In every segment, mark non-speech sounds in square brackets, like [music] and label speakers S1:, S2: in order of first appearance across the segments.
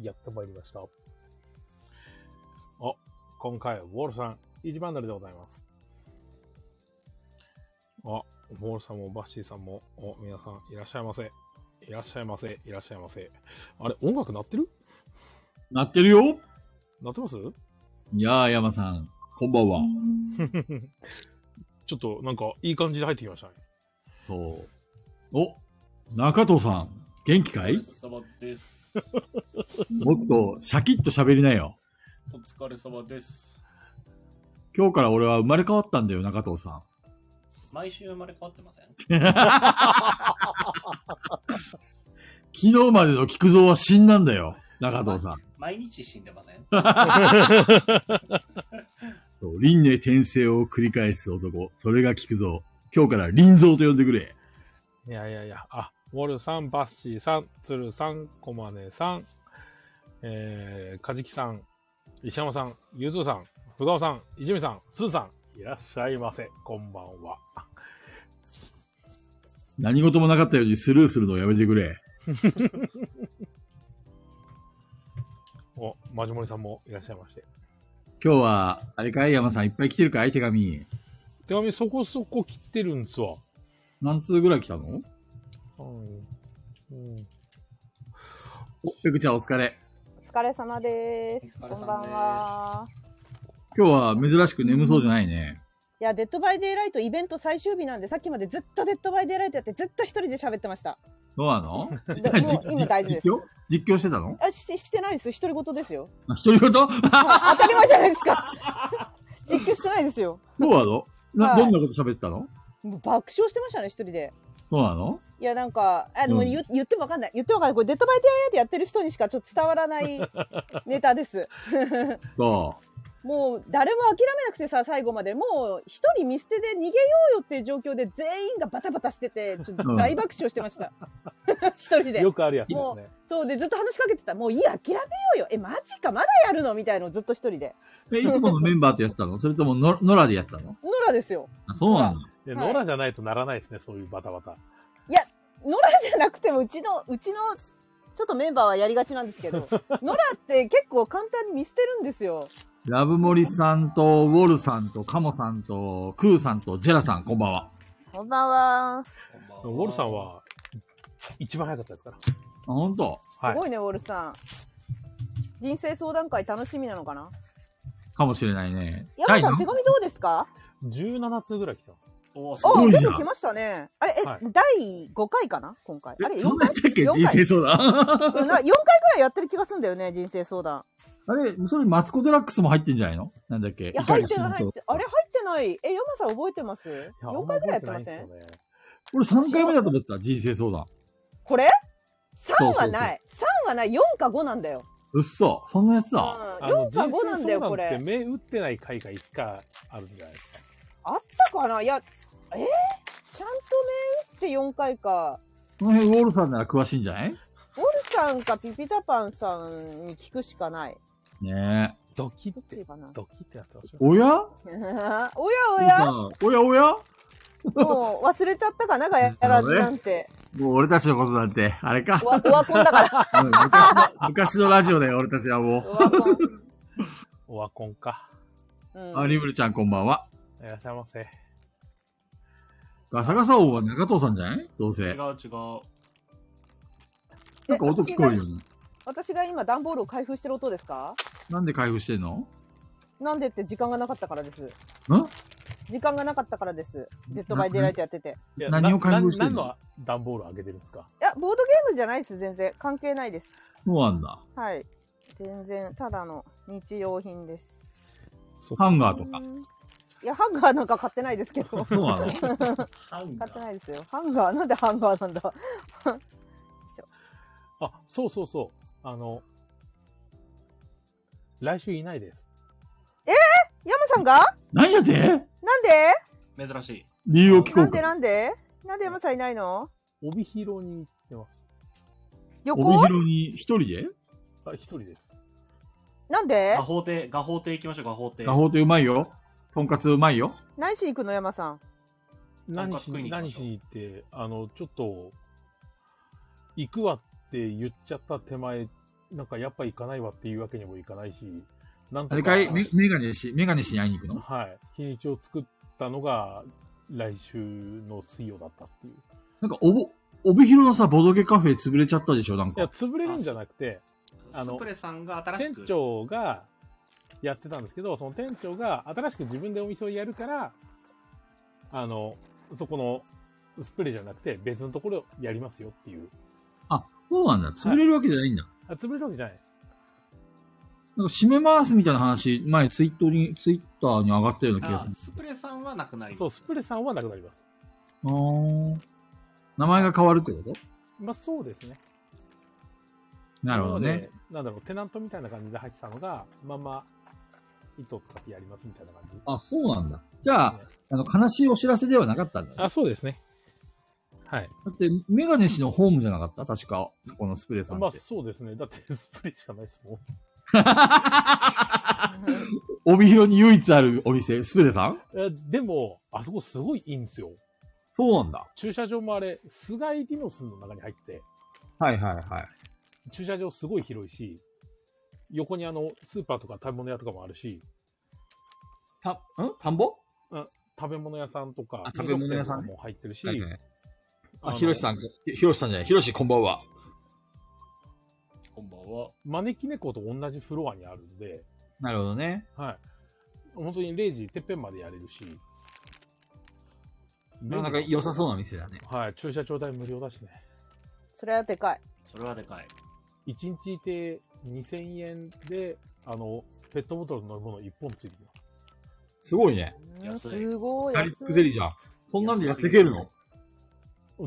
S1: やってまいりました。お、今回、ウォールさん、一番乗りでございます。あ、ウォールさんもバッシーさんも、お、皆さん、いらっしゃいませ。いらっしゃいませ。いらっしゃいませ。あれ、音楽鳴ってる
S2: なってるよ
S1: 鳴ってます
S2: いやー、山さん。こんばんは。
S1: ちょっと、なんか、いい感じで入ってきましたね。
S2: そう。お、中藤さん。元気か
S3: お疲
S2: い
S3: れ様です。
S2: もっとシャキッと喋りなよ。
S3: お疲れ様です。
S2: 今日から俺は生まれ変わったんだよ、中藤さ
S3: 毎週生まれ変わってません
S2: ん。昨日までの菊蔵は死んだんだよ、中藤さん。
S3: 毎日死んでません
S2: そう輪廻転生を繰り返す男。それが菊蔵。今日から臨蔵と呼んでくれ。
S1: いやいやいや、あ、ウォルさん、バッシーさん、ツルさん、コマネさん、えー、カジキさん、石山さん、ゆずさん、ふがおさん、いじみさん、すーさん、いらっしゃいませ。こんばんは。
S2: 何事もなかったようにスルーするのをやめてくれ。
S1: お、まじもりさんもいらっしゃいまして。
S2: 今日は、あれかい山さんいっぱい来てるかい手紙。
S1: 手紙そこそこ切ってるんですわ。
S2: 何通ぐらい来たの
S1: うん。うん、
S2: お、ペグちゃんお疲れ。
S4: お疲れ様です。
S3: お疲れ様
S4: こ
S3: です
S4: んばんは。
S2: 今日は珍しく眠そうじゃないね。
S4: いや、デッドバイデイライトイベント最終日なんで、さっきまでずっとデッドバイデイライトやって、ずっと一人で喋って
S3: [laughs]
S4: ました。
S2: どうなの
S4: でもう今大丈夫です
S2: 実。況実況してたの
S4: あししてないですよ。独り言ですよ。
S2: あ独り言どう
S4: はい当たり前じゃないですか。 [laughs] 実況してないですよ。
S2: なのな、
S4: はい
S2: どんなこと喋ったの
S4: もう爆笑してましたね、一人で。
S2: どうなの
S4: いや、なんか、あでも
S2: うん
S4: 言,、言ってもわかんない。言ってもわかんない。これデッドバイデイライトやってる人にしかちょっと伝わらないネタです。
S2: ど
S4: もう誰も諦めなくてさ、最後まで。もう一人見捨てで逃げようよっていう状況で全員がバタバタしてて、ちょっと大爆笑してました。 [laughs] 一人で。
S1: よくあるやつですね。
S4: そうでずっと話しかけてたもういい諦めようよえマジかまだやるのみたいのをずっと一人で
S2: うえ、いつものメンバーとやったのそれともの、ノラでやったの
S4: ノラですよ
S2: あ、そうなんだ。
S1: で、
S4: はい
S1: ノラじゃないとならないですね、そういうバタバタ。
S4: ノラじゃなくてもうちのうちのちょっとメンバーはやりがちなんです
S1: [laughs]
S4: けどノラって結構簡単に見捨てるんですよ
S2: ラブモリさんと、ウォルさんと、カモさんと、クーさんと、ジェラさん、こんばんは。
S4: こんばんは
S3: こんばん
S1: ウォルさん。は、一番早かったですから。
S2: あ、ほんと
S4: す
S1: はい。
S4: ごいね、ウォルさん人生相談会楽しみなのかな
S2: かもしれないね。
S4: 山
S2: 第
S4: さん
S2: 何
S4: 手紙どうですか
S1: 17通ぐらい来てます。
S3: おーす
S4: あ
S2: ごいじゃん
S4: 結構来ましたねあれえ、
S1: はい
S4: 第5回かな今回あれ
S2: え、
S4: 4
S2: そんな
S4: 回
S2: やったっけ
S4: 四
S2: 人
S4: 回
S2: 生相談。
S4: うんな4回くらいやってる気がするんだよね人生相談
S2: [laughs] あれ、それマツコデラックスも入ってんじゃないのなんだっけ
S4: いや、入ってない、
S2: イカリス
S4: 入
S2: の
S4: って、あれ入ってない。え、山さん覚えてます
S1: いや
S4: ?4 回ぐらいやってませ
S1: あ
S4: ん
S1: んま覚えてないですよね
S2: 俺3回目だと思った、人生相談。
S4: これ
S2: そうそう
S4: ?3 はない。3はない。4か5なんだよ。
S2: うっそ、そんなやつ
S4: うん。
S2: だ。
S1: あの
S4: 4か5なんだよ、
S1: 人生
S4: こ
S1: 相談って
S4: れ。
S1: 目打ってない回がいつかあるんじゃないですか。
S4: あったかないや、えーちゃんとね、打って4回か。
S2: この辺ウォルさんなら詳しいんじゃない
S4: ウォルさんかピピタパンさんに聞くしかない。
S2: ねえ。
S1: ドキッ
S4: どっち
S1: て、
S4: かな。
S1: ドキってやってましたよね。
S2: おや
S4: おや [laughs] おや、
S2: おやおや
S4: もう忘れちゃったかな、ガヤラジなんて。
S2: もう俺たちのことなんて、あれか
S4: オ。ワオワコンだ
S2: [laughs]
S4: から。
S2: うん昔の、 [laughs] 昔のラジオだよ、俺たちはも
S4: オワコン。
S1: オワコンか。
S4: うん
S2: う。あ、リムルちゃんこんばんは。
S1: いらっしゃいませ。
S2: ガサガサ音は中藤さんじゃないどう
S3: 違う違
S2: せ
S3: う。。
S2: なんか音聞こえるよね。
S4: 私が今段ボールを開封してる音ですか
S2: なんで開封してんの
S4: なんでって時間がなかったからです。
S2: ん
S4: 時間がなかったからです。デッドバイデイライトやってて。
S1: いや
S2: 何を開封して
S1: な
S2: る
S1: な
S2: の
S1: 何の段ボールをあげてるんですか
S4: いや、ボードゲームじゃないです。全然。関係ないです。
S2: そうなんだ。
S4: はい。全然、ただの日用品です。
S2: ハンガーとか。
S4: うんいや、ハンガーなんか買ってないで
S2: [laughs]
S4: すけ
S2: そ
S4: ど。
S2: うなの
S4: [laughs]
S3: ハンガ
S4: 買っ
S3: ー。
S4: てないですよ。ハンガー、なんでハンガーなんだ。
S1: あ、そうそうそう。あの、来週いないです。
S4: 山さんが
S2: 何やて
S4: なんで
S3: 珍しい。
S2: 理由を聞こ
S4: な
S2: うん
S4: で
S2: か。
S4: なんでなんで山さんいないの
S1: 帯広に行ってます。
S4: 旅
S2: 帯
S4: 行
S2: 広に一人で
S1: あ、一人です。
S4: なんで
S3: 画法亭、画法亭行きましょう、画法亭。
S2: ガホーテうまいよ。とんかつうまいよ。
S4: 何しに行くの山さん。
S3: ん
S1: 何
S3: か
S1: し
S3: つ食い
S1: に、
S3: に行き
S1: 何
S3: まし
S1: し
S3: ょう
S1: に行って、あの、ちょっと、行くわって言っちゃった手前、なんかやっぱ行かないわっていうわけにもいかないし、なん
S2: あ
S1: と
S2: れ
S1: か、
S2: かいメメガネし、メガネしに会いに行くの
S1: はい、日にちを作ったのが来週の水曜だったっていう。
S2: なんか、おぼ、帯広のさ、ボドゲカフェ潰れちゃったでしょなん
S1: いや、
S2: か。
S1: 潰れるんじゃなくて、あの
S3: スプレさんが新し
S1: 店
S3: く。
S1: 長がやってたんですけど、その店長が新しく自分でお店をやるから、あの、そこのスプレーじゃなくて別のところをやりますよっていう。
S2: そうなんだ。潰れるわけじゃないんだ。
S1: あ潰れるわけじゃないです。
S2: なんか、締め回すみたいな話、前ツイートに、ツイッターに上がったような気が
S3: あ
S2: する。
S3: スプレさんはなくなります
S1: そう、スプレーさんはなくなります。
S2: あー名前が変わるってこと
S1: まあそうですね。
S2: なるほど
S1: なの
S2: ね
S1: で。。なんだろう、テナントみたいな感じで入ってたのが、まんま糸使ってやりますみたいな感じ。
S2: あ、そうなんだ。じゃあ、あの、悲しいお知らせではなかったんだね。
S1: あ、そうですね。はい。
S2: だって、メガネ氏のホームじゃなかった確か、そこのスプレーさん
S1: まあ
S2: って。
S1: そうですね。だってスプレーしかないですもん。
S2: 帯広に唯一あるお店、スプレーさん
S1: えでも、あそこすごいいいんですよ。
S2: そうなんだ。
S1: 駐車場もあれ、菅井リノスの中に入って、
S2: はいはいはい。
S1: 駐車場すごい広いし、横にあの、スーパーとか食べ物屋とかもあるし、
S2: た、ん田んぼ
S1: 食べ物屋さんとか
S2: あ、食べ物屋さんね
S1: 飲食店とかも入ってるし、
S2: はいはい。
S1: あ
S2: あ、
S1: の
S2: ひろしさん、ひろしさんじゃない、ひろしこんばんは。
S3: こんばんは。
S1: 招き猫と同じフロアにあるんで、
S2: なるほどね。
S1: はい。本当に0時てっぺんまでやれるし、
S2: なんか良さそうな店だね。
S1: はい、駐車場代無料だしね。
S4: [laughs] それはでかい。
S3: それはでかい。
S1: 1日いて2000円で、あの、ペットボトルの飲み物1本ついてきます。
S2: すごいね。
S3: 安い
S4: すごい。
S2: ガリックゼリーじ
S4: ゃん。
S2: ゃん。そんなんでやっていけるの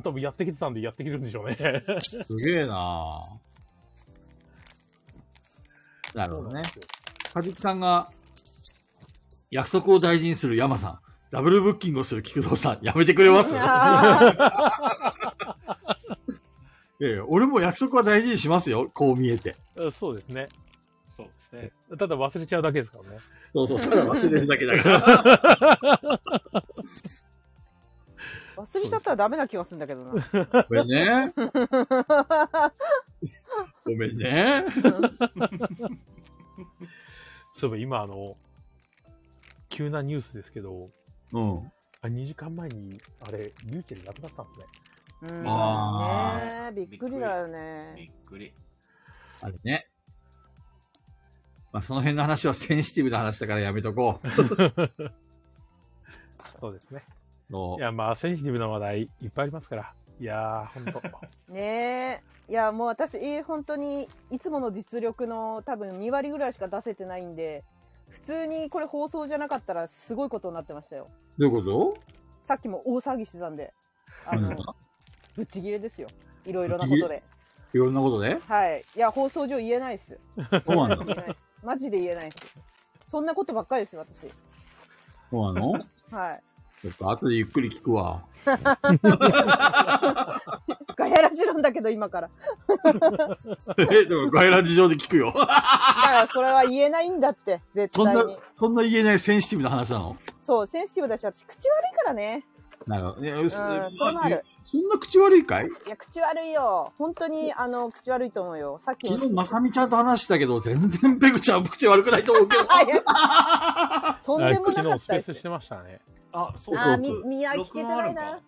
S1: 多分やってきてたんでやってきてるんでしょうね。
S2: すげえなぁ。なるほどね。かじきさんが、約束を大事にする山さん、ダブルブッキングをする菊蔵さん、やめてくれますいや [laughs]
S4: あ
S3: [laughs]
S4: ー
S2: いや、俺も約束は大事にしますよ、こう見えて。
S1: [laughs] うんそうですね。
S3: そうですね。
S1: ただ忘れちゃうだけですからね。
S2: そうそう、ただ忘れてるだけだから。
S4: 忘れちゃったらダメな気がするんだけどな。
S2: [laughs] ごめんね。 [laughs] ごめんね。
S1: そういえば今あの、急なニュースですけど、
S2: うん。
S1: あ2時間前に、あれ、リューチェル亡くなったんですね。
S3: [laughs]
S4: うん
S2: あ
S4: ねえびっくりだよね。
S3: びっくり。
S2: あれね。まあ、その辺の話はセンシティブな話だからやめとこう。
S1: そうですね。
S2: そ。
S1: いうや、まあ、センシティブな話題いっぱいありますから。いやー、ほんと。
S4: ねえいやもう私本当にいつもの実力の多分2割ぐらいしか出せてないんで普通にこれ放送じゃなかったらすごいことになってましたよ
S2: どういうこと
S4: さっきも大騒ぎしてたんであ
S2: 何
S4: の
S2: ですか
S4: ぶっち切れですよいろいろなこと
S2: ぶ
S4: で
S2: いろんなことで
S4: はいいや放送上言えないっ
S3: [laughs]
S4: す
S2: そうなん
S4: 言えないっす [laughs] マジで言えないっすそんなことばっかりですよ私
S2: そうなの
S4: はい
S2: ちょっと後でゆっくり聞くわ。
S4: ガヤラジなんだけど
S3: [laughs]
S4: 今から
S2: [laughs] え、でも外覧事情で聞くよ。
S4: だからそれは言えないんだって絶
S2: [laughs] そん
S4: 対
S2: な
S4: に、
S2: そんな言えないセンシティブな話なの
S4: そうセンシティブだし私口悪いからね
S2: なるほど。え
S4: うんそうなる
S2: そんな口悪いかい
S4: いや、口悪いよ。本当に、あの、口悪いと思うよ。さっき
S2: 昨
S4: の
S2: 日、。まさみちゃんと話したけど、全然ペグちゃん口悪くないと思うけど。[laughs]
S4: [laughs] あ、いや。
S3: [laughs]
S4: とん
S1: あ
S4: でもな
S1: 昨
S4: か
S1: 日
S4: っ
S1: スペ
S4: た
S1: ー
S4: で
S1: スし
S4: す。
S1: てましたね。
S3: あ、そう
S4: あ
S3: そう。
S4: みみや聞けてないな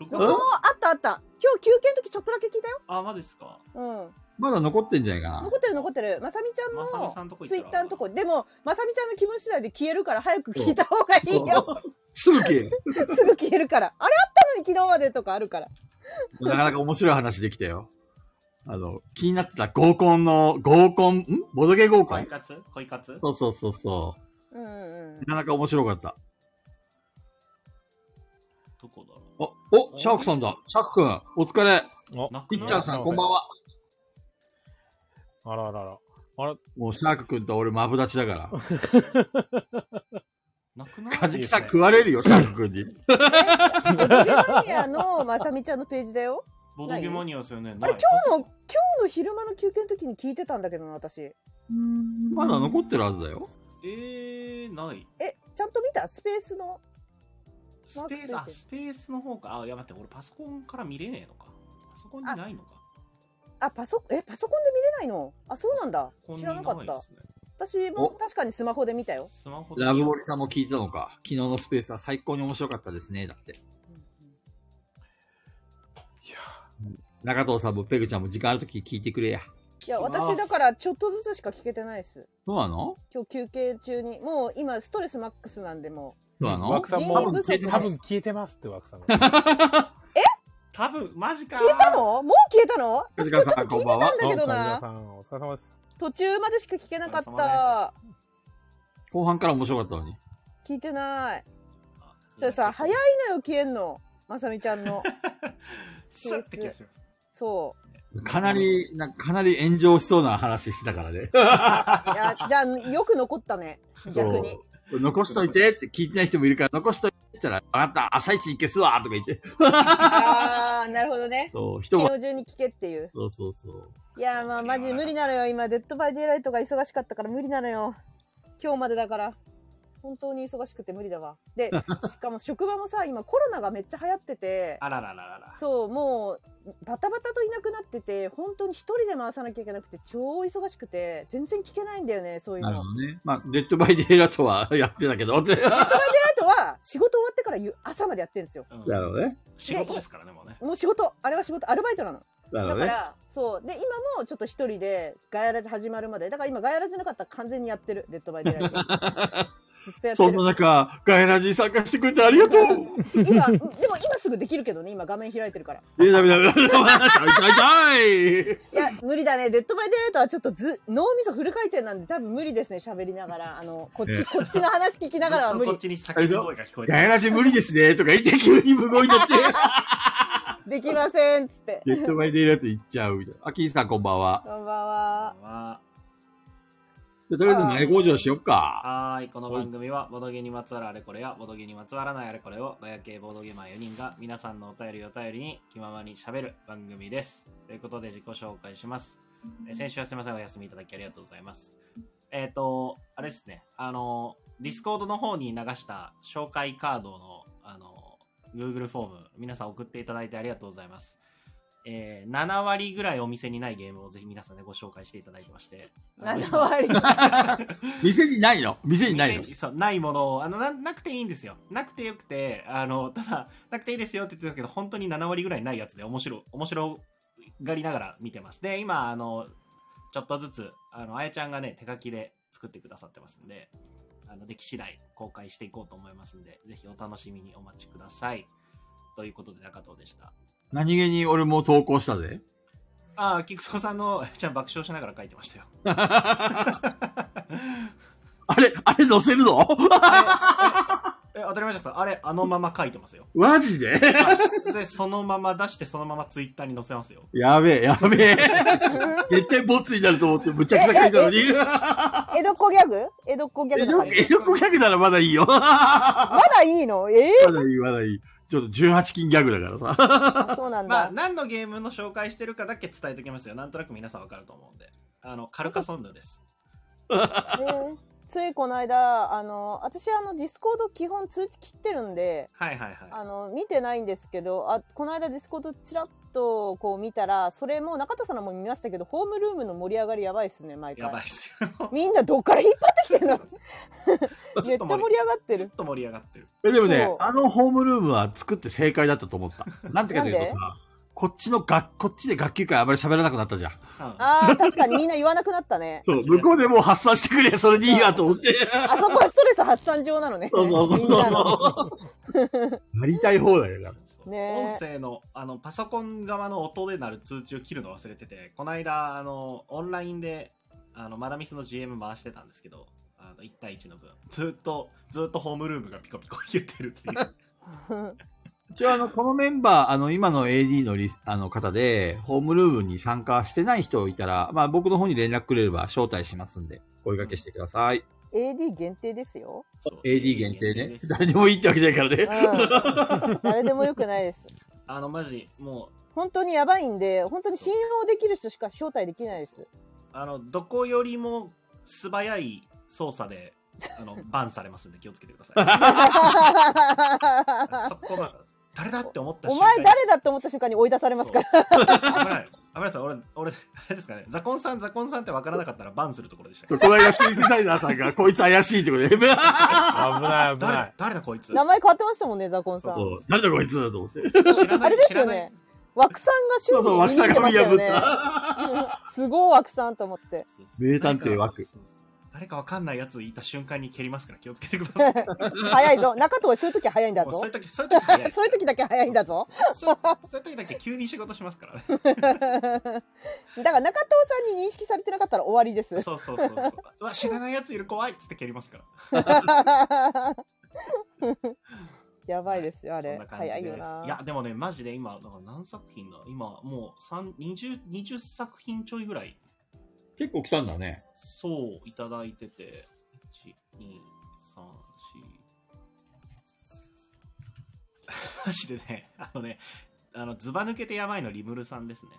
S3: 録音あるのか。
S4: おーあ
S3: 録音
S4: ったあった。今日休憩の時ちょっとだけ聞いたよ。
S3: あ、マジっすか。
S4: うん。
S2: まだ残ってんじゃないかな
S4: 残。ってる残ってる。まさみちゃん
S3: まさみさ
S4: の
S3: んとこ行った
S4: ツ
S3: ら
S4: イッターのとこ。でも、まさみちゃんの気分次第で消えるから早く聞いた方がいいよ。
S2: すぐ消える。
S4: すぐ消えるから。あれあったのに昨日までとかあるから。
S2: なかなか面白い話できたよ。あの、気になってた合コンの、合コン、んボドゲ合コ
S3: 恋
S2: ン
S3: 活恋活
S2: そうそうそうそう。
S4: うんうんうん。
S2: なかなか面白かった。
S3: どこだろ
S2: お、お、シャークさんだ。シャークくん、お疲れ。
S1: お
S3: う。なく
S2: ピ
S3: な
S2: ッ
S3: っ
S2: チャーさん、こんばんは。
S1: あらあらあら。あら、
S2: もう、シャークくんと俺、マブダチだから。
S3: なくな
S2: カ
S3: っ
S2: ジキさん食われるよ、シャークくんに。
S4: ボドゲマニアのまさみちゃんのページだよ。
S3: ボドゲマニアですよね。
S4: あれ
S3: ない
S4: 今日の、今日の昼間の休憩の時に聞いてたんだけどな、私。
S2: まだ残ってるはずだよ。
S3: えー、ない。
S4: え、ちゃんと見たスペースの。
S3: スペース、あ、スペースの方か。あ、いや、待って、俺パソコンから見れねえのか。パソコンにないのか。
S4: あパソえパソコンで見れないのあそうなんだ知らなかった、私も確かにスマホで見たよ
S3: スマホ
S2: ラブモリさんも聞いたのか。昨日のスペースは最高に面白かったですね。だって。中藤さんもペグちゃんも時間あるとき聞いてくれや。
S4: いや私だからちょっとずつしか聞けてないです
S2: そうなの
S4: 今日休憩中にもう今ストレスマックスなんでも
S2: そうなの
S1: 枠さんも
S4: 多分消えて
S1: 多
S4: ます
S1: 分消えてますって、枠さんが。
S4: [laughs]
S3: 多分マジ
S4: う
S3: か
S4: 消えたのもう消えたの
S2: 藤川さん、こんばんは。
S4: だけど
S1: あ
S4: な
S1: 皆さん、お疲れ様です。
S4: 途中までしか聞けなかっ
S3: お疲れ様
S4: た
S2: 後半から面白かったのに。
S4: 聞いてない
S3: そ
S4: それさ早いのよ消えんのまさみちゃ
S2: [laughs]
S4: んの
S3: スッて消すよ
S4: そう
S2: かなり、なかなり炎上しそうな話してたからね。
S4: いや、じゃあ、よく残ったね。 [laughs] 逆
S2: [laughs]
S4: に。
S2: そう残しといてって聞いてない人もいるから、残しといてって言ったら、わかった、朝一行けすわとか言って。
S4: ああ、なるほどね。
S2: そう、人が。
S4: 今日中に聞けっていう。
S2: そうそうそう。
S4: いや、まあ、マジ無理なのよ。今、デッドバイデイライトが忙しかったから無理なのよ。今日までだから。本当に忙しくて無理だわ。
S2: [laughs]
S4: で、しかも職場もさ、今コロナがめっちゃ流行ってて、
S3: あららららら
S4: そう、もう、バタバタといなくなってて、本当に一人で回さなきゃいけなくて、超忙しくて、全然聞けないんだよね、そういう
S2: なる
S4: の
S2: ほ。どね。まあ、レッドバイデイラとはやってたけど、って。
S4: あとは、仕事終わってから夕朝までやってるんですよ。
S3: うん
S2: なるほどね。
S3: 仕事ですからねもうね
S4: もう仕事、あれは仕事、アルバイトなの。
S2: なるほ
S4: だか
S2: どね。
S4: ら、そう。で、今もちょっと一人で、ガヤラジ始まるまで。だから今、ガヤラジなかったら完全にやってる。デッドバイデイライト。
S2: [laughs]
S4: ずっとやっ
S2: そ
S4: て
S2: ん
S4: る
S2: な。中、ガイラジに参加してくれてありがとう
S4: 今、でも今すぐできるけどね、今画面開いてるから。
S2: え、ダメダメダメダメ痛い痛い痛い
S4: いや、無理だね。デッドバイデイライトはちょっとず、脳みそフル回転なんで多分無理ですね、喋りながら。あの、こっ
S2: ね
S4: ち、こっちの話聞きながらは無
S3: ずっとこ
S4: 理
S3: っ。ちに叫び声が聞こえて
S2: ガイラジ無理ですねとか言って急に無言になって。
S4: できません、つって。
S2: レッドバイデイラと言っちゃうみたいな。あ、キーさんこんばんは。
S4: こんばんは。
S3: は
S2: じゃあとりあえず前工場しよっか。
S3: はーいこの番組はボドゲにまつわるあれこれやボドゲにまつわらないあれこれをガヤ系ボードゲーマー4人が皆さんのお便りを頼りに気ままにしゃべる番組ですということで自己紹介しますえー先週はすみませんお休みいただきありがとうございますえっ、とあれですねあのディスコードの方に流した紹介カードのあの Google フォーム皆さん送っていただいてありがとうございますえー7割ぐらいお店にないゲームをぜひ皆さんでご紹介していただいてまして
S4: 7割。
S2: 店にないの店にないの
S3: そうないものをあのななくていいんですよなくてよくてあのただなくていいですよって言ってるんですけど本当に7割ぐらいないやつで面白面白がりながら見てますで今あのちょっとずつあのあやちゃんがね手書きで作ってくださってますんであの出来次第公開していこうと思いますんでぜひお楽しみにお待ちくださいということで中藤でした
S2: 何気に俺も投稿したぜ。
S3: ああ菊蔵さんのあやちゃん爆笑しながら書いて
S2: [laughs]
S3: ましたよ
S2: あれ、あれ載せるの
S3: え当たり前じゃないですかあれあのまま書いてますよ
S2: マジで
S3: で、そのまま出して、そのままツイッターに載せますよ。
S2: やべえ、やべえ。絶対ボツになると思ってむちゃくちゃ書いたのに。
S4: [laughs] 江戸っ子ギャグ江戸っ子ギャ
S2: え
S4: グの
S2: ど
S4: 話
S2: え、どこギャグならまだいいよ。ま
S4: まだいいのえ
S2: だいい、まだいい。ちょっと18金ギャグだからさ。
S4: ー、そうなん
S3: まあ、
S4: だ。
S3: 何のゲームの紹介してるかだけ伝えときますよ。なんとなく皆さんわかると思うんで。あの、カルカソンヌです。
S4: えーついこの間、あの、私、あの、ディスコード基本通知切ってるんで、
S3: はいはいは
S4: あの見てないんですけどあこの間ディスコードちらっとこう見たらそれも中田さんのも見ましたけどホームルームの盛り上がりやばいっすね毎
S3: い。やばい
S4: 回
S3: っすよ。
S4: みんなどっから引っ張ってきてんの [laughs] めっちゃ盛り上がって
S3: ずっ
S4: る
S3: と盛り上がってる。
S2: え、でもね
S4: そう、
S2: あのホームルームは作って正解だったと思
S4: [laughs]
S2: った。なんてかというと
S4: なんで
S2: さ、こっちのが、こっちで学級会あまり喋らなくなった
S4: [laughs]
S2: じゃん。
S3: うん
S4: あー確かにみんな言わなくなったね
S2: そう、向こうでもう発散してくれ、
S4: [laughs]
S2: それでいいやと思って。
S4: あそこはストレス発散場なのね
S2: そうそうそう
S4: みんなの
S2: [laughs] やりたい放題だから。
S3: そう
S4: ねえ
S3: 音声のあのパソコン側の音で鳴る通知を切るの忘れててこの間あのオンラインであのマダミスの GM 回してたんですけどあの1対1の分ずっとずっとホームルームがピコピコ言ってるっていう
S2: [laughs] 一応あの、このメンバー、あの、今の AD のリスあの方で、ホームルームに参加してない人いたら、まあ僕の方に連絡くれれば招待しますんで、声掛けしてください。
S4: AD 限定です
S2: [laughs]
S4: よ、
S3: そう
S2: AD 限定ね
S3: です。
S2: 誰にもいいってわけじゃないから
S4: う [laughs]
S2: ね。
S4: ん、誰でもよくないです
S3: あのマジもう
S4: 本当にやばいんで本当に信用できる人しか招待できな
S2: [laughs]
S4: いです
S3: あの、どこよりも素早い操作
S4: [laughs]
S3: で、あの、バンされますんで気をつけてくださ
S4: [laughs]
S3: い。そこが、誰だって思った
S4: お前誰だって思った瞬間に追い出されますから
S3: ら。そう危ない。村さん、俺、俺、あれですかね、ザコンさん、ザコンさんって分からなかったらバンするところでしたっけ
S2: この間、シンセサイザーさんが、こいつ怪しいってことで、
S1: 危ない危な
S3: 誰
S1: い。
S3: 誰だこいつ
S4: 名前変わってましたもんね、ザコンさん。
S2: そう、誰だこいつと思って。
S3: 知らない
S4: あれです
S3: 知ら
S4: よ
S3: ない
S4: ね。枠さんが
S2: そうそう、枠
S4: 瞬時に
S2: さん
S4: 見に来て
S2: が
S4: ま
S2: 見
S4: したよ
S2: 破っ
S4: ね。
S2: た。
S4: すごい枠さんと思って。
S3: そうそう
S2: 名探偵枠
S3: そうそう誰か分かんないやついた瞬間に蹴りますから気をつけてください
S4: 早いぞ。中藤はそういう時 [laughs] 早いんだ
S3: もうそう
S4: ぞ
S3: いう。時そういう時早い
S4: [laughs] そういう時だけ早いんだぞ。
S3: そうそういう時だけ急に仕事します
S4: [laughs]
S3: からね
S4: だから中藤さんに認識されてなかったら終わりです。 [laughs]
S3: そうそうそうそううわ知らないやついる怖いっつって蹴りますから
S4: やばいですよ、あ
S3: そん
S4: れ
S3: な。感じで
S4: 早いよな。
S3: いやでもねマジで今だから何作品だ今もう3 20, 20作品ちょいぐらい
S2: 結構来たんだね。
S3: そういただいてて1234マジでねあのねあのずば抜けてやばいのリムルさんですね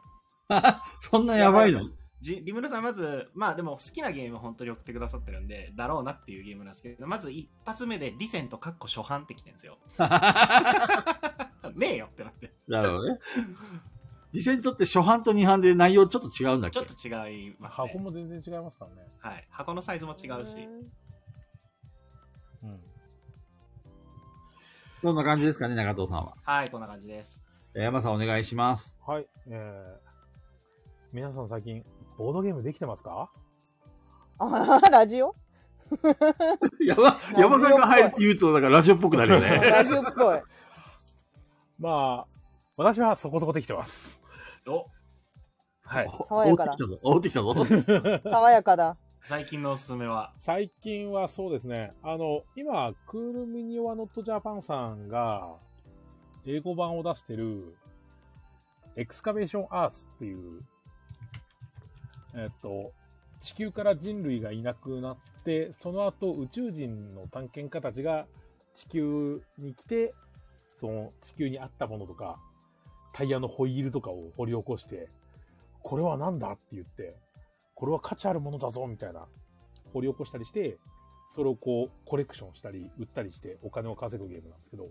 S2: そんなやばいの
S3: じリムルさんまずまあでも好きなゲーム本当に送ってくださってるんでだろうなっていうゲームなんですけどまず一発目で「ディセント」かっこ初版ってきてるんです
S4: [laughs]
S3: よねえよってなって
S2: なるほどね。ディセントって初版と二版で内容ちょっと違うんだっ
S3: ち
S2: け
S3: ょっと違います、
S1: 箱
S3: ね、
S1: も全然違いますからね。
S3: はい箱のサイズも違うし
S1: うん。
S2: そんな感じですかね、中藤さんは。
S3: はいこんな感じです
S2: えー山さんお願いします。
S1: はい。えー、皆さん最近、ボードゲームできてますか
S4: あ [laughs] ーラジオ
S2: 山、山さんが入るって言うと、だからラジオっぽくなるよね。
S4: [laughs] ラジオっぽい。
S1: まあ、私はそこそこできてます。
S3: お
S1: はい。
S4: 爽やかだ
S2: 追ってきたぞ。 [laughs] 追ってきたぞ。
S4: 爽やかだ。
S3: 最近のおすすめは
S1: 最近はそうですね、あの、今、クールミニオアノットジャパンさんが、英語版を出してる、エクスカベーションアースっていう、えっと、地球から人類がいなくなって、その後宇宙人の探検家たちが地球に来て、その地球にあったものとか、タイヤのホイールとかを掘り起こして、これは何だって言って、これは価値あるものだぞみたいな掘り起こしたりして、それをこうコレクションしたり売ったりしてお金を稼ぐゲームなんですけど、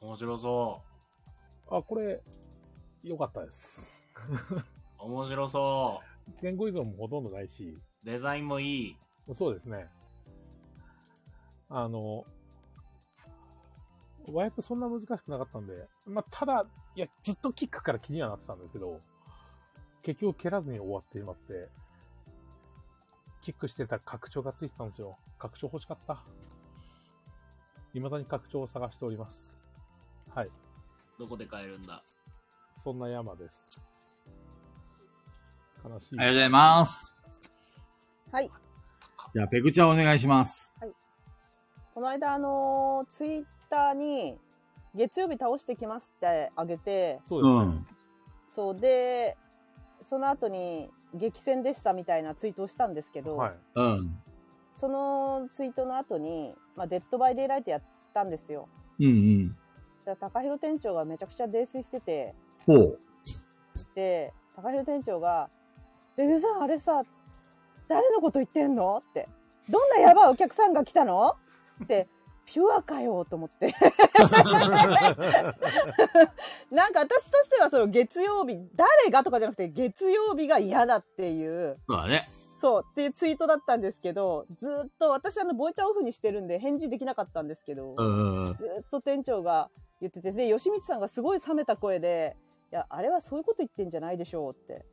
S3: 面白そ
S1: あ、これ、良かったです。
S3: う面白そ
S1: 言語依存もほとんどないし、
S3: うデザインもいい
S1: そうですね。あの、和訳そんな難しくなかったんで、まあ、ただ、いや、ずっとキックから気にはなってたんですけど、結局蹴らずに終わってしまって、キックしてた拡張がついてたんですよ。拡張欲しかった。未だに拡張を探しております。はい。
S3: どこで買えるんだ
S1: そんな山です。悲しい。
S2: ありがとうございます。
S4: はい。
S2: じゃあ、ペグちゃんお願いします。
S4: この間、あのーツイッターに、月曜日倒してきますってあげて、
S1: そう
S2: う
S1: ですね。
S2: ん。
S4: そうで、その後に、激戦でしたみたいなツイートをしたんですけど、
S1: はい。 [laughs]
S2: うん。
S4: そのツイートの後に、まあ、デッドバイデイライトやったんですよ。
S2: うんうん。
S4: じゃあ、高弘店長がめちゃくちゃ泥酔してて、
S2: ほう。
S4: で、高弘店長が、えぐさん、あれさ、誰のこと言ってんのって、どんなやばいお客さんが来たのって、ピュアかよと思って。 [laughs] なんか私としてはその月曜日、誰がとかじゃなくて月曜日が嫌だっていう、
S2: そうだね。
S4: そうっていうツイートだったんですけど、ずーっと私あの、ボイチャーオフにしてるんで返事できなかったんですけど、
S2: うんうんうん。
S4: ずーっと店長が言ってて、で、吉光さんがすごい冷めた声で、いや、あれはそういうこと言ってんじゃないでしょうって。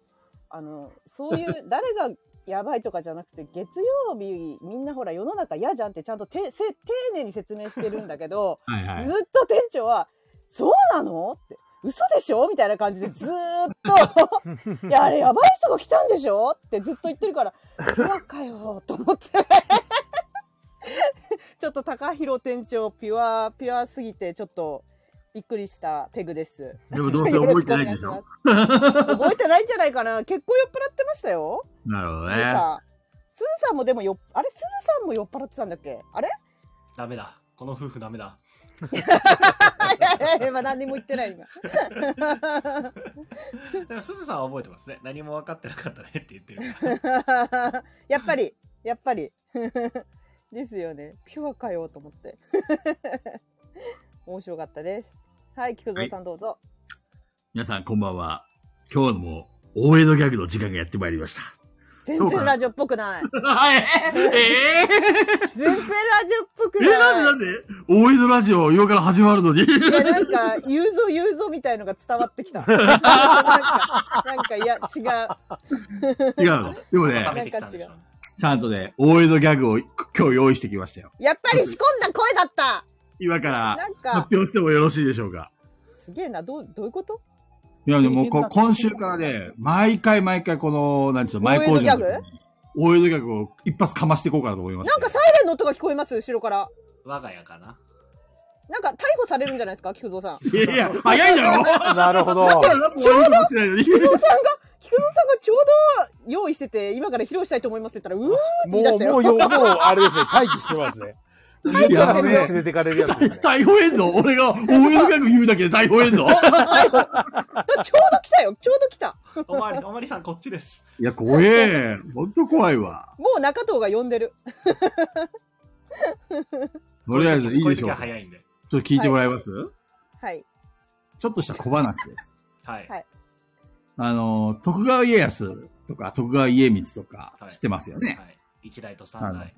S4: あの、そういう
S2: [laughs]
S4: 誰がやばいとかじゃなくて、月曜日みんなほら世の中嫌じゃんってちゃんとてせ丁寧に説明してるんだけど、
S2: はいは
S4: ず
S2: い。
S4: っと店長は、そうなのって、嘘でしょみたいな感じでずーっと、いや、あれやばい人が来たんでしょってずっと言ってるから、ピュアかよ、と思って。ちょっと高弘店長、ピュア、ピュアすぎて、ちょっと、びっくりしたペグです。
S2: でもどうせ覚えてないんでし
S4: [laughs] よ
S2: ょ
S4: ろくお願いします覚えてないんじゃないかな結構酔っ払ってましたよ。
S2: なるほど
S4: スー
S2: ね。
S4: さん。スーさんもでもよっ、あれスーさんも酔っ払ってたんだっけあれ [laughs]
S3: ダメだこの夫婦ダメだ
S4: いやいやいや、まあ何にも言ってない今。
S3: でもすずさんは覚えてますね何も分かってなかったねって言ってるから
S4: [laughs] やっぱり、やっぱり。 [laughs] ですよね。ピュアかよと思って。 [laughs] 面白かったです。はい、菊蔵さんどうぞ。
S5: 皆さんこんばんは。今日も
S2: 大江戸ギャグの時間がやってまいり
S4: [laughs]
S2: ました。
S4: 全然ラジオっぽ
S2: [laughs]
S4: くない。
S2: はい、ええ
S4: 全然ラジオっぽく
S2: え
S4: ない。
S2: なんでなんで大江戸ラジオ、今から始まるの
S4: [laughs]
S2: に。
S4: いや、なんか、言うぞ言うぞみたいのが伝わっ
S2: [laughs]
S4: てきた。なんか、なんかいや、違う。
S2: 違うの。でもね、
S3: 固めてきたんでしょうね。
S2: ちゃんとね、大江戸ギャグを今日用意してきましたよ。
S4: やっぱり仕込んだ声だった
S2: 今から
S4: な
S2: 発
S4: んか、
S2: 表してもよろしいでしょうか。
S4: すげえな、どう、どういうこと
S2: いや、でもこ、今週からね、毎回毎回この、なんちゅうの、前工場の時に
S4: 大江戸ギャ
S2: 大江戸ギャグを一発かましていこうかなと思いま
S4: な
S2: す。
S4: んかサイレンの音が聞こえます後ろから。
S3: 我が家か
S4: [laughs]
S3: な。
S4: なんか逮捕されるんじゃないですか菊蔵さん。
S2: いやいや、早いだ
S4: [laughs]
S2: ろ
S6: なるほど。
S2: ちょうどしてないのに。
S4: 菊蔵さんが、菊蔵さんがちょうど用意してて、今から披露したいと思いますって言ったら、うーって
S1: も
S4: 言い出し
S1: う、
S4: た
S1: もう
S4: よ。
S1: よ、もう、あれですね、待機してますね。
S4: 逮捕
S2: や
S4: して
S2: べ
S4: る
S2: え
S4: よ
S1: 連。れてかれるやつですね。
S2: 逮捕えんの俺が大江戸ギャグ言うだけで逮捕えんの
S4: だからちょうど来たよ。 [laughs] ちょうど来た。
S3: おまわり、おまわりさん、こっちです。
S2: いや、怖え。ほんと怖いわ。
S4: もう中藤が呼んでる。
S2: とりあえずいい
S3: こうい
S2: でし
S3: う時
S2: ょう
S3: は
S2: か。
S3: 早いんで。
S2: ちょっと聞いてもらえます、
S4: はい。
S2: ちょっとした小話です。
S3: はい。
S4: はい
S2: あの、徳川家康とか、徳川家光とか
S3: はい
S2: 知ってますよね。
S3: はい。一代と三代。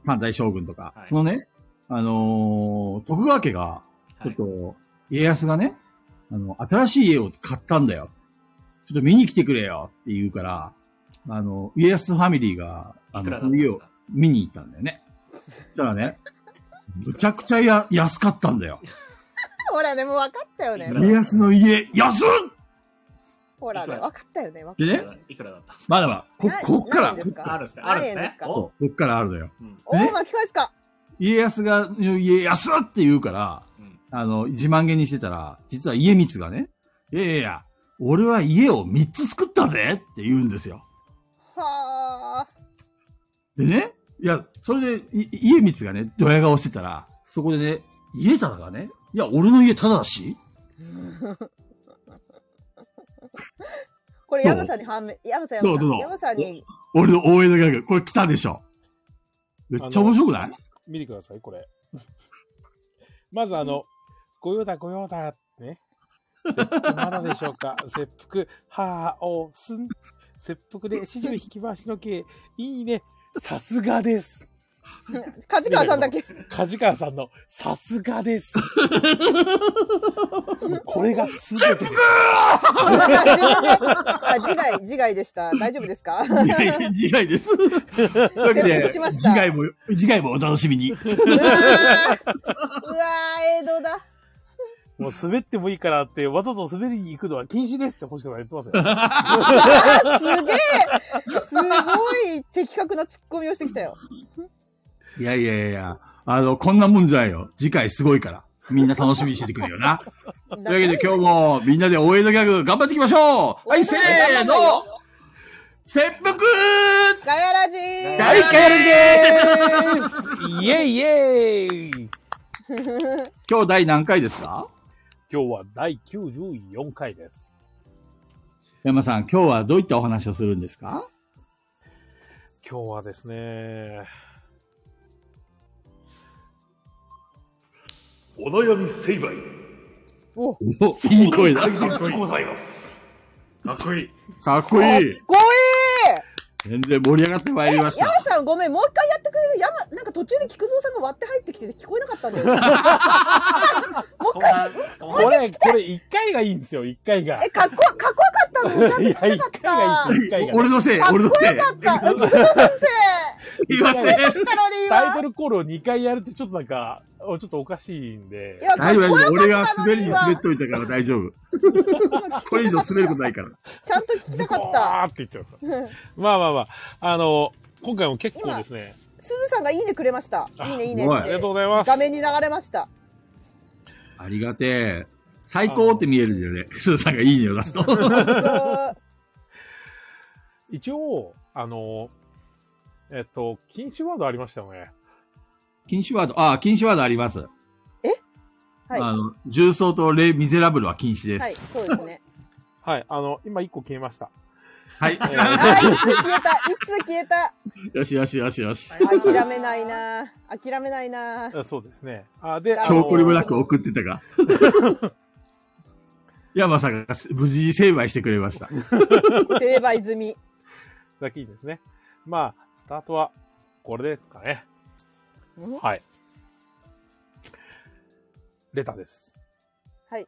S2: 三大将軍とか。
S3: はい
S2: このね、あのー徳川家が、ちょっと、家康がね、あの、新しい家を買ったんだよ。ちょっと見に来てくれよって言うから、あの、家康ファミリーが、あ
S3: いく
S2: の、
S3: ら
S2: こ
S3: だ
S2: の
S3: ったん
S2: 家
S3: です
S2: を
S3: か
S2: 見に行ったんだよね。そしたらね、むちゃくちゃや安かったんだよ。
S4: ほらね、もう分かったよね
S3: いく。ら
S2: 家康の家、安っ
S4: ほらね、分かったよね。分かっ
S2: で
S3: い
S2: ね
S3: く、らいくらだったんです
S2: まだまだ、こ
S4: な、
S2: こっから
S4: 何円、です
S3: かあるんで
S4: か
S3: すね。あるんです
S4: 何円で
S3: ね
S4: す。か
S3: お、
S2: そうこっからあるのよ。
S3: うん。
S4: 大間聞こえすか
S2: 家康が、家康って言うから、
S3: うん
S2: あの、自慢げにしてたら、実は家光がね、いやいやいや、俺は家を3つ作ったぜって言うんですよ。
S4: はあ。
S2: でね、いや、それで、い家光がね、ドヤ顔してたら、そこでね、家忠がね、いや、俺の家ただだし、
S4: これ山さんに判明、山さん、山
S2: どう
S4: さ
S2: ぞ
S4: ん、山さんに、
S2: 俺の応援のギャグ、これ来たでしょ。めっちゃ面白くない
S1: 見てください、これ。まずあの、ご用だご用だ、ね。切腹まだでしょうか切腹、はあ、お、すん。切腹で四十引き回しの刑、いいね。さすがです。
S4: 梶川さんだけ、
S1: 梶川さんの、さすがです。もうこれがすべてです。
S4: [laughs] あ自害、自害でした。大丈夫ですか [laughs]
S2: 次回、次回です。というわけ
S4: 切
S2: で、
S4: 腹しました
S2: 次回も、次回もお楽しみに。
S4: うわーうわー、江戸だ。
S1: もう滑ってもいいからって、わざと滑りに行くのは禁止ですって欲しくな言ってますよ。
S4: あすげえすごい的確な突っ込みをしてきたよ。
S2: いやいやいやいや、あの、こんなもんじゃないよ。次回すごいから。みんな楽しみにしててくれよな。
S4: と
S2: [laughs] というわけで今日もみんなで応援のギャグ頑張っていきましょうはい、せーの切腹
S4: ガヤラジ
S1: 大
S4: ー
S1: 変ですイェイイェイ
S2: 今日第何回ですか
S1: 今日は第94回です。
S2: 山さん、今日はどういったお話をするんですか
S1: 今日はですね、
S7: お悩み成敗
S2: お、いい声だ。
S7: かっこございますかっこいい
S2: かっこいい。
S4: ごい
S2: 全然盛り上がってまいりまし
S4: 山
S2: た。
S4: さんごめん、もう一回やってくれる山、なんか途中で菊蔵さんが割って入ってきてて聞こえなかっ
S2: [laughs]
S4: たんだよ。もう一回、
S1: これ、これ1回がいいんですよ、1回が。
S4: え、かっこ、かっこよかったのにちゃんと聞きたかった。か
S1: いや一回がい
S4: っ
S1: い一回が
S2: 俺のせい、
S4: こ
S2: 俺の
S4: よか
S2: せい。
S4: った。菊蔵先
S2: すいません。
S4: 生
S2: [laughs]
S4: だのに今。
S1: タイトルコールを2回やるってちょっとなんか、ちょっとおかしいんで
S4: い。や、かっ
S2: 大
S4: こ
S2: 丈夫、
S4: よ
S2: 大丈夫。俺
S4: か
S2: が
S4: ったの
S2: 滑り
S4: に
S2: に
S4: 今。
S2: 滑っといたから大丈夫。 [laughs] これ以上滑ることないから。
S4: ちゃんと聞きたかった。
S1: わーって言っちゃう。まあまあまあ、あの、今回も結構ですね、
S4: すずさんがいいねくれました。
S1: あ
S4: いいねいいね
S2: すごい
S1: ありが
S4: っ
S1: とうご
S4: て。
S1: ざいます。
S4: 画面に流れました。
S2: ありがてえ。最高って見えるんだよね。すずさんがいいねを出す
S1: [laughs]
S2: と。
S1: 一応、あの、えっと、禁止ワードありましたよね。
S2: 禁止ワード、ああ、禁止ワードあります。
S4: はい。
S2: あ
S4: は
S2: の、重曹とレ・ミゼラブルは禁止です。
S4: い、そうですね。
S1: はい、あの、今1個消えま [laughs] した。
S2: はい。
S1: え
S4: あ
S1: ー
S4: ー、いつ消えた、いつ消えた。
S2: よしよしよしよし。
S4: 諦めないな諦めないな
S1: そうですね。あで、あの
S4: [laughs]
S2: 証拠にもなく送ってたが。山さんが無事に成敗してくれました。 [laughs]
S4: 成敗済み。
S1: だけいいですね。まあ、スタートはこれですかね。
S4: うん
S1: はい。レターです。
S4: はい。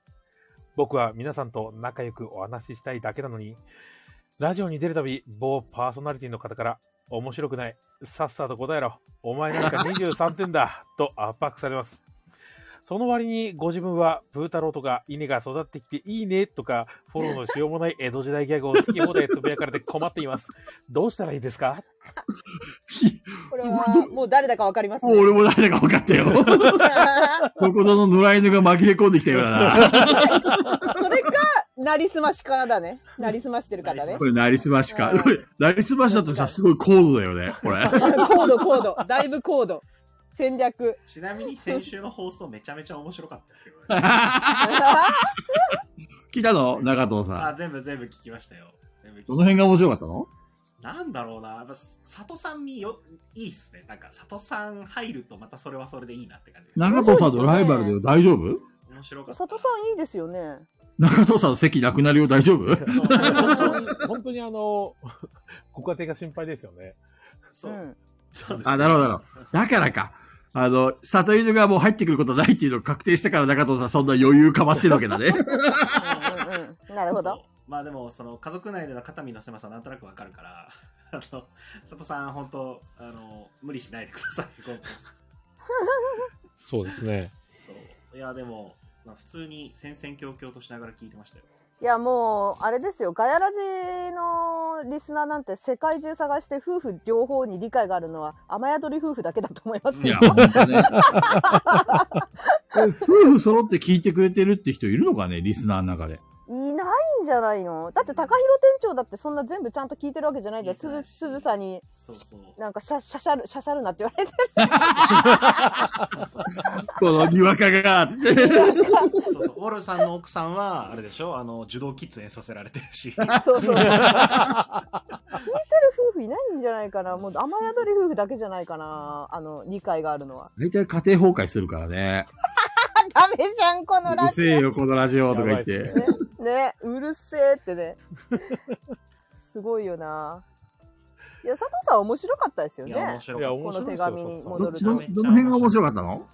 S1: 僕は皆さんと仲良くお話ししたいだけなのに、ラジオに出るたび、某パーソナリティの方から、面白くない、さっさと答えろ、お前なんか23点 [laughs] だ、と圧迫されます。その割にご自分はブー太郎とか稲が育ってきていいねとかフォローのしようもない江戸時代ギャグを好き放題つぶやかれて困っています。どうしたらいいです [laughs] か
S4: これはもう誰だかわかります、
S2: もう俺も誰だか分かったよ。ここの野良犬が紛れ込んできたようだな。
S4: それか、なりすましかだね。なりすましてる方ね
S2: [laughs] こ。れ、なりすましか
S4: うん。
S2: これ、なりすましだとしたらすごい高度だよね、これ。 [laughs]
S4: 高度高度。だいぶ高度。戦 [laughs] 略。
S3: ちなみに先週の放送めちゃめちゃ面白かったですけどね。
S2: 聞いたの中藤さ
S3: あ
S2: ん。
S3: 全部全部聞きましたよ。全部聞き
S2: どの辺が面白かったの
S3: なんだろうな、やっぱ佐藤さんみよいいっすね。なんか佐藤さん入るとまたそれはそれでいいなって感じ。
S2: 中藤さんドライバルだよ、大丈夫
S3: 面白かった。
S4: 佐藤さんいいですよね。
S2: 中藤さんの席なくなるよ、大丈夫 [laughs]
S3: そう [laughs] なんかちょっと
S1: 本当にあの、ご家庭が心配ですよね。
S4: う。
S3: そうんそうですね
S2: あ、なるほど、なるほど。だからか。あの、里犬がもう入ってくることないっていうのを確定してから中藤さんそんな余裕かましてるわけだね。 [laughs]
S4: うんうんうんなるほ
S3: そ
S4: ど。
S3: うまあでもその家族内での肩身の狭さなんとなくわかるから [laughs] あの佐藤さん本当あの無理しないでください本当
S1: そうですね。
S3: そういやでも、まあ、普通に戦々恐々としながら聞いてましたよ
S4: いやもう、あれですよ。ガヤラジのリスナーなんて世界中探して夫婦両方に理解があるのは雨宿り夫婦だけだと思います
S2: い
S4: よ
S2: や、。ほんとね。 [laughs] 夫婦揃って聞いてくれてるって人いるのかね、リスナーの中で。
S4: いないんじゃないのだって高広店長だってそんな全部ちゃんと聞いてるわけじゃないじゃん。すず、すずさんに
S3: そうそう
S4: なんかシャシャシャル、シャシャルなって言われて
S3: そうそう
S2: [laughs] このにわかが、
S3: そうそうウォルさんの奥さんはあれでしょあの受動喫煙させられてるし
S4: そうそう。聞いてる夫婦いないんじゃないかな。もう雨宿り夫婦だけじゃないかな。あの、理解があるのは。
S2: [laughs] 大体家庭崩壊するからね。
S4: ダメじゃん、こ
S2: う
S4: のラ
S2: る
S4: ジオ。
S2: せえよ、このラジオとか言っ
S1: やばい
S2: て
S1: っ。す
S4: ねね、うるせえってね。すごいよな。いや、佐藤さん面白かったですよ
S3: い
S4: ね。
S3: や面白かった
S4: この手紙に戻
S2: どっ
S4: る
S2: ち
S4: と
S2: の、どの辺が面白かったの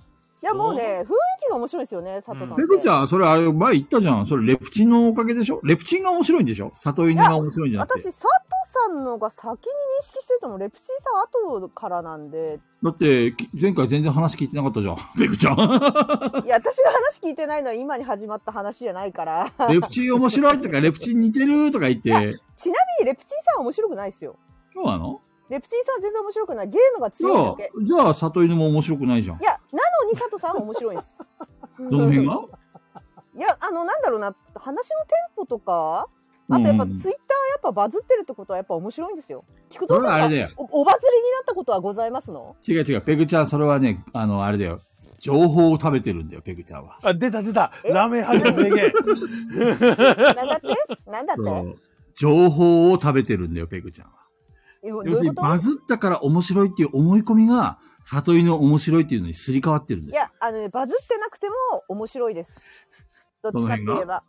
S4: いや、もうね、雰囲気が面白いですよね、佐藤さんって。
S2: ペグちゃん、それあれ前言ったじゃん。それレプチンのおかげでしょレプチンが面白いんでしょ里犬が面白いんじゃなく
S4: 私、
S2: て。
S4: 佐藤さんのが先に認識してると思う。レプチンさん後からなんで。
S2: だって、き前回全然話聞いてなかったじゃん。ペグちゃん。
S4: いや、私が話聞いてないのは今に始まった話じゃないから。 [laughs]
S2: レプチン面白いとか、レプチン似てるとか言って。
S4: ちなみにレプチンさんは面白くないですよ。
S2: そうなの
S4: レプチンさんは全然面白くない。ゲームが
S2: じ
S4: 強い
S2: ゃ
S4: だ
S2: あ
S4: け。い、
S2: じゃあ里犬も面白くないじゃん。
S4: や、なのに佐藤さんは面白いんです。
S2: どの辺が
S4: いや、あの、なんだろうな、話のテンポとか、あとやっぱ
S2: うん
S4: ツイッターやっぱバズってるってことはやっぱ面白いんですよ。
S2: そ
S4: 菊蔵
S2: れは
S4: さ
S2: あ
S4: ん
S2: れ
S4: が
S2: だよ。
S4: おお祭りになったことはございま
S2: [laughs]
S4: すの
S2: 違う違う。ペグちゃん、それはね、あの、あれだよ。情報を食べてるんだよ、ペグちゃんは。
S1: あ、出た出た
S4: え
S1: ラーメン派の名言
S4: なんだってなんだって
S2: そう情報を食べてるんだよ、ペグちゃんは。
S4: えどう
S2: 要する
S4: いう
S2: に、
S4: こ
S2: バ
S4: と
S2: ズったから面白いっていう思い込みが、里犬の面白いっていうのにすり替わってるん
S4: い
S2: だよ。
S4: や、あのね、バズってなくても面白いです。どっちかって言え
S2: ど
S4: ば。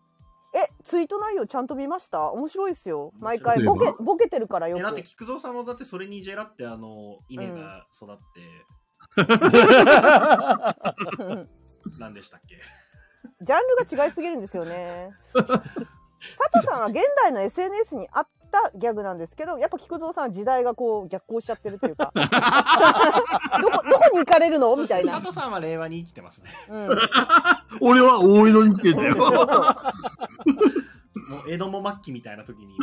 S4: え、ツイート内容ちゃんと見ました面白いですよ。毎回ボ
S2: 面白い
S4: ケ、ボケてるからよ
S3: えだって
S4: く。
S3: 菊蔵さんもだってそれにジェラってあの稲が育って、なんでしたっけ
S4: ジャンルが違いすぎるんですよね。佐藤さんは現代の SNS に合ったギャグなんですけど、やっぱ菊蔵さんは時代がこう逆行しちゃってるというか。どこ、どこに行かれるのみたい
S3: 佐
S4: な。
S3: 藤さんは令和に生きてますね
S4: うん。
S2: 俺は大江戸に来てんだよ。
S3: もう江戸も末期みたいな
S4: [laughs]
S3: 時に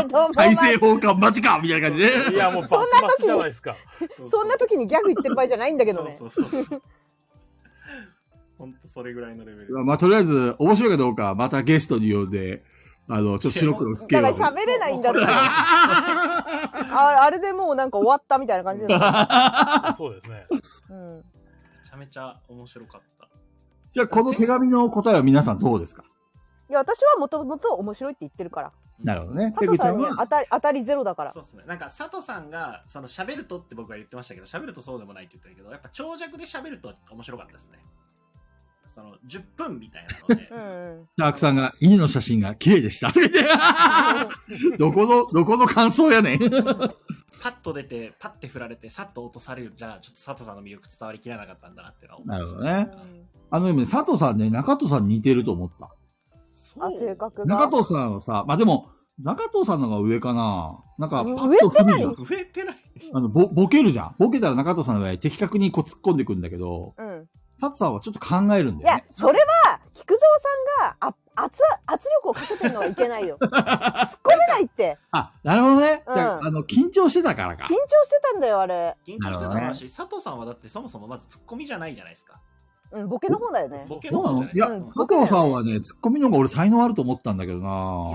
S4: えどう
S2: [laughs]
S4: も
S2: 大政奉還待ちかみたいな感じで。
S1: い
S2: [laughs]
S1: や、もうバッチバチじゃないですか。
S3: そ
S4: そんな時にギャグ言ってる場合じゃないんだけどね。
S3: そうそうそうそう本当それぐらいのレベル
S2: まあ、とりあえず、面白いかどうか、またゲストに呼んで、あの、ちょっと白黒つけ
S4: だ
S2: よ
S4: から
S2: う。
S4: 喋れないんだったら。ああれでもうなんか終わったみたいな感じです、
S1: そうですね。
S4: うん。
S3: めちゃめちゃ面白かった
S2: [laughs] じゃあ、この手紙の答えは皆さんどうですか
S4: いや、私はもともと面白いって言ってるから。
S2: なるほどね。
S4: 佐藤さんに当たり、当たりゼロだから。
S3: そうですねなんか佐藤さんがその喋るとって僕は言ってましたけど喋るとそうでもないって言ってるけどやっぱ長尺で喋ると面白かったですねその10分みたいなの
S4: [laughs]
S3: で
S4: うん
S2: ダークさんが犬の写真が綺麗でした。 [laughs] とか言ってどこの、どこの感想やねん。
S3: パッと出てパッて振られてさっと落とされるじゃあちょっと佐藤さんの魅力伝わりきらなかったんだなってのは思いました
S2: なるほどあの、でもね、佐藤さんね、中藤さんに似てると思った。
S3: そう
S4: あ性格が
S2: 中藤さんはさ、まあ、でも、中藤さんの方が上かななんか、
S4: 上
S2: パッと来るじゃん。
S3: 増えてない
S2: あの、ぼ、ボケるじゃん。ボケたら中藤さんの場合、的確にこう突っ込んでくるんだけど、
S4: うん
S2: 佐藤さんはちょっと考えるん
S4: い
S2: だよ
S4: や
S2: ね。
S4: それは菊蔵さんがあ圧圧力をかけてるのはいけないよ突っ込めないって
S2: あ、なるほどね。
S4: うん
S2: じゃあ、あの、緊張してたから
S4: 緊
S2: か
S4: 張。してたんだよあれ、
S3: 緊張してたのもあるし、佐藤さんはだってそもそもまずツッコミじゃないじゃないですか。
S4: うん、ボケの方だよね
S3: ボケ
S2: そ
S3: の
S2: うな
S3: 方
S2: の
S3: じゃ
S2: い
S3: ないで
S2: や、
S3: すか。うんん
S4: う
S2: 中藤さんはね、突っ込みの方が俺才能あると思ったんだけど
S3: いや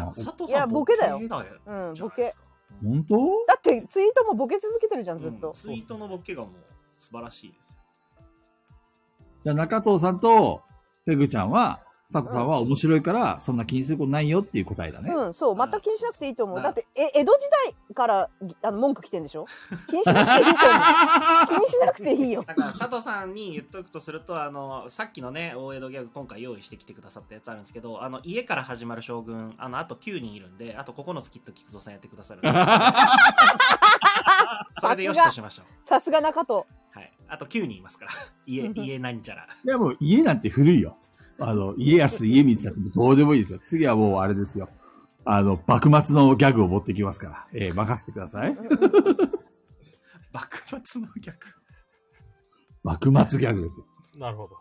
S2: な
S3: 佐藤
S4: いや
S3: さん
S4: ボケだよ
S3: だよ。
S4: うん
S3: じゃ
S4: ボ
S3: ないで
S4: ケ
S3: すか。
S2: 本当
S4: だってツイートもボケ続けてるじゃんず
S3: う
S4: っ
S3: ん
S4: と、
S3: ツイートのボケがもう素晴らしいですよ。
S2: じゃあ中藤さんとペグちゃんは、佐藤さんは面白いから、そんな気にすることないよっていう答えだね。
S4: うん、そう、全く気にしなくていいと思う。
S3: うん
S4: だって、え、江戸時代から、ぎあの、文句来てんでしょ気にしなくていいと思う。気にしなくていいよ。
S3: だから佐藤さんに言っとくとすると、あの、さっきのね、大江戸ギャグ今回用意してきてくださったやつあるんですけど、あの、家から始まる将軍、あの、あと9人いるんで、あと9つきっと菊蔵さんやってくださるんでそれでよしとしましょう。
S4: さすが中藤。
S3: はい。あと9人いますから。家、家なんちゃら。
S2: いやもう家なんて古いよ。あの、家康、家光だってもうどうでもいいですよ。次はもうあれですよ。あの、幕末のギャグを持ってきますから、えー任せてください。
S3: 幕末の逆。
S2: 幕末ギャグですよ。
S1: なるほど。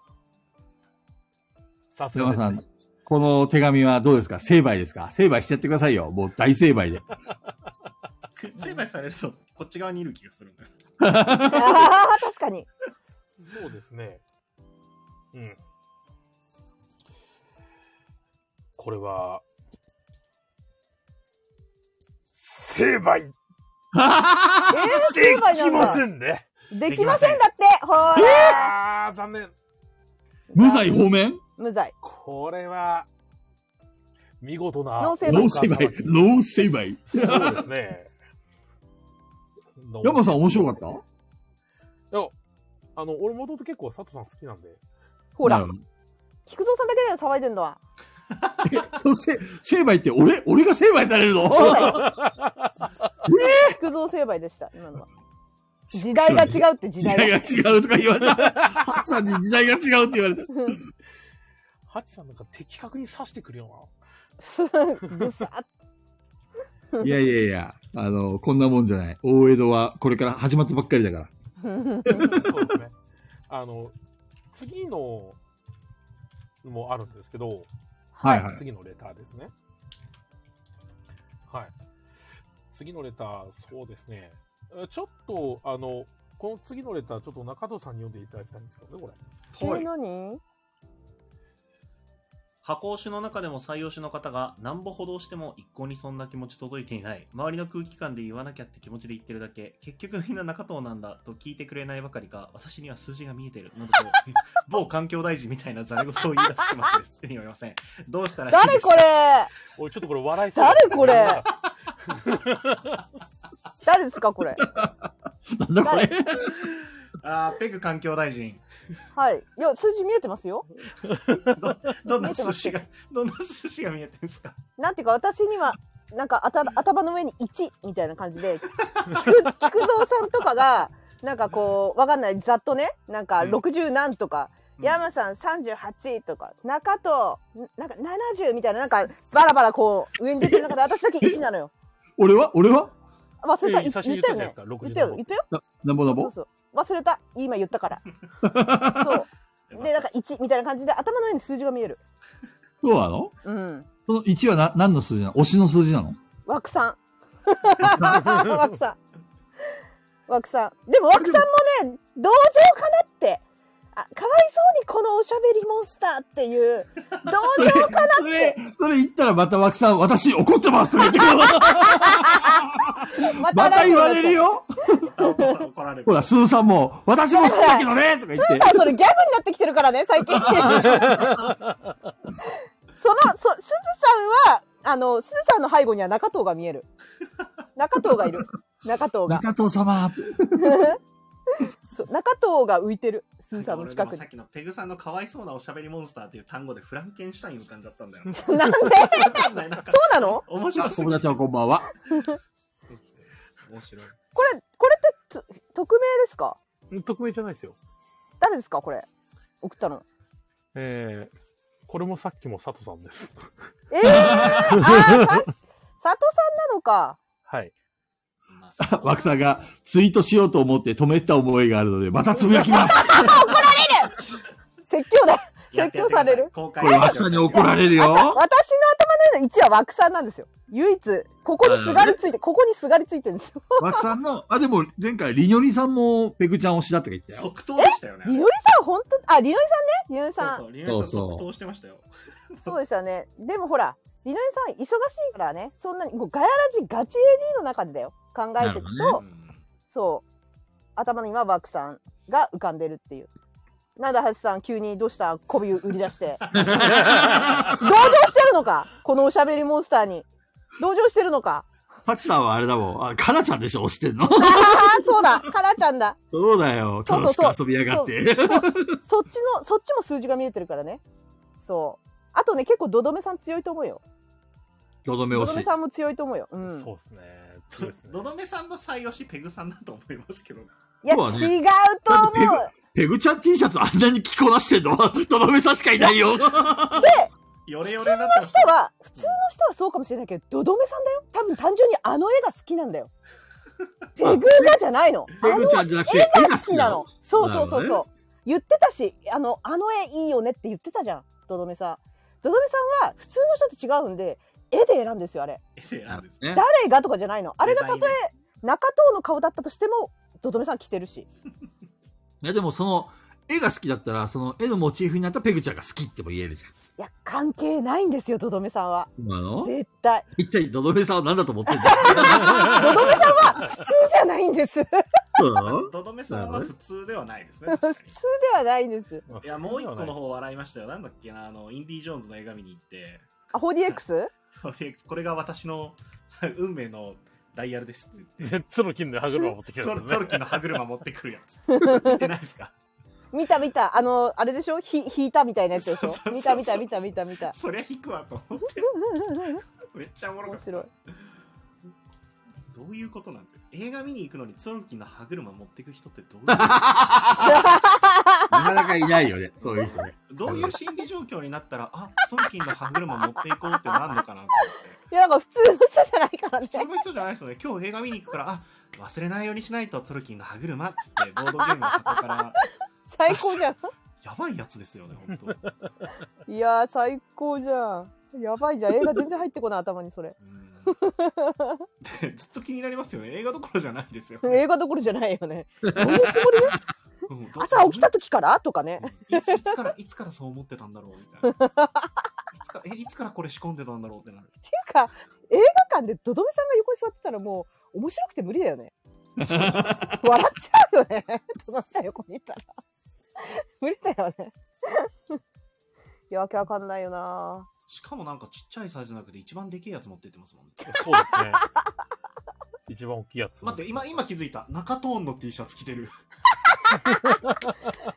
S1: さすがで
S2: 山
S1: す
S2: さ
S1: ね
S2: ん、この手紙はどうですか成敗ですか成敗してやってくださいよ。もう大成敗 [laughs] で。
S3: [laughs] 成敗されると、こっち側にいる気がするんだよ。
S4: ああ、確かに。
S1: そうですね。うん。これは、成敗で
S4: えー、成敗
S1: きま
S4: な
S1: せ
S4: ん
S1: んね。
S4: だ。できませんだって。ほーら。
S1: ああ、残念。
S2: 無罪方面
S4: 無罪。
S1: これは、見事な。
S4: ノー成
S2: ノ
S4: 敗
S2: ー成敗。ノー成敗。
S1: そうですね。
S2: 山さん面白かった
S1: いや、あの、俺もともと結構佐藤さん好きなんで。
S4: ほ
S2: な
S4: ら
S2: る。ほ
S4: 菊蔵さんだけだよ、騒いでんのは。
S2: どえそして、成敗って俺、俺が成敗されるの
S4: そうだよ。菊蔵成敗でした、今のは。時代が違うって時
S2: 時
S4: 代
S2: 代
S4: が。
S2: が違うとか言わ [laughs] れた。ハチさんに時代が違うって言われた。
S1: ハチさんなんか的確に刺してくるよ
S4: ぐさ [laughs] っ
S2: いやいやいや、あの、こんなもんじゃない。大江戸はこれから始まったばっかりだから。
S1: な。そうですね。あの、次の、もあるんですけど、
S2: はい
S4: [laughs]
S2: はい。
S1: 次のレターですね。はい。次のレター、そうですね。えちょっと、あの、この次のレター、ちょっと中藤さんに読んでいただきたいんですけどね、これ。
S4: えー、何
S3: 箱推しの中でも採用しの方がなんぼ補導しても一向にそんな気持ち届いていない周りの空気感で言わなきゃって気持ちで言ってるだけ結局みんな中藤なんだと聞いてくれないばかりか私には数字が見えてるなどと
S4: [laughs]
S3: 某環境大臣みたいなざれ言を言い出してしまってです手に負いませんどうしたらいい
S4: 誰
S3: です
S4: こ
S3: か
S4: れ
S1: おい、ちょっとこれ笑い
S4: 誰これ
S1: [laughs]
S4: 誰ですか、これ。
S2: なんだこれ
S3: あーペグ環境大臣
S4: [laughs] はい。いや、数字見えてますよ。
S3: どん
S4: [laughs]
S3: な数字がどんな数字が見えてるんですか
S4: なんていうか、私には、なんか、あた、頭の上に1みたいな感じで、菊菊蔵さんとかが、なんかこう、わかんない、ざっとね、なんか
S1: うん
S4: 60何とか、
S3: うん
S4: 山さん38とか、中藤、なんか70みたいな、なんか、バラバラこう、上に出てる中で、私だけ1なのよ。
S2: 俺は俺は
S4: 忘れた、
S1: え
S4: い
S1: 最初
S4: 言
S1: に言ったた
S4: っよ
S1: じゃないで
S4: ね
S1: すか。
S4: 言ったよ、言
S1: 67
S4: ったよ。
S2: なんぼなん
S4: そ
S2: ぼ
S4: うそう。忘れた、今言った
S1: [laughs]
S4: から。そう。で、なんか1みたいな感じで、頭の上に数字が見える。
S2: そうなの
S4: うん。
S2: その1はな何の数字なの推しの数字なの
S4: 枠さん。 [laughs] 枠さん。枠さん。でも枠さんもね、同情かなって。あ、かわいそうにこのおしゃべりモンスターっていう、同情かなっ
S2: それ
S4: て。、
S2: それ言ったらまた枠さん、私怒ってますとか言ってく
S4: [laughs]
S2: る
S1: [laughs]
S4: ま
S2: また
S4: ラジ
S2: 言
S4: オ
S2: わ
S4: だ
S2: れる。よ
S3: あ怒ら怒られる
S2: ほら、スーさんも、私も好きだけどねとか言っ
S4: スー
S2: て。
S4: さんそれギャグになってきてるからね、最近。その、そ、すずさんは、あの、すずさんの背後には中藤が見える。中藤がいる。中藤が。
S2: 中藤様
S4: そう中藤が浮いてる。スーさんの近くに
S3: さっきのペグさんのかわいそうなおしゃべりモンスターっていう単語でフランケンシュタイン浮かんじゃった
S4: [laughs]
S3: んだよ。
S4: なんで
S3: わかんないなんか
S4: そうなの
S3: 面白すぎ
S2: 友
S3: て
S2: 達はこんばんは。
S3: 面白い。
S4: これ、これってつ匿名ですか
S1: 匿名じゃないですよ。
S4: 誰ですかこれ。送ったの。
S1: えー、これもさっきも佐藤さんです。
S4: ええー、あー、さ、佐藤さんなのか。
S1: はい。
S3: まあそう
S2: 枠さんがツイートしようと思って止めた思いがあるので、またつぶやき
S4: [laughs]
S2: ます。
S4: 説教だ。
S3: やってやって
S4: 説教される
S3: 公開
S2: これ枠さんに怒られる
S4: あた私の
S2: よ。
S4: 頭の上の1は枠さんなんですよ。唯一、ここにすがりついて、ここにすがりついてるんですよ。
S2: 枠さんの、あ、でも前回リニョリさんもペグちゃん推しだって言ってたよ。
S3: 即答でしたよね。
S4: りのりさん、本当あ、りのりさんね。りのり
S3: そうん
S4: さ。
S3: そ
S4: そう
S3: う、リノリさ
S2: そ
S3: ん
S2: うそう
S3: 即答してましたよ。
S4: でしたね。でもほら、りのりさん忙しいからね、そんなに、もうガヤラジガチ AD の中でだよ。考えていく
S2: なる
S4: と、そう。頭の今、バックさんが浮かんでるっていう。なんだ、ハチさん、急にどうした媚び売り出して。同情してるのかこのおしゃべりモンスターに。同情してるのか
S2: ハチさんはあれだもん。あ、カナちゃんでしょ、推してんの。
S4: ああ、そうだ、かなちゃんだ。
S2: [laughs] そうだよ。
S4: そ
S2: 楽
S4: うそう
S2: し
S4: そう
S2: く遊びやがって。
S4: そっちの、そっちも数字が見えてるからね。そう。あとね、結構、どどめさん強いと思うよ。
S2: とどめ
S4: ど
S2: 推
S4: どめ
S2: し。
S4: さんも強いと思うよ。うん。
S1: そうですね。強いですね
S3: どどめさんの採用しペグさんだと思いますけど。
S4: いや、
S2: そうだね
S4: 違うと思う。で、
S2: ペグちゃん T シャツあんなに着こなしてんの [laughs] とどめさんしかいないよ。 [laughs]
S3: ヨレヨレになっ
S4: 普
S3: て
S4: 通
S3: まし
S4: の人
S3: た。
S4: は、普通の人はそうかもしれないけど、どどめさんだよ。多分単純にあの絵が好きなんだ
S2: [laughs]
S4: よ。ペグがじゃないの。
S2: ペ
S4: あの
S2: グちゃんじゃなくて、
S4: 絵が好きなの。そうそうそう
S2: なる
S4: そう
S2: ほ。
S4: 言ってたし、あの、あの絵いいよねって言ってたじゃん。どどめさん。どどめさんは普通の人と違うんで、絵で選んですよ、あれ。
S3: 絵で選んでる
S2: ね。
S4: 誰がとかじゃないの。あれがたと
S3: デザイ
S4: え中藤の顔だったとしても、どどめさん着てるし。
S2: いや、でもその、絵が好きだったら、その絵のモチーフになったペグちゃんが好きっても言えるじゃん。
S4: いや、関係ないんですよ、どどめさんは。
S2: 今の
S4: 絶対。
S2: 一体、のどめさんは何だと思ってんだ
S4: どどめさんは普通じゃないんです。 [laughs] 普
S2: [laughs] そうなの
S3: どどめさんは普通ではないですね。
S4: 通ではないんです。
S1: まあ
S3: いや、もう一個の
S1: 普
S3: 方笑いましたよ。なんだっけな、あの、インディ・ジョーンズの映画見に行って、
S4: あ、4DX?
S3: これが私の [laughs] 運命のダイヤルですって
S1: 通
S3: 言っ
S1: ではない。ツノキンの歯車を持ってき
S3: て、
S1: た
S3: ソ
S1: ん
S3: ル
S1: です
S3: ソ
S1: ね
S3: ル。キの歯車持ってくるや
S4: [laughs]
S3: つ。見てないですか
S4: 見た見た。あの、あれでしょひ引いたみたいなやつでしょ見た見た見た見た見た。
S3: そりゃ引くわと思って、めっちゃおもろかっ
S4: 面
S3: た。
S4: 白い。
S3: どういうことなんだよ映画見に行くのにソルキの歯車持ってく人ってどういう
S4: [laughs]
S8: なかなかいないよね。そういう人ね。
S3: どういう心理状況になったら、あ、ソルキンの歯車持っていこうってなんのかなって
S4: いや、なんか普通の人じゃないからね
S3: 思って。。普通の人じゃないですよね。今日映画見に行くから、あ、忘れないようにしないとソルキンの歯車っつって、ボードゲームの箱から、
S4: 最高じゃ
S3: やばいやつですよね、本当。
S4: ん。いやー、最高じゃん。やばいじゃん。映画全然入ってこない、頭にそれ。
S3: うんでずっと気になりますよね。映画どころじゃないですよ。
S4: 映画どころじゃないよね。どういうつもりで
S3: うんど
S4: 朝起きた時からとかね。
S3: いついつから、いつからそう思ってたんだろうみたいな。いつか、え、いつからこれ仕込んでたんだろうってなる。
S4: っていうか、映画館でどどめさんが横に座ってたらもう、面白くて無理だよね。笑っちゃうよね。どどめさん横にいたら。無理だよね。いや、わけわかんないよな
S3: しかもなんかちっちゃいサイズの中で一番でけえやつ持ってってますもんね。
S1: そうですね。一番大きいやつ。
S3: [laughs] 待って、今、今気づいた。中トーンの T シャツ着てる。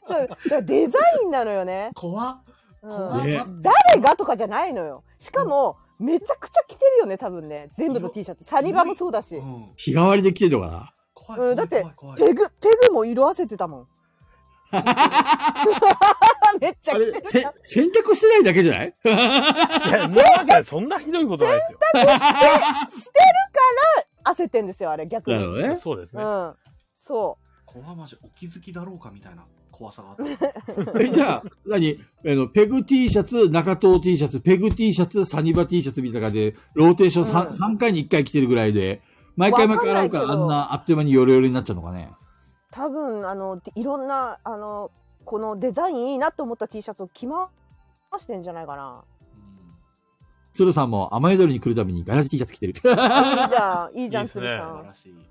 S4: そう、だからデザインなのよね。
S3: [laughs] 怖っ。
S4: うん
S3: 怖っ。
S2: ね
S4: 誰がとかじゃないのよ。しかも、めちゃくちゃ着てるよね、多分ね。全部の T シャツ。サニバもそうだし。
S3: う
S4: ペ
S3: ん。
S2: 日替わりで着てんのかな
S3: 怖い。
S4: う
S3: 怖
S4: ん
S3: い
S4: だって
S3: 怖い怖い。
S4: グ、ペグも色あせてたもん。 [laughs] めっち
S2: あ
S4: ゃ着
S2: れ
S4: て、る
S2: せ。洗濯してないだけじゃない
S1: いや、なんかそんなひどいことないですよ。
S4: してるから、焦ってんですよ、あれ、逆に。
S2: なるほどね。
S1: そうです
S4: う
S1: ね。
S4: ん。そう。
S3: 怖いマジ、お気づきだろうかみたいな怖さがあ
S4: [laughs]
S3: った。
S2: え、じゃあ、何あの、ペグ T シャツ、中東 T シャツ、ペグ T シャツ、サニバ T シャツみたいな感じで、ローテーション 3,、
S4: うん
S2: 三回に1回着てるぐらいで、毎回毎回洗うから
S4: わ
S2: あ
S4: かんないけど
S2: んなあっという間にヨレヨレになっちゃうのかね。
S4: 多分、あの、いろんな、あの、このデザインいいなと思った T シャツを着ま、してんじゃないか
S2: [laughs]
S4: な。
S2: 鶴さんも雨宿りに来るためにガラジ T シャツ着てる。 [laughs]
S4: いいじゃん、いいじゃ
S1: いいっ
S4: ん、
S1: す
S4: す
S1: ね
S4: るさ
S3: 素晴
S4: ん
S3: ら。しい。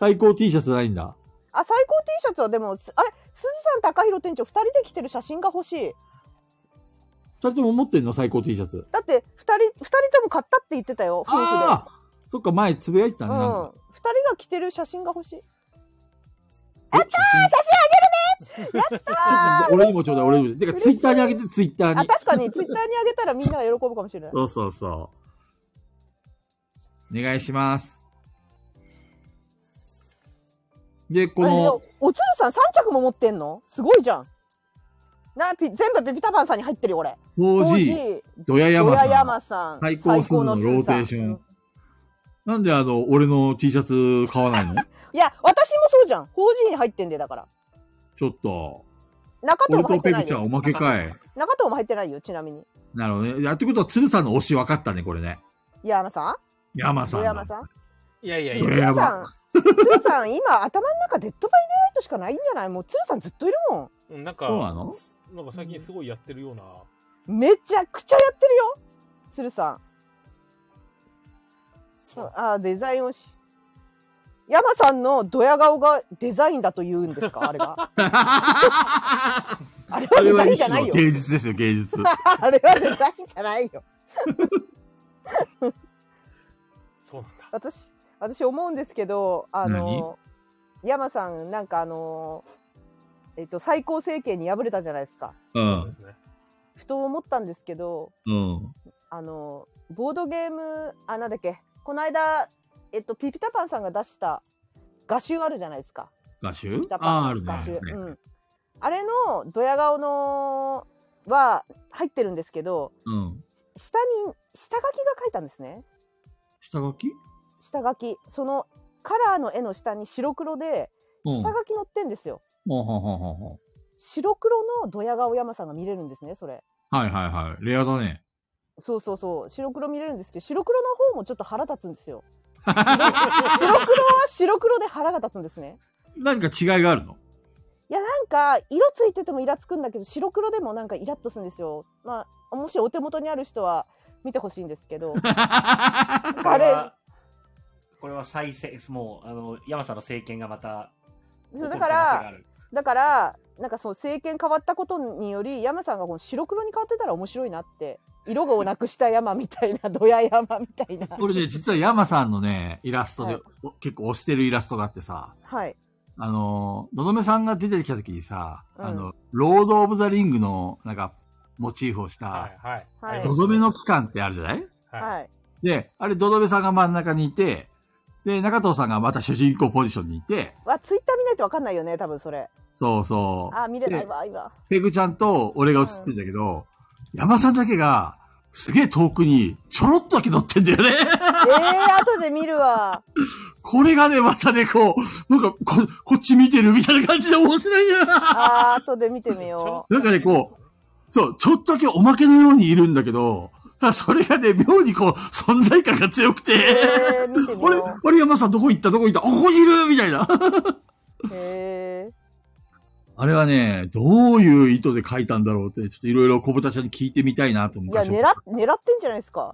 S2: 最高 T シャツないんだ。
S4: あ、最高 T シャツはでも、すあれ、鈴さん、高弘店長、二人で着てる写真が欲しい。
S2: 二人とも持ってんの最高 T シャツ。
S4: だって二人二人とも買ったって言ってたよ夫婦で、
S2: ああそっか、前つぶやいてた
S4: うん、
S2: ね。なんか
S4: 2人が着てる写真が欲しい
S2: え写真
S4: あ
S2: 俺にもちょうだい、俺にも。てか、ツイッターにあげて、ツイッター
S4: あ
S2: に。
S4: 確かにツイッターにあげたらみんなが喜ぶかもしれない。
S2: そうそうそう。お願いします。で、こ
S4: あれ
S2: の、
S4: おつるさん3着も持ってんのすごいじゃん。なピ全部ピピタパンさんに入ってるよ俺。
S2: 4G、
S4: 4G
S2: ドヤ
S4: ド
S2: 山
S4: ヤ
S2: さん。
S4: 山さん。
S2: 最高数のロ
S4: 最高
S2: ーテー
S4: つ
S2: シ
S4: る
S2: ョ
S4: さん
S2: ン。。なんであの、俺の T シャツ買わない
S4: [laughs]
S2: の
S4: いや、私もそうじゃん。4G に入ってんで、だから。
S2: ちょっと。
S4: 中藤
S2: 俺
S4: も入
S2: と
S4: って
S2: ペ
S4: な
S2: グ
S4: い
S2: ちゃん
S4: よ。
S2: おまけかい。
S4: 中藤も入ってないよ、ちなみに。
S2: なるほどね。いや、ってことは、鶴さんの推し分かったね、これね。
S4: 山さん
S2: 山さん
S4: ド
S2: だ。
S4: ヤ山さん
S1: いやいやい
S2: ド
S1: や
S2: ヤ
S4: 鶴
S2: 山
S4: さん、鶴さん、今頭の中デッドバイデイライトしかないんじゃないもう鶴さんずっといるも
S1: なん
S2: そうな
S1: か
S4: [laughs]
S2: の
S1: なんか最近すごいやってるような、
S4: ん。めちゃくちゃやってるよ、鶴さん。
S1: そう
S4: ああ、デザインをし。山さんのドヤ顔がデザインだと言うんですかあれ [laughs] が。あれ
S2: あ
S4: は
S2: れ
S4: デ
S2: は
S4: ザイン
S2: 一
S4: じゃ
S2: 種
S4: ない
S2: の
S4: よ。
S2: 芸術ですよ、芸
S4: [laughs]
S2: 術。
S4: あれはデザインじゃないよ。
S1: そうなんだ
S4: 私私思うんですけどあの山さんなんかあのえっと最高政権に敗れたじゃないですか
S2: う
S1: そうで
S2: ん。
S1: すね
S4: ふと思ったんですけど
S2: うん。
S4: あのボードゲームあなんだっけこの間えっとピピタパンさんが出した画集あるじゃないですか
S2: 画集
S4: ピタパン
S2: あーあるね。
S4: 画集、
S2: はい
S4: うん、あれのドヤ顔のは入ってるんですけど
S2: うん。
S4: 下に下書きが書いたんですね
S2: 下書き
S4: 下書きそのカラーの絵の下に白黒で
S2: うん。
S4: 下書き載ってんですよ、
S2: ほうほうほうほうほ
S4: 白黒のドヤ顔山さんが見れるんですねそれ
S2: うはいはいはい。レアだね。
S4: そうそうそう白黒見れるんですけど白黒の方もちょっと腹立つんで
S2: [laughs]
S4: すよ白黒は白黒で腹が立つんですね
S2: 何か違いがあるの [laughs]
S4: いやなんか色ついててもイラつくんだけど白黒でもなんかイラッとするんですよまあもしお手元にある人は見てほしいんですけどあ
S3: これ
S4: れ
S3: はこれは再生、もう、あの、山さんの政権がまた、
S4: そうだ
S3: 起こる可
S4: か
S3: 能性があ
S4: ら
S3: る
S4: だからなんかそう政権変わったことにより山さんがこの白黒に変わってたら面白いなって色をなくした山みたいなドヤ山みたいな
S2: 俺ね、実は山さんのね、イラストで、
S4: はい
S2: お結構推してるイラストがあってさ、
S4: はい
S2: あのー、のどめさんが出てきた時にさ、
S4: うん
S2: あの、ロード・オブ・ザ・リングの、なんか、モチーフをし
S1: は
S2: た、
S1: いはい
S4: はい
S2: どどめの期間ってあるじゃない
S1: は
S4: はいい
S2: で、あれ、どどめさんが真ん中にいて、で、中藤さんがまた主人公ポジションにいて、
S4: わツイッター見ないとわかんないよね多分それ
S2: そうそう。
S4: あ見れないわ今
S2: ペグちゃんと俺が映ってんだけど、山さんだけが、すげえ遠くに、ちょろっとだけ乗ってんだよね。
S4: えー、 [laughs] 後で見るわ
S2: これがね、またね、こう、なんか、こ、こっち見てるみたいな感じで面白いよな。
S4: あー後で見てみよ
S2: なんかね、こう、そう、ちょっとだけおまけのようにいるんだけど、ただそれがね、妙にこう、存在感が強くて、
S4: うえー、見てみ
S2: 俺
S4: よ、
S2: 俺山さん [laughs] どこ行ったどこ行ったあ、ここにいるみたいな。
S4: うえ
S2: あれはね、どういう意図で書いたんだろうって、ちょっといろいろ小豚ちゃんに聞いてみたいなと
S4: ー、
S2: 思
S4: いや
S2: っ
S4: 狙っ狙ってんじゃないですか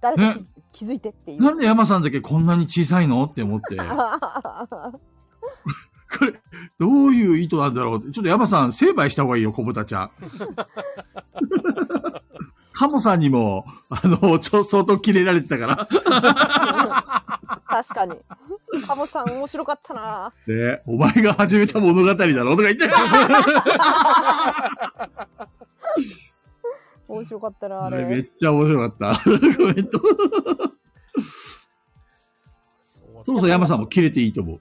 S4: 誰か
S2: ね
S4: 気気づいてっていう
S2: なんで山さんだけこんなに小さいのって思って。これ、どういう意図なんだろうってちょっと山さん、成敗した方がいいよ、小豚ち
S4: [laughs]
S2: ゃん。カモさんにも、あの、ちょ、相当キレられてたから。
S4: [laughs] 確かにカモさん面白かったな
S2: で、お前が始めた物語だろとか言って。
S4: 面白かったなあ
S2: あ
S4: れ
S2: れめっちゃ面白かった。コメント。
S1: そう
S2: そろそろ山さんもキレていいと思う。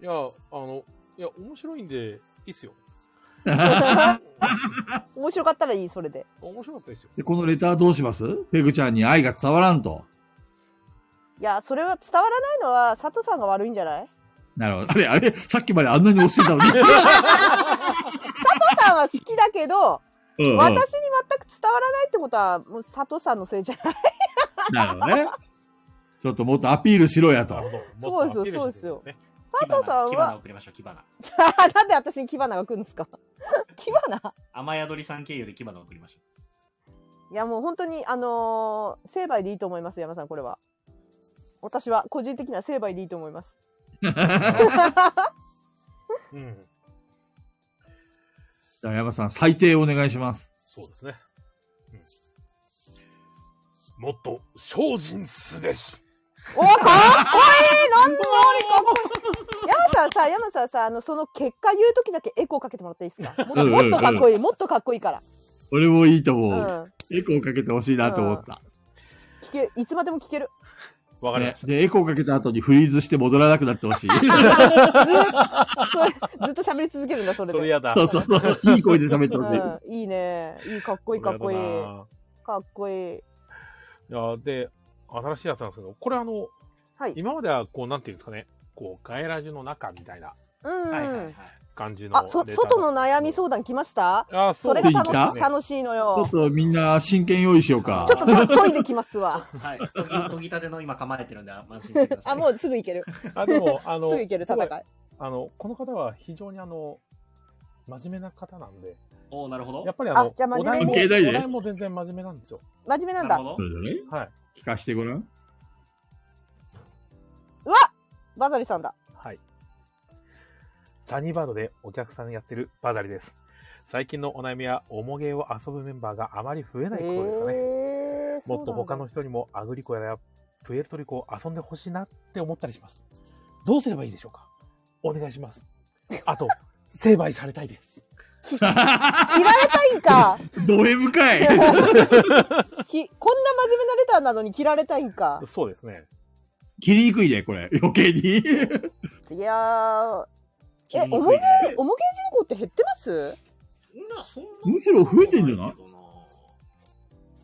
S1: いやあのいや面白いんでいいっ
S2: [laughs]
S1: すよ
S4: 面白かったらいいそれで
S1: 面白かったですよ
S4: [laughs]
S2: で、このレターどうしますペグちゃんに愛が伝わらんと。
S4: いやそれは伝わらないのは佐藤さんが悪いんじゃない
S2: なるほど。あれ、あれ、さっきまであんなに押してたのに。
S4: 佐藤さんは好きだけど [laughs]
S2: うんうん
S4: 私に全く伝わらないってことはもう佐藤さんのせいじゃない
S2: な
S4: [laughs]
S2: るほどね。ちょっともっとアピールしろやと
S1: な。るほ
S4: そう
S1: ど
S4: ですよ
S1: もっとアピールしなきゃいけないね
S4: そうで
S3: キバ
S4: 佐藤さん
S3: ナ
S4: は
S3: キバナ送りましょう、キバナ。
S4: なんで私にキバナが来るんですか [laughs] キバナ
S3: 雨宿りさん経由でキバナ送りましょ
S4: いやもう本当にあのー、成敗でいいと思います山さんこれは私は個人的には成敗でいいと思います
S1: うん
S2: じゃあ山さん、最低お願いします。
S1: そうですね、うん、もっと精進すべし
S4: おかっこいいなんでもありかっこいい山さんさ、山さんさ、あの、その結果言うときだけエコーかけてもらっていいですかもっと
S2: うん
S4: も
S2: う
S4: っ
S2: んうん
S4: とかっこいい、もっとかっこいいから。
S2: 俺もいいと
S4: う
S2: 思う。
S4: ん。
S2: エコーかけてほしいなと思った。
S4: 聞ける、いつまでも聞ける。 [laughs]
S1: わかり
S2: ね
S1: まし
S2: で、エコーかけた後にフリーズして戻らなくなって
S1: [laughs]
S2: ほしい。
S4: ずーそれずっと喋り続けるんだ、
S1: た。
S4: それ
S1: それ
S4: で。
S1: やだ。
S2: そうそうそう。いい声で喋って
S4: [laughs]
S2: ほしい。
S4: うん、いいね。いい、かっこいい、かっこいい。
S1: それやだな
S4: かっこいい。
S1: いやで新しいやつなんですけどこれあの
S4: はい。
S1: 今まではこうなんていうんですかねこうガエラジの中みたいな
S4: うんうん。
S3: はいはいはい。
S1: 感じの
S4: あ、そ、
S1: データだ
S4: 外の悩み相談来ました
S1: あ
S4: そうれが
S1: です
S4: 楽
S1: ね
S4: しい、楽しいの
S2: ちょ
S4: よ
S2: っ。とみんな真剣用意しようか
S4: ちょ。っとちょ、ちょいできますわ。
S3: [laughs] はい。研ぎ研ぎたての今構えてるんで、安心してください。
S4: あ、もうすぐいける。
S1: あでもあ
S4: す
S1: の
S4: ぐいける、戦
S1: すご
S4: い
S1: い。あのこの方は非常にあの真面目な方なんで
S3: おーなるほど。
S1: やっぱりあの
S4: あじゃあ真
S1: お
S4: 面
S1: 題
S4: 目に
S1: も
S2: 関係ないで
S1: お題も全然真面目なんですよ
S4: 真面目なんだ。
S3: るほ
S2: そ
S3: ど
S2: れじゃね
S1: はい
S2: 聞かしてごらん。 [laughs]
S4: うわバザリさんだ。
S1: はい。サニーバードでお客さんやってるバザリです。最近のお悩みは、おもげを遊ぶメンバーがあまり増えないことですかね。
S4: へー
S1: もっと他。の
S4: そう
S1: 人にもアグリコやプエルトリコを遊んでほしいなって思ったりします。どうすればいいでしょうかお願いし [laughs] ます。あと、成敗されたいです。
S4: なん
S1: [laughs]
S4: だ
S2: ド M かい
S4: 切られたいんか。きこんな真面目なレターなのに切られたい
S1: [laughs]
S4: んか。
S1: そうですね。
S2: 切りにくいね、これ。余計
S4: [laughs]
S2: に。
S4: いやー、
S3: 切りにくいね
S4: えおもげえおもげ人口って減ってます
S3: なそんな
S2: むしろ増えてんじゃない
S3: ことけど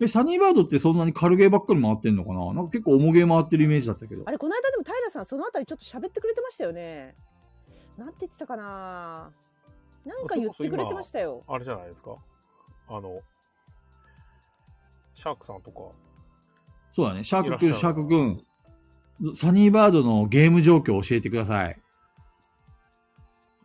S2: え、サニーバードってそんなに軽ゲーばっかり回ってんのかななんか結構重ゲー回ってるイメージだったけど
S4: あ。れ、この間でも平さん、そのあたりちょっと喋ってくれてましたよね。なんて言ってたかななんか言ってくれてましたよ。
S1: あれじゃないですか。あの、シャークさんとか。
S2: そうだね。シャークく
S1: いら
S2: ん、
S1: っし
S2: シ
S1: ゃ
S2: ャ
S1: る
S2: ークくん。サニーバードのゲーム状況を教えてください。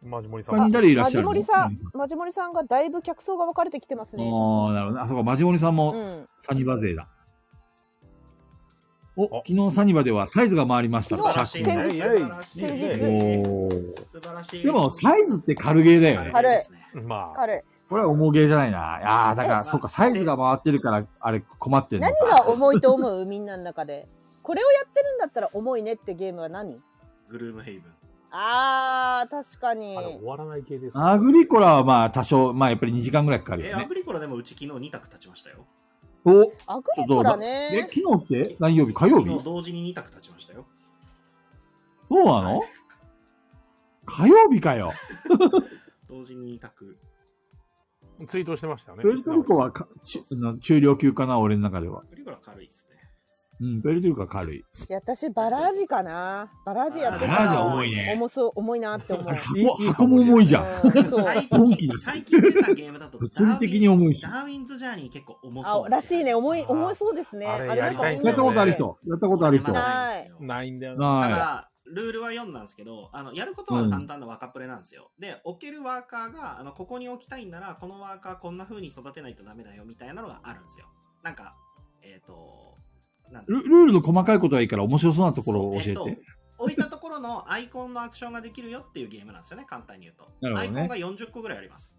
S1: マジモリさん
S2: 他に誰いらっ
S4: マ
S2: し
S4: ジ
S2: ゃる
S4: モ
S2: の
S4: リさ、
S2: うん
S4: マジモリさんがだいぶ客層が分かれてきてますね。
S2: ああ、なるほどね。あ、そうか、マジモリさん
S4: う
S2: も
S4: ん、
S2: サニバ勢だ。
S1: あ
S2: お、昨日サニバではタイズが回りました。
S4: 昨日
S2: シャ
S3: 素
S2: ー
S3: 晴
S2: クく
S4: 先
S2: ん
S4: 日
S1: い
S3: ら
S1: やい
S3: しい。素晴ら
S4: 先日
S3: しい
S2: おー
S3: 素晴らしい。
S2: でも、サイズって軽ゲーだよね。
S4: 軽い
S3: ですね。
S1: まあ、
S4: あれ、
S2: これは重ゲーじゃないな。いやーだから、
S3: え
S2: そうか、サイズが回ってるから、あれ困ってんの
S4: 何
S2: か。
S4: が重いと思うみんなの中で。これをやってるんだったら重いねってゲームは何
S3: グルームヘイブン。
S4: あー、確かに
S1: あ。れ終わらない系です、
S2: アグリコラはまあ、多少、まあ、やっぱり2時間ぐらいかかる
S3: え、
S2: よ
S3: ア
S2: ね。
S3: グリコラでもうち昨日2択立ちましたよ。
S2: お
S4: アグリコラね
S2: え、。昨日って何曜日火曜日
S3: 昨日同時に2択立ちましたよ。
S2: そうなの火曜日かよ。
S3: 同時に2択。
S1: ツイートしてましたよね。
S2: プエルトリコはかちあの中量級かな、俺の中では
S3: ア。グリコラ軽いですね。
S2: うん、プエルトリコは軽い。
S4: いや私、バラージかな。バラージやってる
S2: バラージは重いね
S4: 重そう、重いなって思う。
S1: いい
S2: 箱箱も重いじゃん。
S4: うん
S3: [laughs]
S4: そう。
S3: 最
S2: 本気で
S3: 近
S2: す
S3: 最近出たゲームだと、
S2: 物理的に重いし
S3: ダーウィンズジャーニー結構重
S4: あ
S3: そう、
S4: らしいね。重い、
S1: あー
S4: 重いそうですね。
S1: あれ
S4: あれなんか
S1: やりた
S2: や
S1: い
S2: ったことある人。やったことある人。な
S3: ま
S4: な
S3: だないんですよ
S1: ないんだよな。
S3: た
S2: い。
S3: だ、ルールは4なんですけど、あのやることは簡単なワーカープレなんですよ。で、置けるワーカーがあの、ここに置きたいんなら、このワーカーこんな風に育てないとダメだよみたいなのがあるんですよ。なんか、えっ、と、なんだ
S2: ルルールの細かいことはいいから面白そうなところを教え
S3: そう
S2: て
S3: っ。と置いたところのアイコンのアクションができるよっていうゲームなんですよね、簡単に言うと。
S2: なるほどね
S3: アイコンが40個ぐらいあります。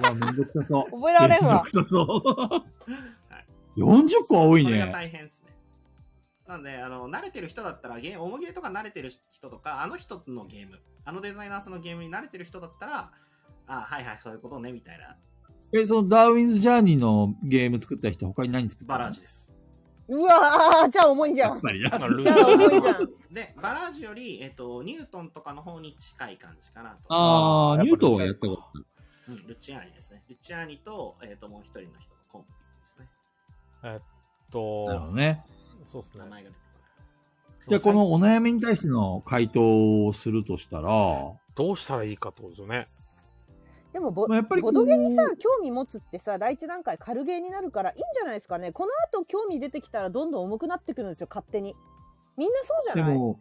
S2: うわ、めんどくさ
S4: [laughs]
S2: そう。
S4: 覚えられん
S2: [laughs]
S4: わ。
S2: めんどくさそう。40個は多い
S3: それが
S2: ね。
S3: 大変ですね。なんで、あの、慣れてる人だったら、ゲーム、重ゲーとか慣れてる人とか、あの人のゲーム、あのデザイナーさんのゲームに慣れてる人だったら、あはいはい、そういうことね、みたいな、
S2: え、そのダーウィンズ・ジャーニーのゲーム作った人、他に何作った
S3: バラージです。
S4: うわー、じゃあ重いんじゃ
S2: やっ [laughs]
S4: ん。
S2: ぱりな。
S1: ル
S4: じゃ
S1: ー
S4: あ
S1: ル
S4: 重いじゃん。
S3: で、バラージより、えっと、ニュートンとかの方に近い感じかなと。
S2: あ
S1: やっぱ
S2: ー、
S1: り
S2: ニュートンはやったことある。
S3: うん、ルチアーニですね。ルチアーニと、えっと、もう一人の人のコンビですね。
S2: なるほ
S1: と
S2: ど、ね。
S1: そうですね
S3: 名。前が出てこない。
S2: じゃあ、このお悩みに対しての回答をするとしたら、ま
S1: どうしたらいいかってことですよね。
S4: でもボ、
S2: あ、やっぱりこ
S4: ボ
S2: う
S4: ドゲにさ、興味持つってさ、第一段階軽ゲーになるからいいんじゃないですかね。この後興味出てきたらどんどん重くなってくるんですよ、勝手に。みんなそうじ
S2: で
S4: ゃない
S2: も、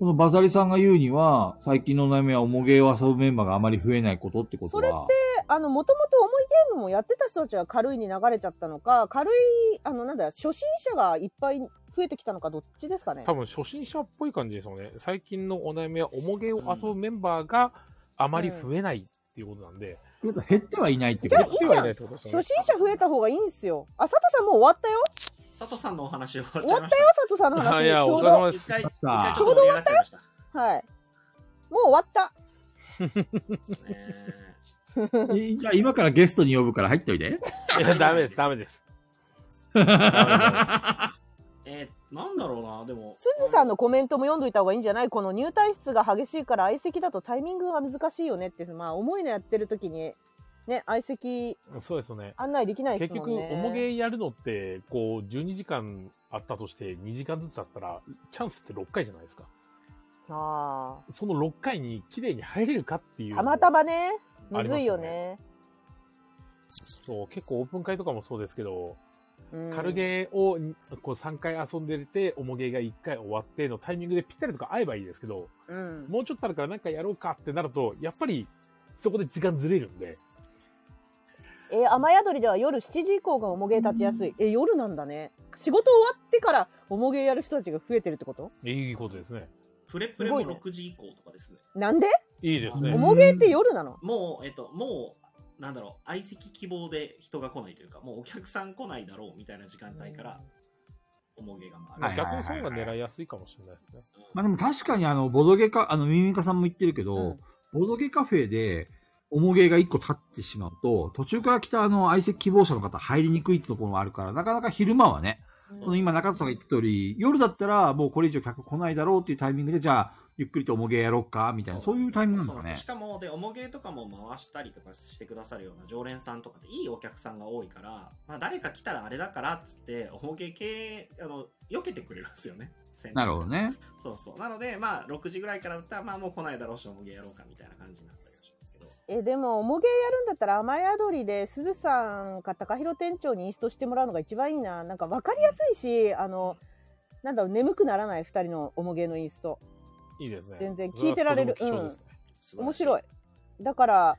S2: このバザリさんが言うには、最近の悩みは重ゲーを遊ぶメンバーがあまり増えないことってことは。
S4: それってあの、もともと重いゲームもやってた人たちは軽いに流れちゃったのか、軽い、あの、なんだ、初心者がいっぱい増えてきたのか、どっちですかね。
S1: 多分初心者っぽい感じですよね。最近のお悩みは、おもげを遊ぶメンバーがあまり増えないっていうことなんで、
S2: ってことは減ってはいないってこ
S4: じゃあ
S2: と
S4: いい
S1: 減ってはいないってことですよ
S4: 初
S1: ね。
S4: 心者増えた方がいいんですよ。あ、佐藤さんもう終わったよ。
S3: 佐藤さんのお話を終わっ
S4: 終
S3: ちゃ
S4: わ
S3: いまし
S4: っ
S3: た
S4: よ、佐藤さんの話。
S1: いや、
S4: ちょ
S1: お疲
S4: うど。
S1: れ様で
S3: 一
S1: す。
S3: 回、一
S2: さあ
S3: 回ちょっと盛り上がっちゃいました。
S4: はい。もう終わった。
S3: ね
S2: えじゃあ今からゲストに呼ぶから入っといて。
S1: いや、ダメです、ダメです。
S3: えーなんだろうな、でも。
S4: すずさんのコメントも読んどいた方がいいんじゃないこの入退室が激しいから相席だとタイミングが難しいよねって、まあ重いのやってる時に、ね、相席
S1: そうですね。
S4: 案内できないです
S1: 結
S4: もん
S1: 局、
S4: ね。
S1: 重げやるのって、こう、12時間あったとして、2時間ずつだったら、チャンスって6回じゃないですか。
S4: あ
S1: その6回に綺麗に入れるかってい
S4: あ。
S1: う。
S4: たまた。まね、むずいよ
S1: あ
S4: ね。
S1: そう、結構オープン会とかもそうですけど、
S4: うん
S1: 軽ゲーをこう3回遊んでて、重げが1回終わってのタイミングでぴったりとか合えばいいですけど、
S4: うん。
S1: もうちょっとあるからなんかやろうかってなると、やっぱりそこで時間ずれるんで、
S4: えー雨宿りでは夜7時以降が重げ立ちやすい。え、夜なんだね。仕事終わってから重げやる人たちが増えてるってこと
S1: いいことですね。
S3: プレプ
S4: す
S3: レ
S4: ご
S3: も
S4: いね
S3: 6時以降とかですね。
S4: なんで
S1: いいです
S2: うん
S1: ね。
S4: 重げって夜なの
S3: もう、えっと、もう、なんだろう、相席希望で人が来ないというか、もうお客さん来ないだろうみたいな時間帯から、おもげが回る。
S2: はい
S1: 逆にそういうのが狙いやすいかもしれないですね。
S2: まあでも確かにあの、ボドゲか、あの、ミミカさんも言ってるけど、
S4: うん
S2: ボドゲカフェで、おもげが一個立ってしまうと、途中から来たあの、相席希望者の方入りにくいってところもあるから、なかなか昼間はね、その今中田さんが言った通り、夜だったらもうこれ以上客来ないだろうっていうタイミングで、じゃあ、ゆっくりとおもげやろうか、みたいな、そういうタイミングなん
S3: そう
S2: だ
S3: そう
S2: ね
S3: し。かも、で、おもげとかも回したりとかしてくださるような常連さんとかっていいお客さんが多いから、まあ、誰か来たらあれだからっつって、おもげ系、あの、避けてくれるんですよね。
S2: なるほどね。
S3: そうそう。なので、まあ、6時ぐらいからだったら、まあ、もう来ないだろうし、おもげやろうかみたいな感じになったりはしますけど。
S4: えでも重げやるんだったら雨宿りで鈴さんか高弘店長にインストしてもらうのが一番いいななんか分かりやすいしあのなんだろう眠くならない2人の重げのインスト
S1: いいですね。
S4: 全然聞いてられる
S1: そはとても貴重ですね
S3: 素晴らし
S4: 面白い。だから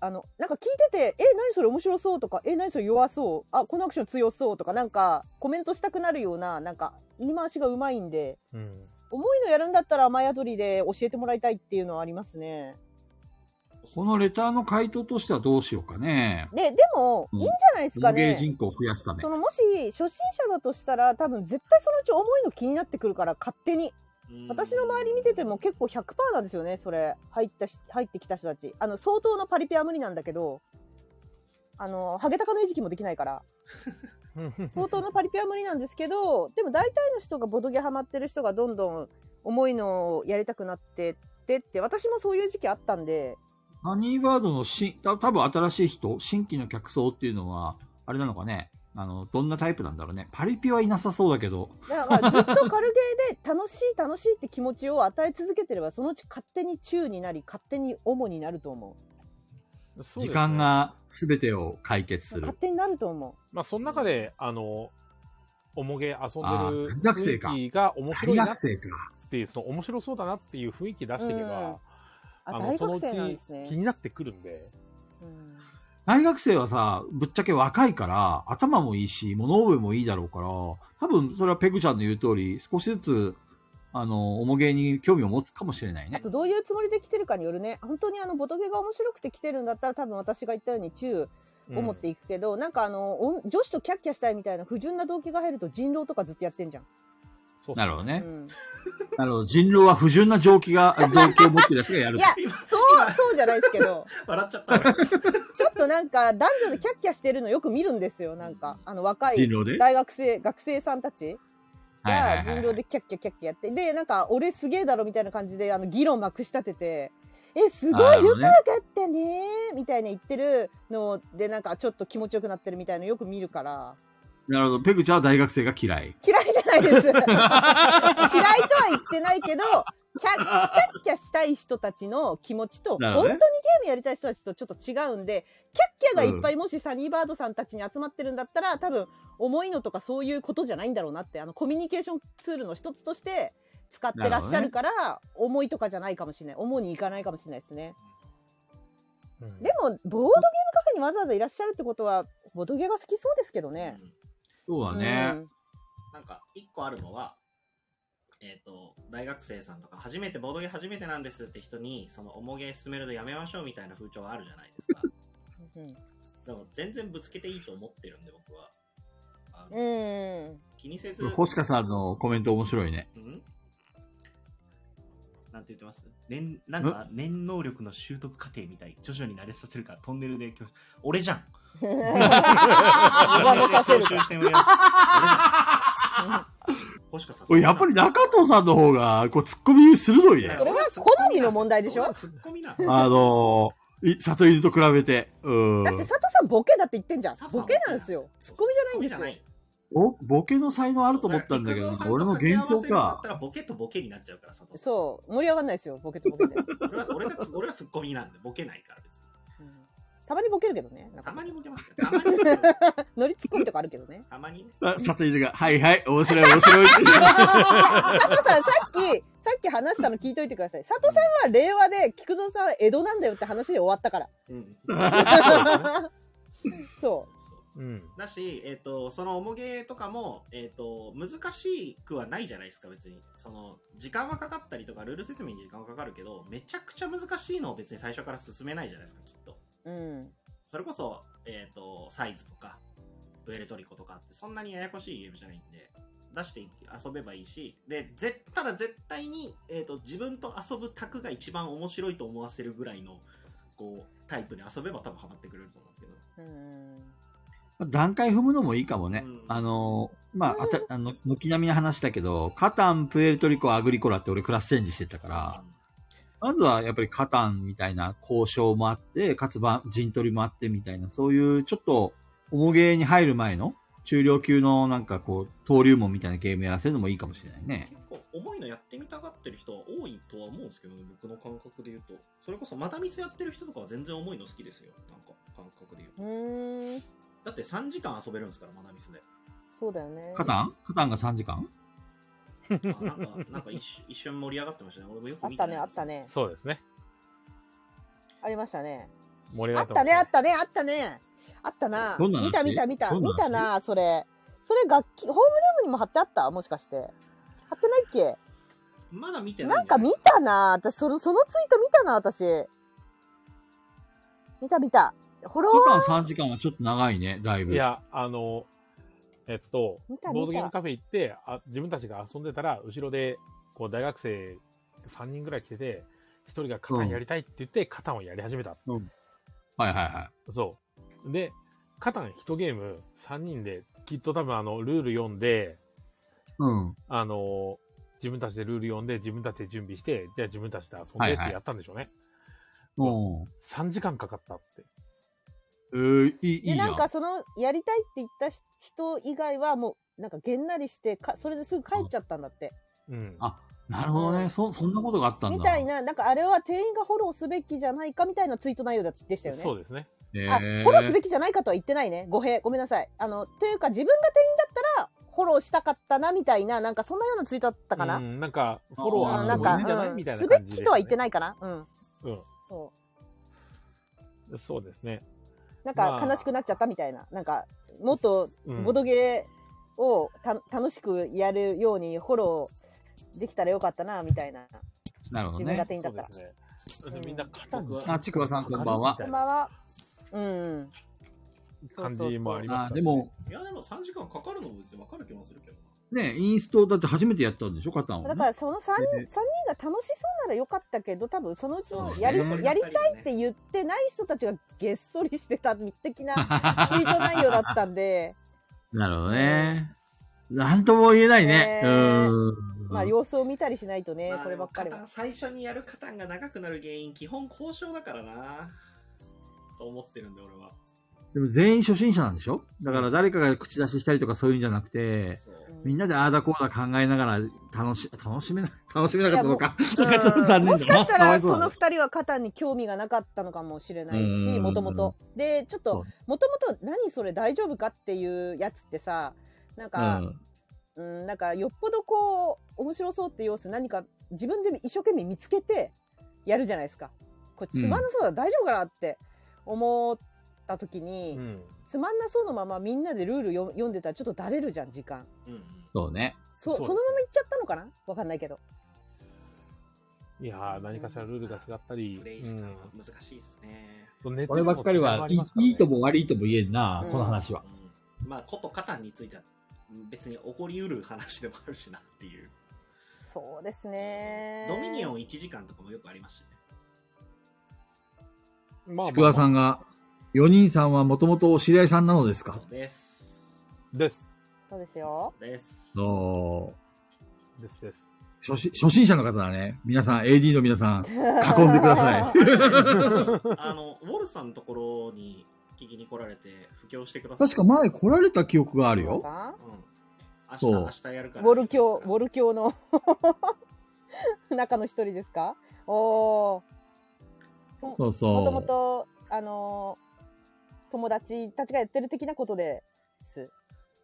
S4: あのなんか聞いてて「え何それ面白そう」とか「え何それ弱そう」あ「このアクション強そう」とかなんかコメントしたくなるようななんか言い回しがうまいんで
S1: うん。
S4: 重いのやるんだったら雨宿りで教えてもらいたいっていうのはありますね。
S2: このレターの回答としてはどうしようかね。
S4: ででも、
S2: うん
S4: いいんじゃないです
S2: お
S4: か
S2: も
S4: ね。
S2: げ人口を増やすため
S4: そ。のもし初心者だとしたら多分絶対そのうち重いの気になってくるから勝手に
S3: うん
S4: 私の周り見てても結構100%なんですよねそれ入ったし入ってきた人たちあの相当のパリピは無理なんだけどあのハゲタカの餌食もできないから相当のパリピは無理なんですけ
S1: [laughs]
S4: どでも大体の人がボドゲハマってる人がどんどん重いのをやりたくなってってって私もそういう時期あったんで
S2: ハニーバードのし、た多分新しい人、新規の客層っていうのは、あれなのかね。あの、どんなタイプなんだろうね。パリピはいなさそうだけど。
S4: だからずっと軽ゲーで楽しい楽しいって気持ちを与え続けてればそのうち勝手に中になり勝手に主になると思
S1: そうで
S4: う。
S1: すね
S2: 時間。が全てを解決する
S4: 勝。手になると思
S1: まあ、その中で、あの、おもげ遊んでる
S2: あー大学
S1: 雰
S2: 生
S1: 囲
S2: か
S1: 気が面白
S2: 大
S1: いなっ
S2: 学生か。
S1: ていう、その面白そうだなっていう雰囲気出していけ
S4: うん
S1: ば、
S4: う。あ、
S1: あ
S4: 大
S1: そのう
S4: 学
S1: ち
S4: 生なんですね
S1: 気。になってくるんで、
S4: うん
S2: 大学生はさ、ぶっちゃけ若いから、頭もいいし、物覚えもいいだろうから、多分それはペグちゃんの言う通り、少しずつ、あの、おもげに興味を持つかもしれない
S4: あ
S2: ね。
S4: とどういうつもりで来てるかによるね。本当にあのボトゲが面白くて来てるんだったら多分私が言ったように中
S1: うん
S4: 思っていくけど、なんかあのお女子とキャッキャしたいみたいな不純な動機が入ると人狼とかずっとやってんじゃん。
S1: そうそう
S2: なるほどね
S4: う。ん、
S2: なるほど。人狼は不純な情気
S4: [laughs]
S2: が、動機を持ってるやつがやる
S4: い。やそうそうじゃないですけど、
S3: 笑っちゃった俺。
S4: ちょっとなんか男女でキャッキャしてるのよく見るんですよ。なんかあの若い
S2: 人狼で。
S4: 大学生学生さんたち。
S2: はいはいは
S4: が
S2: い
S4: 人狼でキャッキャキャッキャやってでなんか「俺すげえだろ」みたいな感じであの議論まくし立てて「えすごい
S2: あー
S4: よくわかったね」みたいな言ってるのでなんかちょっと気持ちよくなってるみたいのよく見るから
S2: なるほど。ペグちゃんは大学生が嫌い。
S4: 嫌いじゃないです
S2: [laughs]
S4: 嫌いとは言ってないけどキャキャッキャしたい人たちの気持ちと、
S2: なる
S4: 本
S2: ほ
S4: 当
S2: ど
S4: に
S2: ね
S4: ゲームやりたい人たちとちょっと違うんでキャッキャがいっぱいもしサニーバードさんたちに集まってるんだったら多分重いのとかそういうことじゃないんだろうなってあのコミュニケーションツールの一つとして使ってらっしゃるから重いとかじゃないかもしれない重にいかないかもしれないですね
S1: うん
S4: でもボードゲームカフェにわざわざいらっしゃるってことはボードゲが好きそうですけどね
S3: う。ん
S2: そうだね。
S4: うん
S3: なんか、一個あるのは、えっ、と、大学生さんとか、初めて、ボードゲー初めてなんですって人に、その、おもげ進めるのやめましょうみたいな風潮があるじゃないですか。
S4: うん
S3: でも、全然ぶつけていいと思ってるんで、僕は。あの
S4: うん
S3: 気にせず、
S2: 星香さんのコメント面白いね。
S3: うん、なんて言ってます念なんか念能力の習得過程みたい徐々に慣れさせるからトンネルで教俺じゃん
S4: 上乗させる
S3: 教習
S4: か
S3: してもらう俺じゃんこうしかさ
S5: おいやっぱり中藤さんの方が、こう、突っ込み鋭いね
S4: そ。れは好みの問題でしょ
S3: ツッコミな
S5: あのー、い里犬と比べて。うん
S4: だ。って佐藤さんボケだって言ってんじゃんボケなんですよツッコミじゃないんですよ
S5: お、ボケの才能あると思ったんだけど、なんか俺の
S3: 原
S5: 現
S3: 稿
S5: 状
S3: だっ
S5: か。
S3: たらボケとボケになっちゃうから佐藤さん
S4: そう盛り上がんないですよボケとボ [laughs] ケで、
S3: 俺は俺がつ俺はツッコミなんでボケないから別に
S4: うんたまにボケるけどねなんか
S3: た
S4: [laughs]
S3: まにボケますよたまにボケます
S4: 乗りツッコミとかあるけどね
S3: たまにね
S5: あ里犬が、はいはい、面白い面白いって言って。
S4: 佐藤さん、さっき、さっき話したの聞いといてください。佐藤さんは令和で、菊蔵さんは江戸なんだよって話で終わったから。
S3: うん
S4: そ
S1: うん。
S3: だし、えっとそのおもげとかも、えっと難しくはないじゃないですか別にその時間はかかったりとかルール説明に時間はかかるけどめちゃくちゃ難しいのを別に最初から進めないじゃないですかきっと
S4: う。うん。
S3: それこそ、えっとサイズとかプエルトリコとかってそんなにややこしいゲームじゃないんで出して遊べばいいしでぜただ絶対に、えっと自分と遊ぶ卓が一番面白いと思わせるぐらいのこうタイプで遊べば多分ハマってくれると思うんですけど
S4: うん。
S2: [laughs] 段階踏むのもいいかもね。
S3: うん
S2: あのー、まあ、あた、あの、軒並みの話だけど、カタン、プエルトリコ、アグリコラって俺クラスチェンジしてたから、まずはやっぱりカタンみたいな交渉もあって、かつば陣取りもあってみたいな、そういうちょっと、重げに入る前の、中量級のなんかこう、登竜門みたいなゲームやらせるのもいいかもしれないね。
S3: 結構重いのやってみたがってる人は多いとは思うんですけどね、僕の感覚で言うと。それこそマダミスやってる人とかは全然重いの好きですよ。なんか感覚で言うと。
S4: うん。
S3: だって3時間遊べるんですから、マダミスで。
S4: そうだよね。
S2: カタンカタンが3時間
S3: あなんか、なんか一瞬一瞬盛り上がってましたね。俺もよ
S4: あ
S3: く
S4: っ
S3: 見
S4: た
S3: て
S4: ね、
S3: ない
S4: あった。ね。
S1: そうですね。
S4: ありましたね。
S1: 盛り
S4: あ
S1: 上が
S4: っ
S1: って
S4: たね、あったね、あったね。あったな。
S2: どんな話
S4: 見た見た見た。
S2: どんな
S4: 見
S2: 話
S4: たな、それ。それ楽器、ホームルームにも貼ってあったもしかして。貼ってないっけ
S3: まだ見てない
S4: なんか見たな私その、そのツイート見たな私。見た見た。フォロワー
S2: カタン3時間はちょっと長いね、だいぶ。
S1: いや、あの、えっと、
S4: 見た見た
S1: ボードゲームカフェ行ってあ、自分たちが遊んでたら、後ろで、こう、大学生3人ぐらい来てて、一人がカタンやりたいって言って、カタンをやり始めた。
S2: はいはいはい。
S1: そう。で、カタン1ゲーム3人で、きっと多分あの、ルール読んで、
S2: うん。
S1: あの、自分たちでルール読んで、自分たちで準備して、じゃあ自分たちで遊んでっ
S2: はいは
S1: て
S2: い
S1: やったんでしょうね。
S2: うん。
S1: 3時間かかったって。
S2: えー、いい、いい
S4: で
S2: じゃ
S4: なん
S2: ん。
S4: かそのやりたいって言った人人以外はもうなんかげんなりしてかそれですぐ帰っちゃったんだって
S1: うん。
S2: あなるほどね。そ、そんなことがあったんだ。
S4: みたいななんかあれは店員がフォローすべきじゃないかみたいなツイート内容だでしたよね
S1: そうですね。
S2: へー。
S4: あフォローすべきじゃないかとは言ってないね語弊ごめんなさいあのというか自分が店員だったらフォローしたかったなみたいななんかそんなようなツイートだったかな、
S1: う
S4: うん
S1: ん、なんか、フォロ
S2: あ
S1: ワーな
S4: な
S1: んんか
S4: か、
S1: いいんじゃないみた
S4: う
S1: い
S4: ん、
S1: な
S4: す
S1: 感
S4: べ
S1: じで、
S4: きとは言って
S1: い。
S4: ないかなうん
S1: うん。
S4: そ
S1: そうですね。
S4: うなんか
S1: まあ
S4: 悲しくなっちゃったみたいななんかもっと
S1: うん
S4: ボドゲーをた楽しくやるようにフォローできたらよかったなみたいな
S2: なるほ
S4: 自
S2: ど
S4: 分が
S2: ね。
S4: 店員だ
S1: そう
S4: った
S1: で
S4: ら。
S1: すね。
S4: ん
S1: でみんな肩に
S2: あ、ちくわさんこんばんは
S1: かか。る
S4: こんばんは。うん。
S1: 感じもありま
S2: あ
S1: した、
S2: で、も、
S3: いや、でも3時間かかるのも別に分かる気もするけどな。
S2: ね、インストだって初めてやったんでしょ、カタン
S4: だ
S2: は、
S4: か
S2: ね。
S4: らその三人
S2: ね
S4: 三人が楽しそうならよかったけど、多分そのうち
S2: そうですね
S4: やり
S2: これ
S4: やり
S3: たい
S4: って言ってない人たちがげっそりしてた
S2: [laughs]
S4: 的なツイート内容だったんで、
S2: なるほどね。なんとも言えないね。
S4: ね
S2: うーん。
S4: まあ様子を見たりしないとね
S3: ま、あ
S4: こればっかり
S3: でも
S4: は
S3: カタン。最初にやるカタンが長くなる原因、基本交渉だからな。と思ってるんで、俺は。
S2: でも全員初心者なんでしょだから誰かが口出ししたりとかそういうんじゃなくて、
S3: そう
S4: う
S2: みんなでああだこうだ考えながら楽し、楽しめな、楽しめなかったのか。
S4: うん
S2: [laughs] なんかちょっと残念だな。
S4: もしかしたら
S2: わ
S4: そ
S2: い
S4: の
S2: う
S4: 二人は肩に興味がなかったのかもしれないし
S2: うん
S4: もともとでちょっ
S2: そ
S4: と
S2: う
S4: もともと何それ大丈夫かっていうやつってさな
S2: だ
S4: んか、うん、なんかよっぽどこう面白そうって様子何か自分で一生懸命見つけてやるじゃないですかこれつまんなそうだ、大丈夫かなって思った時に、
S1: うん。
S4: つまんなそうのままみんなでルールよ読んでたらちょっとだれるじゃん時間
S3: うんうん。
S2: そうね。
S1: そう
S4: そそ
S1: ですね
S4: のままいっちゃったのかなわかんないけど
S1: いやー、何かしらルールが違ったり
S3: プ、レイ時間は難しいですね。
S1: うん、熱量
S2: こればっかり
S1: も
S2: は
S1: あ、り
S2: い
S1: ますからね
S2: いいとも悪いとも言えんな、
S4: うん
S2: この話は。
S3: うんまあ、ことカタンについては、別に起こりうる話でもあるしなっていう。
S4: そうですね。
S3: ドミニオン
S4: ン。
S3: 1時間とかもよくありましたね。
S1: ま
S2: ちくわさんが、4人さんはもともとお知り合いさんなのですか
S3: そうです。
S1: です。
S4: そうですよ。
S3: です。
S2: の
S1: ですです。
S2: 初心初心者の方はね、皆さん、AD の皆
S4: [laughs]
S2: さん、囲んでください。
S3: [laughs] あの、ウォルさんのところに聞きに来られて、布教してください。
S2: 確か前来られた記憶がある
S4: そう
S2: よ。
S4: か
S3: うん。明日、
S2: そう
S3: 明日やるから。
S4: ウォル教、ウォル教の [laughs] 中の一人ですかおお。
S2: そうそう。
S4: もともと、あのー友達たちがやってる的なことです。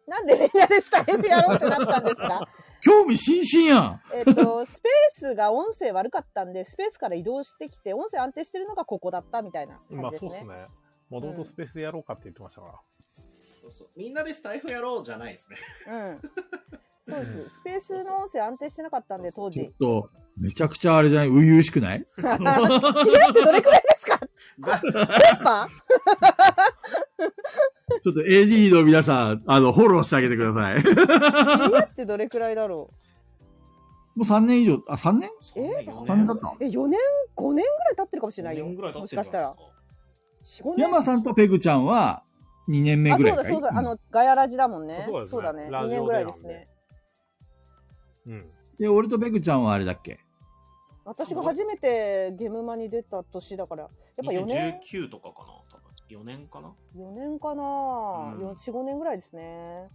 S4: なんでみんなでスタイルやろうってなったんですか
S2: 興味津々やん。
S4: えっと、 [laughs] スペースが音声悪かったんで、スペースから移動してきて、音声安定してるのがここだったみたいな
S1: ま
S4: 感
S1: あ
S4: じです
S1: そ
S4: ね。
S1: うですね。もともとスペースでやろうかって言ってましたから。
S3: そうそう。みんなでスタイフやろうじゃないで
S2: [laughs]
S3: すね。
S4: うん。そうです。スペースの音声安定してなかったんで、当
S2: ちょ
S4: 時
S2: っ。と、めちゃくちゃあれじゃない初々しくない [laughs]
S4: 知り合ってどれくらいですか
S3: ざ
S4: ペッパ
S2: ちょっと AD の皆さん、あの、フォローしてあげてください。 [laughs]
S4: ー知り合ってどれくらいだろ
S2: もう3年以上、あ、3年
S4: え
S3: そ
S2: 3
S3: んなよ
S2: 年
S3: ね
S2: だった
S4: うえ、4年 ?5 年ぐらい経ってるかもしれないよ。
S3: 四年ぐらい経
S4: も
S3: っ
S4: して
S3: る
S4: か
S3: んじ
S4: し
S3: ゃ
S4: た
S3: ないで
S4: ら
S3: す。か。
S4: 4、5年。
S2: 山さんとペグちゃんは2年目
S4: あ、
S2: ぐ
S4: そ
S2: ら
S4: う
S2: いか
S4: だ
S2: い
S4: そうだ、あの、ガヤラジだもんね。
S1: そうですね
S4: そうだね。
S1: ラジオ
S4: 2年ぐらいですね。
S1: うん。
S2: で、俺とペグちゃんはあれだっけ
S4: 私が初めてゲームマに出た年だから、やっぱ4年、
S3: 2019とかかな、多分。4年かな
S4: 4年かな、
S3: うん
S4: 4、4、5年ぐらいですね。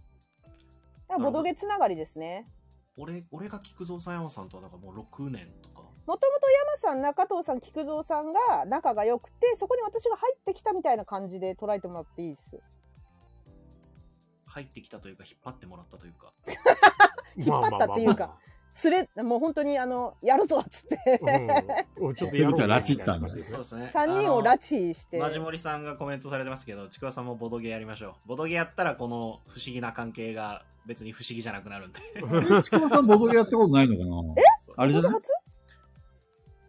S3: な
S4: あ
S3: るほど
S4: ボドゲつながりですね。
S3: 俺、俺が菊蔵さん、山さんとはなんかもう6年とか。
S4: もともと山さん、中藤さん、菊蔵さんが仲が良くて、そこに私が入ってきたみたいな感じで捉えてもらっていいです。
S3: 入ってきたというか、引っ張ってもらったというか。
S4: 引っ張ったっていうか連れ、もう本当にあの、やるぞっつって、
S1: まあまあまあ。
S4: [laughs]
S1: うんうんちょっとやろう
S2: ペグちゃん拉致ったんだよ
S3: そうですね。
S4: 3人を拉致して。
S3: マジモリさんがコメントされてますけど、ちくわさんもボドゲやりましょう。ボドゲやったら、この不思議な関係が別に不思議じゃなくなるんで。
S1: [laughs]
S2: ちくわさん、ボドゲやったことないのかなあれじゃない
S4: 初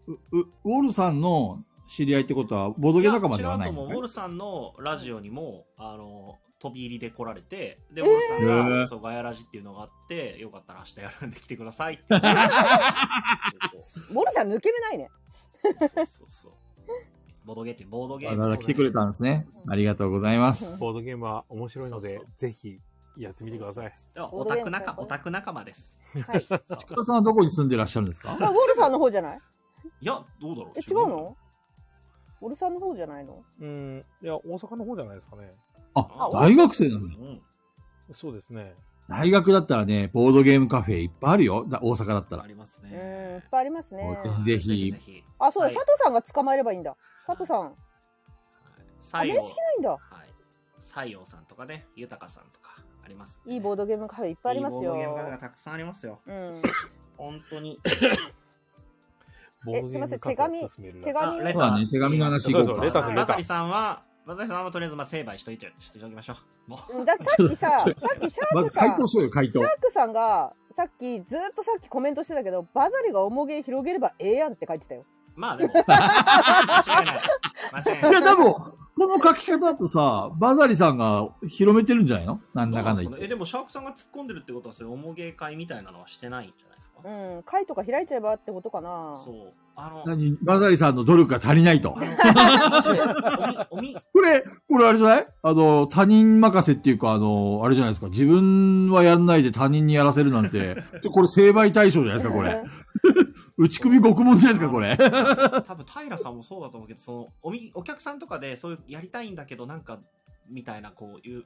S2: ううウォルさんの知り合いってことは、ボドゲ仲間ではない
S3: や違う
S2: の
S3: と思
S2: か
S3: う。ウ
S2: い
S3: ォルさんのラジオにも、あの、飛び入りで来られて、で、
S4: え
S3: ウ
S4: ー
S3: ォルさんが、
S2: へー
S3: そう、ガヤラジっていうのがあって、よかったら明日やるんで来てくださ
S2: [laughs]
S3: いって。そう
S4: ボルさん抜け目ないね。
S3: そうそうそう。ボドゲってボードゲー
S2: わ
S3: ム。
S2: ざわざ来てくれたんですね。ありがとうございます。
S1: ボードゲームは面白いので、
S3: そうそ
S1: ぜひやってみてください。
S3: いや
S4: ボー
S3: オ
S4: ドゲ
S3: タ
S4: ーム
S3: ク仲、
S4: ボ
S3: オ
S4: ードゲーム
S3: タク仲間です。
S4: はい。
S3: そう
S2: ちくわさんはどこに住んでらっしゃるんですか
S4: あ、ウォルさんの方じゃない
S3: いや、どうだろう [laughs]
S4: え、違うのウォルさんの方じゃないの
S1: うん。いや、大阪の方じゃないですかね。
S2: あ、大学生な
S3: うん
S2: だ。
S3: ん。
S1: そうですね。
S2: 大学だったらね、ボードゲームカフェいっぱいあるよ。だ大阪だった
S3: あ
S2: ら。
S3: ります
S4: うん、いっ
S3: ね。
S4: ぱいありますね。
S2: ぜひぜひ
S3: ぜひ。
S4: あ、そうだ、
S3: はい
S4: 佐藤さんが捕まえればいいんだ。佐藤さん。あ、
S3: 最
S4: 面
S3: 後。
S4: 識ないんだ。
S3: はい。西洋さんとかね、豊さんとかあります、
S4: いいボー
S3: ド
S4: ドゲームカフェいっぱいあります
S3: いいボードゲームが
S4: よ。
S3: たくさんありますよ。
S4: うん。
S3: 本当に。
S1: ボードゲーム
S4: すいません
S1: カフェ
S4: 手紙
S1: 進める
S4: 手紙
S3: あレ
S2: そ
S3: タ
S2: う
S3: ー
S2: だね、手紙の話いこう
S1: そうそうレタ
S2: か
S1: ス。
S3: まあバザリさんは、バザリさんはとりあえずまあ成敗しといて、しておきましょう。も
S4: うんだってさっきさ、さっきシャ
S2: ま
S4: ー
S2: ず
S4: クさ
S2: 回
S4: ん
S2: 答、しようよ、回
S4: シ
S2: 答
S4: ャ。ークさんが、さっきずっとさっきコメントしてたけど、バザリが重げ広げればええやんって書いてたよ。
S3: う。まあ
S4: [laughs]
S3: でも、間違いない。間違い
S2: いや、
S3: ない。
S2: でも、この書き方だとさ、バザリさんが広めてるんじゃないのなん
S3: どう
S2: だかん
S3: ん
S2: だ
S3: です
S2: 言
S3: か
S2: っ
S3: ね
S2: て。
S3: えでもシャークさんが突っ込んでるってことは、そういう重芸会みたいなのはしてないんじゃないですか
S4: う。ん。会とか開いちゃえばってことかな。
S3: そう。あの、
S2: 何バザリさんの努力が足りないと。
S3: あのおみ、おみ、
S2: これ、これあれじゃないあの、他人任せっていうか、あの、あれじゃないですか。自分はやんないで他人にやらせるなんて、ちょこれ成敗対象じゃないですか、こ [laughs] れ。内首獄門じゃないですか、これ。
S3: 多分平さんもそうだと思うけど、そのおみお客さんとかでそういうやりたいんだけど、なんかみたいな、こういう、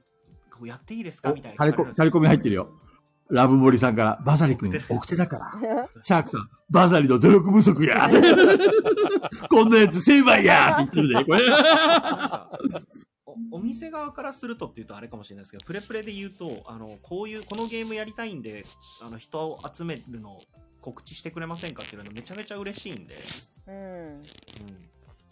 S3: こうやっていいですかみたいな。
S2: タレコ、タレコミ入ってるよ。ラブモリさんから、バザリ
S3: [laughs]
S2: 君、奥手だから。シャークさん、バザリの努力不足や。 [laughs] こんなやつ成敗やって言ってるで、これ。
S3: なんかおお店側からするとっていうとあれかもしれないですけど、プレプレで言うと、あの、こういう、このゲームやりたいんで、あの、人を集めるのを告知してくれませんかっていうのめちゃめちゃ嬉しいんで、
S4: うん。
S3: うん。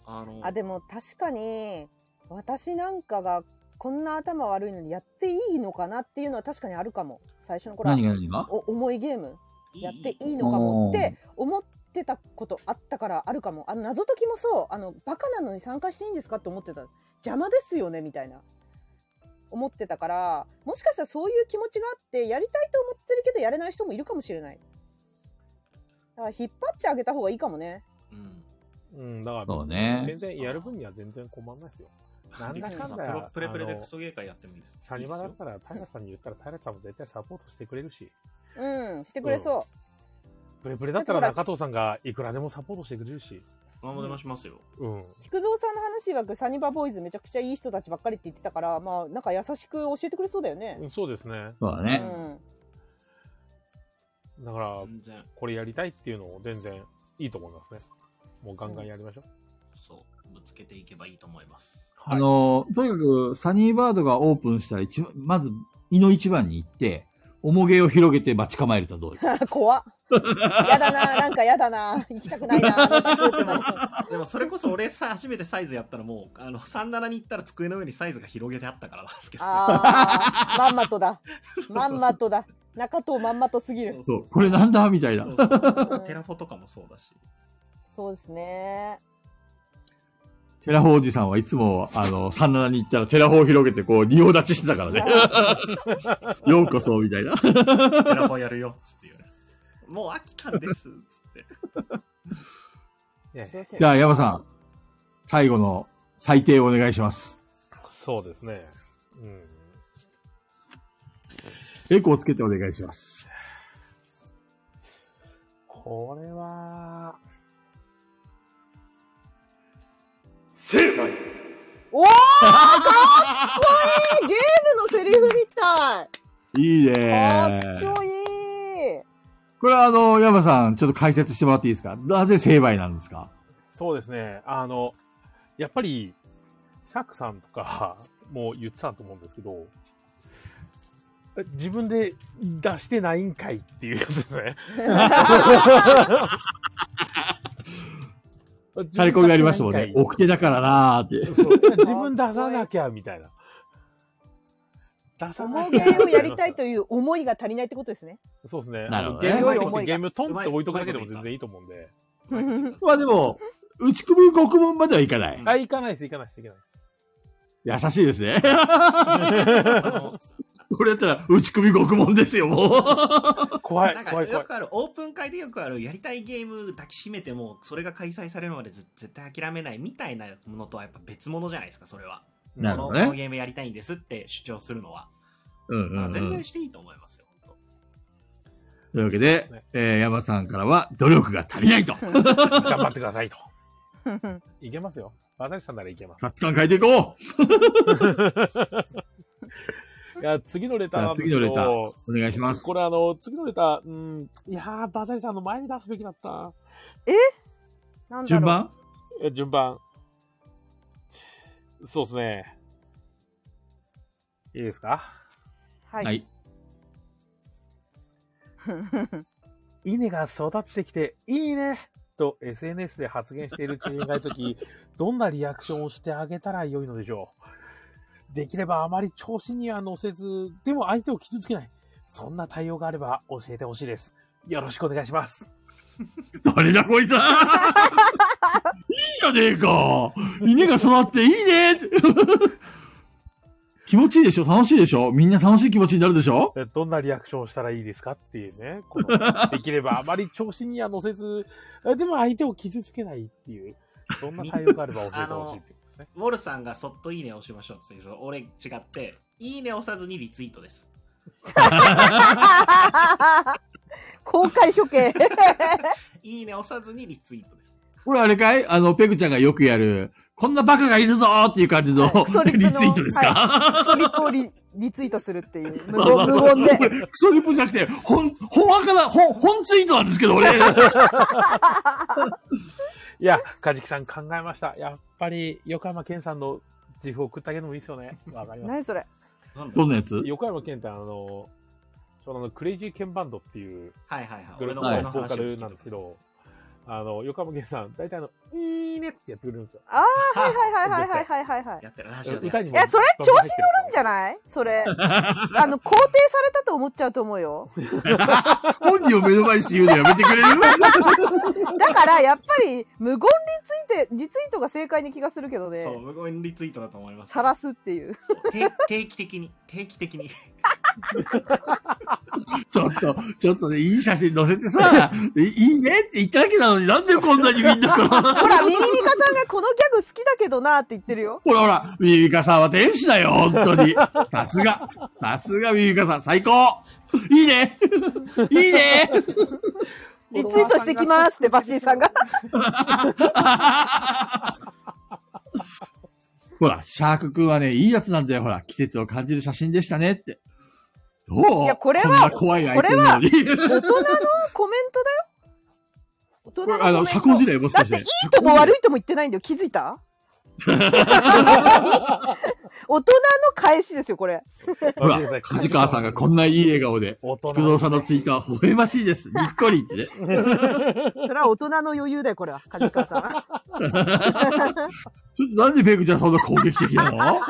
S3: あの、
S4: あでも確かに私なんかがこんな頭悪いのにやっていいのかなっていうのは確かにあるかも最初の頃は
S2: 何が何が
S4: お重いゲーム
S3: いい
S4: やっていいのかもって思ってたことあったからあるかもあの謎解きもそうあのバカなのに参加していいんですかって思ってた邪魔ですよねみたいな思ってたからもしかしたらそういう気持ちがあってやりたいと思ってるけどやれない人もいるかもしれないから引っ張ってあげた方がいいかもね。
S3: うん。
S1: うん、だから、
S2: そうね
S1: 全然やる分には全然困んないですよ。なんだかんだ
S3: プロプレプレ
S1: あ
S3: で
S1: の
S3: クソゲー会やってもいいです。
S1: サニバだ
S3: いい
S1: っ
S3: です
S1: たら、平さんに言ったら、平さんも絶対サポートしてくれるし、
S4: うん、してくれそう。
S1: プレプレだったら中藤さんがいくらでもサポートしてくれるし、
S3: よ何もでもしますよ。
S1: うん。
S4: 菊蔵さんの話曰くサニバボーイズめちゃくちゃいい人たちばっかりって言ってたから、まあなんか優しく教えてくれそうだよね。
S1: そうですね。
S2: そうだ
S4: う
S2: ね。
S4: ん。
S1: だから、
S3: 全然。
S1: これやりたいっていうのも全然いいと思いますね。もうガンガンやりましょう。
S3: そう。ぶつけていけばいいと思います。
S2: あの、とにかく、サニーバードがオープンしたら一番、まず、胃の一番に行って、重げを広げて待ち構えるとどうですか
S4: [laughs] 怖っ。やだな、なんかやだな。行きたくないな。
S3: [laughs] でもそれこそ俺さ、初めてサイズやったのも、あの、37に行ったら机の上にサイズが広げてあったからなんですけど。
S4: ああ、まんまとだ。
S3: そうそう
S4: まんまとだ。中藤まんまとすぎる。
S2: そう、これなんだみたいな。
S3: そうそううテラフォとかもそうだし。
S4: そうですね。
S2: テラフォおじさんはいつも、あの、37に行ったらテラフォを広げて、こう、仁王立ちしてたからね。
S3: [laughs]
S2: ようこそ、みたいな。
S3: テラフォやるよ、つって言うね。もう飽きたんです、つって。
S1: ね
S4: どうし
S2: [laughs]
S4: よう
S2: じゃあ、山さん、最後の最低お願いします。
S1: そうですね。うん。
S2: エコーつけてお願いします。
S1: これは、
S9: 成敗
S4: おおかっこいいゲームのセリフみたい
S2: いい
S4: か
S2: ね
S4: っちょいい
S2: これはあの、山さん、ちょっと解説してもらっていいですかなぜ成敗なんですか
S1: そうですね。あの、やっぱり、シャークさんとか [laughs] も言ってたと思うんですけど、自分で出してないんかいっていうやつです
S2: [laughs]
S1: ね。
S2: チャリコミありましたもんね。
S1: そう
S2: 奥手だからなーって。
S1: 自分出さなきゃみたいな。出さな
S4: 重
S1: きゃ。
S4: 芸をやりたいという思いが足りないってこと
S2: [laughs]
S4: ですね。
S1: そうですね。
S2: なるほど
S1: ゲ
S2: ね
S1: ーム
S4: 強い
S1: を
S4: 思い
S1: ゲ
S4: が
S1: ームトンって置いとくだけでも全然いいと思うんで。
S2: まあでも、打ち組む国門まではいかない。
S1: あ、行かないです、行かないです、行かないです。
S2: 優しいですね。 [laughs]
S3: あ
S4: [laughs]
S3: の
S2: これやったら、打ち組み国門ですよ、も
S1: 怖い、
S3: なん
S1: 怖
S3: か
S1: い、怖
S3: よ
S1: い。
S3: くある、オープン会でよくある、やりたいゲーム抱きしめても、それが開催されるまでず絶対諦めないみたいなものとはやっぱ別物じゃないですか、それは。
S4: [laughs]
S2: う。なる
S3: こ
S2: ほ
S3: のこ
S2: ど
S3: の
S2: ね。
S3: ゲームやりたいんですって主張するのは。
S2: うんうん、うん。と
S3: 全然
S2: い
S3: していいと思いますよ、本
S2: うわけで、えー、山さんからは、努力が足りないと。
S1: 頑張ってくださいと。いけますよ。私さんならいけます。
S2: 価値観変えていこ
S1: いや、次のレターなんですけど
S2: じゃあ次のうお願いします。
S1: これあの、次のレター、うん、いやー、バザリさんの前に出すべきだった。
S4: なんだろう
S2: 順番
S1: え、順番。そうですね。いいですか
S4: はい。
S2: はい。
S1: 稲が育ってきて、いいねと SNS で発言している知人がいると [laughs] き、どんなリアクションをしてあげたら良いのでしょうできればあまり調子には乗せず、でも相手を傷つけない。そんな対応があれば教えてほしいです。よろしくお願いします。
S2: 誰だこいついいじゃねえか稲が育っていいねって気持ちいいでしょ楽しいでしょみんな楽しい気持ちになるでしょ
S1: えどんなリアクションをしたらいいですかっていうね。こ [laughs] のできればあまり調子には乗せず、えでも相手を傷つけないっていう、そんな対応があれば教えてほしいっていうことですね。
S3: 当。ウォルさんがそっといいねを押しましょうって言うでしょ俺違って、いいね押さずにリツイートです。
S4: [laughs] 公開処刑。
S3: いいね押さずにリツイートです。
S2: これあれかいあの、ペグちゃんがよくやる、こんなバカがいるぞーっていう感じの、
S4: はいそれ
S2: リツイートですか、
S4: ストリップをリリツイートするっていう。無
S2: まあまあ
S4: 言無
S2: まあ
S4: 言で
S2: こ。れクソリップじゃなくて、本、本赤な、本、本ツイートなんですけど、俺。
S1: いや、カジキさん考えました。やっぱり横山健さんの自負を送ってあげるのもいいですよね。わかります。
S4: 何それ。
S3: なんだ
S2: どんなやつ
S1: 横山健ってあの、湘南のクレイジーケンバンドっていう
S3: はいはいはい。
S1: グループ
S3: 俺の
S1: の
S3: 俺
S2: はい
S3: の
S1: ボー
S3: 話
S1: カ
S3: を聞い
S1: ルな
S3: てた
S1: んですけど、あの、横山健さん、大体あの、いいねってやってくれるんですよ。
S4: ああ、はいはいはいはいはいはいはい。
S3: やってるラジオ
S1: [laughs]
S3: で
S1: 歌にも。
S4: えそれ調子乗
S1: 乗る
S4: いいんじゃないそれ。あの、肯定されたと思っちゃうと思うよ。
S2: 本人を目の前にして言うのやめてくれる
S4: だから、やっぱり、無言リツイート、リツイートが正解な気がするけど
S3: そう、
S4: ね。
S3: 無言リツイートだと思います。
S4: さらすっていう。
S3: そう定定期的に、定期的に。
S2: ちょっと、ちょっとね、いい写真載せてさ、いいいねって言っただけなのになんでこんなにみんなこの、
S4: ほら、ミミミカさんがこのギャグ好きだけどなって言ってるよ。
S2: ほらほら、ミミカさんは天使だよ、本当に。さすが、さすがミミカさん、最高いいねいいね
S4: リツイートしてきますって、バッシーさんが。
S2: ほら、シャークくんはね、いいやつなんだよ、ほら、季節を感じる写真でしたねって。どう
S4: いやこれは
S2: そんな怖いアイテムなのに。
S4: 大人のコメントだよ。大人のコメン
S2: [laughs]
S4: ト。
S2: あの、社交辞令もし
S4: だ
S2: か
S4: っ
S2: して
S4: い
S2: て。
S4: いとも悪いとも言ってないんだよ。気づ
S2: [laughs]
S4: いた大人の返しですよ、これ。
S2: ほら、梶川さんがこんないい笑顔で、
S1: 大人
S2: 福蔵さんのツイートは微笑ましいです。にっこりってね。
S4: それは大人の余裕だよ、これは。梶川さん。
S2: ちょっとなんでペグちゃんそんな攻撃的なのもっ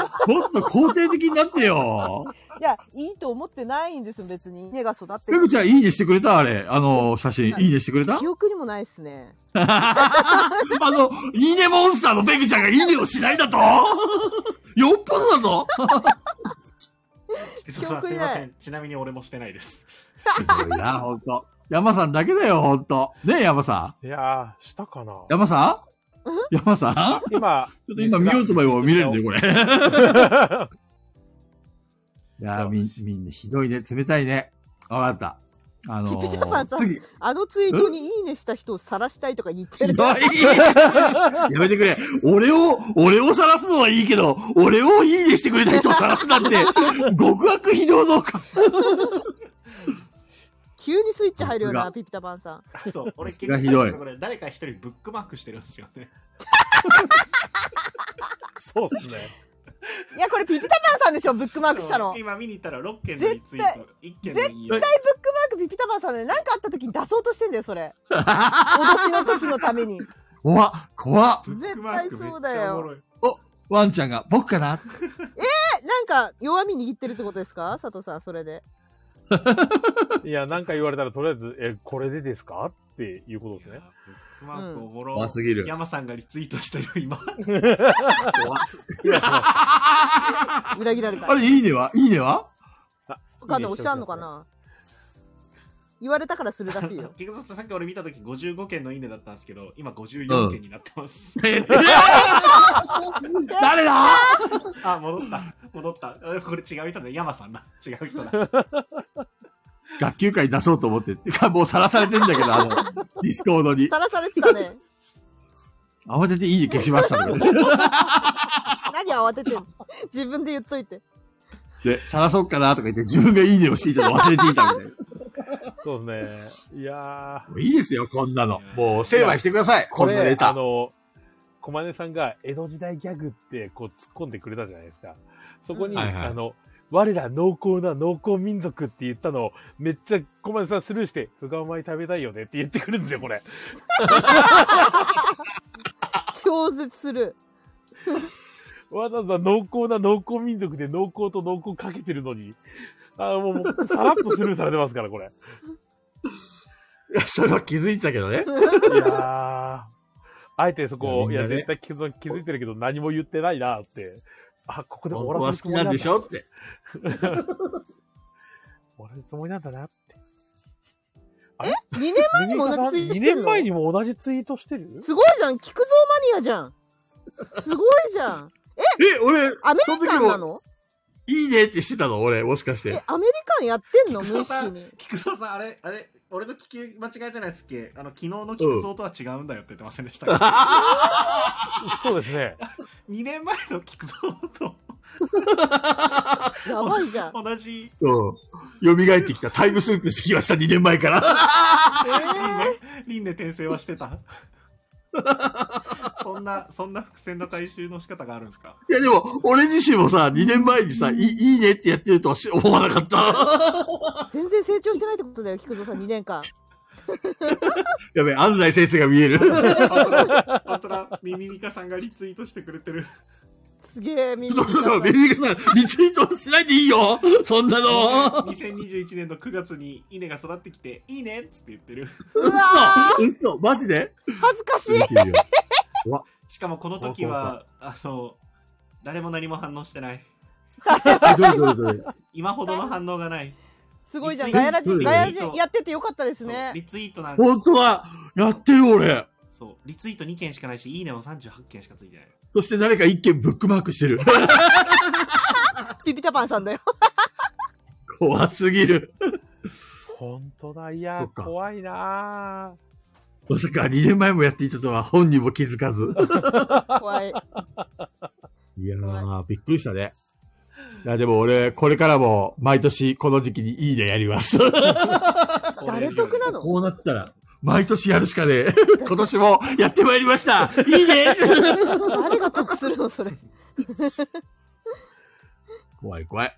S2: と肯定的になってよ。
S4: いや、いいと思ってないんですよ、別に。稲が育って
S2: ペ
S4: る
S2: グちゃんいいねしてくれたあれ。あの、写真、いいねしてくれた
S4: 記憶にもないっすね。
S2: [laughs] あの、いいねモンスターのペグちゃんがいいねをしないだ [laughs] とよっぽどだぞ
S3: 菊蔵さんす
S4: 記憶
S3: い
S4: に
S3: ま
S4: ない
S3: せん。ちなみに俺もしてないです。
S2: いや、ほんと。山さんだけだよ、ほんと。ねえ、山さ。
S1: いやー、したかなん
S2: 山さん山さん
S1: あ今、
S2: ちょっと今見ようと思えば見れるね、これ。いやー、み、みんなひどいね。冷たいね。わかった。あの
S4: 菊田さん
S2: ー、
S4: さ
S2: 次。
S4: あのツイートにいいねした人を晒したいとか言って
S2: ひ
S4: る。
S2: どいやめてくれ。俺を、俺を晒すのはいいけど、俺をいいねしてくれた人を晒すなんて、極悪非道のか。
S4: 急にスイッチ入るよ
S2: さす
S4: な、
S2: が
S4: ピピタパンさん。
S3: そう、俺
S2: さす
S3: 結
S2: が
S3: 構
S2: ひどい
S3: これ誰か一人ブックマークしてるんですよね。
S1: [laughs] そうですね。
S4: いや、これピピタパンさんでしょ、ブックマークしたの。
S3: 今見に行ったら6件のリツイート、1件のいいね
S4: 絶対ブックマークピピタパンさんで何かあった時に出そうとしてんだよ、
S2: [laughs]
S4: それ。脅しの時のために。
S2: 怖っ、怖っ。
S3: ブックマークめっちゃおもろい。
S2: ワンちゃんが、僕かな
S4: え、なんか弱み握ってるってことですか佐藤さん、それで。
S1: いや、なんか言われたら、とりあえず、え、これでですかっていうことです
S3: いや
S1: ね。
S3: ブックマークおもろ。
S2: 怖すぎる。
S3: 山さんがリツイートしてる今。
S4: 裏切られた
S2: あ。 [laughs] れ、いいねはいいねは
S4: わかんない、押しあんのかな言われたからするらしいよ。
S3: [laughs] 結局さっき俺見た時55件のいいねだったんですけど、今54件になってます。
S2: 誰だ
S3: [laughs] あ、戻った。戻った。あこれ違う人だ。山さんだ。違う人だ。
S2: 学級会出そうと思って、てかもうさらされてんだけど、あの、ディスコードに。
S4: さらされてたね。
S2: 慌てていいね消しましたので、
S4: 何慌ててんの自分で言っといて。
S2: で、さらそうかなとか言って、自分がいいねをしていたの忘れていたみたい
S1: そ
S10: [laughs]
S1: うですね。いやー、
S2: な。いいですよ、こんなの。もう、成敗してください。こ
S1: こ
S2: んなネ
S1: れ、あ
S2: タ。
S1: の、駒根さんが江戸時代ギャグってこう突っ込んでくれたじゃないですか。そこに、
S4: うん
S10: はいはい
S1: あの、我ら濃厚な濃厚民族って言ったのを、めっちゃ駒根さんスルーして、ふがお前食べたいよねって言ってくるんですよ、これ。
S4: 超絶する。
S1: わざわざ濃厚な濃厚民族で濃厚と濃厚かけてるのに、あもう、もうさらっとスルーされてますから、これ。
S2: いや [laughs] それは気づいたけどね。
S1: いやー、あえてそこ、
S10: い
S1: い
S10: やみんなね
S1: や、絶対気づ気づいてるけど何も言ってないなって。あ、ここで終
S2: 本
S1: わ
S2: 当は
S1: ら
S2: 好
S1: せるつ
S2: き
S1: もり
S2: なん
S1: だ
S2: でしょって。
S1: 終わらせるつもりなんだなって。
S4: 2年前にも同じツイー
S1: 2
S4: トし
S1: 年
S4: てんの
S1: 前にも同じツイートしてる
S4: すごいじゃん。菊蔵マニアじゃん。すごいじゃん。
S2: え、俺、
S4: アメリカンな
S2: その時も、
S4: の
S2: いいねってしてたの俺、もしかし
S4: え
S2: て。、
S4: アメリカンやってんの無意識に。
S3: 菊蔵さん、あれ、あれ、俺の聞き間違いじゃないですっけあの、昨日の菊蔵とは違うんだよって言ってませんでしたっ
S1: そうですね。
S3: け ?2 年前の菊蔵と
S4: やばい
S3: [laughs]
S4: じゃん。
S3: 同じ、
S2: うん。蘇ってきた。タイムスリップしてきました、2年前から。 [laughs]
S4: え
S3: 輪廻転生はしてた。そんな、そんな伏線の回収の仕方があるんですか
S2: いや、でも、俺自身もさ、2年前にさ、いいいいねってやってるとはし思わなかった。 [laughs]
S4: ー、全然成長してないってことだよ、菊蔵さん2年間。
S2: やべえ、安西先生が見える。
S3: あとら、ミミミカさんがリツイートしてくれてる。
S4: すげえ、みん
S2: そ [laughs]
S4: な
S2: う。そうそう、ベビーカさん、リツイートしないでいいよそんなの
S3: 2021年の9月に稲が育ってきて、いいねっつって言ってる。
S4: うわ
S2: 嘘嘘マジで
S4: 恥ずかしい。
S3: しかもこの時は、あの、誰も何も反応してない。
S2: どれどれどれ。
S3: 今ほどの反応がない。
S4: すごいじゃん。
S3: リツイ
S4: ガ
S3: ート
S4: ヤラジ、
S2: うん
S4: ガヤラジやっててよかったです
S3: そう
S4: ね。
S3: リツイートなんか、
S5: 本当は、やってる俺。
S3: そう、リツイート2件しかないし、いいねも38件しかついてない。
S5: そして誰か一件ブックマーク
S2: [laughs]
S5: してる。
S4: ピピタパンさんだよ。
S5: 怖すぎる。
S1: 本当だ、い
S5: そ
S1: や
S5: っ、か
S1: 怖いな
S5: まさか2年前もやっていたとは本人も気づかず。
S4: [laughs] 怖い。
S5: [laughs] いやー、びっくりしたね。いや、でも俺、これからも毎年この時期にいいねやります。
S4: 誰得なの
S5: こうなったら、毎年やるしかねえ。今年もやってまいりましたいいね
S4: 誰が得するのそれ。
S5: 怖い怖い。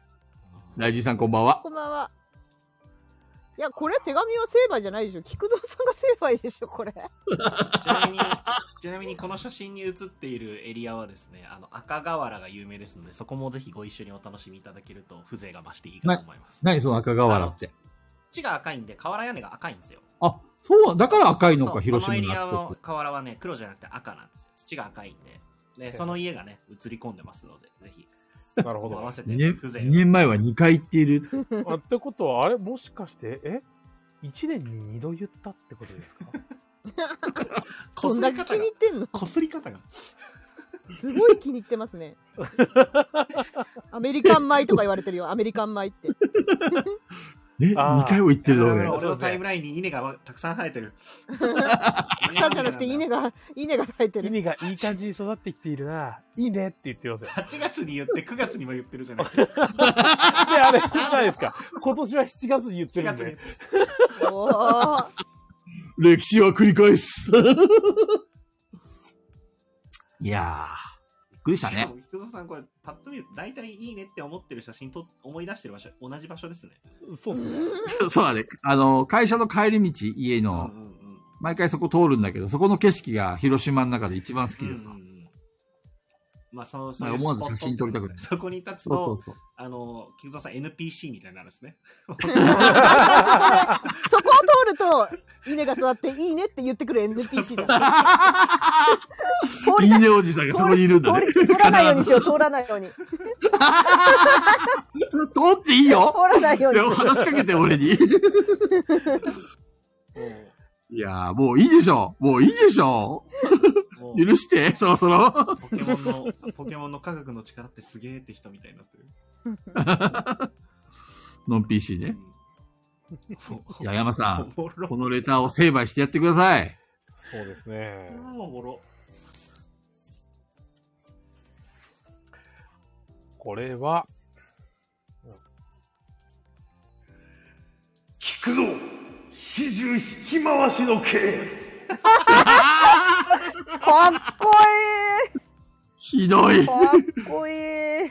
S5: ライジンさんこんばんは。
S4: こんばんは。いや、これ手紙は成敗じゃないでしょ。菊蔵さんが成敗でしょ、これ。
S3: ちなみに、ちなみにこの写真に写っているエリアはですね、あの赤瓦が有名ですので、そこもぜひご一緒にお楽しみいただけると、風情が増していいかと思います。
S2: 何その赤瓦って。
S3: 地が赤いんで、瓦屋根が赤いんですよ。
S2: あ、そう、だから赤いの
S3: そう
S2: か、広島
S3: この
S2: に
S3: エリア
S2: あっ
S3: の瓦はね、黒じゃなくて赤なんですよ。土が赤いんで。で、その家がね、映り込んでますので、ぜひ、
S1: ーなるほ
S3: 合わ
S1: ど。
S3: せて
S5: 2年、
S3: 風
S5: 二
S3: 情を。
S5: 年前は2回行っている。
S1: [laughs] あってことは、あれ、もしかして、え一年に二度言ったってこと [laughs] ですか
S3: こ
S4: こん
S3: す
S4: だ
S3: り
S4: け気
S3: 方
S4: に
S3: が
S4: 入っ、てんの
S3: こすり方が。
S4: すごい気に入ってますね。 [laughs] アメリカン米とか言われてるよ。アメリカン米って。
S5: ね、
S1: あー
S5: 2回も行ってるの
S3: やばいやばい
S5: ね。
S3: 俺のタイムラインに稲がたくさん生えてる。
S4: 草じゃなくて稲が、稲が生えて
S1: 意
S4: る。
S1: 味がいい感じに育ってきているな。いいねって言ってますよ。
S3: 8月に言って9月にも言ってるじゃ [laughs] ないですか。
S1: で、あれ、じゃないですか。今年は7月に言って
S3: 7
S1: るん
S3: 月に
S1: で。
S4: おー。
S5: 歴史は繰り返
S4: [laughs]
S5: す。
S2: て。いやー、びっくりした
S3: しか
S2: ね
S5: [laughs]
S3: も。菊蔵さん、これ、パッと見ると、大体いいねって思ってる写真と思い出してる場所、同じ場所ですね。
S1: そうっすね。
S2: そうだね。あの、会社の帰り道、家
S3: うんう
S2: の、
S3: ん
S2: 毎回そこ通るんだけど、そこの景色が広島の中で一番好き
S3: うん。
S2: です。
S3: うんうんうんまあ、その、その
S2: 思わず写真撮りたくなる
S3: そこに立つ
S2: そうそ
S3: と
S2: う、そう。
S3: あの、菊蔵さん NPC みたいになるんで
S2: [laughs]
S3: すね。
S4: [laughs] そこを通ると、稲が座っていいねって言ってくる NPC だ。通
S5: い
S4: り
S5: い
S4: た
S5: ねおじさんがそこにいるんだね。
S4: 通り通らないよう
S2: [laughs]
S4: にしよう、通らないように。通
S5: [laughs] 通っていいよ
S4: らないよう
S5: い
S4: に
S5: や
S4: し [laughs] よう。
S5: 話しかけて俺に。
S3: も
S5: いやー、もういいでしょもういいでしょ
S3: う、もう
S5: 許して、そろそろ。
S3: ポケモンの、ポケモンの科学の力ってすげえって人みたいになってる。
S5: ノン PC ね。
S3: うん
S2: いや、山さん、
S3: おもろ
S2: こ。のレターを成敗してやってください。
S1: そうですね。
S3: おもろ。
S1: これは、
S11: 聞くぞ四十引き回しの刑
S4: かっこ
S5: [laughs] ひど
S4: いい
S5: い。
S4: かっこいい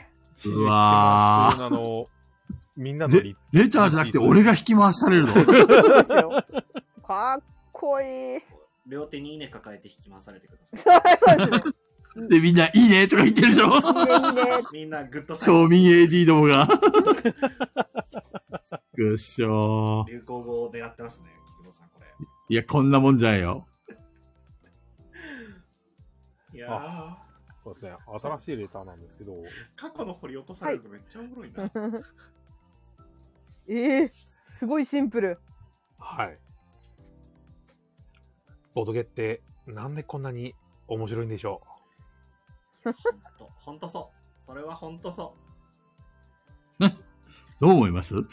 S4: う
S5: わ
S1: あの、みんなの立
S5: レターじゃなくて俺が引き回されるの。
S4: ですよ。かっこいい。
S3: 両手に稲抱えて引き回されてください。
S4: そうそうですね。
S5: で、みんな、いいねとか言ってるでしょ
S4: いいね、いいね。
S3: みんなグッドサイン。
S5: [laughs] 町民 AD ども [laughs] が。くっしょー。
S3: 流行語を狙ってますね、菊蔵さん、これ。
S5: いや、こんなもんじゃんよ。
S3: いやー、
S1: そうですね。新しいレターなんですけど、
S3: 過去の掘り起こされるとめっちゃおもろ
S2: [laughs]
S3: いな。
S4: ええすごいシンプル。
S1: はい。ボドゲってなんでこんなに面白いんでしょ
S3: ほんと、ほんとそう。それはほんとそ
S5: どう思います [laughs] こ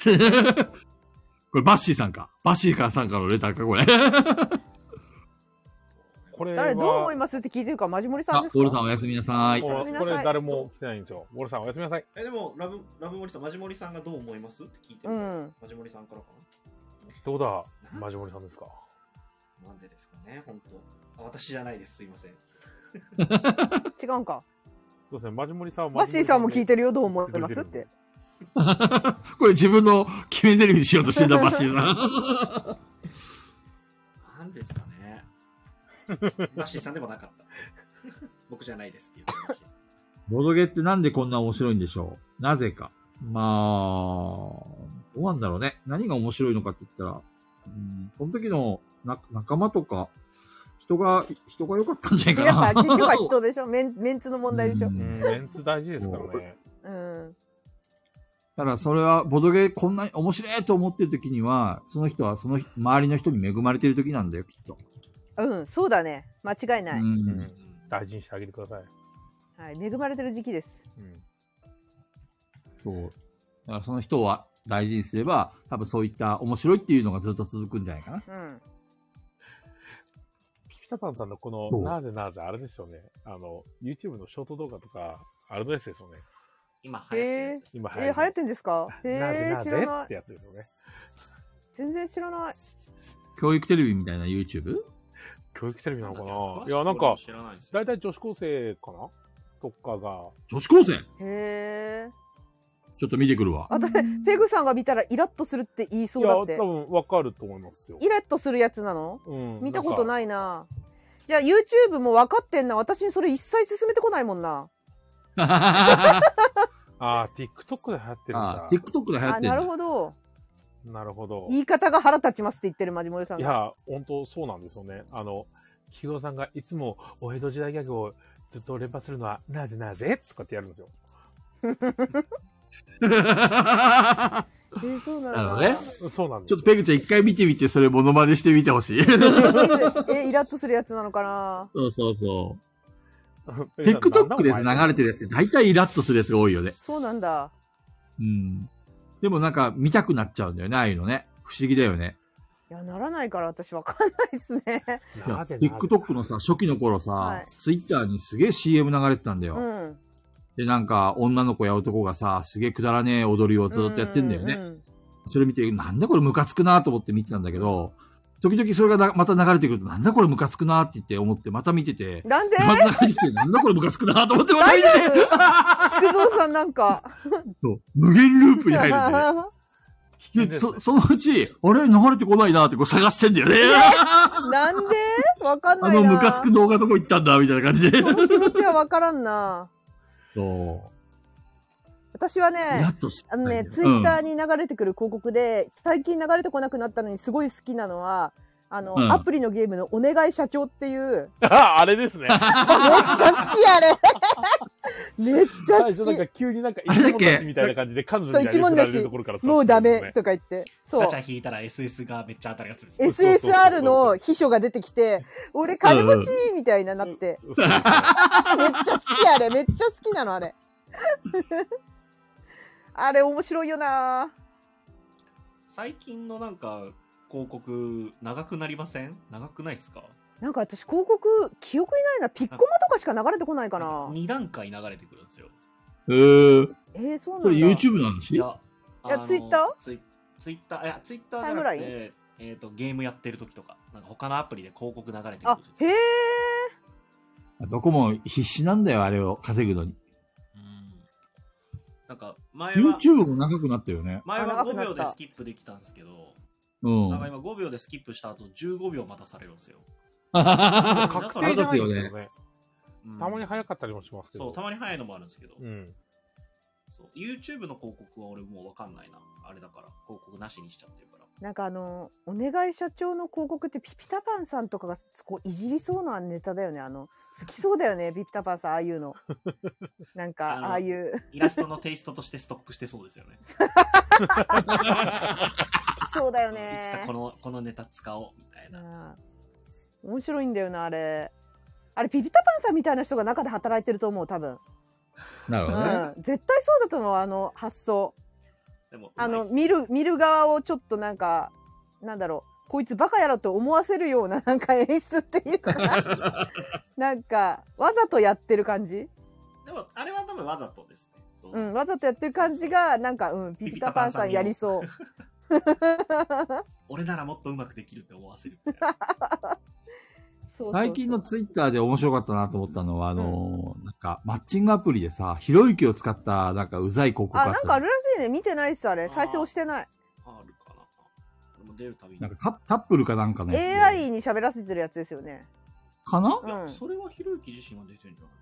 S5: れ、バッシーさんか。バッシーかさんからのレターか、これ。
S3: う。
S1: う。これは、
S4: 誰どう思いますって聞いてるから、マジモリさん
S2: あ
S4: で、す
S2: オールさ
S4: か
S2: んおやすみなさい。
S1: こ
S4: おや
S1: れ
S4: すみなさ
S1: こ
S4: い
S1: れ誰も来てないんですよ。ウォルさんおやすみなさい。
S3: え、でも、ラブ、ラブモリさん、マジモリさんがどう思いますって聞いて
S4: う
S3: る。
S4: ん。
S3: マジモリさんからか
S1: どうだ、マジモリさんですか。
S3: ななんでですかね、ほんと。あ、私じゃないです、すいません。
S4: 違うんか。
S1: そうですね、マジモリさんは
S4: バッシーさんも聞い
S1: る。
S4: てるよ、どう思いますって。
S5: これ自分の決め台詞にしようとしてんだ、バッシーさん。
S3: なんですか
S4: [laughs]
S3: ね。マッシーさんでもなかった。 [laughs] 僕じゃないですって言ってマッシーさん。
S2: ボドゲってなんでこんな面白いんでしょうなぜか。まあ、どうなんだろうね。何が面白いのかって言ったら、うん、その時のな仲間とか、人が、人が良かったんじゃない
S4: やっぱ
S2: かな。
S4: 結局は人でしょメンメンツの問題でしょ
S2: う
S1: うん、メンツ大事ですからね。
S4: うん。
S2: だからそれは、ボドゲこんなに面白いと思ってる時には、その人はその人周りの人に恵まれてる時なんだよ、きっと。
S4: うん、そうだね。間違いない。
S2: う
S1: うんん。大事にしてあげてください。
S4: はい、恵まれてる時期です。
S1: うん。
S2: そう。だからその人は大事にすれば、多分そういった面白いっていうのがずっと続くんじゃないかな。
S4: うん。
S1: ピピタパンさんのこの
S2: そ、う
S1: なぜなぜ、あれですよね。あの、YouTube のショート動画とか、あれのやつですよね。
S3: 今流行ってるやつです。
S1: 今流
S4: えー、流行ってんですか
S1: 行るなぜ
S4: えー、
S1: な
S4: 知
S1: ぜ
S4: らな
S1: っ
S4: い
S1: て。やつですよね。
S4: 全然知らない。
S2: 教育テレビみたいな YouTube?
S1: 教育テレビなの
S3: 詳
S1: か
S3: し
S1: ない
S3: く
S1: や、なん
S3: 俺
S1: か
S3: も、知らないですよ
S1: 大体女子高生かなとかが、
S2: 女子高生
S4: へえ。
S2: ちょっと見てくるわ。
S4: あと、ペグさんが見たらイラッとするって言い
S1: い
S4: そう
S1: や、
S4: だ
S1: 多
S4: って。
S1: 分わかると思いますよ。
S4: イラッとするやつなの
S1: うん
S4: 見たこと
S1: い。
S4: ないな。じゃあ YouTube も分かってんな。私にそれ一切進めてこないもんな。
S1: ああ、TikTok で流行ってるん
S2: あ
S1: だ。
S2: TikTok で流行っ
S4: あ、
S2: てる
S4: なる
S2: んだ。
S4: ほど。
S1: なるほど。
S4: 言い方が腹立ちますって言ってるマジモリさん
S1: い
S4: が。
S1: や、本当そうなんですよね。あの、菊蔵さんがいつもお江戸時代ギャグをずっと連発するのはなぜなぜとかってやるんですよ。
S4: えー、そうなんだ。
S2: [laughs] なるほどね。
S1: そうなんです
S2: ち
S1: よ
S2: ょっとペグちゃん一回見てみて、それモノマネしてみてほしい。そう
S4: え、イラッとするやつなのかな
S2: そうそう。
S1: [laughs] ペグさん
S2: TikTok で
S1: なんだお前
S2: 流れてるやつって大体イラッとするやつが多いよね。
S4: そうなんだ。
S2: うん。でもなんか見たくなっちゃうんだよね、ああいうのね。不思議だよね。
S4: いや、ならないから私わかんないですね。
S2: いや
S1: なぜなぜ
S2: TikTok のさ、初期の頃さ、
S4: はい
S2: Twitter にすげえ CM 流れてたんだよ。
S4: うん。
S2: で、なんか女の子や男がさ、すげえくだらねえ踊りをずっとやってんだよね。
S4: うう
S2: それ見て、なんだこれムカつくなと思って見てたんだけど、時々それがなまた流れてくると、なんだこれムカつくなって言って思って、また見てて
S4: うん。、なんで
S2: また流れてきて、なんだこれムカつくなと思って、また見てて、
S4: 菊蔵さんなんか。
S2: そう無限ループに入るんだよ
S4: [laughs]
S2: ね。
S1: 危険で
S2: です
S1: ね
S2: そそのうち、あれ流れてこないなってこう探してんだよ [laughs] ね。
S4: なんでわかん
S2: あ
S4: ないな。
S2: のムカつく動画どこ行ったんだみたいな感じで。
S4: [laughs] その気持ちはわからんな。
S2: そう。
S4: 私は
S2: や
S4: ね、
S2: っとし
S4: あのね、ツイ
S2: うん
S4: ッターに流れてくる広告で、最近流れてこなくなったのにすごい好きなのは、あの、
S2: うん
S4: アプリのゲームのお願い社長って
S2: [laughs]
S4: いう、
S1: [laughs] ああれですね。
S4: めっちゃ好きあれ [laughs] めっちゃ
S1: 最初
S4: 好
S1: なんか
S4: き
S1: 急になんか
S2: あれだっ
S1: 一
S2: け
S1: 文出しみたいな感じで彼女にやり振られるところから
S4: もうダ
S1: 撮って
S4: メ
S1: るんですよね。
S4: とか言って。そう
S3: ガチ。ャ引いたら SS がめっちゃ当たるやつです。
S1: そうそうそう
S4: SSR の秘書が出てきて、俺金持ちみたいななって、めっちゃ好きあれ、めっちゃ好きなのあれ。 [laughs] あれ面白いよな
S3: 最近のなんか広告長くなりません長くないですか
S4: なんか私広告、記憶にないな、ピッコマとかしか流れてこないかな。
S3: ?2 段階流れてくるんですよ。
S2: えー、
S4: えー、そうなんだ。
S2: それ YouTube の話
S3: いや、
S4: いや
S3: あの
S4: Twitter？
S3: ツイツイッター、いや、ツイッター
S4: タ
S3: じ
S4: イ
S3: ゃ
S4: ム
S3: なく
S4: ライン
S3: て、えっ、と、ゲームやってる時とか、なんか他のアプリで広告流れてくる
S4: あ、へえ。
S2: どこも必死なんだよ、あれを稼ぐのに。
S3: うんなんか、前は、
S2: YouTube も長くなったよね。
S3: 前
S4: あ長
S3: は
S4: く
S3: 5
S4: なった
S3: 秒でスキップできたんですけど、
S2: うん。
S3: なんか
S2: [laughs]
S3: 今5秒でスキップした後15秒待たされるんですよ。
S1: そう
S2: あ
S1: そうそう
S3: 確
S1: そ
S3: 定
S1: う確定じゃないんで
S2: じゃない
S1: す
S2: で
S1: け
S2: す
S1: どね。
S3: うん
S1: たまに早かったりもしますけど。
S3: そう、たまに早いのもあるんですけど、
S1: うん。
S3: そう YouTube の広告は俺もうわかんないな。あれだから、広告なしにしちゃってるから。
S4: なんかあの、お願い社長の広告ってピピタパンさんとかがこういじりそうなネタだよね。あの、好きそうだよね、ピピタパンさん、ああいうの。なんか、
S3: あの
S4: ああいう。
S3: イラストのテイストとしてストックしてそうですよね。
S4: 好きそうだよ
S3: いつか
S4: ね
S3: こ。のこのネタ使おうみたいな。
S4: うん面白いんだよな、あれ。あれ、ピピタパンさんみたいな人が中で働いてると思う、多分。
S2: なる
S4: う
S2: ほどね。
S4: ん。絶対そうだと思う、あの発想。
S3: でも、
S4: あ
S3: う
S4: の、
S3: まいっ
S4: 見る、見る側をちょっとなんか、なんだろう、こいつバカやろと思わせるような、なん [laughs] か演出っていうか、なんか、わざとやってる感じ
S3: すでも、あれは多分わざとですね。そう
S4: うん、わざとやってる感じが、なんか、うん、ピピタパンさんやりそう。
S3: 俺ならもっとうまくできるって思わせるみ
S4: [laughs]
S3: たいな。
S4: そうそうそう
S2: 最近の Twitter で面白かったなと思ったのは、あのーなんか、マッチングアプリでさ、ひろゆきを使った、なんか、うざい広告
S4: あ、
S2: あっ
S4: なん
S2: た
S4: か
S2: の
S4: あるらしいね。見てないっす、あれ。再生押してない。
S3: あるかな。俺も出るたびに。
S2: なんかタ、タップルかなんかのやつで
S4: AI に喋らせてるやつですよね。
S2: かな
S4: う
S3: いや、
S4: ん。
S3: それはひろゆき自身が出てるんじゃないか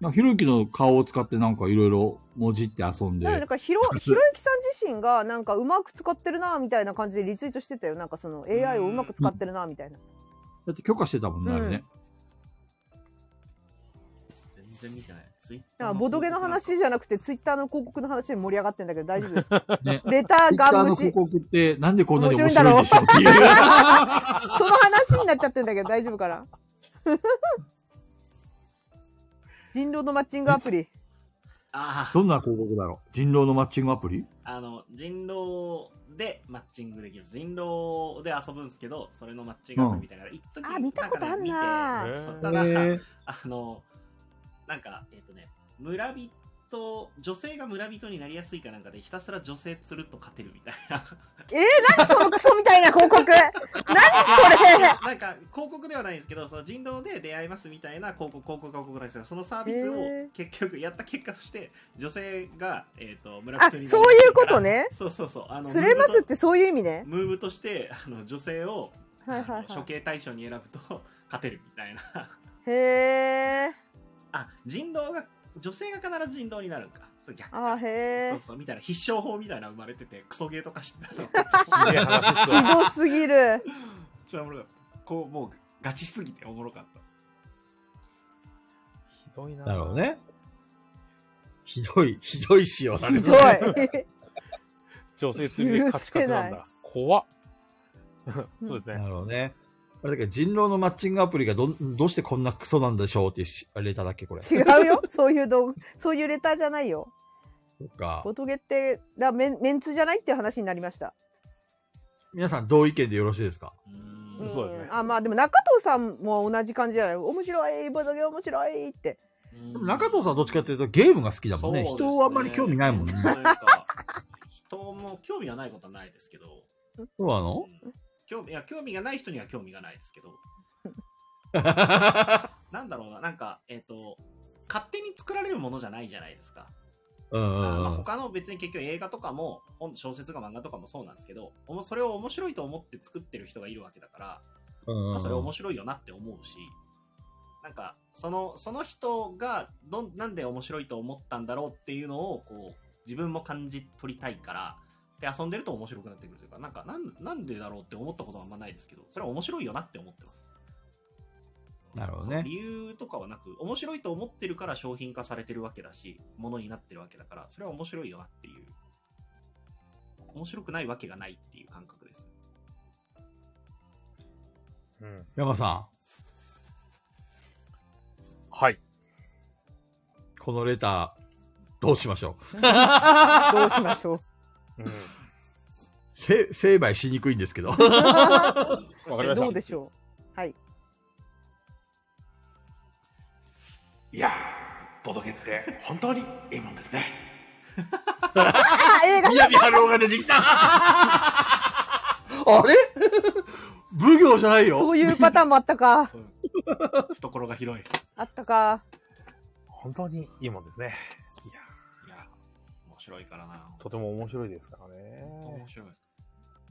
S2: なんかひろゆきの顔を使ってなんかいろいろ文字って遊んで
S4: だ。からなんかひろひろゆきさん自身がなんかうまく使ってるなみたいな感じでリツイートしてたよなんかその AI をうまく使ってるなみたいな、
S2: だって許可してたもんね、あれね。
S3: な。全然見てない。ツイッタ
S4: あ
S3: ー
S4: ボドゲの話じゃなくて、ツイッターの広告の話で盛り上がってんだけど大丈夫ですか
S5: ね
S4: レターガン
S5: の
S4: 無視
S5: 広、告ってなんでこんなに面白いんでしょうって
S2: [laughs]
S5: いう。
S4: その話になっちゃってんだけど大丈夫かな人狼のマッチングアプリ。
S3: ああ
S5: どんな広告だろう人狼のマッチングアプ
S2: [laughs]
S5: リ
S3: あの人狼でマッチングできる人狼で遊ぶんですけどそれのマッチングアプリみたいな、一時
S4: あ見たことあんな
S3: なんかね見てそうただ、あの、なんか、えっ、とね、村人、女性が村人になりやすいかなんかで、ひたすら女性つるっと勝てるみたいな。
S4: えー、何そのクソみたいな広告何それ
S3: なんか、広告ではないんですけど、その人狼で出会いますみたいな広告、広告、広告なんですけど、そのサービス
S4: へ
S3: を
S4: ー
S3: 結局やった結果として、女性が、えっ、と、村
S4: あ、
S3: 人
S4: そう
S3: になり
S4: い
S3: や
S4: う
S3: すいから
S4: こと。ね。
S3: そうそうそう。あの、
S4: スレマ
S3: ム
S4: スっ
S3: ーブと
S4: てそういう意味ね。
S3: ムーブとして、あの、女性を、
S4: はいはい
S3: あの
S4: は
S3: 処刑対象に選ぶと勝てるみたいな。
S4: い。へー。
S3: あ、人狼が、女性が必ず人狼になるんか。そう逆か
S4: あ、へ
S3: そ
S4: ー
S3: う。そう、みたいな必勝法みたいなの生まれてて、クソゲーとかしてたの。めっ
S1: すげえ話っすわ
S4: ひどすぎる。
S3: ちゃおもろかった。こう、もう、ガチすぎておもろかった。
S1: [laughs] ひどいな。
S2: なるほど。ね。ひどい、ひどいしよう
S4: ひどい。
S1: 女性釣りで勝ち方なん
S4: 許
S1: だ。怖っ。そうです
S2: な
S1: ね。
S2: るほどね。あれだけど人狼のマッチングアプリがどん、どうしてこんなクソなんでしょうっていうしレターだっけ、これ。そ
S4: 違うよ。そういう動画、そういうレターじゃないよ。
S2: っか。
S4: ボトゲって、だメンメンツじゃないっていう話になりました。
S2: 皆さん、同意見でよろしいですか
S3: うん
S1: そうですね
S4: んあ、まあでも中藤さんも同じ感じじゃない。面白い、ボトゲ面白いって。
S2: でも中藤さんはどっちかっていうとゲームが好きだもんね。人はあんまり興味ないもんね。
S3: そうですねなんか人も興味はないことはないですけど、
S2: そうなの
S3: うん興味いや興味がない人には興味がないですけど、なんだろうな、なんか、えっ、と、勝手に作られるものじゃないじゃないですか。
S2: [laughs] うんう
S3: あ
S2: ん
S3: まあ
S2: うん。
S3: 他の別に結局映画とかも本小説が漫画とかもそうなんですけどおもそれを面白いと思って作ってる人がいるわけだから、
S2: うんう
S3: ま
S2: ん
S3: あ、それ面白いよなって思うしなんかそのその人がどんなんで面白いと思ったんだろうっていうのをこう自分も感じ取りたいからで遊んでると面白くなってくるというかなんかなんなんでだろうって思ったことはあんまないですけどそれは面白いよなって思ってます。
S2: なるほど
S3: そう
S2: ね。
S3: 理由とかはなく面白いと思ってるから商品化されてるわけだしものになってるわけだからそれは面白いよなっていう面白くないわけがないっていう感覚です
S1: うん
S2: 山さ
S1: はい。
S2: ん、このレター、どうしましょう
S4: どうしましょう。
S1: うん
S2: せ成敗しにくいんです [laughs] けど。
S1: わかりました
S4: どうでしょう。はい。
S11: いやー、ボドゲって本当にいいもんですね。
S4: あ、映画
S2: 南春夫が出てきた [laughs] あれ [laughs] 奉行じゃない
S4: [laughs] そ
S2: よ
S4: ういうパターンもあったか。
S3: そう [laughs] 懐が広い
S4: あったか。
S1: 本当にいいもんですね。いや、
S3: いや面白いからな
S1: とても面白いですから
S3: 本当
S1: ね
S3: 面。白い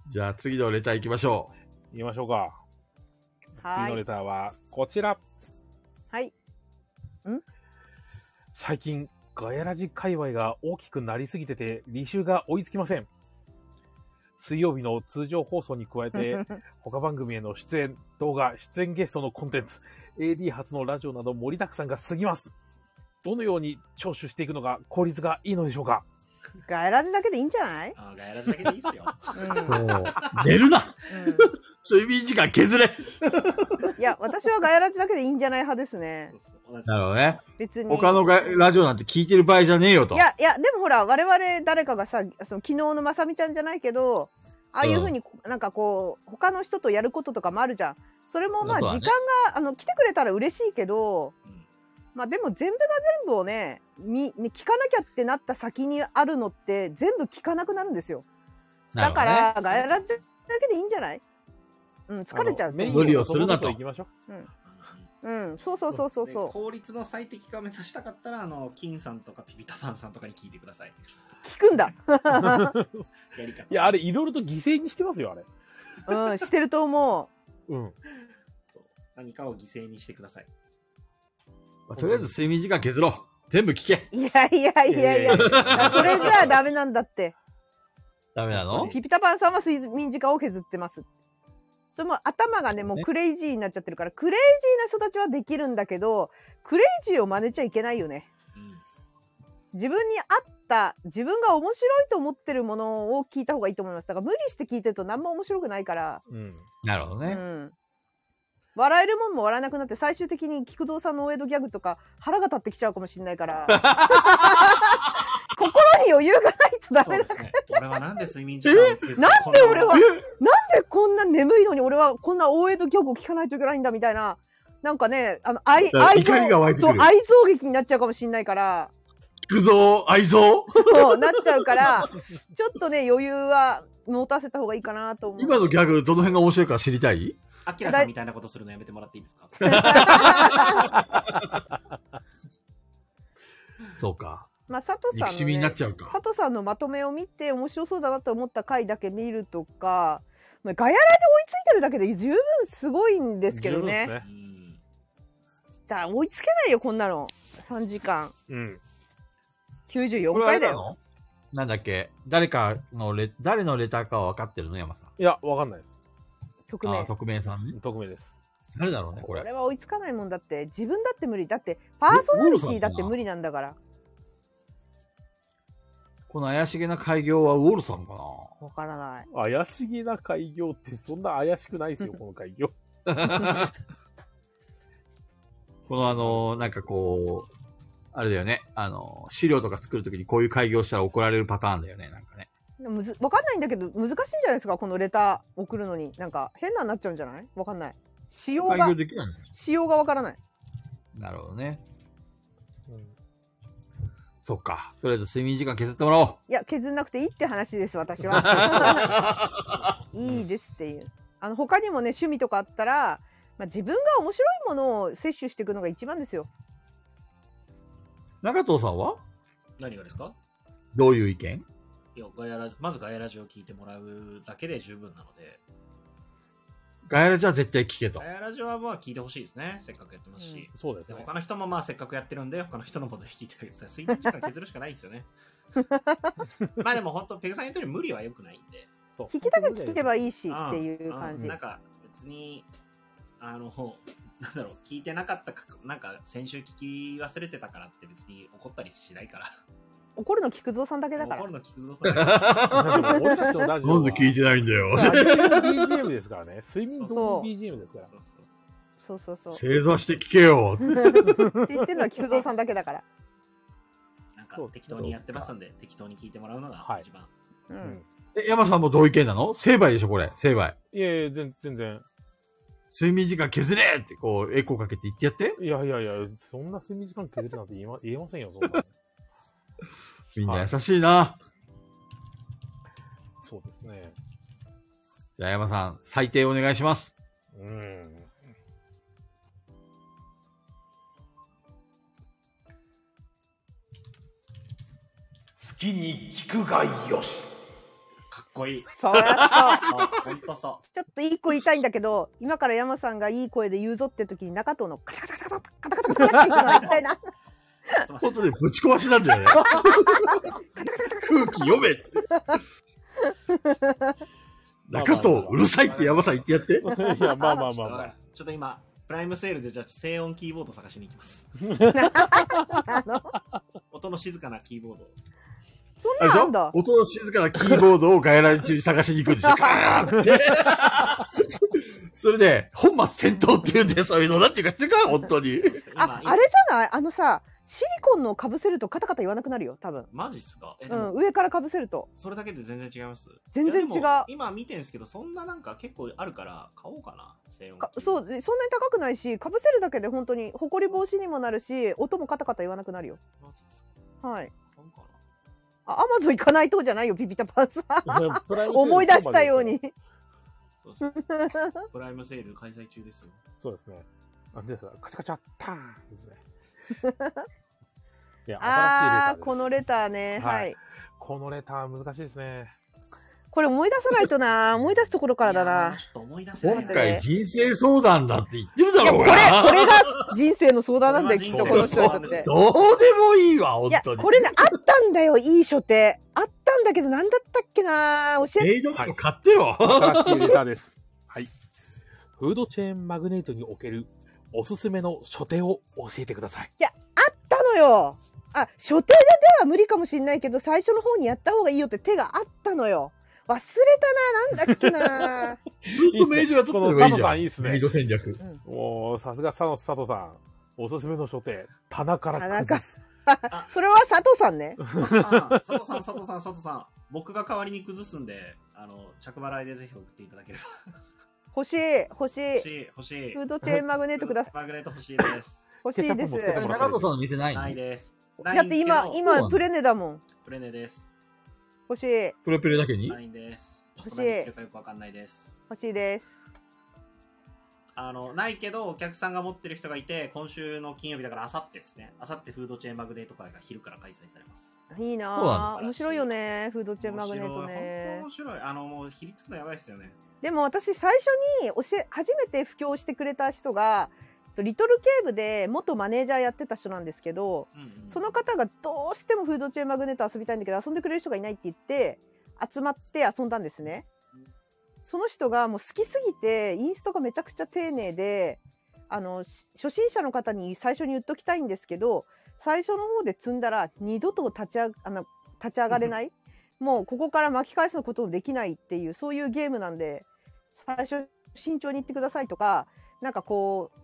S2: じゃあ次のレター行きましょ
S1: 言いましょうか。
S4: は
S1: 次のレ
S4: い。
S1: ターはこちら。
S4: はい。
S1: 最近、ガヤラジ界隈が大きくなりすぎてて、履修が追いつきません。水曜日の通常放送に加え [laughs] て、他番組への出演、動画、出演ゲストのコンテンツ、AD 初のラジオなど盛りだくさんが過ぎます。どのように聴取していくのが効率がいいのでしょうか
S4: [laughs] ガヤラジだけでいいんじゃない
S3: あーガヤラジだけでいいっす [laughs] よ
S4: うん
S2: う。 [laughs] 寝るな
S4: う
S2: 睡眠時間削れ
S4: ん。いや、私はガヤラジだけでいいんじゃない派ですね
S3: そ。うそう同じ
S2: なるほどね。
S4: 別に。
S2: 他のがラジオなんて聞いてる場合じゃねえよと。
S4: いや、いや、でもほら、我々誰かがさ、その昨日のまさみちゃんじゃないけど、ああいうふうに、なんかこう、他の人とやることとかもあるじゃん。それもまあ、
S2: そ
S4: 時
S2: うだ
S4: 間が、
S2: ね
S4: あの、来てくれたら嬉しいけど、
S3: うん
S4: まあでも全部が全部をね、み、ね聞かなきゃってなった先にあるのって、全部聞かなくなるんですよ。
S2: な
S4: だ
S2: るほど
S4: か
S2: ね
S4: ら、ガヤラジだけでいいんじゃないうん、疲れちゃう
S1: あの
S4: と
S1: メイン
S4: 思う。
S2: 無理をするなと
S1: 行きましょう。
S4: うん、そうそうそうそう
S3: で
S4: そう。
S3: 効率の最適化を目指したかったらあの金さんとかピピタパンさんとかに聞いてください
S4: 聞くんだ。
S3: やり方
S1: いや、あれ、いろいろと犠牲にしてますよ、あれ。
S4: うん、してると思う。
S1: うん。
S3: そう何かを犠牲にしてください
S2: まあとりあえず睡眠時間削ろう。全部聞け。
S4: いやいやいやいや、それじゃあダメなんだって。
S2: ダメなの
S4: ピピタパンさんは睡眠時間を削ってます。それも頭がね、もうクレイジーになっちゃってるから、クレイジーな人たちはできるんだけど、クレイジーを真似ちゃいけないよね。
S3: うん
S4: 自分に合った自分が面白いと思ってるものを聞いた方がいいと思いますだから無理して聞いてると何も面白くないから、
S1: うん。
S2: なるほど
S4: う
S2: ね。
S4: ん、笑えるもんも笑えなくなって最終的に菊蔵さんのお江戸ギャグとか腹が立ってきちゃうかもしれないから [laughs] 心に余裕がないとダ
S3: そう
S4: メだ
S3: ですね。俺はなんで睡眠時間を [laughs] 削る
S4: なんで [laughs] 俺は、なんでこんな眠いのに俺はこんな大江戸ギャグを聞かないといけないんだみたいな、なんかね、あの、愛、
S2: だから
S4: 愛
S2: 怒りが湧いてく
S4: そう
S2: る、
S4: 愛憎劇になっちゃうかもしんないから、
S2: 聞くぞ、愛憎
S4: そう、なっちゃう
S2: [laughs]
S4: から、ちょっとね、余裕は持たせた方がいいかなと思う。
S2: 今のギャグ、どの辺が面白いか知りたい
S3: アキラさんみたいなことするのやめてもらっていいですか
S2: そうか。
S4: [laughs] まあ、佐藤
S2: 憎
S4: さん
S2: し
S4: の、
S2: みになっ
S4: ね、
S2: ちゃうか。
S4: 佐藤さんのまとめを見て面白そうだなと思った回だけ見るとか、まあ、ガヤラジ追いついてるだけで十分すごいんですけどね。
S1: 十分で
S3: [laughs] うん
S4: だから追いつけないよ、こんなの。3時間。
S1: すね。うん。
S4: 94回だよ。
S2: よ。なんだっけ誰かのレ、誰のレターかは分かってるの山さん。
S1: いや、わかんないです。
S4: 匿
S2: あ
S4: 名
S2: ー、。匿名さんね。
S1: 匿名です。
S2: 誰だろうね、こ
S4: これ
S2: れ。
S4: は追いつかないもんだって自分だって無理だってパーソナリティだって無理なんだから
S2: この怪しげな開業はウォールさんか
S4: わからない
S1: 怪しげな開業ってそんな怪しくないですよ、この開業。
S2: なこのあの、なんかこう、あれだよね。あの、資料とか作るときにこういう開業したら怒られるパターンだよね、なんかね。
S4: むずわかんないんだけど難しいんじゃないですかこのレター送るのになんか変なになっちゃうんじゃないわかんない仕様
S2: 開
S4: が
S2: 業できないの
S4: 仕様がわからない
S2: なるほどね。
S1: うん
S2: そっか。とりあえず睡眠時間削ってもらおう。
S4: いや削んなくていいって話です私は
S3: [laughs]
S4: いいですっていうあの他にもね趣味とかあったら、まあ、自分が面白いものを摂取していくのが一番ですよ
S2: 中藤さんは
S3: 何がですか
S2: どういう意見
S3: いやガヤラジまずガヤラジを聞いてもらうだけで十分なので、
S2: ガヤラじゃ絶対聞けと
S3: ガ。ヤラジはまあ聞いてほしいですね。せっかくやってますし。
S1: そうです
S3: で
S1: ね。
S3: 他の人もまあせっかくやってるんで、他の人のもぜひ聞いてください。睡眠時間削るしかないんですよ
S1: [laughs]
S3: ね。まあでも本当、ペグさん言う通り無理は良くないんで。
S1: そう
S4: 聞きたけ聞けばいいし
S3: うん
S4: っていう感
S3: う
S4: じ
S3: んなんか別に、あの、なんだろう、聞いてなかったか、なんか先週聞き忘れてたからって別に怒ったりしないから。
S4: 怒るの菊蔵さんだけだから
S3: 怒るの聞く
S1: [laughs]
S3: ぞ、それは
S1: 俺たちのラジオは
S2: なんで聞いてないんだよ。
S1: 睡眠 BGM ですからね。睡眠同時 BGM ですから。
S3: そうそう
S4: そうそうそう
S2: 正座して聞けよ。
S4: って言ってるのは菊蔵さんだけだから。
S3: なん
S1: そ
S3: か
S1: う
S3: 適当にやってますんで、適当に聞いてもらうのが
S1: はい
S3: 一番。
S4: う
S1: うんん。
S2: え、山さんもどういう意見なの成敗でしょ、これ。成敗。
S1: いやいや、全全然。
S2: 睡眠時間削れって、こう、エコーかけて言ってやって。
S1: いやいやいや、そんな睡眠時間削れてなんて言えま言えませんよ、そんな。
S2: みん
S1: は
S2: ない優しいな。
S1: そうですね。
S2: じゃあ山さん、最低お願いします。
S1: うん。
S11: 好きに聞くがよし。
S3: かっこいい。
S4: そりゃそう。
S3: あ、ほんとそ
S4: ちょっと一個言いたいんだけど、今から山さんがいい声で言うぞって時に中藤のカタカタカタカタカタカタカタカタっていくのは一体な。
S3: う。すいません
S2: 本当でぶち壊しなんだよね。空気読め。中藤、うるさいって山さん言ってやっ
S1: [laughs]
S2: て。
S1: いや、まあまあ
S3: ち
S1: ま
S3: ょ
S1: あま
S3: っとわか
S1: あ
S3: る。ちょっと今、プライムセールでじゃあ静音キーボード探しに行きます。
S4: あの、
S3: 音の静かなキーボードを。
S4: そん
S2: あれ
S4: な
S2: で
S4: ん
S2: し
S4: あ
S2: ょ
S4: んだ。
S2: 音の静かなキーボードを外来中に探しに行くんでしょカーンって。 [laughs] それで、本末転倒っていうんだよ、そういうの。なんていうか、ってか、本当に。
S4: あ、あれじゃないあのさ、シリコンの被せるとカタカタ言わなくなるよ、多分。
S3: マジっすかえ、で
S4: う
S3: も、
S4: ん、上から被せると。
S3: それだけで全然違います
S4: 全然違う
S3: いやでも今見てんすけど、そんななんか結構あるから、買おうかな、静音キーボー
S4: か
S3: ド。
S4: そう、そんなに高くないし、被せるだけで本当に、ほこり防止にもなるし、音もカタカタ言わなくなるよ。
S3: マジっすか
S4: はい。
S3: 買おうかな。
S4: あ、アマゾン行かないとじゃないよ、ピピタパンさん。
S1: プライムセール
S4: 思い出したように。。
S3: そうそう
S4: [laughs]
S3: プライムセール開催中ですよ。
S1: そうですね。なんでさ、カチャカチャ、ターンですね。いや、新し
S4: あ
S1: いレターで
S4: ー、
S1: す
S4: このレターね。
S1: はい
S4: はい。
S1: このレター難しいですね。
S4: これ思い出さないとな思い出すところからだ
S3: いやー
S4: な
S3: ちょっと思い出せない
S2: 今
S3: な。
S2: 回、人生相談だって言ってるだ
S4: いや
S2: ろ
S4: こ
S2: う [laughs]
S4: れ
S2: が。
S4: これが人生の相談なんだよきっとこの人にとっ
S3: これは人生
S4: て
S3: の
S2: どうでもいいわ、
S4: い
S2: 本
S4: や
S2: 当に。
S4: これねあったんだよいい書店あったんだけど何だったっけな教え
S2: メイドと買ってよ。
S1: 新しいレターです。はい。フードチェーンマグネートにおけるおすすめの書店を教えてください。
S4: たのよあ、初手では無理かもしれないけど、最初の方にやった方がいいよって手があったのよ。忘れたな、なんだっけな。
S2: ずっとメイドやっとったのがいいじゃん。
S1: いいっすね
S2: メイド戦略。
S1: もう、さすが佐野佐藤さん。おすすめの書店、棚から崩す。
S4: それは佐藤さんね。
S3: 佐藤さん、佐藤さん、佐藤さん、佐藤さん。僕が代わりに崩すんで、あの、着払いでぜひ送っていただければ。
S4: 欲しい、欲しい。
S3: 欲しい、欲しい。
S4: フードチェーンマグネットください。
S3: マグネット欲しいです。
S4: 欲しいで
S1: ケチャップもつけて
S4: す
S1: も。
S2: 中野さんの店ない
S3: な
S2: の
S3: いです。ない
S4: だっ
S3: ん
S4: て
S3: ですけど
S4: 今、
S2: そうな
S4: 今、
S2: の
S4: プレネだもん。
S3: プレネです。
S4: 欲しい、
S2: プレプレだけに
S3: ないんです。ちょっ
S4: 欲し
S3: と
S4: い
S3: 何言ってるかよくわかんないです。
S4: 欲しいです。
S3: あの、ないけど、お客さんが持ってる人がいて、今週の金曜日だから、あさってですね。あさってフードチェーンマグネット会が昼から開催されます。
S4: い
S2: そう
S4: い
S2: な
S4: なぁ。
S3: の
S4: 面白いよね、フードチェーンマグネットね
S3: 面。白い。本当面白い。あの、もう、ひりつくのやばいですよね。
S4: でも私、最初に教え、初めて布教してくれた人が、リトルケーブで元マネージャーやってた人なんですけど、
S3: うんうん
S4: その方がどうしてもフードチェーンマグネット遊びたいんだけど遊んでくれる人がいないって言って集まって遊んだんですね。その人がもう好きすぎてインストがめちゃくちゃ丁寧であのし初心者の方に最初に言っときたいんですけど最初の方で積んだら二度と立ちああの立ち上がれ
S3: [laughs]
S4: ないもうここから巻き返すこともできないっていうそういうゲームなんで最初慎重に行ってくださいとかなんかこう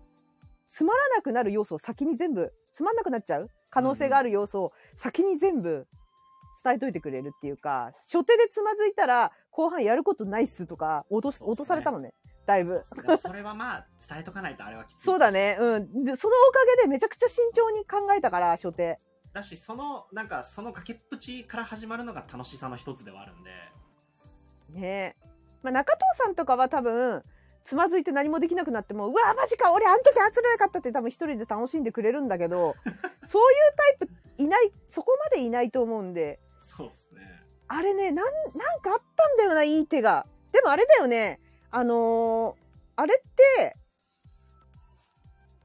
S4: つまらなくなる要素を先に全部つまんなくなっちゃう可能性がある要素を先に全部伝えといてくれるっていうか初手でつまずいたら後半やることないっすとか落とし
S3: そうっす
S4: 落
S3: ね
S4: とされたのねだいぶ
S3: そうでもそれはまあ、伝えとかないとあれはきつい。
S4: そうだ。ねうんでそのおかげでめちゃくちゃ慎重に考えたから初手
S3: だし、その、なんか、その崖っぷちから始まるのが楽しさの一つではあるんで。
S4: ねえ、まあ、中藤さんとかは多分つまずいて何もできなくなってもうわマジか俺あの時あつらなかったって多分一人で楽しんでくれるんだけどそういうタイプいないそこまでいないと思うんで
S3: そうですね。
S4: あれね、なん、なんかあったんだよな、いい手が。でもあれだよね、あのーあれって、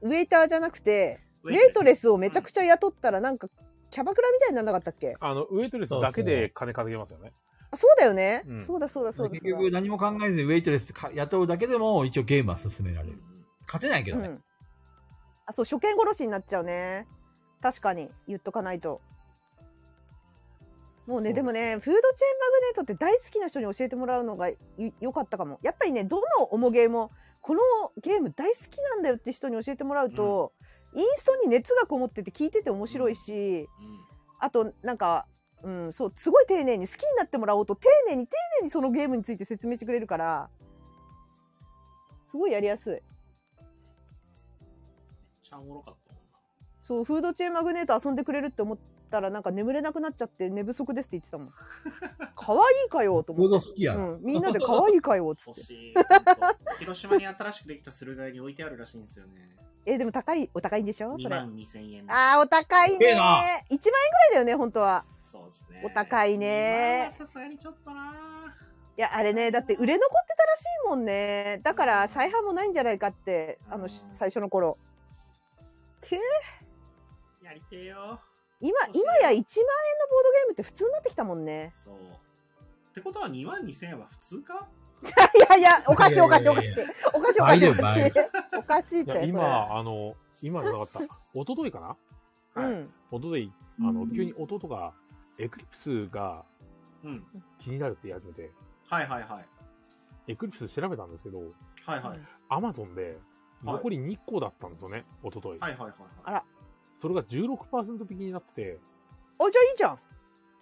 S4: ウェイターじゃなくて、レイトレスをめちゃくちゃ雇ったらなんか、キャバクラみたいにならなかったっけ
S1: あの、ウエイトレスだけで金稼げますよね。
S4: あそうだよね、
S1: うん
S4: そうだそうだそうだ
S2: 結
S4: そう
S2: 局何も考えずにウェイトレスか雇うだけでも一応ゲームは進めら
S3: うん
S2: れ
S3: う
S2: る。
S3: ん
S2: 勝てないけ
S4: だ。
S2: ど
S4: う
S2: ね。
S4: ん。あ、そう、初見殺しになっちゃうね。確かに、言っとかないと。もうね、
S1: そう
S4: でもね、フードチェーンマグネットって大好きな人に教えてもらうのがい良かったかも。やっぱりね、どのおもゲーも、このゲーム大好きなんだよって人に教えてもらうと、インストに熱がこもってて聞いてて面白いし、
S3: うん
S4: あとなんか、うん、そう、すごい丁寧に好きになってもらおうと、丁寧に丁寧にそのゲームについて説明してくれるから、すごいやりやすい。
S3: めっちゃおもろかったもんな。
S4: そう、フードチェーンマグネート遊んでくれるって思ったら、なんか眠れなくなっちゃって寝不足ですって言ってたもん。可愛いかよと
S2: 僕
S4: 思
S2: が
S4: っ
S2: 好
S4: て。
S2: きや
S4: う
S2: な。
S4: ん、みんなで可愛いかよっつっ
S3: 欲 [laughs]
S4: て。
S3: しい。ほんと広島に新しくできた駿河屋に置いてあるらしいんですよ
S4: [laughs]
S3: ね。
S4: え、でも高い、お高いんでしょそ
S3: 2
S4: れ。
S3: 万
S4: あ
S3: 2000円。
S4: ー、お高いね。
S2: ええ
S4: 1
S2: な
S4: 万円ぐらいだよね、本当は。
S3: そうですね。
S4: お高いね
S3: 2万はさすがにちょっとない
S4: や、あれね、だって売れ残ってたらしいもんね。だから再販もないんじゃないかって、あ
S3: う
S4: の
S3: ん、
S4: 最初の頃。くぅ
S3: やりてえよ。
S4: 今
S3: 欲しい、
S4: 今や1万円のボードゲームって普通になってきたもん
S3: [laughs]
S4: ね。
S3: そう。ってことは2万2000円は普通か
S4: いやいや、おかしいおかしいおかしい。おかしいおかしいおか
S2: 倍だ
S4: しい
S2: よ。
S4: おかしいっ
S1: い
S4: て。
S1: や、
S4: それは
S1: 今、あの、今じゃなかった。一昨日かな
S4: う
S3: はい
S4: ん。
S1: 一昨日あの、急に弟が、エクリプスが
S3: うん。
S1: 気になるって言い始めて、
S3: はいはいはい。
S1: エクリプス調べたんですけど、
S3: はいはい。
S1: アマゾンで残り2個だったんですよね、一昨日
S3: はいはいはいはい。
S4: あら
S1: それが16%引きになって、
S4: お、じゃあいいじゃん。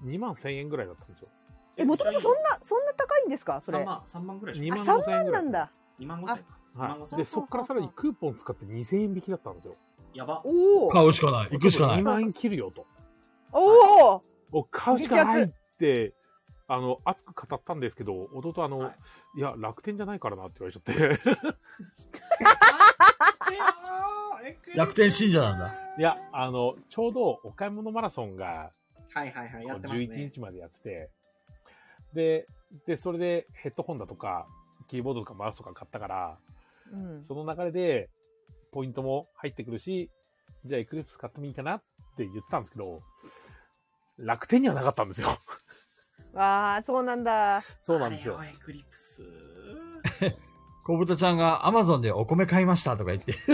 S1: 2万1000円ぐらいだったんですよ。
S4: え、もともとそんな、そんな高いんですかそれ。
S3: 3
S4: あ、
S3: 万、3万ぐらいでし
S1: 2
S3: ょ
S1: 万
S4: 3
S1: 5000円ぐ
S4: 万
S1: ら。
S4: ないんだ。
S3: 2万5000円か。2万
S1: はい、
S3: 5000
S1: で、
S3: 円。
S1: そこからさらにクーポン使って2000円引きだったんですよ。
S3: やば。
S4: おお。
S2: 買うしかない。行くしかない
S1: 2。万円切るよと。
S4: おお。
S1: お買うしかないって、あの、熱く語ったんですけど、弟あの、
S3: はい
S1: い、や、楽天じゃないからなって言われちゃっ
S3: [laughs]
S1: て。
S2: 楽天信者なんだ。
S1: いや、あの、ちょうどお買い物マラソンが
S3: はいはいはい。やってますね
S1: 11。日までやってて、で、で、それでヘッドホンだとか、キーボードとかマウスとか買ったから、
S4: うん。
S1: その流れで、ポイントも入ってくるし、じゃあエクリプス買ってもいいかなって言ってたんですけど、楽天にはなかったんですよ。
S4: わあ、そうなんだ。
S1: そうなんですよ
S3: あ。れエクリプス。
S4: [laughs]
S2: 小豚ちゃんが Amazon でお米買いましたとか言って。さ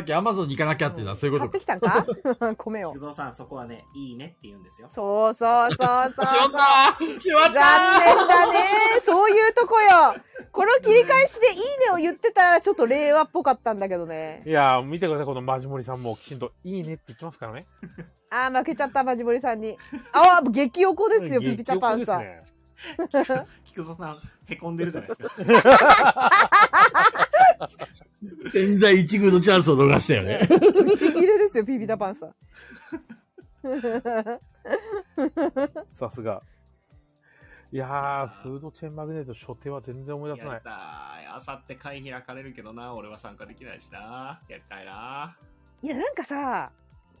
S2: っきアマゾンに行かなきゃっていうのはそういう
S4: 買
S2: こ
S4: って
S2: とか。
S4: きたんか [laughs] 米を
S3: 菊。蔵さん、そこはね、いいねって言うんです
S4: [laughs]
S3: よ。
S4: そうそうそうそうそ
S2: しま
S4: う。
S2: ったーしまっ
S4: 残念
S2: た
S4: だね。そういうとこよ。この切り返しでいいねを言ってたら、ちょっと令和っぽかったんだけどね
S1: い。やー、見てください、このマジモリさんもきちんといいねって言ってますからね。
S4: あー、負けちゃった、マジモリさんに。あー、激横ですよ、ピピタパンさん。
S1: 激
S3: 菊蔵さん、へこんでるじゃないですか。
S2: 天才一遇のチャンスを逃したよね。
S4: 打ち切れですよ、ピピタパンさん。
S1: 横ですね。さすが。いやー、フードチェーンマグネット初手は全然思い出せ
S3: や
S1: な
S3: り
S1: い
S3: た。い。あさって会開かれるけどな、俺は参加できないしな。やりたいな。
S4: いや、なんかさ、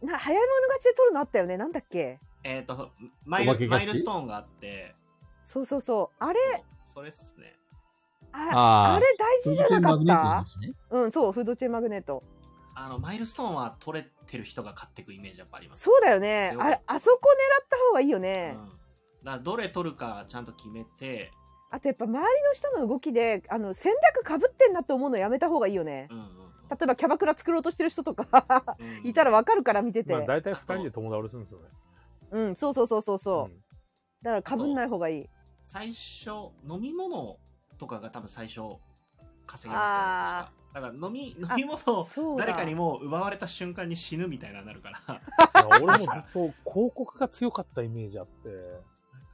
S4: な早い者勝ちで取るのあったよね。なんだっけ
S3: えっ、とマイ
S2: お化け
S3: ル、
S2: ガ
S3: マ
S2: チ
S3: イルストーンがあって、
S4: そうそうそう。あれ、
S3: それっすね。
S2: あ
S4: ああれ大事じゃなかった
S2: た
S4: うん、そう、フードチェーンマグネット。
S3: あの、マイルストーンは取れてる人が買ってくイメージやっぱあります。
S4: そうだよね。
S3: 強か
S4: あ
S3: った
S4: れ、あそこ狙った方がいいよ
S3: うん。だ
S4: ね。
S3: から、どれ取るかちゃんと決めて、
S4: あとやっぱ周りの人の動きで、あの、戦略かぶってんなと思うのやめた方がいいよね
S3: う。んうん
S4: 例えばキャバクラ作ろうとしてる人とか [laughs]
S3: うん、うん
S4: いたらわかるから見てて。
S1: まあ、大体二人で友倒れするんですよね。
S4: うん、そうそうそうそうそう。
S1: ん
S4: だからかぶんない方がいい。
S3: 最初、飲み物とかが多分最初、稼げ
S4: あ
S3: ますよね確かだから、飲み、 [laughs] 飲み物を
S4: そうだ
S3: 誰かにもう奪われた瞬間に死ぬみたいなのになるから。
S1: いや俺もずっと広告が強かったイメージあって。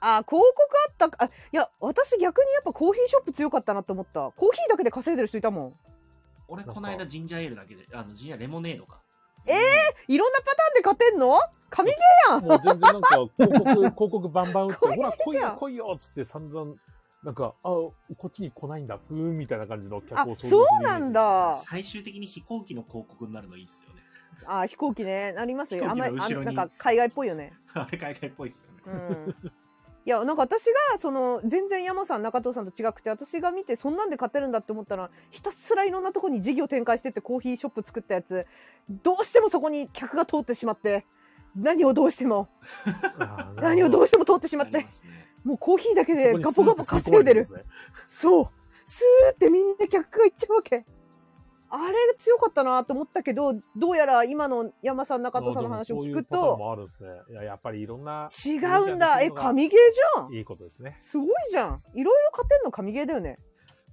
S4: あ、広告あったか。あいや、私逆にやっぱコーヒーショップ強かったなと思った。コーヒーだけで稼いでる人いたもん。
S3: 俺、この間、ジンジャーエールだけで、あの、ジンジャーレモネードか。
S4: えいろんなパターンで勝てんの神ゲーや
S1: も
S4: ん
S1: う全然なん
S4: [laughs]
S1: か広告、広告バンバン打って、
S4: これ
S1: ほら来い
S4: じゃ
S1: よ
S4: ん
S1: 来いよっつって散々、なんか、あ、こっちに来ないんだ、ふーんみたいな感じの客
S4: あ
S1: を、想像するイメージ
S4: そうなん。だ。
S3: 最終的に飛行機の広告になるのいいっすよね。 [laughs]
S4: あ、飛行機ね。なりますよ。
S3: 飛
S4: あ
S3: 行機の
S4: んまり、あ
S3: 後ろ
S4: ん
S3: に
S4: なんか海外っぽいよね。
S3: あれ、海外っぽいっすよね。
S1: [laughs]
S4: うん。いや、なんか私が、その、全然山さん、中藤さんと違くて、私が見て、そんなんで勝てるんだって思ったら、ひたすらいろんなとこに事業展開してって、コーヒーショップ作ったやつ、どうしてもそこに客が通ってしまって、何をどうしても、
S1: あー
S4: [laughs] 何をどうしても通ってしまっ
S3: なり
S4: て、
S3: すね
S4: もうコーヒーだけ
S1: そ
S4: で
S1: こに
S4: ガポガポ
S1: スーッと吸い
S4: 稼
S1: 込
S4: い
S1: まれ
S4: で
S1: るん
S4: る
S1: す。ね
S4: そう。スーってみんな客が行っちゃうわけ。あれが強かったなと思ったけど、どうやら今の山さん、中藤さんの話を
S1: あで
S4: 聞く
S1: もそういうパターン
S4: と、
S1: もあるんですね。いや、やっぱりいろんな、
S4: 違うんだ。え、神ゲーじゃん。
S1: いいことですね。
S4: すごいじゃん。いろいろ勝てんの神ゲーだ
S3: [laughs]
S4: よね。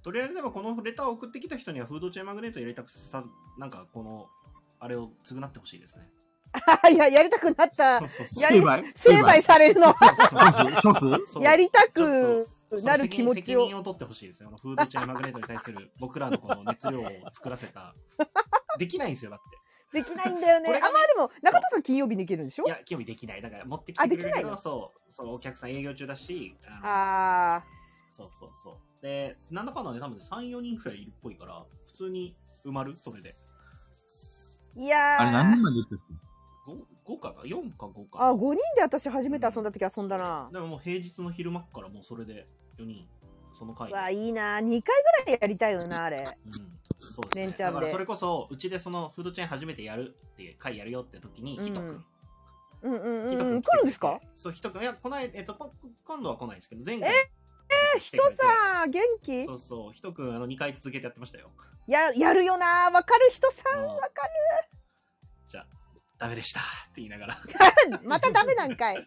S3: とりあえずでもこのレターを送ってきた人にはフードチェーンマグネット入れたくさなんかこのあれを償ってほしいですね。
S4: あいや、やりたくなった
S3: う。そうそ
S4: や
S3: う
S4: り
S2: 成敗
S4: 成敗されるの。
S2: ソースソース
S3: そう
S4: やりた
S3: ちょ
S4: くなる気持ち
S3: 責任責
S4: を。
S3: 任を取ってほしいですよ。あのフードチェーンマグネットに対する僕らのこの熱量を作らせた。
S4: [laughs]
S3: できないんですよ、だって。
S4: できないんだよね。
S3: こ
S4: あ、
S3: れ
S4: ま
S3: が
S4: あでも、中藤さん金曜日に行けるんでしょ
S3: いや、興味できない。だから持ってきてくれ
S4: あ
S3: る
S4: でき
S3: け
S4: ない
S3: ど、
S4: の
S3: そう、そう、お客さん営業中だし、あの
S4: あ
S3: そうそうそう。で、なんだかんだね、多分ね3、4人くらいいるっぽいから、普通に埋まるそれで。
S4: ー。いやー。
S2: あれ何人まで言ってる
S3: 5, 五かな ?4 か5かな。
S4: あ、5人で私初めて遊んだ時遊んだな。
S3: でももう平日の昼間っからもうそれで4人、その回。
S4: わ、いいな。2回ぐらいやりたいよな、あれ。
S3: うん、そうです
S4: 連
S3: ね。
S4: チャン
S3: だ
S4: で
S3: からそれこそ、うちでそのフードチェーン初めてやるって、回やるよって時に、
S4: うん
S3: ひとくん。
S4: うんうんうん。
S3: ひ
S4: 来
S3: とく
S4: る
S3: ん来
S4: ん
S3: てくれて
S4: ですか
S3: そう、ひとくん。いや、来ない、えっと、こ今度は来ないですけど、前回。
S4: え、人さ、元気い
S3: そうそう、ひとくん、あの、2回続けてやってましたよ。
S4: や、やるよな。わかる人さ
S3: あの
S4: わか
S3: じゃあ、ダメでしたって言いながら、
S4: ん。 [laughs] またダメなんかい。 [laughs]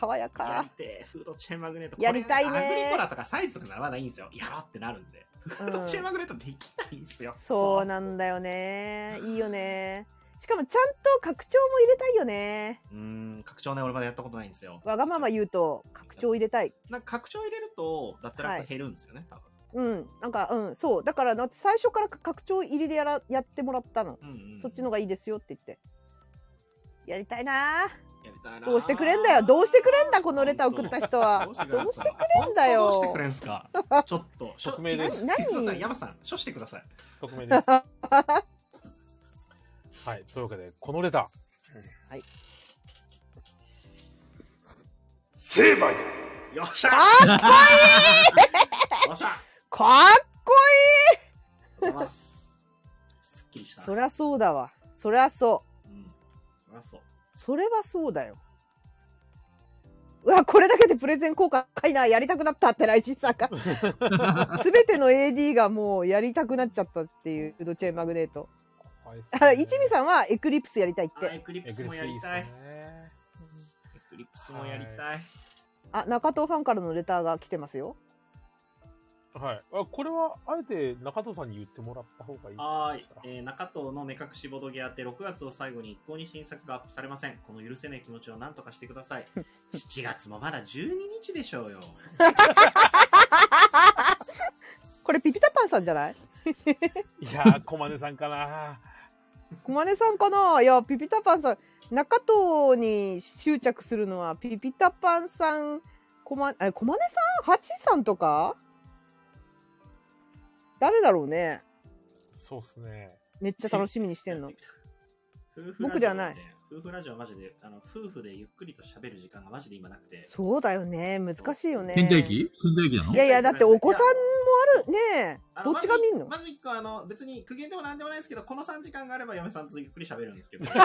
S4: 爽や
S3: や
S4: か
S3: り。てえフードチェーンマグネット。
S4: やりたいね
S3: これアグリコラとかサイズとかならないいんですよ。やろうってなるんで。
S4: う
S3: フード
S4: ん
S3: チェーンマグネットできないんですよ。
S4: [laughs] そうなんだよね。いいよね。しかもちゃんと拡張も入れたいよね。
S3: うーん、拡張ね、俺まだやったことないんですよ。
S4: わがまま言うと拡張入れたい。
S3: なんか拡張入れると、脱落減るんですよね、多分。
S4: うん。なんか、うん、そう。だから、私最初から拡張入りでやら、やってもらったの。
S3: うんうん
S4: そっちの方がいいですよって言って。やりたいな
S3: やりたいな
S4: どうしてくれんだよ。どうしてくれんだこのレター送った人は。
S3: どう
S4: どうして
S3: くれ
S4: んだよ
S3: どうしてくれんすか。ちょっと、しょ
S1: 匿名です
S4: [laughs] 何
S3: 菊蔵さん、山さん、書してください。
S1: 匿名
S4: [laughs]
S1: です。はい。というわけで、このレタ
S11: 成敗
S3: よっしゃ。
S4: か
S3: よっしゃ。あ
S4: かっこ
S3: りがとうございます。すっきりし
S4: いい
S3: た。
S4: そりゃそうだわ。そりゃそう。
S3: うん。そりゃそう。
S4: それはそうだよ。うわ、これだけでプレゼン効果高いな、やりたくなったって来人さ
S3: [laughs]
S4: んが。すべての AD がもうやりたくなっちゃったっていう、ウドチェーンマグネート。あ一味
S1: ん
S4: さんはエクリプスやりたいっ
S3: あエ
S4: て。
S3: クリプ
S1: エ
S3: ス
S1: クリ
S3: も
S1: プ
S3: や
S1: スいい
S3: り
S1: っす
S3: たい。エ
S1: ね。
S3: クリプスもやりたい。
S4: あ、中藤ファンからのレターが来てますよ。
S1: はい。あ、これは、あえて中藤さんに言ってもらった方がいい。
S3: はーい、えー中藤の目隠しボドゲ当て6月を最後に一向に新作がアップされませんこの許せない気持ちを何とかしてくだ
S4: [laughs]
S3: さい7月もまだ12日でしょうよ
S4: これピピタパンさんじゃない
S1: いやー、小金さんかな。
S4: 熊根さんかないや、ピピタパンさん、中藤に執着するのはピピタパンさん、熊、え、熊根さんハチさんとか誰だろうね。
S1: そうっすね。
S4: めっちゃ楽しみにしてんの。
S3: 夫婦ラジオ
S4: 僕じゃない
S3: って夫婦ラジオはマジであの夫婦でゆっくりと喋る時間がマジで今なくて
S4: そうだよね。難しいよね。
S2: 変態機変態機なの
S4: いやいや、だってお子さんもあるね
S3: あ。
S4: どっちが見んの、
S3: まずまず一個あの別に苦言でもなんでもないですけどこの3時間があれば嫁さんとゆっくり喋るん
S4: [laughs]
S3: ですけど
S4: 確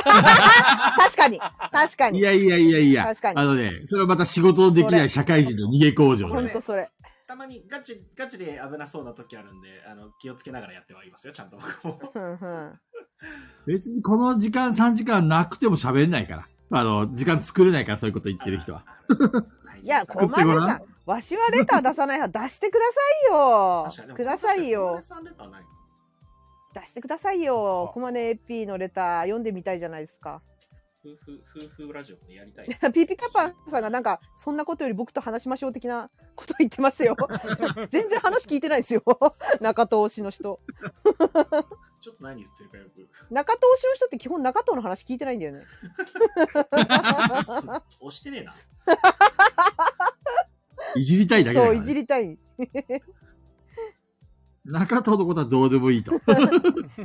S4: かに。確か
S2: い
S4: に。
S2: やいやいやいや
S4: 確かに
S2: あのね、それはまた仕事のできな
S4: それ
S2: い社会人の逃げ工場
S4: ほ
S2: だ
S4: ん
S2: よ。
S4: とそれ。
S3: たまにガチガチで危なそうな時あるんであの気をつけながらやってはいますよちゃんと僕も
S4: ふんふん
S2: 別にこの時間3時間なくても喋んないから。あの、時間作れないからそういうこと言ってる人は。
S4: いや、
S3: こ
S4: 小
S2: ってごらん
S4: 金さん、わしはレター出さないは出してくださいよ。くださいよ。出してくださいよ。
S1: あ
S4: コマネ AP のレター読んでみたいじゃないですか。 [laughs]
S3: 夫婦夫婦ラジオもやりたい。
S4: ピピタパンさんがなんか、そんなことより僕と話しましょう的なこと言ってますよ。全然話聞いてないですよ。 [laughs] 中東推しの人。
S3: [laughs] ちょっと何言ってるかよく。
S4: 中東推しの人って基本中東の話聞いてないんだよね。
S3: 押してねえな。
S2: いじりたいだけだか
S4: そ
S2: らね、
S4: う、いじりたい。
S2: 中藤のことはどうでもいいと。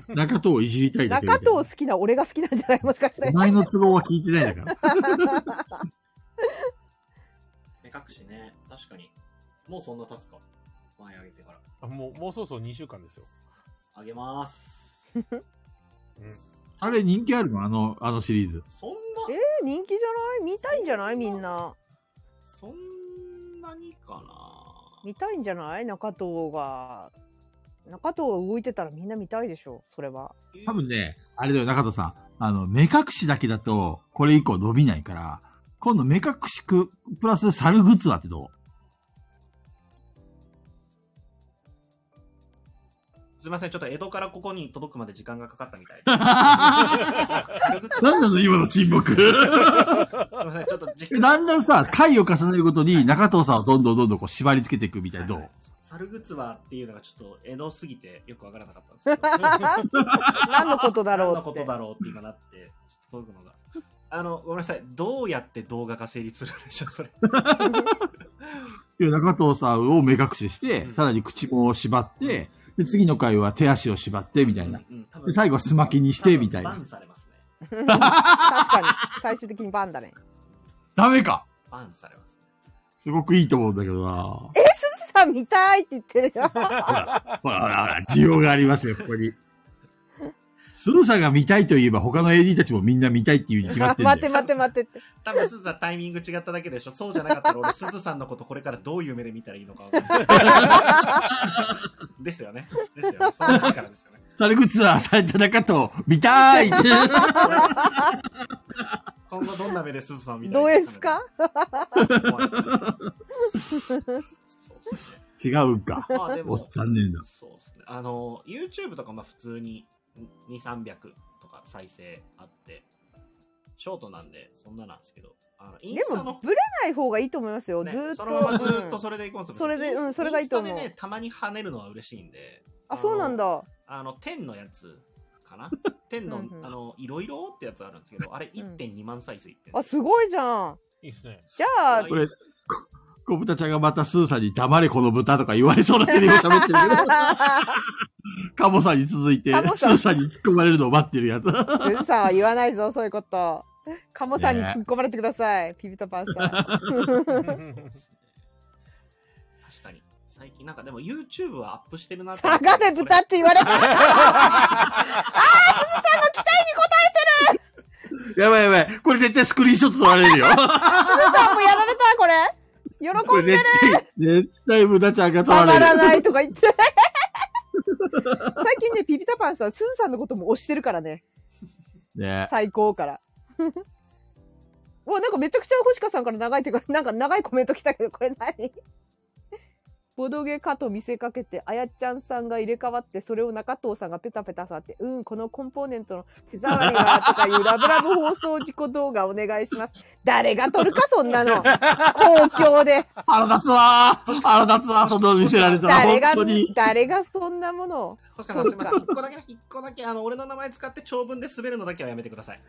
S2: 中藤をいじりたいだけだ
S4: 中
S2: けど
S4: 藤好きな俺が好きなんじゃない [laughs] もしか
S2: [laughs]
S4: して
S2: お。前の都合は聞いてないだから。
S3: 目隠しね。確かに。もうそんな経つか。前上げてから。
S1: あもう、もうそろそろ2週間ですよ。
S3: 上げます。
S2: あれ人気あるのあの、あのシリーズ。
S3: そん
S4: え
S3: な、
S4: ー人気じゃない見たいんじゃないみんな。
S3: そんなにかな。
S4: 見たいんじゃない中藤が。中藤が動いてたらみんな見たいでしょそれは。
S2: 多分ね、あれだよ、中藤さん。あの、目隠しだけだと、これ以降伸びないから、今度目隠しく、プラス猿グッズだってど
S3: すいません。ちょっと江戸からここに届くまで時間がかかったみたいで。 [laughs]
S2: うなんなの今の沈黙 [laughs]
S3: すいません。ちょっとじっくり
S2: だんだんさ、回を重ねるごとに中藤さんをどんどんどんどんこう縛り付けていくみたいどう
S3: 猿グツバっていうのがちょっと江戸すぎてよくわからなかったんですけど。
S4: 何のことだろ
S3: 何
S4: う
S3: の
S4: っ
S3: こと
S4: て。
S3: だろうって今なって、ちょっと届くのが。あの、ごめんなさい。どうやって動画が成立するんでしょう、それ。
S2: いや中藤さんを目隠しして、
S1: うん
S2: さらに口も縛って、で、次の回は手足を縛って、みたいな。
S3: うんうん多
S2: で
S3: 分
S2: 最後はすまきにして、みたい
S3: 多分
S2: な
S3: バ。ンされますね。
S4: 確かに。最終的にバンだね。
S2: ダメか
S3: バンされますね。
S2: すごくいいと思うんだけどな
S4: え、すずさん見たいって言ってるよ。
S2: ほらほらほら、需要がありますよ、ここに。スーさんが見たいといえば、他の AD たちもみんな見たいっていうに決まってるんだ
S4: [laughs] 待
S2: よ
S4: って待って待ってって。
S3: 多分、すずさんタイミング違っただけでしょ。そうじゃなかっ
S2: [laughs]
S3: たら、俺、すずさんのことこれからどういう目で見たらいいのかわかんない。ですよね。ですよね。そうだからですよね。
S2: サルグツアーされた中と、見た
S4: [laughs]
S2: いって。
S3: 今後どんな目ですずさんを見た
S4: どう
S3: らいい
S4: で
S3: の
S4: すか
S3: 怖いそうですね。
S2: 違うんか。
S3: まあで
S2: お
S3: も
S2: っ、さんねんだ。
S3: そうですね。あの、YouTube とか、まあ普通に2、300とか再生あって、ショートなんで、そんななんですけど、あの、イン
S4: で
S3: スタ
S4: も
S3: の、、
S4: ブレない方がいいと思いますよ。
S3: ね
S4: ずーっと。
S3: そのままずーっと
S4: うん
S3: それでいこうと
S4: それでうんそれがいいと思う
S3: インスタでね、たまに跳ねるのは嬉しいんで、
S4: あ、そうなんだ。
S3: あの、天のやつか
S4: [laughs]
S3: な天の
S4: うんう、ん
S3: あの、いろいろってやつあるんですけど、あれ
S4: うん
S3: 1.2万再生いってるん
S4: あ、
S3: ですよ
S4: すごいじゃん。
S1: いいっすね。
S4: じゃあ
S3: は、い
S2: これ、こ小豚ちゃんがまたスーさんに黙れこの豚とか言われそうなセリフを喋ってる
S4: [laughs]
S2: けど、カモさんに続いて、ス
S4: カモさん
S2: ーさんに突っ込まれるのを待ってるやつ。
S4: すずさんは言わないぞ、そういうこと。カモさんに突っ込まれてください。ピピタパンさん。
S3: 確かに。最近なんかでも YouTube はアップしてるなと思
S4: 下
S3: って
S4: がれ豚って言われた。
S2: やばいやばい。これ絶対スクリーンショット撮られるよ。
S4: すずさんもやられた、これ。
S2: れ絶対、絶対無駄ちゃんが
S4: た
S2: 取
S4: ま
S2: られ
S4: ら
S2: る。
S4: ないとか言って。最近ね、ピピタパンさん、すずさんのことも推してるからね。
S2: ね
S4: 最高から。 [laughs] もうなんかめちゃくちゃ星香さんから長いっていうか、 [laughs] なんか長いコメント来たけど、これ何 [laughs] ボドゲかと見せかけて、あやちゃんさんが入れ替わって、それを中藤さんがペタペタ触って、うん、このコンポーネントの手触りがとかいうラブラブ放送事故動画お願いします。 [laughs] 誰が撮るか、そんな
S2: [laughs]
S4: の。公共で。
S2: 腹立つわー腹立つわーそんなの見せられたら、
S4: 誰
S2: 本
S4: が
S2: 当に。、
S4: 誰がそんなものを。
S3: もしかしたらすみません、一個だけね、一個だけ、あの、俺の名前使って長文で滑るのだけはやめてくださ
S4: [laughs]
S3: い。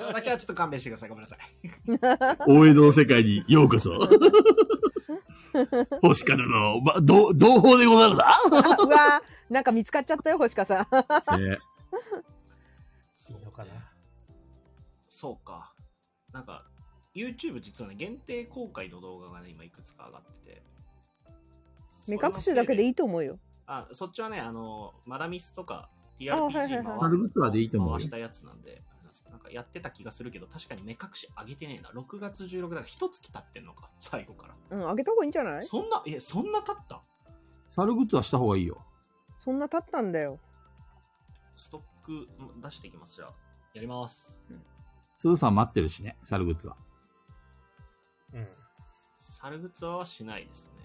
S3: それだけはちょっと勘弁してください。ごめんなさい。
S2: 大江戸の世界にようこ
S4: [laughs]
S2: そ。星からの、ま、同同胞でござるな。
S4: うわーなんか見つかっちゃったよ、星香さん。 [laughs]
S2: ね
S1: いいのかな
S3: そうか。なんか、YouTube 実はね、限定公開の動画がね、今いくつか上がってて。
S4: 目隠しだけでい
S3: い
S4: いと思うよ。
S3: あ、そっちはね、あの、マダミスとか、
S4: あはいはいはい
S3: TRPG
S2: タルブットはでいいと思うよ
S3: 回したやつなんで、あれなんですけどなんかやってた気がするけど、確かに目隠し上げてねえな。6月16だから、一月経ってんのか、最後か
S4: うん、あげた方がいいんじゃな
S3: ら。
S4: い
S3: そんな、え、そんな経った
S2: サルグッズはした方がいいよ。
S4: そんな経ったんだよ。
S3: ストックうん出していきますじゃあやります
S2: スーさん待ってるしね、サルグッズは。
S1: うん。
S3: 猿グツアーはしないですね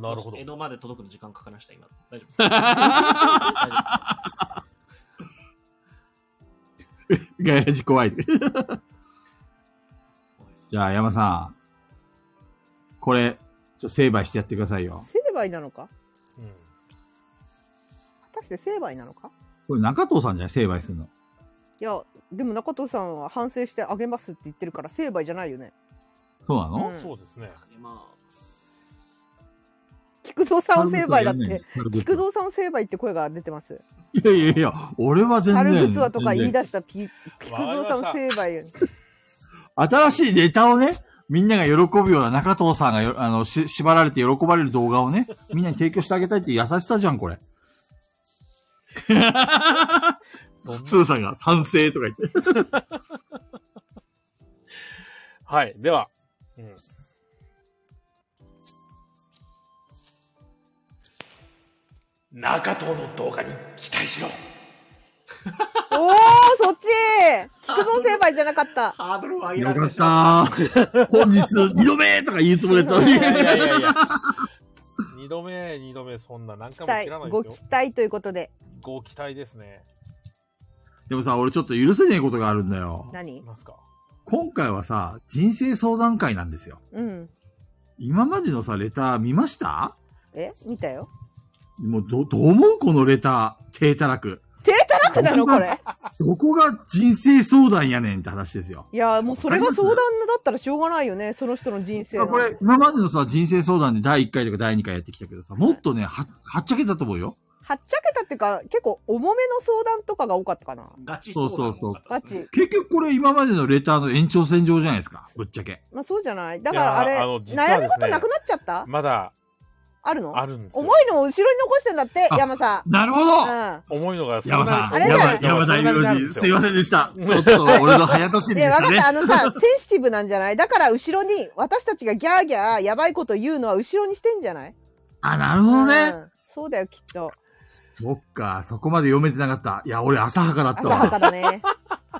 S1: なるほど
S3: 江。戸まで届くの時間かかりました今大丈夫で
S2: [laughs]
S3: すか大丈夫ですか
S2: ガヤラジ怖い。
S3: おい
S2: じゃあ、山さん。これ、ちょ、成敗してやってくださいよ。
S4: 成敗なのか
S1: うん
S4: 果たして成敗なのか
S2: これ中藤さんじゃない成敗するの。
S4: いや、でも中藤さんは反省してあげますって言ってるから、成敗じゃないよね。
S2: そうなの、
S4: うん
S1: そうですね。
S3: あげます
S4: 菊蔵さんを成敗だって。。
S2: サルグッ
S4: 菊
S2: ズ
S4: 蔵さんを成敗って声が出てます。
S2: いやいやいや、俺は全然。
S4: 猿グツアとか言い
S2: 全然
S4: 出したピ菊蔵さんを成敗。
S2: 新しいネタをね、みんなが喜ぶような中藤さんがよ、あの、し、縛られて喜ばれる動画をね、みんなに提供してあげたいっていう優しさじゃん、こ [laughs] れ。スーさんが賛成とか言って。
S1: はい。では、うん。
S11: 中藤の動画に期待しろ
S4: おー、そっち菊蔵成敗じゃなかった。
S3: ハードルを上げら
S2: よ
S3: れ
S2: か
S3: て
S2: っ
S3: しまった
S2: ー。本日、二度目とか言いつもりだったの
S1: [laughs]
S2: に
S1: い。やいやいやいや。二度目、二度目、そんな何回も切らない
S4: ご
S1: で
S4: 期
S1: すよ。
S4: 待ということで。
S1: ご期待ですね。
S2: でもさ、俺ちょっと許せねえことがあるんだよ。
S1: い
S4: 何
S1: ますか。
S2: 今回はさ、人生相談会なんですよ。
S4: うん。
S2: 今までのさ、レター見ました
S4: え見たよ。
S2: もう、ど、どう思うこのレター、低たらく。
S4: 楽なのこれ。
S2: どこが人生相談やねんって話ですよ。
S4: いや、もうそれが相談だったらしょうがないよね。その人の人生
S2: ま
S4: の。
S2: あこれ、今までのさ、人生相談で第1回とか第2回やってきたけどさ、もっとね、は、はっちゃけたと思うよ。
S4: はっちゃけたっていうか、結構重めの相談とかが多かったかな。
S3: ガチ相談も多かった
S4: ガ
S3: ですね
S4: チ。
S2: 結局これ今までのレターの延長線上じゃないですか。ぶっちゃけ。
S4: まあそうじゃない。だからあ
S1: い
S4: れ、
S1: やあの実はですね
S4: 悩み事なくなっちゃった
S1: まだ
S4: あるの
S1: あるんですよ
S4: 重。いのを後ろに残してんだって、
S2: あ
S4: 山さ
S2: なるほど
S4: ん。うん。
S1: 重いのが少
S2: 山
S1: な
S2: さ
S1: い
S2: ん、
S4: あれじゃない
S2: 山、山大
S1: 少なくな
S2: 領
S1: るんで
S2: 事、
S1: す
S2: すい
S1: よ
S2: ませんでした。ちょっと俺の早立ち
S4: い
S2: で
S4: や、
S2: した
S4: わかっ
S2: ね
S4: た。。あのさ、センシティブなんじゃないだから後ろに、私たちがギャーギャーやばいこと言うのは後ろにしてんじゃない
S2: あ、なるほどね。
S4: ん。そうだよ、きっと。
S2: そっか、そこまで読めてなかった。いや、俺浅はかだった
S4: 浅
S2: わ
S4: は。かだね。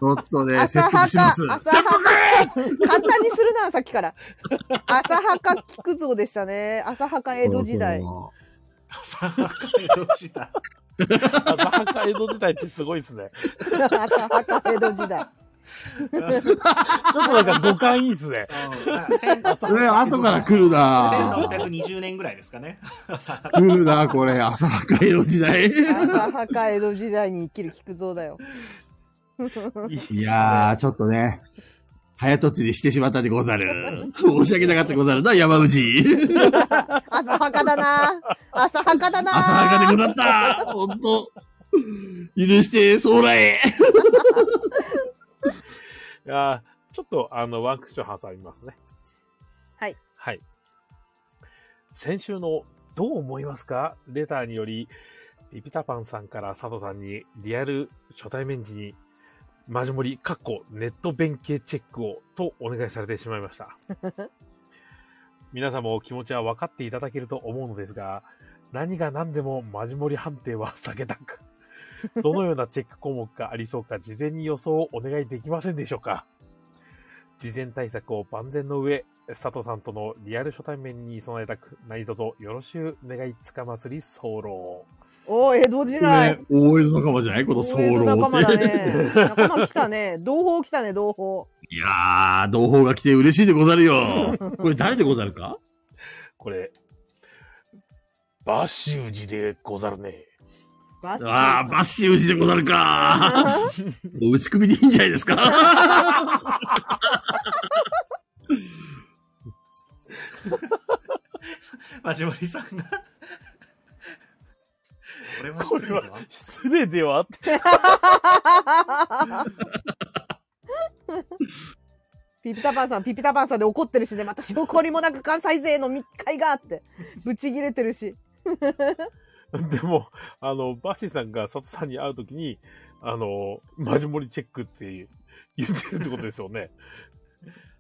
S2: ちょっとね、
S4: 浅
S2: 説
S4: はか、
S2: 得し
S4: 浅
S2: ます。
S4: はか。 [laughs] 簡単にするな、さっきから。浅はか菊蔵でしたね。浅はか江戸時代。
S2: そう
S3: 朝若江戸時代
S1: バカ江戸時代ってすごいですね。
S4: [laughs] 浅はか江戸時代。
S1: ちょっとなんか五感いいですね。
S3: うんなんか千
S2: そうこれ、後から来る
S4: [laughs]
S2: なぁ。
S3: 1620年ぐらいですかね朝若
S2: 来るなぁ、これ。浅はか江戸時代。
S4: 浅はか江戸時代に生きる菊蔵だよ。
S2: いやー、ちょっとね、早とちりしてしまったでござる。申し訳なかったでござるな、山内。
S4: 浅はかだな。浅はかだな。
S2: 浅はかでござった。ほんと。許して、将来。
S1: いやーちょっとあのワンクッション挟みますね。
S4: はい。
S1: はい。先週のどう思いますかレターにより、ピピタパンさんから佐藤さんにリアル初対面時にマジモリ、かっこ、ネット弁慶チェックを、とお願いされてしまいま
S4: [laughs]
S1: した。皆様お気持ちは分かっていただけると思うのですが、何が何でもマジモリ判定は避けたく、
S4: [laughs]
S1: どのようなチェック項目がありそうか、事前に予想をお願いできませんでしょうか。事前対策を万全の上、佐藤さんとのリアル初対面に備えたく、何卒よろしゅう願いつかまつり候。
S4: おお、江戸時代。
S2: ね、大江戸仲間じゃないこの
S4: 大
S2: 早
S4: 江戸
S2: 漏
S4: 仲間だ
S2: って。
S4: ね。仲間来たね。同胞来たね、同胞。
S2: いやー、同胞が来て嬉しいでござるよ。これ誰でござるか
S1: これ、バシウジでござるね。
S4: バッシー
S2: あー、バッシー氏でござるか。打ち首でいいんじゃないですか
S3: マジモリさんが俺は
S1: こ
S3: 失礼
S1: れ
S3: だ
S1: は
S3: わ
S1: 失礼ではあって。
S4: ピピタパンさん、ピピタパンさんで怒ってるしね、また証拠りもなく関西勢の密会があって、ぶち切れてるし。
S1: でも、あの、バッシーさんが佐藤さんに会うときに、あの、マジモリチェックって言ってるってことですよね。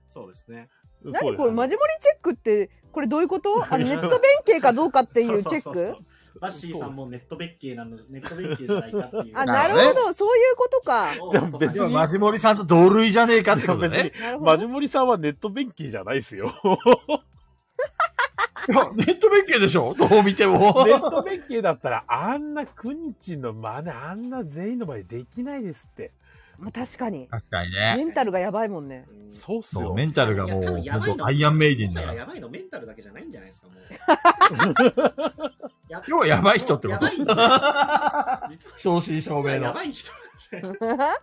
S3: そうですね
S4: 何これ、マジ
S1: モ
S4: モリチェックって、これどういうことあの、ネット弁慶かどうかっていうチェッ
S3: そうそうそう
S4: ク
S3: そうバッシーさんもネット別景なのネット別景じゃないかっていう
S4: あ、
S2: な
S4: な
S2: る
S4: る
S2: ほどね
S4: ほど、そういうことか。
S3: を佐藤さん
S1: で
S3: に
S1: も
S2: ジモリさんと同類じゃねえかっ
S1: リ別に。、
S4: なるほ
S1: マ
S4: ど。
S1: ジモリさんはネット弁慶じゃないですよ。
S2: いやネット弁慶でしょどう見ても
S1: ネット弁慶だったら、あんなくにちんの真似、あんな全員の前できないですって。
S4: まあ、確かに。
S2: 確かに
S4: メ
S2: ね。
S4: ンタルがやばいもんね。
S3: うん
S1: そうっす
S2: そう、
S1: よ。
S2: メンタルがもう、
S3: いや多分やば
S2: ほ
S3: いの
S2: んとアイアンメイデンだ
S3: 今
S2: か
S3: や
S2: ら。
S3: やばいのメンタルだけじゃないんじゃないですかもう
S2: [laughs] 要はやばい人ってこと
S3: やばいんだ実は
S2: 正真正銘
S3: や
S2: の。
S3: ばい人なんじゃない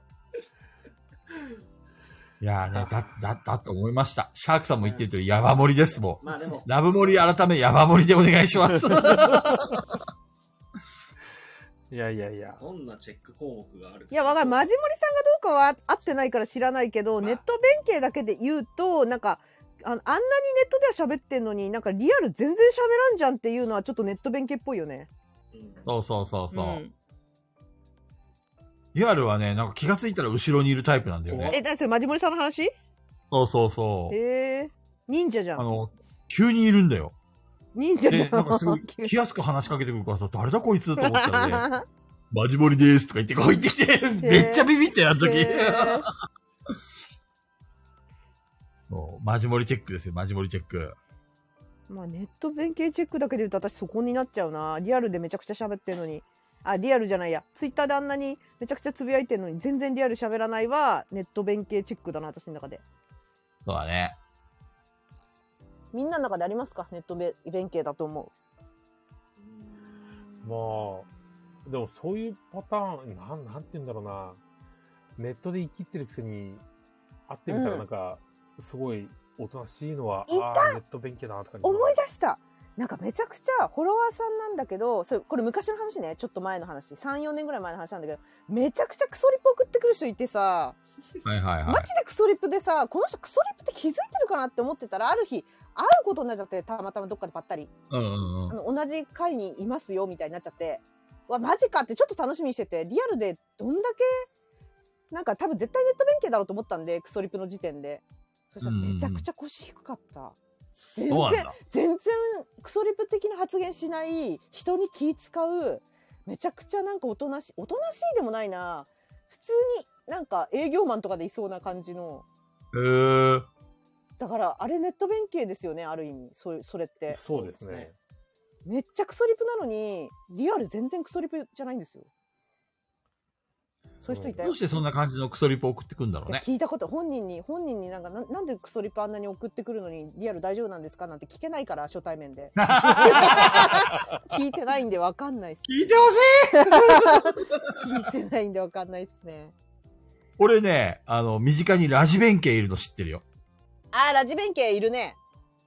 S2: いやーね、だ、だ、だと思いました。シャークさんも言ってる通り、山盛りですもん。
S3: まあでも
S2: ラブ盛り改め山盛りでお願いします。
S1: いやいやいや。
S3: どんなチェック項目がある
S4: いや、わかる。マジモリさんがどうかは合ってないから知らないけど、
S3: まあ
S4: ネット弁慶だけで言うと、なんか、ああんなにネットでは喋ってんのに、なんかリアル全然喋らんじゃんっていうのはちょっとネット弁慶っぽいよね。
S3: うん
S2: そうそうそうそう。
S4: うん
S2: リアルはね、なんか気がついたら後ろにいるタイプなんだよね。
S4: え、何それ、マジモリさんの話へ
S2: そうそうそう。
S4: え。忍者じゃ
S2: あ
S4: ん。
S2: の、急にいるんだよ。
S4: 忍者じゃ
S3: [laughs]
S2: で、
S4: ん。
S2: なんかすごい
S4: [laughs] 急に
S2: 気安く話しかけてくるからさ、誰だこいつと思ったら
S3: [laughs]
S2: ね、マジモリですとか言ってこう言ってきて、めっちゃビビってやった時
S4: へ。ー
S2: そうマジモリチェックですよ、マジモリチェック。
S4: まあ、ネット弁慶チェックだけで言うと私そこになっちゃうな。リアルでめちゃくちゃ喋ってるのに。あ、リアルじゃないや。ツイッターであんなにめちゃくちゃつぶやいてるのに全然リアル喋らないはネット弁慶チェックだな、私の中で。
S2: そうだね。
S4: みんなの中でありますかネットべ弁慶だと思
S1: まあ、でもそういうパターン、なん、なんて言うんだろうな。ネットで生きってるくせに、会ってみた
S4: う
S1: ら
S4: ん
S1: なんか、すごいおとなしいのは、
S4: いた
S1: ああ、ネット勉強だなって感
S4: う。
S1: じ。
S4: 思い出したなんかめちゃくちゃフォロワーさんなんだけど、それこれ昔の話ね、ちょっと前の話、3、4年ぐらい前の話なんだけど、めちゃくちゃクソリップ送ってくる人いてさ、
S2: はいはいは
S4: マ
S2: い。
S4: ジでクソリップでさこの人クソリップって気づいてるかなって思ってたらある日会うことになっちゃってたまたまどっかでばったり
S2: うんうんうん
S4: あ。の同じ会にいますよみたいになっちゃってうわマジかってちょっと楽しみにしててリアルでどんだけなんか多分絶対ネット弁慶だろうと思ったんでクソリップの時点でそしたらめちゃくちゃ腰低かった、全
S2: そうなん
S4: 然
S2: だ。
S4: 全然クソリップ的な発言しない人に気使うめちゃくちゃなんかおとなしいおとなしいでもないな普通になんか営業マンとかでいそうな感じの
S2: えー。
S4: だからあれネット弁慶ですよねある意味それそれって
S1: そうです
S3: そうで
S1: ね。
S4: めっちゃクソリプなのにリアル全然クソリプじゃないんですよそういう人いた
S2: ど
S4: よ
S2: うしてそんな感じのクソリップ送ってくんだろう
S4: いや
S2: ね。
S4: 聞いたこと本人に本人になんかななんでクソリプあんなに送ってくるのにリアル大丈夫なんですかなんて聞けないから初対面 [laughs] で聞いてないんでわかんないっす
S2: 聞いてほしい
S4: 聞いてないんでわかんないっすね
S2: 俺ね、あの、身近にラジ弁慶いるの知ってるよ。
S4: あーラジ弁慶いるね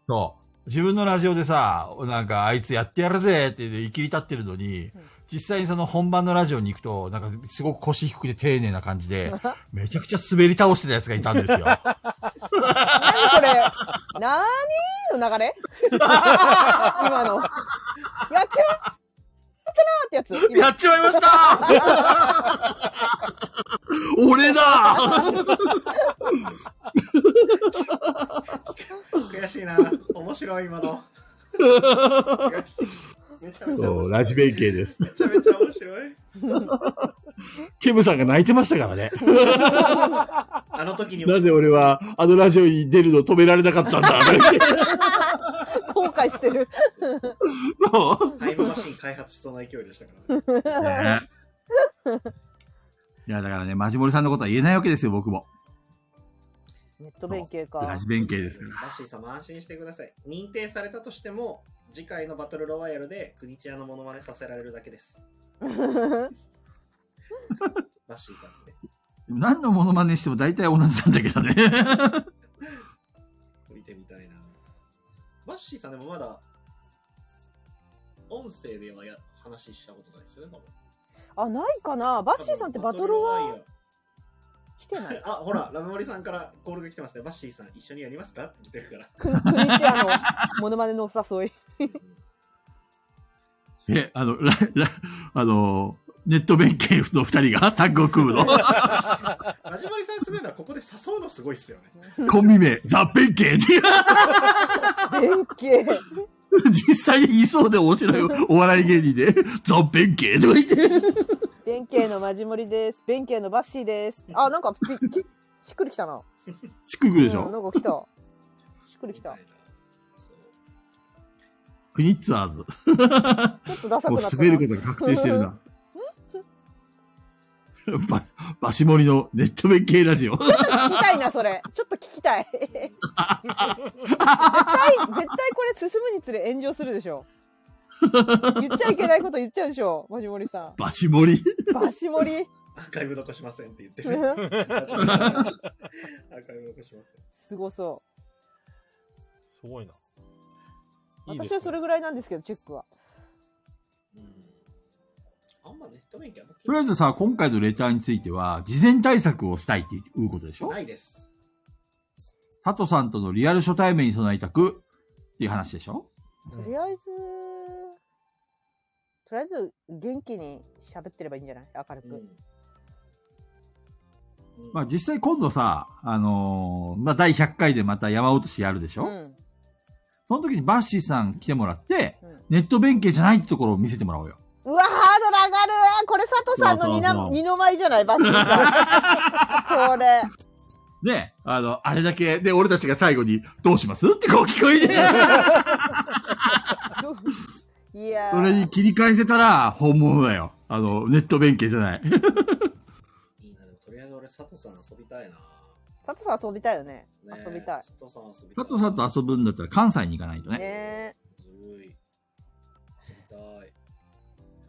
S2: そう。自分のラジオでさ、なんか、あいつやってやるぜって言って、いきり立ってるのに、
S4: ん
S2: 実際にその本番のラジオに行くと、なんか、すごく腰低くて丁寧な感じで、 [laughs] めちゃくちゃ滑り倒して [laughs] たやつがいたんですよ。
S4: 何これなーにーの流 [laughs] れ今の。やっちまったなーってやつ。今
S2: やっちまいました [laughs] 俺だ
S3: 悔しいな。面白い、今
S2: [laughs]
S3: の。悔しいめちゃめちゃ
S2: そう
S3: 面
S2: ラジ弁慶です。
S3: めちゃめちゃ面白い。
S2: ケムさんが泣いてましたからね。
S3: あの時にも
S2: なぜ俺はあのラジオに出るの止められなかったんだ。
S4: 後悔してる。
S2: [laughs] そう
S3: タイムマシン開発しそうな勢いでしたからね。
S2: ねいや、だからね、マジモリさんのことは言えないわけですよ、僕も。
S4: ネット弁慶
S2: ラ
S4: か
S2: ジ。弁慶ですから。
S3: バッシーさんも安心してください。認定されたとしても、次回のバトルロワイヤルで国千屋のモノマネさせられるだけです。
S2: [laughs]
S3: バッシーさんにね。
S2: でも何のモノマネしても大体同じなんだけどね。 [laughs]
S3: 見てみたいな。バッシーさんでもまだ、音声ではや話したことないですよね、多分
S4: あ、ないかなバッシーさんってバトル
S3: バト
S4: は
S3: ロ
S4: 来てな
S3: ワ
S4: い
S3: イヤルあ、ほら、ラブモリさんからコールが来てますね。バッシーさん、一緒にやりますかって来てる
S4: [laughs]
S3: から。
S4: く、くにちゃのモノマネのお誘い。
S2: え、あの、ラ、ラ、あの、ネット弁慶の二人がタッグを組 [laughs] むの。
S3: ラジモリさんすごいのは、ここで誘うのすごいっすよね。
S2: コンビ名、ザ・弁慶っていう。
S4: 弁慶。
S2: [laughs]
S4: [laughs]
S2: 実際にいそうで面白いお笑い芸人で、ザ・弁慶とか言って。
S4: 弁慶のマジモリです。弁慶のバッシーです。あ、なんか、ししっくりきたな。
S2: しっくりくるでし
S4: うん
S2: ょ。
S4: なんか来た。しっくりきた。
S3: そう
S2: クニッツァーズ。
S4: ちょっとダサく
S2: もう
S4: なった
S2: 滑
S4: な
S2: る。ことが確定してるな。ば、ばしもりのネット弁慶ラ [laughs] ジオ。
S4: 聞きたいな、それ。ちょっと聞きたい。絶対、絶対これ進むにつれ炎上するでしょ。言っちゃいけないこと言っちゃうでしょ、マジモリさ
S2: ばしもり。
S4: ん。バシモ [laughs] リ。
S3: アーカイブ残しませんって言ってる。
S4: [laughs] す
S3: アーカイブ残しません。
S4: ごそ
S1: すごいな。
S4: う。
S1: いいですね
S4: 私はそれぐらいなんですけど、チェックは。
S3: あんまネット免許あんま聞いて
S2: とりあえずさ、今回のレターについては、事前対策をしたいっていうことでしょ
S3: ないです。
S2: 佐藤さんとのリアル初対面に備えたくっていう話でしょ
S4: とりあえず、とりあえず元気に喋ってればいいんじゃない明る
S3: うん
S4: く。
S3: うん
S2: まあ実際今度さ、あのーまあ第100回でまた山落としやるでし
S4: う
S2: ょ、
S4: ん。
S2: その時にバッシーさん来てもらって、
S4: うん
S2: ネット弁慶じゃないってところを見せてもらおうよ。
S4: うわ、ハードル上がるこれ佐藤さんの二
S2: そうそうそ
S4: な
S2: う
S4: 二の舞じゃないバッ
S2: [laughs]
S4: シーさん。これ。
S2: ね、あの、あれだけ、で、俺たちが最後に、どうしますってこう聞こえて、
S4: いやー
S2: それに切り返せたら、本物だよ。あの、ネット弁慶じゃない。
S3: いいな、でもとりあえず俺、佐藤さん遊びたいな。
S4: 佐藤さん遊びたいよね。
S3: ねえ
S4: 遊びたい。
S3: 佐藤さん遊びたい。
S2: 佐藤さんと遊ぶんだったら関西に行かないとね。
S4: ね
S3: ずるい。遊びたい。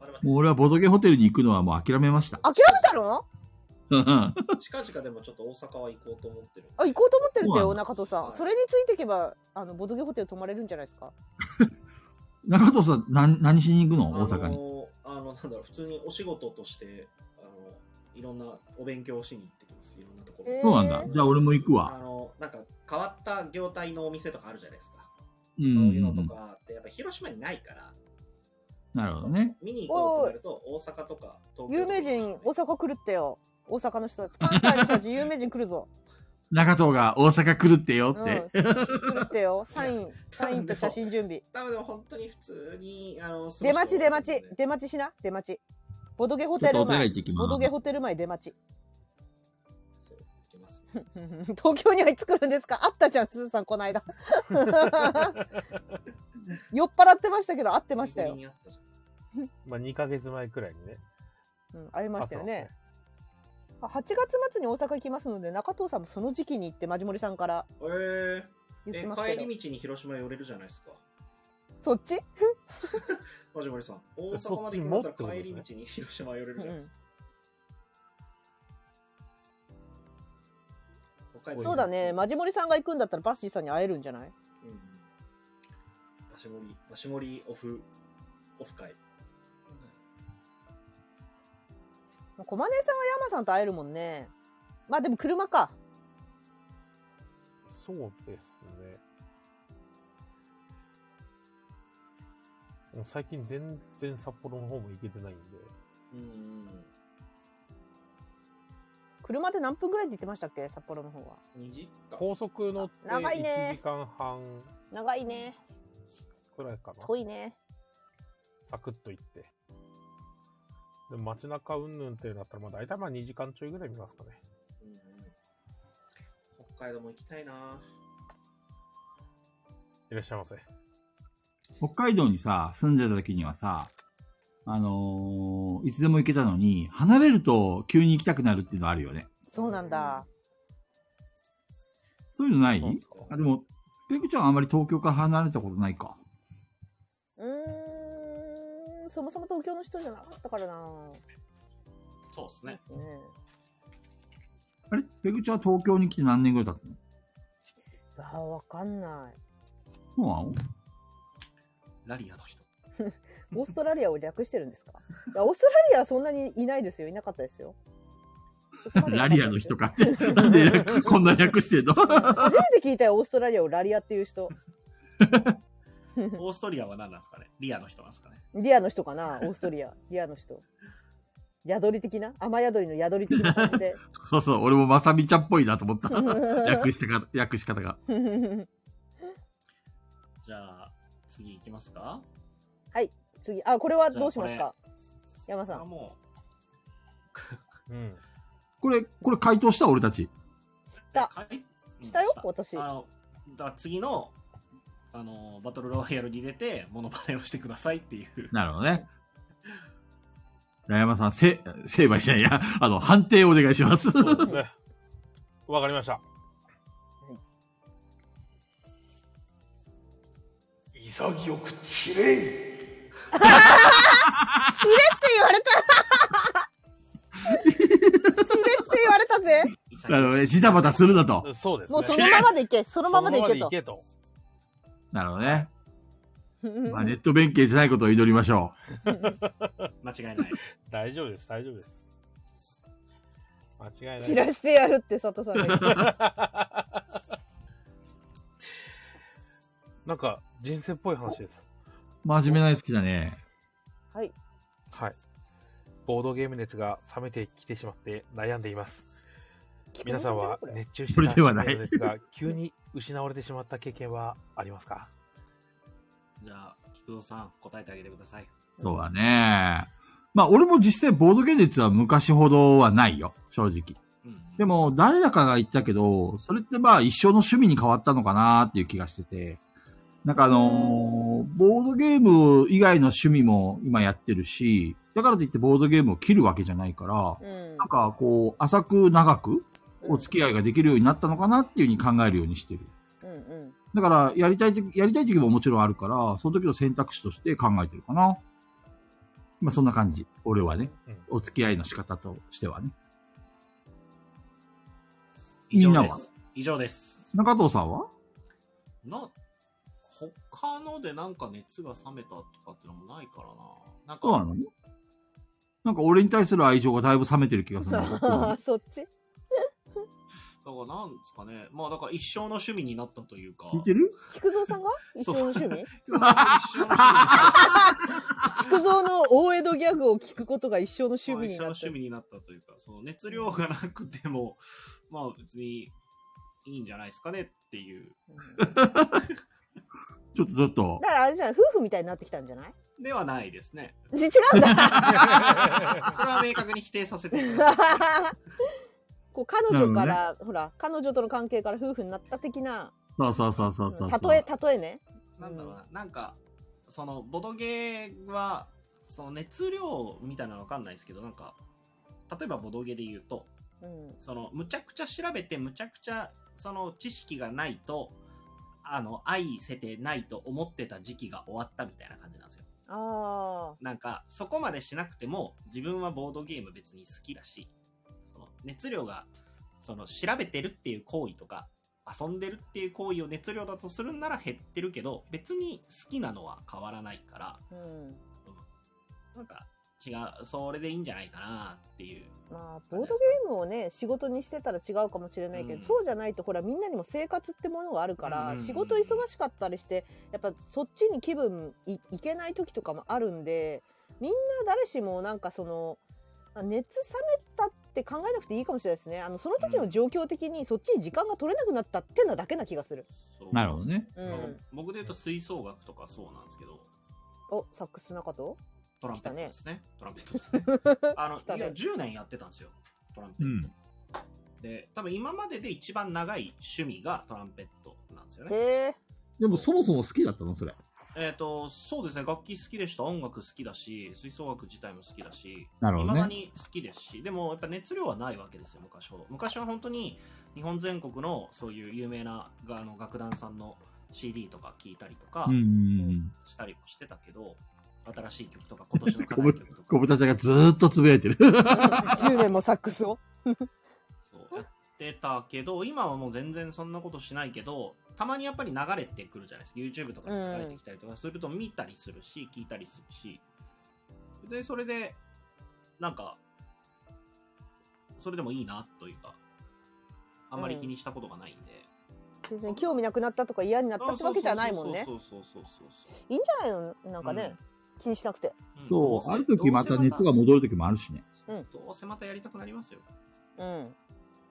S3: あれは
S2: もう俺はボドゲホテルに行くのはもう諦めました。 [laughs]
S4: 諦めたの
S2: うん
S3: 近々でもちょっと大阪は行こうと思ってる。
S4: あ行こうと思ってるんだ
S2: そ
S4: よ
S2: う
S4: 中戸さ
S3: は
S4: ん
S3: い
S4: それについていけばあのボドゲホテル泊まれるんじゃないですか
S2: 中藤さん、なん何しに行くの大阪
S3: あ
S2: に。
S3: のあの、なんだろう、普通にお仕事として、あの、いろんなお勉強をしに行ってきます。いろんなところ。
S4: えー
S2: そうなんだ。じゃあ俺も行く
S3: あ
S2: わ。
S3: の、なんか変わった業態のお店とかあるじゃないですか。
S2: うんう
S3: そう
S2: ん
S3: い
S2: う
S3: うのと
S2: ん。
S3: かって、やっぱ広島にないから。
S2: なるほどね。
S3: 見に行こうとなると、大阪とか東京とか
S4: 有名人大阪来るってよ大阪の人たち関西の人たち有名人来るぞ、
S2: 中藤が大阪来るってよ
S4: う
S2: っ
S4: ん、
S2: て
S4: 来。るってよサインサインと写真準備
S3: 多分でも本当に普通に、あの、
S4: 出待ち出待
S3: 過
S4: ち
S3: ごして
S4: 出待ちしな出待ちボドゲホ
S2: ちょっ
S4: テ
S2: と
S4: ル
S2: お寺
S4: 前
S2: 行ってきま
S4: ボドゲ
S2: す。
S4: ホテル前出待ち [laughs]
S3: そう行きますね
S4: 東京にはいつ来るんですかあったじゃんすずさんこの間酔っ払ってましたけど会ってました
S3: コン
S4: よ
S3: ビ、ニあったじゃん
S1: まあ、2ヶ月前くらいにね。
S4: うん、会いましたよね
S1: あと
S4: あ8月末に大阪行きますので中藤さんもその時期に行ってマジモリさんから
S3: え
S4: 言ってま
S3: ー
S4: すけ
S3: え
S4: ど
S3: 帰り道に広島寄れるじゃないですか。
S4: そっち
S3: マジモリさん、大
S1: えそ
S3: 阪
S1: っ
S3: ま
S1: ち
S3: で
S1: も
S3: 行くんだっ
S1: ってこ
S3: た
S1: と
S3: ら
S1: です
S3: 帰
S1: ね
S3: り道に広島寄れるじゃないですか。北海道
S4: そうだねマジモリさんが行くんだったらバッシーさんに会えるんじゃない
S3: うんバシモリ、バシモリオフ、オフ会。
S4: コマネさんは山さんと会えるもんねまあでも車か
S1: そうですね。もう最近全然札幌の方も行けてないんで。
S3: うんうんうん。
S4: 車で何分ぐらいって言ってましたっけ札幌の方は
S3: 2時間。
S1: 高速乗って
S4: 長いね
S1: 1時間半
S4: 長いね
S1: くらいかな。
S4: 遠いね
S1: サクッと行って。で街中うんぬんってなったら、まあ大体まあ2時間ちょいぐらい見ますかね。
S3: うんうん北海道も行きたいな。
S1: いらっしゃいませ。
S2: 北海道にさ、住んでた時にはさ、あのーいつでも行けたのに、離れると急に行きたくなるっていうのあるよね。
S4: そうなんだ
S2: そういうのない
S1: そう
S2: あ、でも、ペグちゃんはあんまり東京から離れたことないか。
S4: うーんそもそも東京の人じゃなかったからな
S3: そうですね。
S4: そうですね
S2: あれペグちゃんは東京に来て何年ぐらい経ったの
S4: あわかんない
S2: そうなの
S3: ラリアの人。
S4: オーストラリアを略してるんですか [laughs] いやオーストラリアはそんなにいないですよいなかったですよそこまでい
S2: [laughs]
S4: な
S2: ラ
S4: かった
S2: リ
S4: ですよ
S2: アの人か [laughs] って。なんで略こんな略してんの [laughs]
S4: 初めて聞いたよ、オーストラリアをラリアっていう人。
S3: オーストリアは何なんですかねリアの人なんですかね
S4: リアの人かな、オーストリア。リアの人。宿り的な雨宿りの宿り的な感
S2: [laughs]
S4: じで。
S2: そうそう、俺もまさみちゃんっぽいなと思った。略してか、略し方が。
S3: じゃあ、次行きますか
S4: 次、あ、これはどうしますか山さ
S3: あ
S4: ん。
S3: も
S1: う
S3: う、
S1: ん。
S2: これ、これ回答した俺たち。
S4: した
S3: はいうん
S4: したよ、私。
S3: あの、だから次の、あの、バトルロワイヤルに出て、モノマネをしてくださいっていう。
S2: なるほどね。大山さん、せ、成敗じゃないや、あの、判定をお願いします。
S1: そうですね。わかりました。
S12: 潔く散れい
S4: って言われ [laughs] たそれって言われたぜ
S2: あのね、ジタバタするなと。
S1: そうです
S4: も
S1: ね。
S4: うそのままでいけ、そのままでいけと。
S1: と。
S2: なるほどね。まあ、ネット弁慶じゃないことを祈りましょ
S3: 間違いない。
S1: 大丈夫です、大丈夫です。間違いない
S4: 散
S1: で
S4: ら
S1: す。
S4: してやるって佐藤さんが言
S1: [laughs] [laughs]
S4: って
S1: なんか、人生っぽい話です。
S2: う。真面目なやつ来たね。
S4: はい。
S1: はい。ボードゲーム熱が冷めてきてしまって悩んでいます。皆さんは
S4: これ
S1: 熱中してた
S2: それではない
S1: ゲーム熱が急に失われてしまった経験はありますか
S3: じゃあ、菊蔵さん、答えてあげてください。
S2: そうだね。まあ、俺も実際ボード芸術は昔ほどはないよ。正直。
S3: うん
S2: で、も、誰だかが言ったけど、それってまあ一生の趣味に変わったのかなっていう気がしてて、なんかあのーボードゲーム以外の趣味も今やってるし、だからといってボードゲームを切るわけじゃないから、
S4: うん
S2: なんかこう、浅く長くお付き合いができるようになったのかなっていうふうに考えるようにしてる。
S4: うんうん。
S2: だから、やりたいとき、やりたい時ももちろんあるから、その時の選択肢として考えてるかな。まあそんな感じ。俺はね
S4: [laughs]
S1: うん、
S2: お付き合いの仕方としてはね。
S3: 以
S2: みんな
S3: 上
S2: は
S3: です。以上です。
S2: 中藤さんは
S3: な、他のでなんか熱が冷めたとかってのもないからな。なん
S2: そうな
S3: か、
S2: のなんか俺に対する愛情がだいぶ冷めてる気がするんだけど
S4: [laughs] あ。そっち
S3: だからなんですかね。まあだから一生の趣味になったというか。
S2: 聞いてる
S4: 菊蔵さんが一生の趣味
S3: 菊蔵さん一生の趣味になった
S4: 菊蔵の大江戸ギャグを聞くことが一生の趣味に
S3: まあ
S4: なっ
S3: 一緒の趣
S4: て
S3: 味になったというか、その熱量がなくても、まあ別にいいんじゃないですかねっていう。
S4: うん
S2: ちょっとちょっと
S4: だ。からあれじゃない夫婦みたいになってきたんじゃない
S3: ではないですね。
S4: じ違うんだ
S3: それは明確に否定させてください。
S4: [laughs] こう彼女から、ほら彼女との関係から夫婦になった的な
S2: そうそうそうそうそうそう。
S4: 例え例えね [laughs]
S3: なんだろうな、なんか、そのボドゲーは、その熱量みたいなのわかんないですけど、なんか、例えばボドゲで言うと、
S4: うん
S3: そのむちゃくちゃ調べてむちゃくちゃその知識がないとあの愛せてないと思ってた時期が終わったみたいな感じなんですよ
S4: あ
S3: なんかそこまでしなくても自分はボードゲーム別に好きだしその熱量がその調べてるっていう行為とか遊んでるっていう行為を熱量だとするんなら減ってるけど別に好きなのは変わらないから
S4: あうん
S3: なんか違うそれでいいんじゃないかなっていう
S4: まあボードゲームをね仕事にしてたら違うかもしれないけど、
S3: うん
S4: そうじゃないとほらみんなにも生活ってものがあるから、
S3: うん
S4: 仕事忙しかったりしてやっぱそっちに気分いいけない時とかもあるんでみんな誰しもなんかそのあ熱冷めたっって考えなくていいかもしれないですねあのその時の状況的にそっちに時間が取れなくなったってなだけな気がする、
S3: そう
S5: なるほどね。
S4: うん
S1: うん
S3: 僕で言うと吹奏楽とかそうなんですけど、
S4: おサックス中と
S3: トランペット
S4: 来たね
S3: ですね。トランペットですね。
S4: [laughs]
S3: あの、
S4: 来た
S3: い
S4: ね
S3: や、10年やってたんですよ。トランペ
S5: う
S3: ッ
S5: ん。
S3: ト。で、多分今までで一番長い趣味がトランペットなんですよ
S4: へ
S3: ね。
S4: え
S2: でもそもそも好きだったのそれ。
S3: えっ、と、そうですね。楽器好きでした。音楽好きだし、吹奏楽自体も好きだし、
S2: なる
S3: い
S2: ほ
S3: ま
S2: ど
S3: だ
S2: ね。
S3: に好きですし、でもやっぱ熱量はないわけですよ、昔ほど。昔は本当に日本全国のそういう有名ながあの楽団さんの CD とか聞いたりとか
S2: うんうんうん。
S3: したりもしてたけど、新しい曲とか今年の課題曲とか
S2: 小。豚ちゃんがずーっとつぶやいてる。
S4: 10年もサックスを
S3: そうやってたけど、今はもう全然そんなことしないけど、たまにやっぱり流れてくるじゃないですか。YouTube とかで流れてきたりとかすると見たりするし、聞いたりするし。別にそれで、なんか、それでもいいなというか、あんまり気にしたことがないんで。
S4: 別に興味なくなったとか嫌になったってわけじゃないもんね
S3: そうそうそうそうそう
S4: いいんじゃないのなんかね、気にしなくて
S3: そう。
S2: そ
S3: ん
S2: う。ある時また熱が戻る時もあるしね。
S4: うん
S3: どうせまたやりたくなりますよ。
S4: うん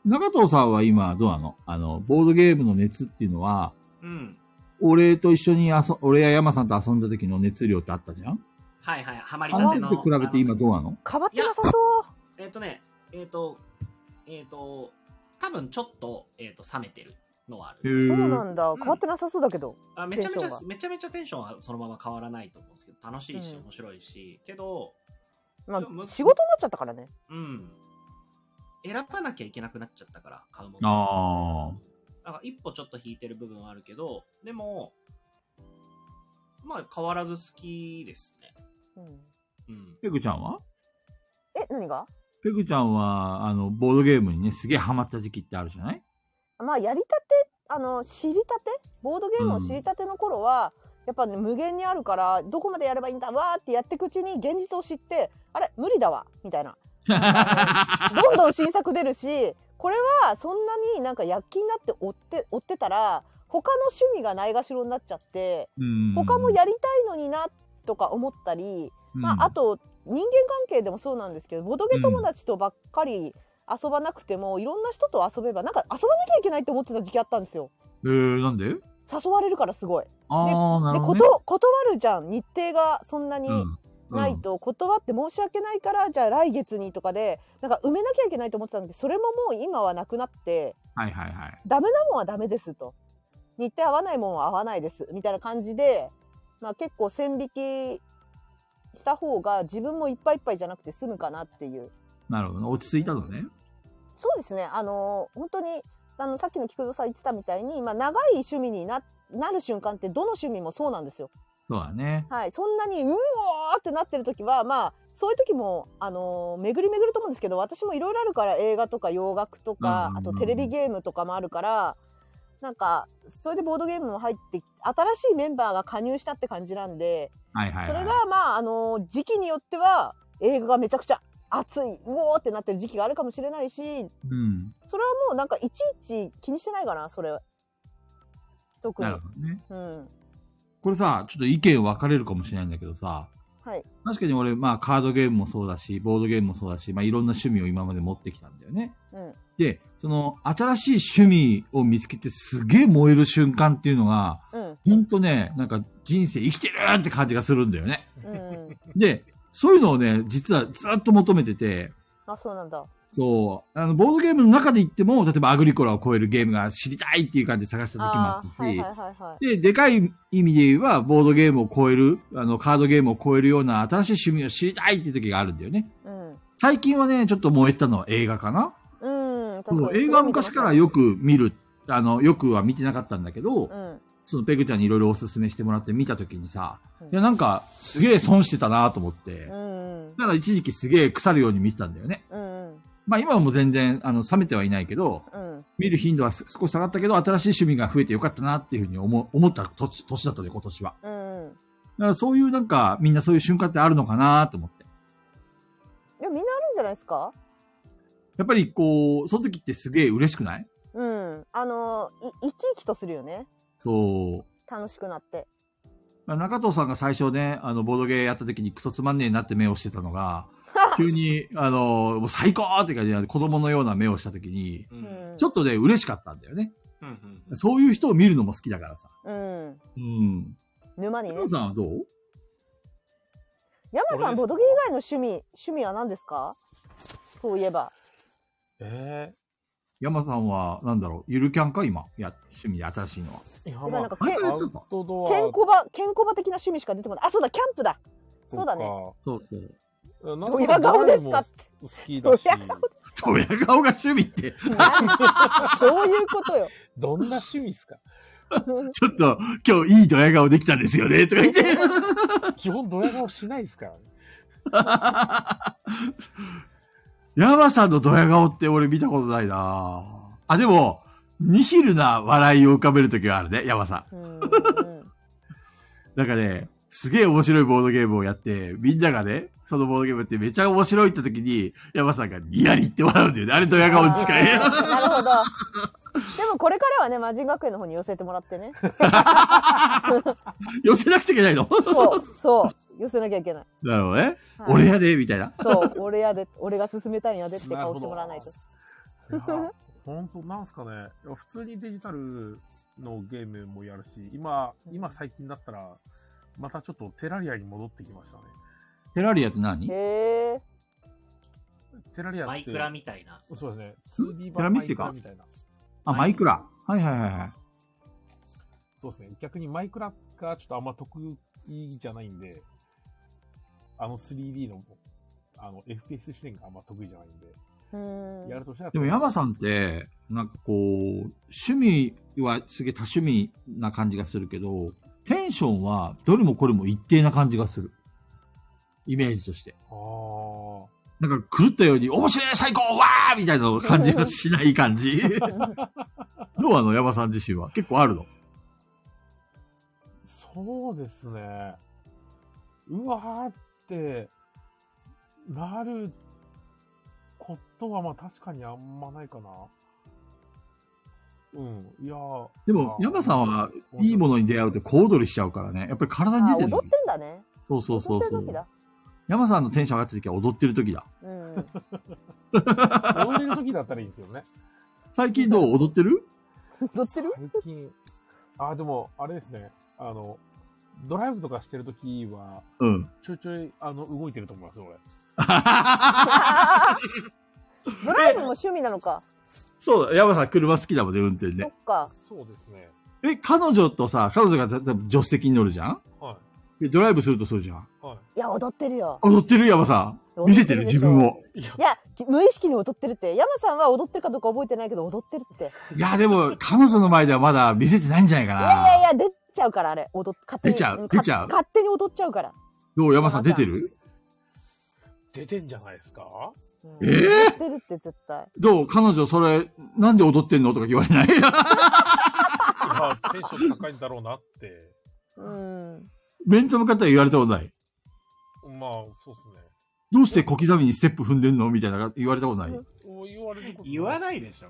S2: 中藤さんは今どうなのあの、ボードゲームの熱っていうのは、
S3: うん。
S2: 俺と一緒に遊、俺や山さんと遊んだ時の熱量ってあったじゃん
S3: はいはい。ハマり
S2: あ
S3: た
S2: の
S3: て
S2: 時と
S3: の。
S2: 比べて今どうなの
S4: 変わってなさそう
S3: えっ、とね、えっ、と、えっ、と、多分ちょっと、えっ、と、冷めてるのはある。
S4: そ
S2: へ
S4: う
S2: ー
S4: なんだ
S3: ん
S4: 変わってなさそうだけど、
S3: あめちゃめち
S4: テン
S3: ゃ
S4: ション、
S3: めちゃめちゃテンションはそのまま変わらないと思うんですけど、楽しいし、
S4: うん
S3: 面白いし、けど、
S4: ま
S3: でも
S4: あ
S3: む
S4: 仕事になっちゃったからね
S3: うん。選ばなきゃいけなくなっちゃったから、買うもの。
S2: あ
S3: なんか一歩ちょっと引いてる部分はあるけど、でも、まあ変わらず好きですね。
S4: うん
S3: うん。
S2: ペグちゃんは
S4: え何が
S2: ペグちゃんは、あの、ボードゲームにね、すげえハマった時期ってあるじゃない
S4: まあやりたてあの知りたてボードゲームを知りたての頃は、やっぱ、ね、無限にあるからどこまでやればいいんだわーってやっていくうちに現実を知ってあれ無理だわみた
S2: [laughs]
S4: いなどんどん新作出るしこれはそんなになんか躍起になって追って追ってたら他の趣味がないがしろになっちゃって
S2: うん
S4: [laughs] 他もやりたいのになとか思ったり、まあ、あと人間関係でもそうなんですけどボドゲ友達とばっかり遊ばなくても、いろんな人と遊べばなんか遊ばなきゃいけないって思ってた時期あったんですよ
S2: えー、なんで
S4: 誘われるからすごい。
S2: ああ、な
S4: で
S2: るほ
S4: こ
S2: ど、ね。
S4: と断るじゃん日程がそんなにない
S2: うん
S4: と断って申し訳ないから、じゃあ来月にとかでなんか埋めなきゃいけないと思ってたんでそれももう今はなくなって
S2: はいはいはい。
S4: ダメなもんはダメですと日程合わないもんは合わないですみたいな感じで、まあ、結構線引きした方が自分もいっぱいいっぱいじゃなくて済むかなっていう
S2: なるほどね。落ち着いたのね。
S4: そうですね。あの本当にあのさっきの菊蔵さん言ってたみたいに、まあ長い趣味にななる瞬間ってどの趣味もそうなんですよ。
S2: そうだね。
S4: はい、そんなにうおーってなってる時は、まあそういう時もあの巡り巡ると思うんですけど、私もいろいろあるから映画とか洋楽とか
S2: う、ん
S4: あとテレビゲームとかもあるから、なんかそれでボードゲームも入って新しいメンバーが加入したって感じなんで、
S2: はいはい、はい。
S4: それがまああの時期によっては映画がめちゃくちゃ熱いうおーってなってる時期があるかもしれないし、
S2: うん。
S4: それはもうなんかいちいち気にしてないかな、それ。特
S2: な
S4: に
S2: る。ほどね。
S4: うん。
S2: これさ、ちょっと意見分かれるかもしれないんだけどさ、
S4: はい。
S2: 確かに俺、まあカードゲームもそうだし、ボードゲームもそうだし、まあいろんな趣味を今まで持ってきたんだよね。
S4: うん。
S2: で、その新しい趣味を見つけてすげえ燃える瞬間っていうのが、
S4: うん。
S2: ほんとね、なんか人生生きてるって感じがするんだよね。 [laughs]
S4: うん。
S2: で、そういうのをね、実はずっと求めてて、
S4: あ、そうなんだ。
S2: そう、あの、ボードゲームの中で言っても、例えばアグリコラを超えるゲームが知りたいっていう感じで探した時期もあ
S4: あ
S2: っ
S4: ー
S2: た
S4: は
S2: し、
S4: いはいはいは
S2: で、でかい意味で言えば、ボードゲームを超える、あの、カードゲームを超えるような新しい趣味を知りたいっていう時があるんだよね。
S4: い。うん。
S2: 最近はね、ちょっと燃えたのは映画かな
S4: うん。確
S2: そ
S4: か
S2: う
S4: に
S2: 映画は昔からよ。く見る、あの、よくは見てなかったんだけど、
S4: うん。
S2: そのペグちゃんにいろいろおすすめしてもらって見た時にさ、
S4: うん
S2: いや、なんか、すげえ損してたなと思って、
S4: う
S2: だか
S4: ん。
S2: ら一時期すげえ腐るように見てたんだよね。
S4: うん。
S2: まあ今はもう全然、あの、冷めてはいないけど、
S4: うん。
S2: 見る頻度はす少し下がったけど、新しい趣味が増えてよかったなっていうふうに思う思った年年だったで、今年は。
S4: うん。うん
S2: だからそういうなんか、みんなそういう瞬間ってあるのかなと思って。
S4: いや、みんなあるんじゃないですか
S2: やっぱりこう、その時ってすげえ嬉しくない
S4: うん。あのー、い、生き生きとするよね。
S2: そう。
S4: 楽しくなって。
S2: [laughs] まあ中藤さんが最初ね、あの、ボードゲーやった時にクソつまんねえなって目をしてたのが、急に、あの、もう最高って感じで、子供のような目をしたときに、
S3: う
S4: うんん
S2: ちょっとね、嬉しかったんだよね。
S3: うん
S2: そういう人を見るのも好きだからさ。
S4: うん
S2: うん。
S4: 沼に
S2: ヒ
S4: ね
S2: ロさんはどう
S4: 山さんボドゲ以外の趣味趣味は何ですかそういえば
S1: え
S2: 山さんは、なんだろう、ゆるキャンか今。いや、趣味で新しいのは。
S1: ー、いや、
S4: 今
S1: ま
S4: なん
S1: あ
S4: か、け
S2: あ
S4: ん
S2: れ
S1: アウトドア
S4: ケンコバケンコバ的な趣味しか出てこないあそうだキャンプだそうだね
S2: そうそう。
S1: そうか。
S4: どや顔ですかって
S1: 好きだし
S4: どや顔、
S2: とや顔が趣味って、
S4: な [laughs] どういうことよ
S1: どんな趣味ですか [laughs]
S2: ちょっと、今日いいドヤ顔できたんですよね、とか言 [laughs] って。
S1: 基本ドヤ顔しないですからね。
S2: 山さんのドヤ顔って俺見たことないなあ、でも、ニヒルな笑いを浮かべるときはあるね、山さ
S4: うん
S2: ん。なんかね、すげえ面白いボードゲームをやって、みんながね、そのボードゲームやってめちゃ面白いってときに、山さんがニヤリって笑うんだよね。あれドヤ顔に近い。
S4: あーなるほどでもこれからはね魔人学園の方に寄せてもらっ
S2: [laughs]
S4: てね
S2: [laughs] 寄せなくちゃいけ [laughs] ないの
S4: そうそう寄せなきゃいけない、
S2: なるほどね。
S4: はい
S2: 俺やで、みたいな。
S4: そう俺やで俺が進めたいんやでって顔してもらわない
S1: い
S4: と
S1: や、本当なんすかね。いや普通にデジタルのゲームもやるし、今、今最近だったら、またちょっとテラリアに戻ってきましたね。
S2: テラリアって何テ
S4: へえ
S1: テラリアって。
S3: マイクラみたいな。
S1: そうですね。2D
S2: テラ
S1: 版
S2: ミ
S1: マ
S2: ステ
S1: イ
S2: ィ
S1: ク
S2: カ
S1: ラみたいな。
S2: あ、マイクラ。はいはいはいはい。
S1: そうですね。逆にマイクラがちょっとあんま得意じゃないんで、あの 3D の、あの FPS 視点があんま得意じゃないんで、
S4: うん
S1: やるとしたら。
S2: でも山さんって、なんかこう、趣味はすげえ多趣味な感じがするけど、テンションはどれもこれも一定な感じがする。イメージとして。
S1: ああ。
S2: なんか狂ったように、面白い最高わーみたいな感じがしない感じ。どうあの山さん自身は結構あるの
S1: そうですね。うわーって、なることはまあ確かにあんまないかな。うん。いやー
S2: でも山さんは、いいものに出会うと小踊りしちゃうからね。やっぱり体に
S4: あ
S2: 出てる
S4: 踊っ
S2: の
S4: てん。だね
S2: そうそうそ
S4: 踊っ
S2: う
S4: てる
S2: そ
S4: 時
S2: う。
S4: だ
S2: 山さんのテンション上がってる時は踊ってる時だ。
S4: うん
S1: 踊ってる時だったらいいんですけどね。
S2: 最近どう踊ってる
S4: 踊ってる
S1: 最近、あ、でも、あれですね。あの、ドライブとかしてる時は、
S2: うん。 [laughs]
S1: ちょいちょい、あの、動いてると思います、俺。
S4: あードライブも趣味なのか
S2: そうだ、山さん車好きだもんね、運転
S4: そっ
S2: [laughs] ね。
S4: か
S1: そうですね。
S2: え、彼女とさ、彼女が例えば助手席に乗るじゃん
S1: は
S2: で、ドライブするとするじゃん。
S1: い。はい
S4: や踊ってるよ
S2: 踊ってる山さん。見せてる自分を。
S1: い。いや
S4: い、やき無意識に踊ってるって山さんは踊ってるかどうか覚えてないけど踊ってるって
S2: いや、でも、彼女の前ではまだ見せてないんじゃないか
S4: いやいやい
S2: な。
S4: や出ちゃうからあれ踊っ勝手に
S2: 出ちゃうん
S4: か
S2: 出ちゃう
S4: 勝手に踊っちゃうから、
S2: どう山さん出てる
S1: 出てんじゃないですか
S4: うん
S2: えー
S4: 踊ってるって絶対
S2: どう彼女それ、なんで踊ってんのとか言われない [laughs]
S1: いや、テンション高いんだろうなって。
S4: うん
S2: 面と向かっては言われたことない。
S1: まあ、そうですね。
S2: どうして小刻みにステップ踏んでんのみたいな言われたことない。
S1: お言われること
S3: 言わ
S1: い。
S3: ないでしょ。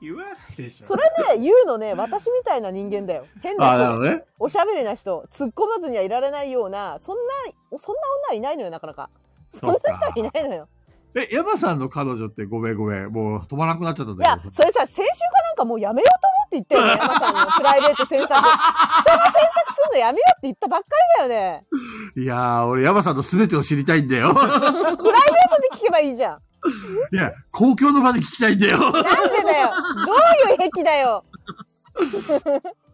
S3: 言わないでしょ。
S4: それね言う
S2: [laughs]
S4: のね私みたいな人間だよ変
S2: ああ、なる
S4: な人
S2: ほどね。
S4: おしゃべりな人突っ込まずにはいられないようなそんなそんな女はいないのよなかなかそん
S2: そ
S4: な
S2: うか
S4: 人はいないのよ
S2: え、山さんの彼女ってごめんごめん。もう止まらなくなっちゃったん
S4: い
S2: だ
S4: や
S2: けど。
S4: それさ先週かなんかもうやめようと思って言ったよ
S2: [laughs]
S4: ね山さんのプライベート詮索人の詮索するのやめようって言ったばっかりだよね
S2: いやー、俺山さんの全てを知りたいんだ [laughs] よ。
S4: プライベートで聞けばいいじゃん
S2: いや、公共の場で聞きたいんだよ。わ
S4: なんでだよどういう癖だよ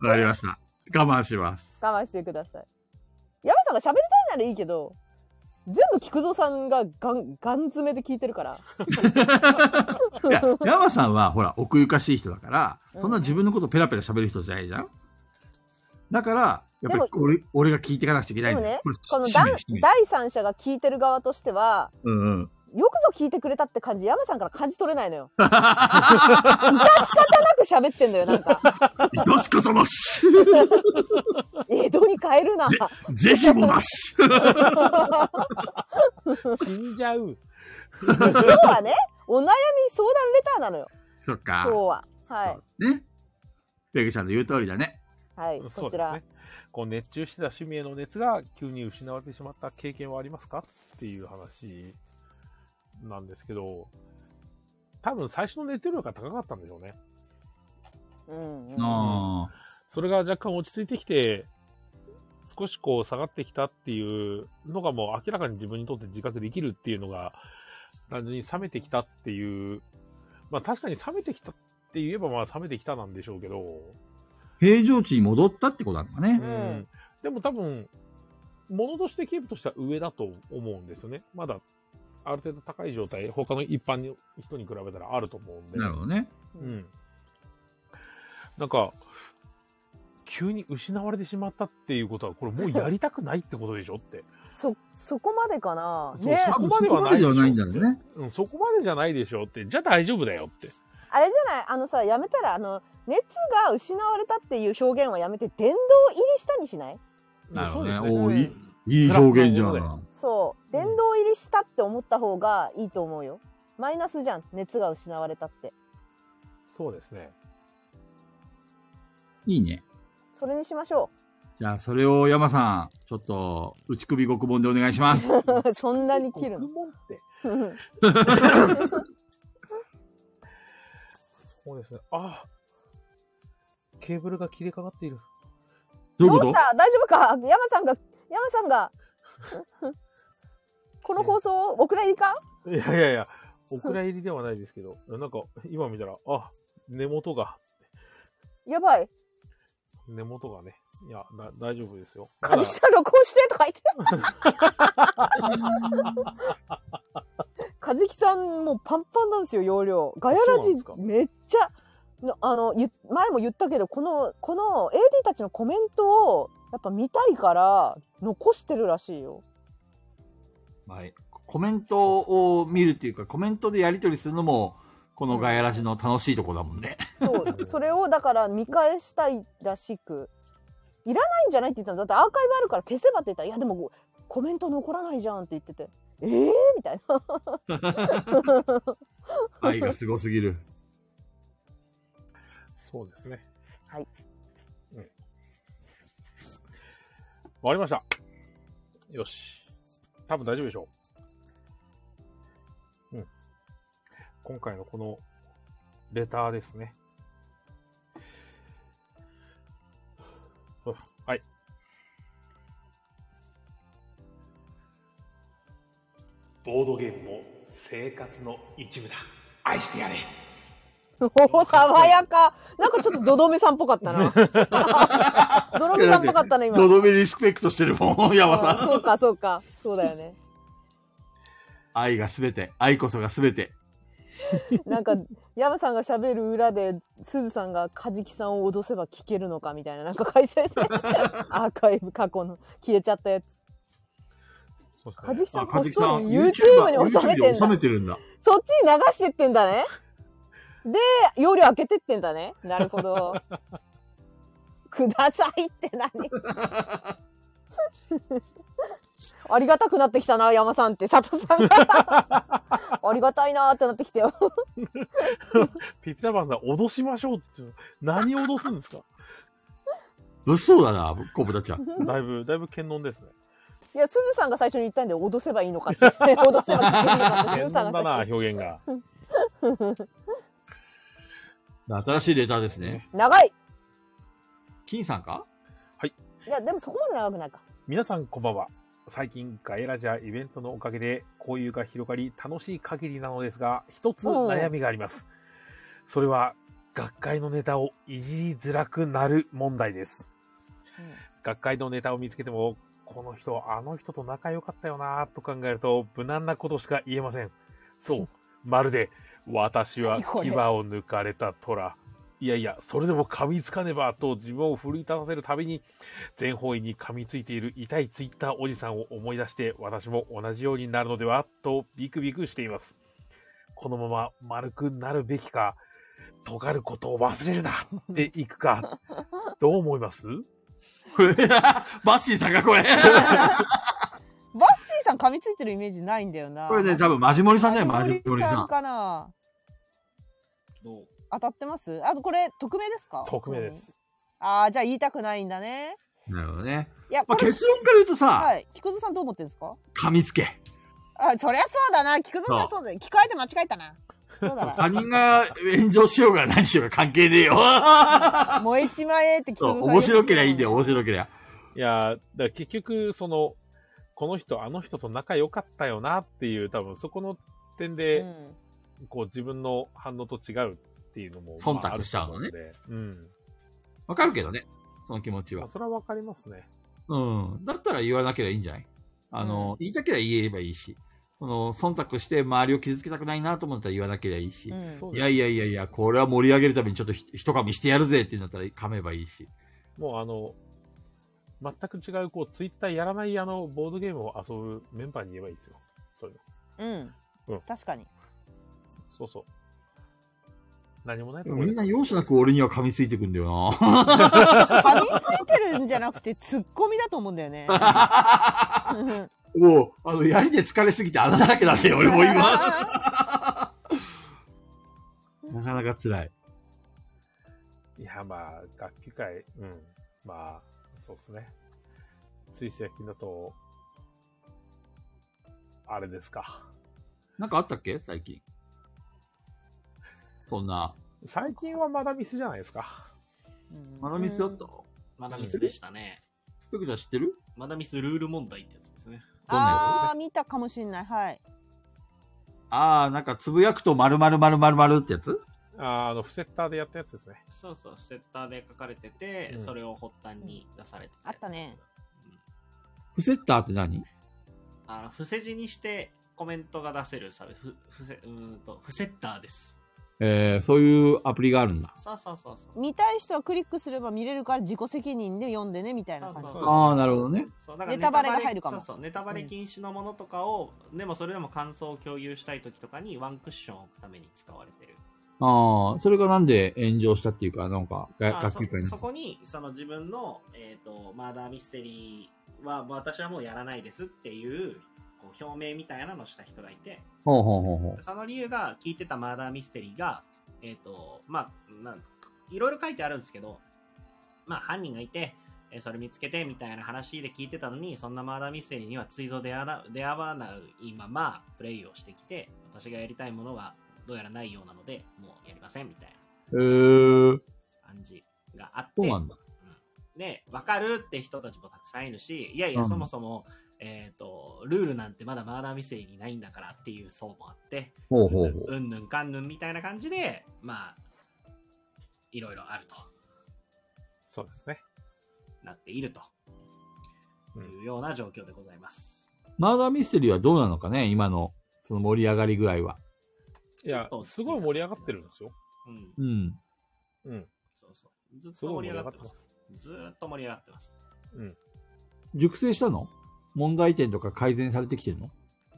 S2: かりました。我慢します。
S4: 我慢してください山さんが喋りたいならいいけど全部菊蔵さんがガンガン詰めで聞いてるから
S2: いや、山さんは、ほら、奥ゆかしい人だから、
S4: うん
S2: そんな自分のことペラペラ喋る人じゃないじゃん。だから、やっぱ
S4: で
S2: り
S4: も
S2: 俺、俺が聞いていかなくちゃいけない
S4: で
S2: ん
S4: も
S2: だよ。
S4: ね
S2: これ
S4: この
S2: 使命
S4: 第
S2: 使命
S4: 第三者が聞いてる側としては
S2: うんうん。
S4: よくぞ聞いてくれたって感じ山さんから感じ取れな
S1: [laughs]
S4: いのよ致し方なく喋ってんだよなんか [laughs]
S2: 愛しことなし
S4: 江戸に変えるな
S2: ぜぜひもなし
S1: 死んじゃう。
S4: 今日はねお悩み相談レターなのよ
S2: そっか
S4: 今日。ははい
S2: ね。ペグちゃんの言う通りだね。
S4: はい
S1: そうです
S4: こちら、
S1: ね。こう熱中してた趣味への熱が急に失われてしまった経験はありますかっていう話なんですけど、多分最初の熱量が高かったんでしょうね。
S4: うんうん
S5: あ
S1: それが若干落ち着いてきて、少しこう下がってきたっていうのがもう明らかに自分にとって自覚できるっていうのが、単純に冷めてきたっていう、まあ確かに冷めてきたって言えばまあ冷めてきたなんでしょうけど、
S5: あ、平常値に戻ったってことなのかね
S1: う。ん、でも多分、ものとしてキープとしては上だと思うんですよね。まだ、ある程度高い状態、他の一般の人に比べたらあると思うんで。
S5: なるほどね。
S1: うん。なんか、急に失われてしまったっていうことは、これもうやりたくないってことでしょって。
S4: そそこまでかな
S1: そう
S4: ね
S1: そこまでは
S5: そこ
S1: な
S5: ま
S1: い
S5: でで
S1: でしょ
S5: は
S1: って
S5: ないんだろうね。
S1: うん、そこまでじゃないでしょって。じゃあ大丈夫だよって。
S4: あれじゃないあのさやめたらあの熱が失われたっていう表現はやめて殿堂入りしたにしない
S5: なるほどね
S1: そうです
S5: おういいい
S1: い
S5: い表現じゃ
S1: プラスの
S5: ん。
S4: そう
S1: うん
S4: 殿堂入りしたって思った方がいいと思うよマイナスじゃん熱が失われたって
S1: そうですね。
S5: いいね。
S4: それにしましょ
S5: じゃあ、それを山さん、ちょっと、内首獄門でお願いし [laughs] ます。
S4: う [laughs] そんなに切る
S1: 獄門って。
S4: [laughs] の
S1: そうですね。ああ。ケーブルが切れかかっている。
S5: どういう
S4: ど
S5: こと
S4: うした大丈夫か山さんが山さんが [laughs] この放送お蔵入りか
S1: いやいやいや、お蔵入りではないですけど、 [laughs] なんか今見たら、あ、根元が、
S4: やばい
S1: 根元がね、いや、だ大丈夫ですよ。
S4: 「梶木さん録音して」とか言って
S1: [laughs]
S4: 梶木さんもうパンパンなんですよ容量ガヤラ
S1: そうなん
S4: ジ
S1: ですか
S4: めっちゃのあのゆ前も言ったけどこのこの AD たちのコメントをやっぱ見たいから残してるらしいよ
S2: はい。コメントを見るっていうか、コメントでやり取りするのも、このガヤラジの楽しいとこだもん
S5: [laughs]
S2: ね。
S1: [laughs]
S4: そうそれをだから見返したいらしくいらないんじゃないって言ったんだだってアーカイブあるから消せばって言ったら「いやでもコメント残らないじゃん」って言ってて「えー?」みたいな
S2: 愛がすごすぎる。
S1: そうですね。
S4: はい。
S1: うん。終わりました。よし。多分大丈夫でしょう。うん。今回のこのレターですね。そうだはい。
S11: ボードゲームも生活の一部だ愛してやれ
S4: お爽やかなんかちょっとドドメさんっぽかっ
S2: [laughs]
S4: たなドドメさんっぽかったな今
S2: とどめリスペクトしてるもん、山さん。
S4: あ
S5: [laughs]
S4: そうかそうかそうだよね
S2: 愛がすべて。愛こそがすべて。
S4: なんか山さんがしゃべる裏で鈴さんが梶木さんを脅せば聞けるのかみたいななんか解
S2: [laughs]
S4: 説アーカイブ過去の消えちゃったやつ
S1: そうですね。
S4: 梶木さんこ
S2: か
S4: っそ
S2: じ
S4: り
S2: きさん、
S4: YouTube に収
S2: YouTube
S4: めて
S2: で
S4: ん
S2: 収
S4: だ
S2: めてるんだ。
S4: そっちに流してってんだね。で、容量開けてってんだね。なるほど。くださいって何 [laughs] ありがたくなってきたな、山さんって、佐藤さんが。ありがたいなーってなってきたよ。
S1: ピピタパンさん、脅しましょうって。何脅すんですか
S2: 物騒だな、コブタちゃん。
S1: だいぶ、だいぶ剣論ですね。
S4: いや、すずさんが最初に言ったんで、脅せばいいのかって。 [laughs] 脅せばいいのかって、す
S1: 剣
S4: ず
S1: 論
S4: さん
S1: だ
S4: が
S1: な、
S4: さっき。
S1: 表現が。
S2: 新しいレターですね。
S4: 長い
S2: 金さんか [laughs]
S4: いや、でもそこまで長くないか。
S1: 皆さんこんばんは。最近ガエラジャイベントのおかげで交友が広がり楽しい限りなのですが、一つ悩みがあります。それは学会のネタをいじりづらくなる問題です。学会のネタを見つけても、この人、あの人と仲良かったよなぁと考えると無難なことしか言えません。そう、まるで私は牙を抜かれた虎。いやいや、それでも噛みつかねばと自分を奮い立たせるたびに全方位に噛みついている痛いツイッターおじさんを思い出して私も同じようになるのではとビクビクしています。このまま丸くなるべきか、尖ることを忘れるなっていくか、どう思います
S2: これ、バッシーさんか、こ [laughs] れ。
S4: バッシーさん噛みついてるイメージないんだよな。
S2: これね、多分、マジモリさんじゃない、マジモ
S4: 森
S2: リさん。
S4: かな
S3: どう
S4: 当たってますあとこれ匿名ですか
S1: 匿名です。
S4: ああじゃあ言いたくないんだね
S2: なるほどね。
S4: いや、
S2: まあ、
S4: これ
S2: 結論から言うとさ、
S4: はい。菊蔵さんどう思ってるんですか
S2: 噛みつけ。
S4: あ、そりゃそうだな。菊蔵さん
S2: そ
S4: そうだよ。聞こえて間違えたな。そうだ
S2: 他人が炎上しようが何しようが関係ねえ [laughs] よ。 [laughs]
S4: な。燃えちまえって菊
S2: そ
S4: 蔵さん
S2: う、
S4: 言う。
S2: 面白けりゃいいんだよ、面白けりゃ。
S1: いやーだから結局、その、この人、あの人と仲良かったよなっていう、多分そこの点
S4: う
S1: で、
S4: ん。
S1: こう自分の反応と違うっていうのも、
S2: 忖度
S1: まあある
S2: しちゃうのね
S1: と思うんで。
S2: わかるけどね、その気持ち
S1: うん。まあ、
S2: は。
S1: それはわかりますね。
S2: うん。だったら言わなければいいんじゃないあの、言いたければ言えばいいし、その、忖度して周りを傷つけたくないなと思ったら言わなければいいし、
S4: うん
S1: そう
S2: い
S1: です
S2: やいやいやいや、これは盛り上げるためにちょっとひ一噛みしてやるぜってなったら噛めばいいし。
S1: もうあの、全く違う、こう、ツイッターやらない、あの、ボードゲームを遊ぶメンバーに言えばいいですよ。そういう
S4: うん
S1: うん。
S4: 確かに。
S1: の。そうそう。何もないところ
S2: みんな容赦なく俺には噛みついてくんだよ [laughs] な。
S4: 噛みついてるんじゃなくて、ツッコミだと思うんだよね。 [laughs] うん
S2: もう、あの、槍で疲れすぎて穴だらけなんだ [laughs] よ、俺も [laughs] 今。なかなか辛い。
S1: いや、まあ、学級会、うん。まあ、そうですね。つい最近だと、あれですか。
S2: なんかあったっけ最近。そんな。
S1: 最近はまだミスじゃないですか。
S2: マナミスだった
S3: マダミスでしたね。
S2: ふくちゃん知ってる
S3: マダミスルール問題ってやつですね。
S4: あー、見たかもしんない。はい。
S2: ああ、なんかつぶやくと〇〇〇〇〇ってやつ
S1: あーあの、フセッターでやったやつですね。
S3: そうそう、セッターで書かれてて、
S1: うん
S3: それを発端に出されてやつ
S4: あったね。
S3: うん
S2: フセッターって何
S3: あの、伏せ字にしてコメントが出せるサービス、ふ伏せ、うーんと、伏セッターです。
S2: えー、そういうアプリがあるんだ。
S3: そうそうそうそう。
S4: 見たい人はクリックすれば見れるから自己責任で読んでね、みたいな感じ
S3: そう。そう
S2: ああ、なるほどね。
S3: そうだ
S4: ネタバレが入るかも
S3: そうそうネタバレ禁止のものとかを、でもそれでも感想を共有したい時とかにワンクッションを置くために使われてる
S2: ああ、それがなんで炎上したっていうか、なんか、が
S3: あ
S2: 学級会に
S3: そそこにその自分の、えー、とマーダーミステリーは私はもうやらないですっていうこう表明みたいなのをした人がいて
S2: ほうほうほうほう。
S3: その理由が聞いてたマーダーミステリーがえっ、とまあなんいろいろ書いてあるんですけどまあ犯人がいてえーそれ見つけてみたいな話で聞いてたのにそんなマーダーミステリーにはついぞ出会わな出会わないままプレイをしてきて私がやりたいものはどうやらないようなのでもうやりませんみたいな
S2: えー、
S3: 感じがあって
S2: そうなんだ。
S3: で、わかるって人たちもたくさんいるし、いやいや、
S2: うん
S3: そもそも、えっ、と、ルールなんてまだマーダーミステリーにないんだからっていう層もあって、
S2: ほうほうほう。
S3: うんぬんかんぬんみたいな感じで、まあ、いろいろあると
S1: そうですね。
S3: なっていると
S1: うん
S3: いうような状況でございます。
S2: マーダーミステリーはどうなのかね今の、その盛り上がり具合は。
S1: いや
S3: ちょっと、
S1: すごい盛り上がってるんですよ。
S3: うん。
S2: うん。
S1: うん。
S3: そうそう。ずっ
S1: す
S3: と
S1: ご
S3: 盛
S1: い盛り
S3: り上
S1: 上
S3: が
S1: が
S3: っ
S1: ってて
S3: ま。
S1: ますす。
S3: ずーっと盛り上がってます。
S1: うん。
S2: 熟成したの問題点とか改善されてきてるの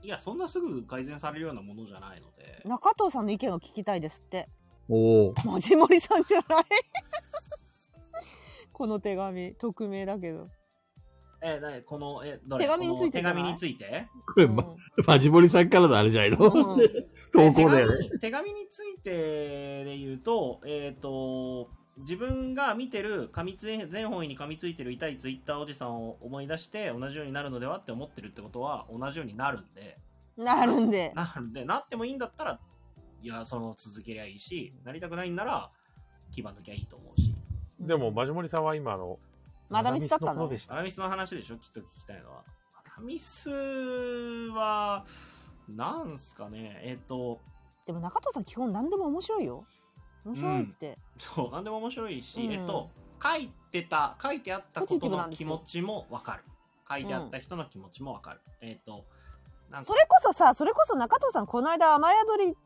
S3: いや、そんなすぐ改善されるようなものじゃないので、
S4: 中藤さんの意見を聞きたいですって。
S2: おお。
S4: マジモリさんじゃない [laughs] この手紙、匿名だけど。
S3: えー、なこの、えー、どれ
S4: 手紙につ
S3: この
S4: いて
S3: 手
S4: じゃない
S3: 紙について
S2: これ、ま、マジモリさんからのあれじゃないの、
S4: うん
S2: [laughs]
S3: [laughs]
S2: 投稿だよね。
S3: 手紙手紙についてで言うと、えっ、と、自分が見てる、噛みつい全方位に噛みついてる痛いツイッターおじさんを思い出して、同じようになるのではって思ってるってことは、同じようになるんで、
S4: うんなるんで。
S3: なるんで、なってもいいんだったら、いや、その続けりゃいいし、なりたくないんなら、牙抜きゃいいと思うし。
S1: でも、マジモリさんは今、あの、
S4: マダミスだったの
S1: マダミスの頃でした
S3: アラミスの話でしょ、きっと聞きたいのは。アラミスは、なんすかね、えっ、と、
S4: でも中藤さん基本何でも面白いよ。面白いって。
S3: そう、なんでも面白いし、
S4: うん
S3: えっと、書いてた、書いてあった
S4: ポ
S3: こ
S4: ジテ
S3: と
S4: ィブな
S3: の
S4: んです
S3: 気
S4: よ
S3: 持ちもわかる。書いてあった人の気持ちもわかる。えっと、なん
S4: それこそさ、それこそ中藤さんこの間雨宿り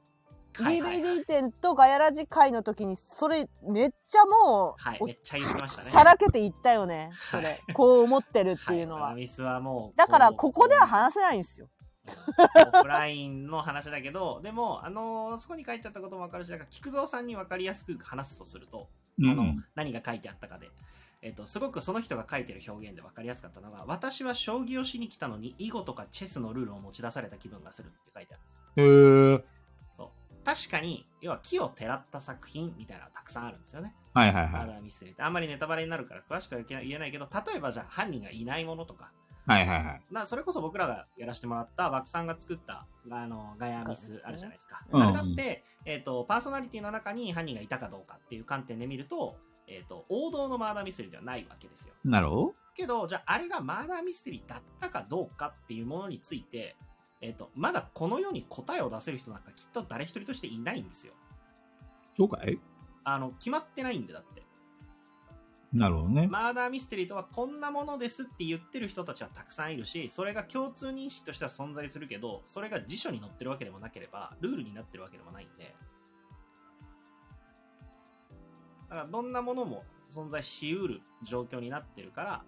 S3: はいはいはい
S4: DVD 店とガヤラジ会の時に、それめっちゃも、
S3: はいう
S4: お
S3: めっちゃ言ってましたね。
S4: さらけて言ったよね。そ
S3: は
S4: れ
S3: い。
S4: こう思ってるっていうの
S3: は
S4: は
S3: アラ。ミスはもう。
S4: だから、ここでは話せないんですよ。
S3: オフラインの話だけど、でも、あのーそこに書いてあったこともわかるし、だから、菊蔵さんにわかりやすく話すとすると、
S2: うん
S3: あの、何が書いてあったかで。えっと、すごくその人が書いてる表現で分かりやすかったのが、私は将棋をしに来たのに、囲碁とかチェスのルールを持ち出された気分がするって書いてあるんですよ。
S2: へえ。
S3: そう。確かに、要は木をてらった作品みたいなのがたくさんあるんですよね。
S2: はいはいは
S3: マ
S2: い。
S3: ダーミステリーって。あんまりネタバレになるから詳しくは言えないけど、例えばじゃあ犯人がいないものとか、
S2: はいはいはい。
S3: まあ、それこそ僕らがやらせてもらった、バクさんが作った、あの、ガヤミスあるじゃないですか。
S2: うん
S3: あれだって、えっ、と、パーソナリティの中に犯人がいたかどうかっていう観点で見ると、えっ、と、王道のマーダーミステリーではないわけですよ。
S2: なるほ
S3: けど、じゃあ、あれがマーダーミステリーだったかどうかっていうものについて、えっ、と、まだこの世に答えを出せる人なんかきっと誰一人としていないんですよ。
S2: ど。そうかい
S3: あの、決まってないんで、だって。
S2: なるほどね。
S3: マーダーミステリーとはこんなものですって言ってる人たちはたくさんいるし、それが共通認識としては存在するけど、それが辞書に載ってるわけでもなければ、ルールになってるわけでもないんで。だからどんなものも存在しうる状況になってるから、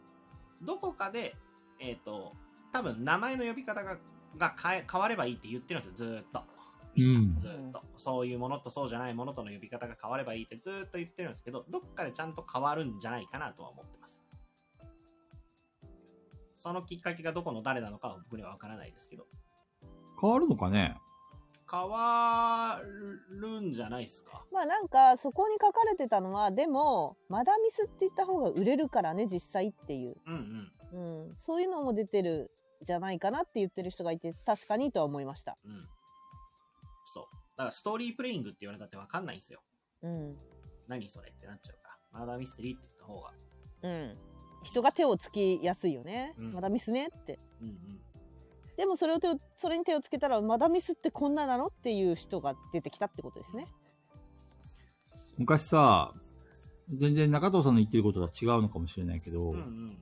S3: どこかで、えっ、と、多分名前の呼び方がが変え変わればいいって言ってるんですよ、ずーっと。
S2: うん。
S3: ずーっとそういうものとそうじゃないものとの呼び方が変わればいいってずーっと言ってるんですけどどっかでちゃんと変わるんじゃないかなとは思ってますそのきっかけがどこの誰なのかは僕には分からないですけど
S2: 変わるのかね
S3: 変わるんじゃないですか
S4: まあなんかそこに書かれてたのはでもマダミスって言った方が売れるからね実際っていう、
S3: うんうん
S4: うん、そういうのも出てるじゃないかなって言ってる人がいて確かにとは思いました。
S3: うんそうだからストーリープレイングって言われたって分かんないんですよ
S4: うん
S3: 何それってなっちゃうからマーダーミステリーって言った方が
S4: うん、人が手をつきやすいよね、
S3: うん
S4: マダミスねって
S3: うんうん
S4: でもそれを手をそれに手をつけたらマダミスってこんななのっていう人が出てきたってことですね
S2: 昔さ、全然中藤さんの言ってることとは違うのかもしれないけど、
S3: うん
S2: フ
S3: うん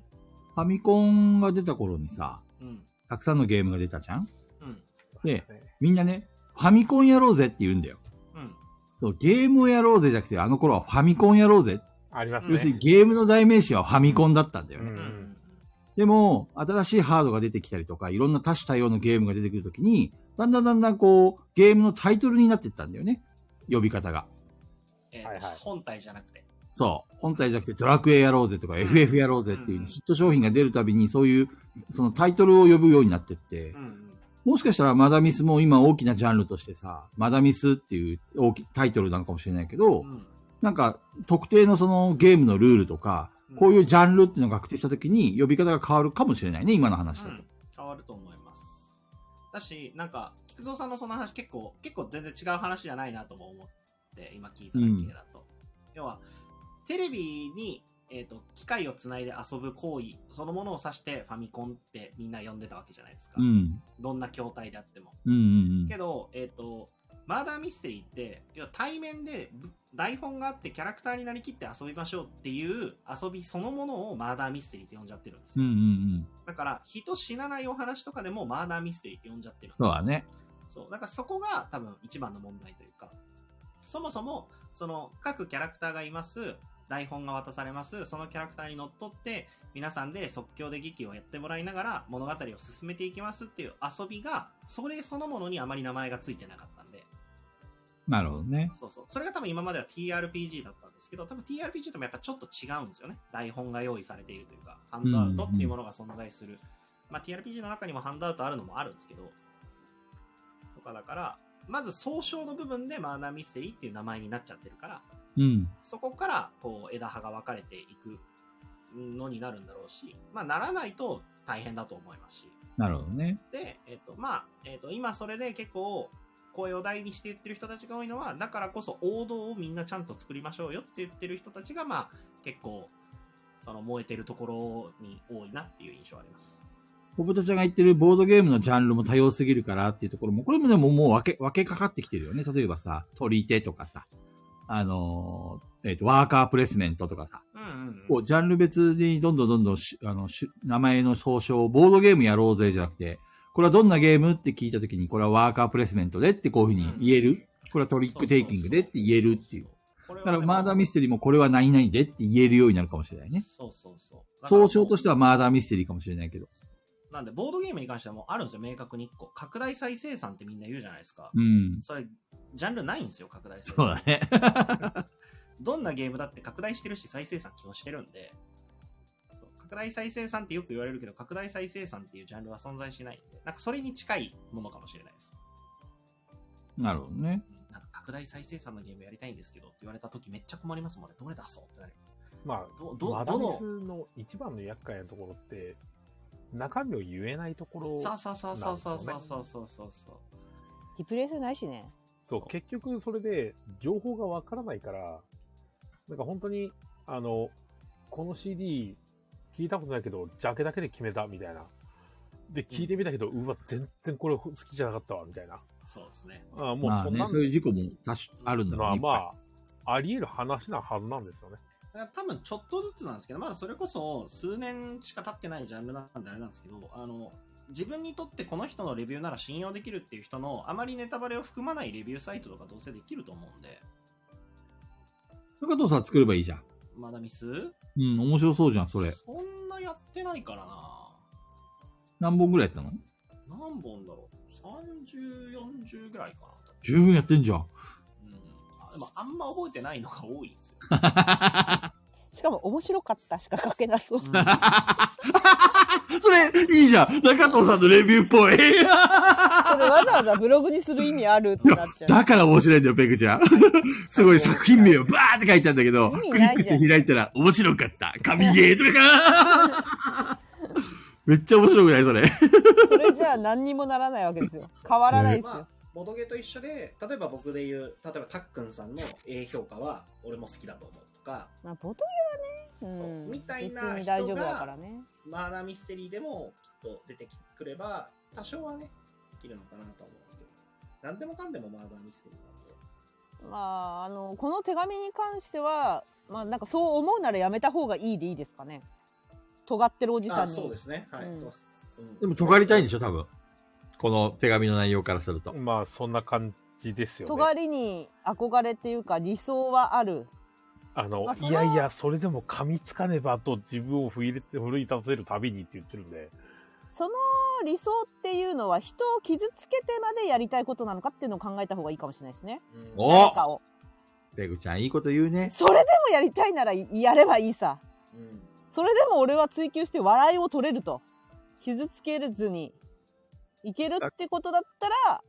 S2: ァミコンが出た頃にさ、
S3: うん
S2: たくさんのゲームが出たじゃん
S3: うん
S2: で、
S1: ね
S2: みんなね、ファミコンやろうぜって言うんだよ。
S3: うん
S2: そうゲームをやろうぜじゃなくて、あの頃はファミコンやろうぜ。
S1: あります
S2: 要するに
S1: ね。
S2: ゲームの代名詞はファミコンだったんだよね。
S1: うん
S3: うん
S2: でも、新しいハードが出てきたりとか、いろんな多種多様のゲームが出てくるときに、だんだんだんだんこう、ゲームのタイトルになっていったんだよね。呼び方が。
S3: えー
S1: はいはい
S3: 本体じゃなくて
S2: そう。本体じゃなくて、ドラクエやろうぜとか、FF やろうぜっていううんヒット商品が出るたびに、そういう、そのタイトルを呼ぶようになってって
S3: う、ん
S2: もしかしたらマダミスも今大きなジャンルとしてさ、マダミスっていう大きタイトルなのかもしれないけ
S3: う
S2: ど
S3: んう、ん
S2: なんか、特定のそのゲームのルールとか、こういうジャンルっていうのが確定したときに、呼び方が変わるかもしれないね、今の話だと。
S3: うん変わると思いますだしなんか菊蔵さんのその話結構結構全然違う話じゃないなとも思って今聞いただけだと、要はテレビに、えー、と機械をつないで遊ぶ行為そのものを指してファミコンってみんな呼んでたわけじゃないですか、
S2: うん。
S3: どんな筐体であっても
S2: うんうん
S3: けど、えっ、と、マーダーミステリーって、要は対面でぶ台本があってキャラクターになりきって遊びましょうっていう遊びそのものをマーダーミステリーって呼んじゃってるんです
S2: うん。うんう
S3: よ。
S2: ん
S3: だから、人死なないお話とかでもマーダーミステリーって呼んじゃってるんです
S2: そ
S3: よ
S2: うだね。
S3: そう。だからそこが多分一番の問題というか、そもそも、その各キャラクターがいます、台本が渡されます、そのキャラクターにのっとって、皆さんで即興で劇をやってもらいながら物語を進めていきますっていう遊びが、それそのものにあまり名前がついてなかったんで、
S2: なるほどね。
S3: そうそう。それが多分今までは TRPG だったんですけど、多分 TRPG ともやっぱちょっと違うんですよね。台本が用意されているというか、ハンドアウトっていうものが存在する。まあ TRPG の中にもハンドアウトあるのもあるんですけど、とかだから、まず総称の部分でマーナーミステリーっていう名前になっちゃってるから、
S2: うん。
S3: そこからこう枝葉が分かれていくのになるんだろうし、まあならないと大変だと思いますし。
S2: なるほどね。
S3: で、えっ、と、まあ、えっ、と、今それで結構、声を大にして言ってる人たちが多いのは、だからこそ王道をみんなちゃんと作りましょうよって言ってる人たちが、まあ、結構、その燃えてるところに多いなっていう印象はあります。
S2: 小豚ちゃんが言ってるボードゲームのジャンルも多様すぎるからっていうところも、これもでももう分け、分けかかってきてるよね。例えばさ、取り手とかさ、あのーえっ、と、ワーカープレスメントとかさ、
S3: うんうん、
S2: こう、ジャンル別にどんどんどんどんし、あの、し名前の総称をボードゲームやろうぜじゃなくて、これはどんなゲームって聞いたときに、これはワーカープレスメントでってこういうふうに言える。これはトリックテイキングでって言えるっていう。。
S3: こ
S2: だ
S3: れは
S2: か
S3: で
S2: ら、
S3: も
S2: マーダーミステリーもこれは何々でって言えるようになるかもしれないね。
S3: そうそうそう。
S2: 総称として
S3: て
S2: はマーダーミステリーかもしれないけど。
S3: なんで、ボードゲームに関してはもうあるんですよ、明確に1個。拡大再生産ってみんな言うじゃないですか。
S2: うん。
S3: それ、ジャンルないんですよ、拡大再生
S2: そう
S3: 産
S2: だ。 [laughs] ね。
S3: どんなゲームだって拡大してるし再生産基本してるんで、そう拡大再生産ってよく言われるけど、拡大再生産っていうジャンルは存在しないんで、なんかそれに近いものかもしれないです。
S2: なるほどね。
S3: うんなんか拡大再生産のゲームやりたいんですけどって言われた時めっちゃ困りますもんね。どれ出そうってなります。
S1: まあ、
S3: ど、ど、
S1: マダ
S3: ど
S1: ミ
S3: の
S1: ス、の一番の厄介なところって、中身を言えないところ、
S3: さあさあさあさあさあさ
S1: な
S3: あ
S1: んです
S3: さあさあさあさあ。
S4: リプレイ数ないしね。
S1: そう、結局それで情報がわからないから、なんか本当に、あの、この CD 聞いたことないけど、ジャケだけで決めたみたいな。で、聞いてみたけど、うわ、全然これ好きじゃなかったわ、みたいな。
S3: そうですね。
S1: あもう
S2: まあ
S1: そん
S2: ね、
S1: な
S2: そ
S1: ん
S2: ういう事故も多種あるんだろ
S1: ま
S2: う
S1: あ
S2: ね。
S1: まあ、あり得る話なはずなんですよね。
S3: だから多分ちょっとずつなんですけど、まあそれこそ数年しか経ってないジャンルなんであれなんですけど、あの、自分にとってこの人のレビューなら信用できるっていう人のあまりネタバレを含まないレビューサイトとかどうせできると思うんで、
S2: いっぱい。中藤さん作ればいいじゃん。
S3: まだミス
S2: うん、面白そうじゃん、それ。
S3: そんなやってないからな
S2: 何本ぐらいやったの
S3: 何本だろう ?30、40ぐらいかなと。
S2: 十分やってんじゃん。
S3: うん。あでもあんま覚えてないのが多いんですよ。
S4: しかも面白かったしか書けなそう。
S2: それ、いいじゃん。中藤さんのレビューっぽい。
S4: それわざわざブログにする意味あるってなっちゃう。
S2: だから面白いんだよ、ペグちゃん。すごい作品名をバーって書いたんだけど、
S4: 意味
S2: クリ
S4: な
S2: ッ
S4: い
S2: ク
S4: じ
S2: し
S4: ゃん
S2: て開いたら、面白かった。神ゲーとかか。 [laughs] めっちゃ面白くないそれ。
S4: それじゃあ何にもならないわけですよ。変わらないですよ
S3: ま。あ、ボドゲと一緒で、例えば僕で言う、例えばたっくんさんの A 評価は俺も好きだと思うとか、
S4: まあ、ボトゲはね、
S3: そう
S4: うん、
S3: みたいな人が
S4: 別に大丈夫だからね。
S3: マーダーミステリーでもきっと出てくれば、多少はね、できるのかなと思うんですけど。何でもかんでもマーダーミステリーなんで。
S4: まあ、あの、この手紙に関しては、まあ、なんかそう思うならやめた方がいいでいいですかね。尖ってるおじさ
S3: あ
S4: んに。
S3: そうですね。はい。
S4: うん
S3: うん
S2: でも、尖りたいんでしょ、多分。この手紙の内容からすると。
S1: まあ、そんな感じですよね。
S4: 尖りに憧れっていうか理想はある。
S1: あの
S4: まあ、そ
S1: い
S4: れは
S1: やいや、それでも噛みつかねばと自分を奮い立て奮い立たせるたびにって言ってるんで、
S4: その理想っていうのは人を傷つけてまでやりたいことなのかっていうのを考えた方がいいかもしれないですね。
S3: うん
S2: お
S4: 誰かを。
S2: ペグちゃん、いいこと言うね。
S4: それでもやりたいならやればいいさ。
S3: うん
S4: それでも俺は追求して笑いを取れると傷つけずにいけるってことだったら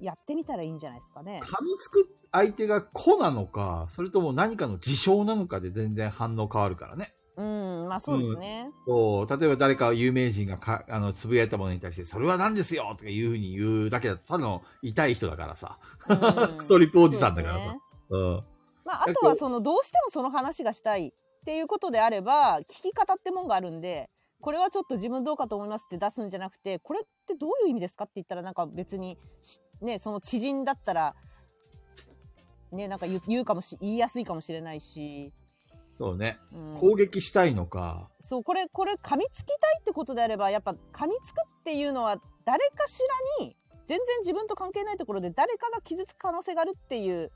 S4: やってみたらいいんじゃないですかね。
S2: 噛みつく相手が子なのか、それとも何かの事象なのかで全然反応変わるからね。
S4: うんまあそうですね。
S2: そう、例えば誰か有名人がか、あの、つぶやいたものに対して、それは何ですよとかいうふうに言うだけだと、ただの痛い人だからさ。
S4: うん
S2: クソリップおじさんだから
S4: そうです
S2: さ
S4: ね。
S2: うん。
S4: まああとはそのどうしてもその話がしたいっていうことであれば聞き方ってもんがあるんでこれはちょっと自分どうかと思いますって出すんじゃなくてこれってどういう意味ですかって言ったらなんか別にしねその知人だったらねなんか言う言うかもし言いやすいかもしれないし。
S2: そうね。
S4: うん
S2: 攻撃したいのか、
S4: そうこれこれ噛みつきたいってことであればやっぱ噛みつくっていうのは誰かしらに全然自分と関係ないところで誰かが傷つく可能性があるっていう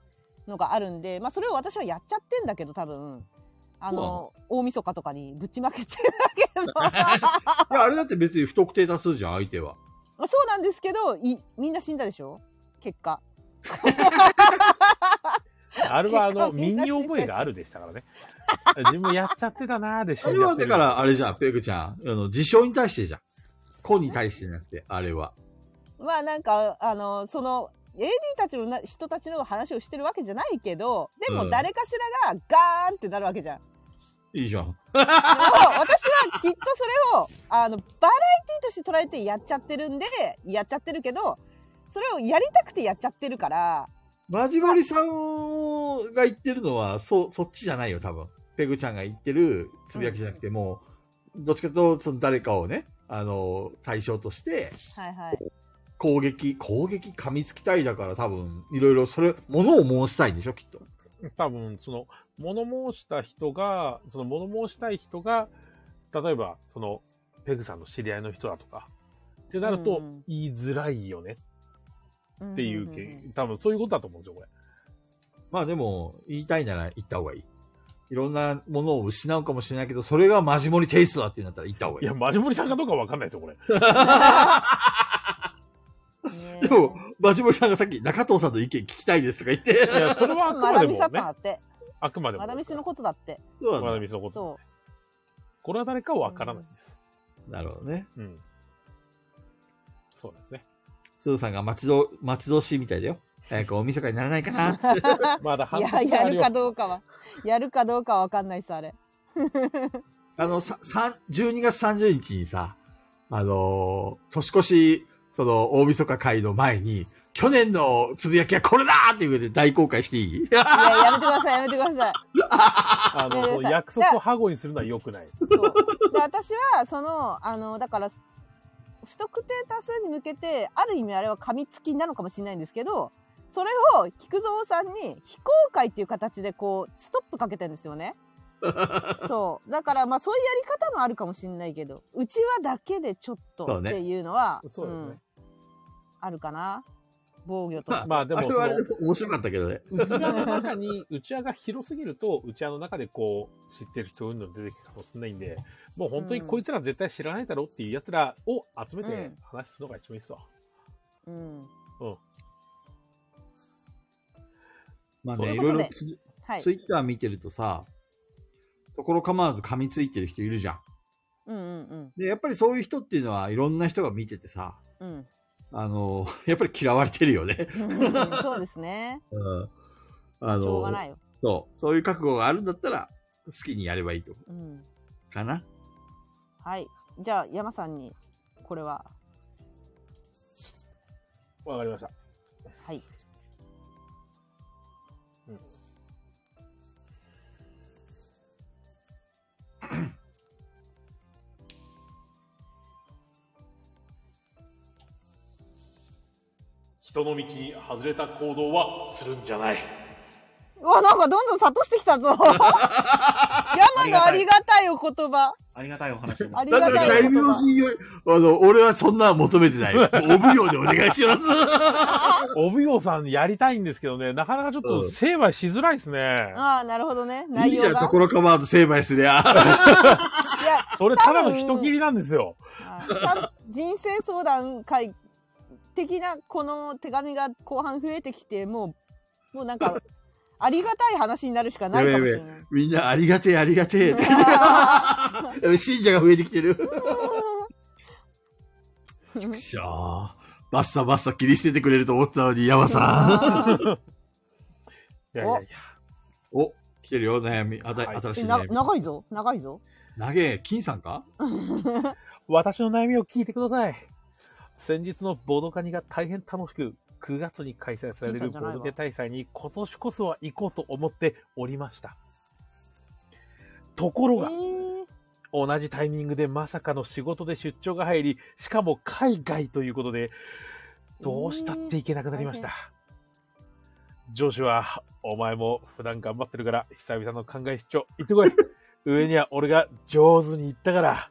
S4: のがあるんで、まあ、それを私はやっちゃってんだけど多分あの大晦日とかにぶちまけて [laughs] るんだけど
S2: いや、あれだって別に不特定多数じゃん、相
S1: [laughs]
S2: 手は。
S4: まあそうなんですけどいみんな死んだでしょ結果
S1: [laughs] あれはあ
S4: 結
S1: の、
S4: 果み
S1: 身
S4: んな
S1: に覚えがあるでした
S4: [laughs]
S1: からね。自分やっちゃってたなーで死
S2: そ
S1: ん
S2: れ
S1: じゃ
S2: は
S1: って
S2: だ
S1: る
S2: から、あれじゃん、ペグちゃん。あの、事象に対してじゃん。子に対してじゃなくて、あれは。
S4: まあなんかあのその AD たちのな人たちの話をしてるわけじゃないけどで
S2: う
S4: も
S2: ん
S4: 誰かしらがガーンってなるわけじゃん。
S2: いいじゃん。
S4: そう私はきっとそれをあのバラエティーとして捉えてやっちゃってるんでやっちゃってるけどそれをやりたくてやっちゃってるから
S2: ラジバリさんが言ってるのは、そう、そっちじゃないよ、多分。ペグちゃんが言ってるつぶやきじゃなくても、どっちかというと、その誰かをね、あの、対象として、
S4: はいはい
S2: 攻撃、攻撃噛みつきたいだから多分、いろいろそれ、ものを申したいんでしょ、きっと。
S1: 多分その物申した人がその物申したい人が例えばそのペグさんの知り合いの人だとかってなると
S4: うん
S1: 言いづらいよねっていうけ、
S4: んんん
S1: 多分そういうことだと思うんですよこれ
S2: まあでも、言いたいなら言った方がいい。いろんなものを失うかもしれないけど、それがマジモリテイストだってなったら言った方がいい。
S1: いやマジモリさんかどうかわかんないですよ
S4: [laughs]
S1: これ [laughs]
S4: ねえ
S2: でも、マジモリさんがさっき中藤さんの意見聞きたいですとか言って、
S1: いやそれはあくま
S4: マダ
S1: で
S4: ミ
S1: も
S4: サ
S1: ね
S4: さんだって
S1: あくまでも
S4: マダミスのことだって
S2: そうなん
S1: ま
S2: だ
S1: だミスのこと
S4: そ
S1: これは誰かわからないです
S2: なるほどね。
S1: うん、そうですね
S2: スーさんが待ちど、待ち遠しいみたいだよ。早く大晦日にならない
S1: [laughs]
S2: かな。
S1: まだ
S4: い
S1: 半
S4: や、
S1: 年
S4: や
S1: ある
S4: る
S1: よ
S4: か。どうかは、やるかどうかはわかんないです、あれ。
S2: あの、さ、三、12月30日にさ、あのー年越し、その、大晦日会の前に、去年のつぶやきはこれだーっていう上で大公開していい [laughs]
S4: いや、やめてください、やめてください。
S1: あの、そう約束をハゴにするのは良くない。
S4: そうで私はそのあのだから不特定多数に向けてある意味あれは噛みつきなのかもしれないんですけどそれを菊蔵さんに非公開っていう形でこうストップかけてるんで
S2: [laughs]
S4: すよね。そうだからまあそういうやり方もあるかもしれないけどうちはだけでちょっ
S2: そ
S4: と
S2: う
S4: っ
S2: ね
S4: ていうのは
S1: そうですね。
S4: あるかな防御とか。
S1: まあで
S2: あ
S1: も、
S2: れ
S1: そ
S2: はあ
S1: の
S2: れ、で面白かったけどね。
S1: 内輪の中に、内輪が広すぎると、内輪の中でこう、知ってる人、うんぬん出てきたかもしれないんで、もう本当にこいつら絶対知らないだろうっていう奴らを集めて話すのが一番いいっすわ。
S4: うん
S2: まあ
S4: そう
S2: ね、い
S4: いう
S2: ろい
S4: こと
S2: ろ
S4: で
S2: ツイ、
S4: はい
S2: ツイッター見てるとさ、ところ構わず噛みついてる人いるじゃん。
S4: うんうん
S2: で、やっぱりそういう人っていうのは、いろんな人が見ててさ、
S4: うんうん
S2: あの [laughs] ーやっぱり嫌われてるよね。 [laughs]
S4: そうですね
S2: うん。あのー
S4: しょうがないよ。
S2: そう、そういう覚悟があるんだったら、好きにやればいいと思
S4: うん
S2: うかな。
S4: はい。じゃあ、山さんに、これは。
S1: わかりました。
S4: はい。
S11: 人の道に外れた行動はするんじゃないう
S4: わ、なんかどんどん諭してきたぞ。山のありがたいお言葉。
S3: ありがたいお話も
S4: あり
S2: だ
S4: が
S2: から
S4: たい
S2: 大
S4: お言
S2: 名
S4: 葉。
S2: 人より、あの、俺はそんなの求めて
S4: [laughs]
S2: ない。お奉行でお願いします。
S1: お奉行さんやりたいんですけどね、なかなかちょっ
S2: う
S1: と
S2: ん
S1: 成敗しづらいですね。
S4: ああ、なるほどね。
S2: いい
S4: 内
S2: じゃ
S4: 容
S2: ん、
S4: が
S2: と。ころ構わず成敗すりゃ。
S4: [laughs] いや、
S1: それただの人切りなんですよ。
S4: あーさん人生相談会的なこの手紙が後半増えてきて、もう、もうなんか、ありがたい話になるしかないかもしれ
S2: や
S4: ない。
S2: みんなありがてえ、ありがて
S4: [laughs]
S2: え。信者が増えてきてる。くしゃー。バッサバッサ切り捨ててくれると思ってたのに、山さん。
S4: あ
S1: いやいやいや。
S2: お、来てるよ、悩み。あた
S1: はい
S2: 新しい
S4: ーな
S2: 悩み。
S4: 長いぞ、長いぞ。
S2: 投げ、金さんか
S1: 私の悩みを聞いてください。先日のボドカニが大変楽しく、9月に開催されるボドゲ大祭に今年こそは行こうと思っておりました。とこ
S4: え
S1: ろが、
S4: ー、
S1: 同じタイミングでまさかの仕事で出張が入り、しかも海外ということで、どうしたっていけなくなりました。上司は、お前も普段頑張ってるから、久々の考え出張行ってこい。上には俺が上手に言ったから。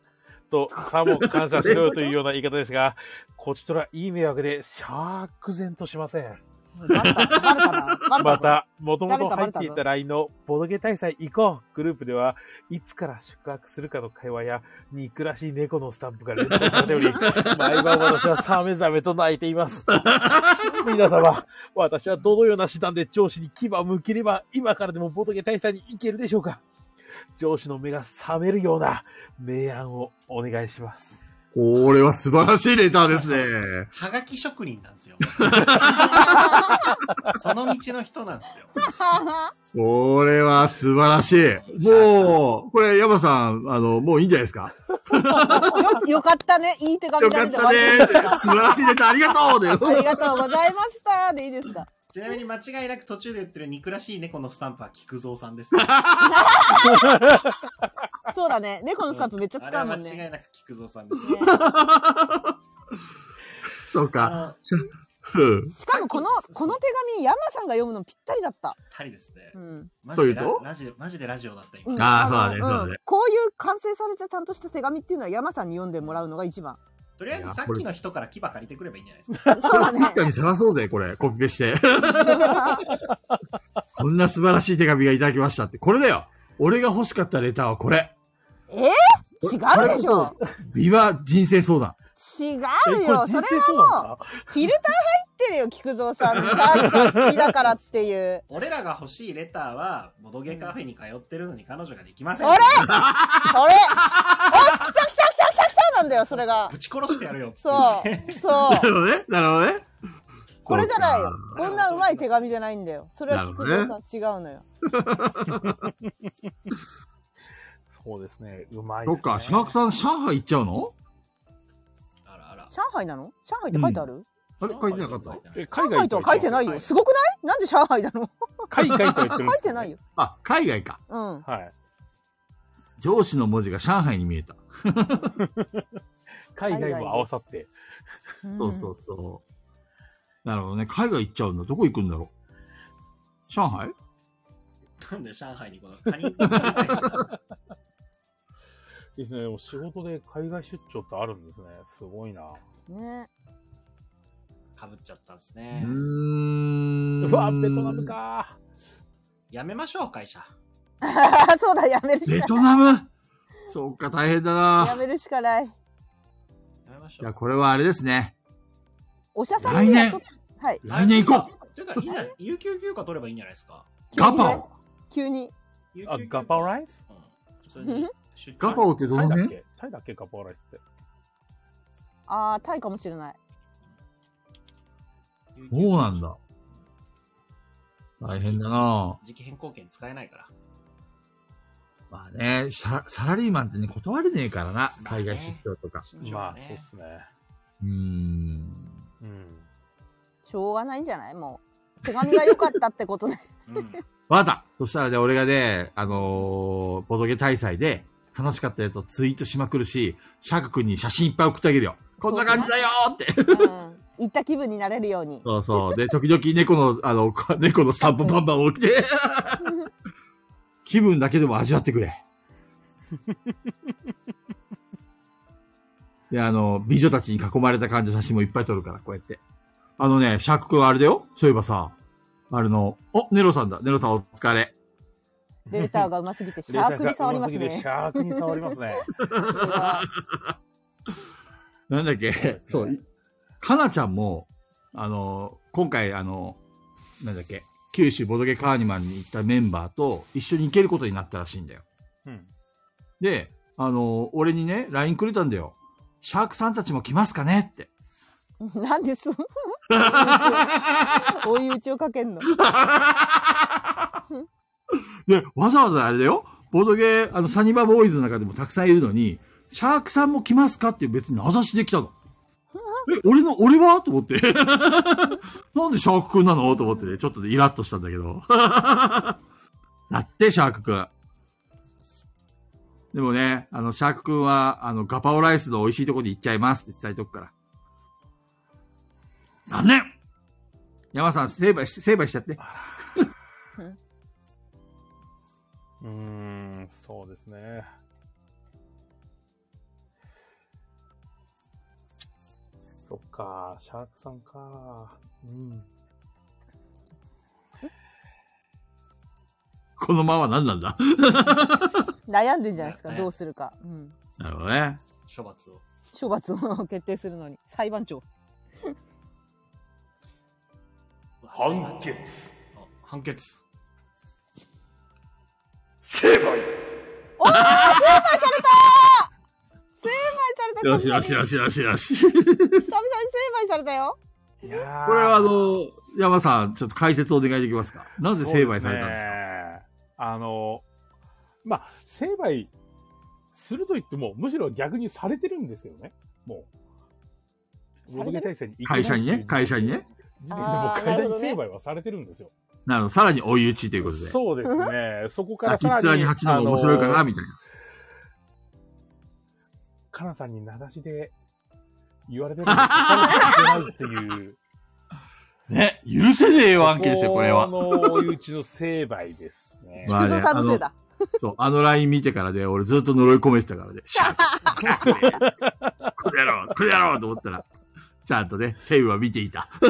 S1: と、さも感謝しろよというような言い方ですが、こちとらいい迷惑で、釈然としません。
S4: バレたバレたなバレ
S1: ま
S4: ぞ
S1: た、もともと
S4: 誰
S1: 入っ
S4: かバレた
S1: て
S4: ぞ
S1: いた LINE のボドゲ大祭行こうグループでは、いつから宿泊するかの会話や、憎らしい猫のスタンプが連動されてお
S4: [laughs]
S1: り、毎晩私はさめざめと泣いています。皆様、私はどのような手段で上司に牙を向ければ、今からでもボドゲ大祭に行けるでしょうか上司の目が覚めるような明暗をお願いします。
S2: これは素晴らしいレターですね。
S3: はがき職人なんですよその道の人なんですよ
S2: これは素晴らしい。もう、これ山さん、あの、もういいんじゃないですか
S4: よ、 [laughs] よかったね。いい手紙
S2: よか
S4: が
S2: っ
S4: 出て
S2: たね
S4: 終わりま
S2: 素晴らしいネタありがとうだよ
S4: したありがとうございました。でいいですか。
S3: ちなみに間違いなく途中で言ってる憎らしい猫のスタンプは菊蔵さんです、ね、
S4: そうだね。猫のスタンプめっちゃ使うも
S3: あ
S4: ん
S3: れは間違
S4: ね。
S3: いなく菊蔵さんです、ね、
S4: ね
S2: そうか。
S3: あの
S2: うん
S4: しかもこの
S3: さっき、
S4: この手紙、山さんが読むのぴったりだった。
S3: ぴったりですね
S4: うん。
S3: マジで
S2: というと
S3: ララジオマジでラジオだった今、
S4: うん
S2: あー
S4: の
S2: そうだねそうだね
S4: んこういう完成されたちゃんとした手紙っていうのは山さんに読んでもらうのが
S2: [laughs]
S4: 一番。
S3: とりあえずさっきの人から牙借りてくればいいんじゃないですか
S4: そうだね。
S2: 確かに晒そうぜ、これ。コピペして。 [laughs] こんな素晴らしい手紙がいただきましたって。これだよ。俺が欲しかったレターはこれ。
S4: 違うでしょ。
S2: ビバ人生相談。
S4: 違
S1: え
S4: う
S1: これ
S4: よ。
S1: 人
S4: それ
S1: 生相談
S4: はもう、フィルター入ってるよ、菊蔵さん。チャールさん好きだからっていう。
S3: 俺らが欲しいレターはボドゲカフェに通ってるのに彼女ができませ
S4: そ
S2: [laughs]
S3: ん
S4: れ [laughs] それあ、来た来た来た来た来た来たなんだよ、それが。
S2: [laughs]
S3: ぶち殺してやるよっつって
S4: そう。そう。
S2: なるほどね。なるほどね。
S4: これじゃないよ。こんなうまい手紙じゃないんだよ。それは菊蔵
S2: なる
S4: さん違うのよ。
S1: そうですね。うまい、
S2: そっか、シャークさん、上海行っちゃうの
S3: あらあら。
S4: 上海なの上海って書いてある、
S2: あれ書いてなかった
S3: 上海
S1: え
S4: 上
S1: 海
S4: 海
S1: 外
S4: と
S1: と
S4: は書いてないよ。すごくないなんで上海なの
S1: 海外とは言って
S4: 書
S1: るんです
S4: いてないよ。
S2: あ、海外か。
S4: うん。
S1: はい。
S2: 上司の文字が上海に見えた。
S1: 海外も合わさって。
S2: そうそうそう。なるほどね。海外行っちゃうんだ。どこ行くんだろう。上海
S3: なんで上海にこのカニカニみたいない
S1: いですね。でも仕事で海外出張ってあるんですね。すごいな。
S4: うん。ね。 [laughs]
S3: かぶっちゃったんです
S2: う
S3: ね。
S2: ーん。
S1: うわ、ベトナム。か。
S3: やめましょう、会社。
S4: そうだ、やめるし
S2: ベ
S4: か
S2: トナムそっか、大変だ
S4: ない。 [laughs]
S2: な。
S4: やめるしかない。
S3: やめまし
S2: じ
S3: ょ
S2: ゃあ、
S3: う。
S2: これはあれですね。
S4: おしゃさんにやっと
S2: 来
S4: はい。
S2: 来年行こ
S3: うていうか、いいじゃない有給休暇取ればいいんじゃないですか。
S2: うガパオ
S4: 急に。
S3: 有給
S1: あ、
S3: 休暇
S1: ガパオライス
S3: うん普通に出張
S2: ガパオってど
S1: タイだ
S2: の
S1: っ
S2: 辺
S1: けタイだっけガパオライスって。
S4: ああ、タイかもしれない。
S3: 有給
S2: そうなんだ。大変だな。
S3: 時期変更権使えないから。
S2: まあね、ササラリーマンってね、断れねえからな。海外出張とか。
S3: 新庄
S1: まあ、
S3: さんね
S1: そうっすね。
S2: うーん。
S1: うん。
S4: しょうがないんじゃないもう。手紙が良かったってこ
S2: [laughs]
S4: とで。
S3: うん
S2: わかったそしたらね、俺がね、あのーボドゲ大祭で、楽しかったやつをツイートしまくるし、シャーク君に写真いっぱい送ってあげるよ。こんな感じだよーって。
S4: うん。行った気分になれるように。
S2: そう [laughs] そう。で、時々猫の、あの、こ猫の散歩バンバン起きて、気分だけでも味わってく [laughs] れ。で、あの、美女たちに囲まれた感じの写真もいっぱい撮るから、こうやって。あのね、シャーク君あれだよそういえばさ、あれの、お、ネロさんだ。ネロさんお疲れ。
S4: デ
S1: [laughs]
S4: ルターがうますぎてシャークに触ります
S1: レー
S4: ね
S1: ザ。ーがうますぎてシャークに触りますね。
S4: それは
S2: なんだっけ
S1: そうですね
S2: [laughs] そう,、かなちゃんも、あの、今回、あの、なんだっけ九州ボドゲカーニマンに行ったメンバーと一緒に行けることになったらしいんだよ。
S1: うん。
S2: で、あの、俺にね、LINE くれたんだよ。シャークさんたちも来ますかねって。
S4: なんです追い打ちをかけんの。
S2: で、わざわざあれだよ。ボドゲ、あの、サニバボーイズの中でもたくさんいるのに、シャークさんも来ますかって別に名指しで来たの。え、俺の、俺はと思って。 [laughs] なんでシャークくんなのと思ってね、ちょっとねイラッとしたんだけど。 [laughs] だって、シャークくん。でもね、あの、シャークくんは、あの、ガパオライスの美味しいとこに行っちゃいますって伝えとくから。残念山さん、成敗し、成敗しちゃって。
S1: うーん、そうですね。そっか、シャークさんか。うん。
S2: このまま何なんだ [laughs]
S4: 悩んでんじゃないですか、
S3: ね
S4: どうするか。うん。
S2: なるほどね。
S3: 処罰を。
S4: 処罰を決定するのに。裁判長。
S11: 判決
S3: あ判決。
S11: 成敗
S2: よ
S4: 成敗
S2: し
S4: され
S2: よ
S4: た
S2: しよしよしよし。
S4: 久々に久々に成敗されたよ。
S1: いやー
S2: これはあの、山さん、ちょっと解説お願いできますかなぜ成敗されたんですか
S1: ね、あの、まあ、成敗すると言っても、むしろ逆にされてるんですけどね、もう。
S4: さ
S1: ボド
S4: れてる
S1: ゲ大戦に行けない
S2: 会社にね、会社にね。
S1: 時点でもう
S4: あー
S1: 会社
S4: なるほど
S1: に
S4: ね
S1: 成敗はされてるんですよ。
S2: なるほど、さらに追い打ちということで。
S1: そうです
S2: [laughs]
S1: ね。そこか
S2: あ
S1: ら
S2: キッズラに8の方が面白いか
S1: あ
S2: な
S1: の
S2: みたいな。
S1: かなさんに名指しで言われてるのに聞かなきゃいけ
S2: [laughs]
S1: ないっていう。
S2: ね、許せねえよ、案件ですよ、これは。
S1: この追い打ちの成敗ですね。
S2: [laughs] まあ
S4: 菊
S2: ね
S4: 蔵さんのせいだ。
S2: そう、あの LINE 見てからね、俺ずっと呪い込めてたから [laughs] ね。シャーシャークねこれやろう、これやろうと思ったら、ちゃんとね、テイは見ていた。 [laughs]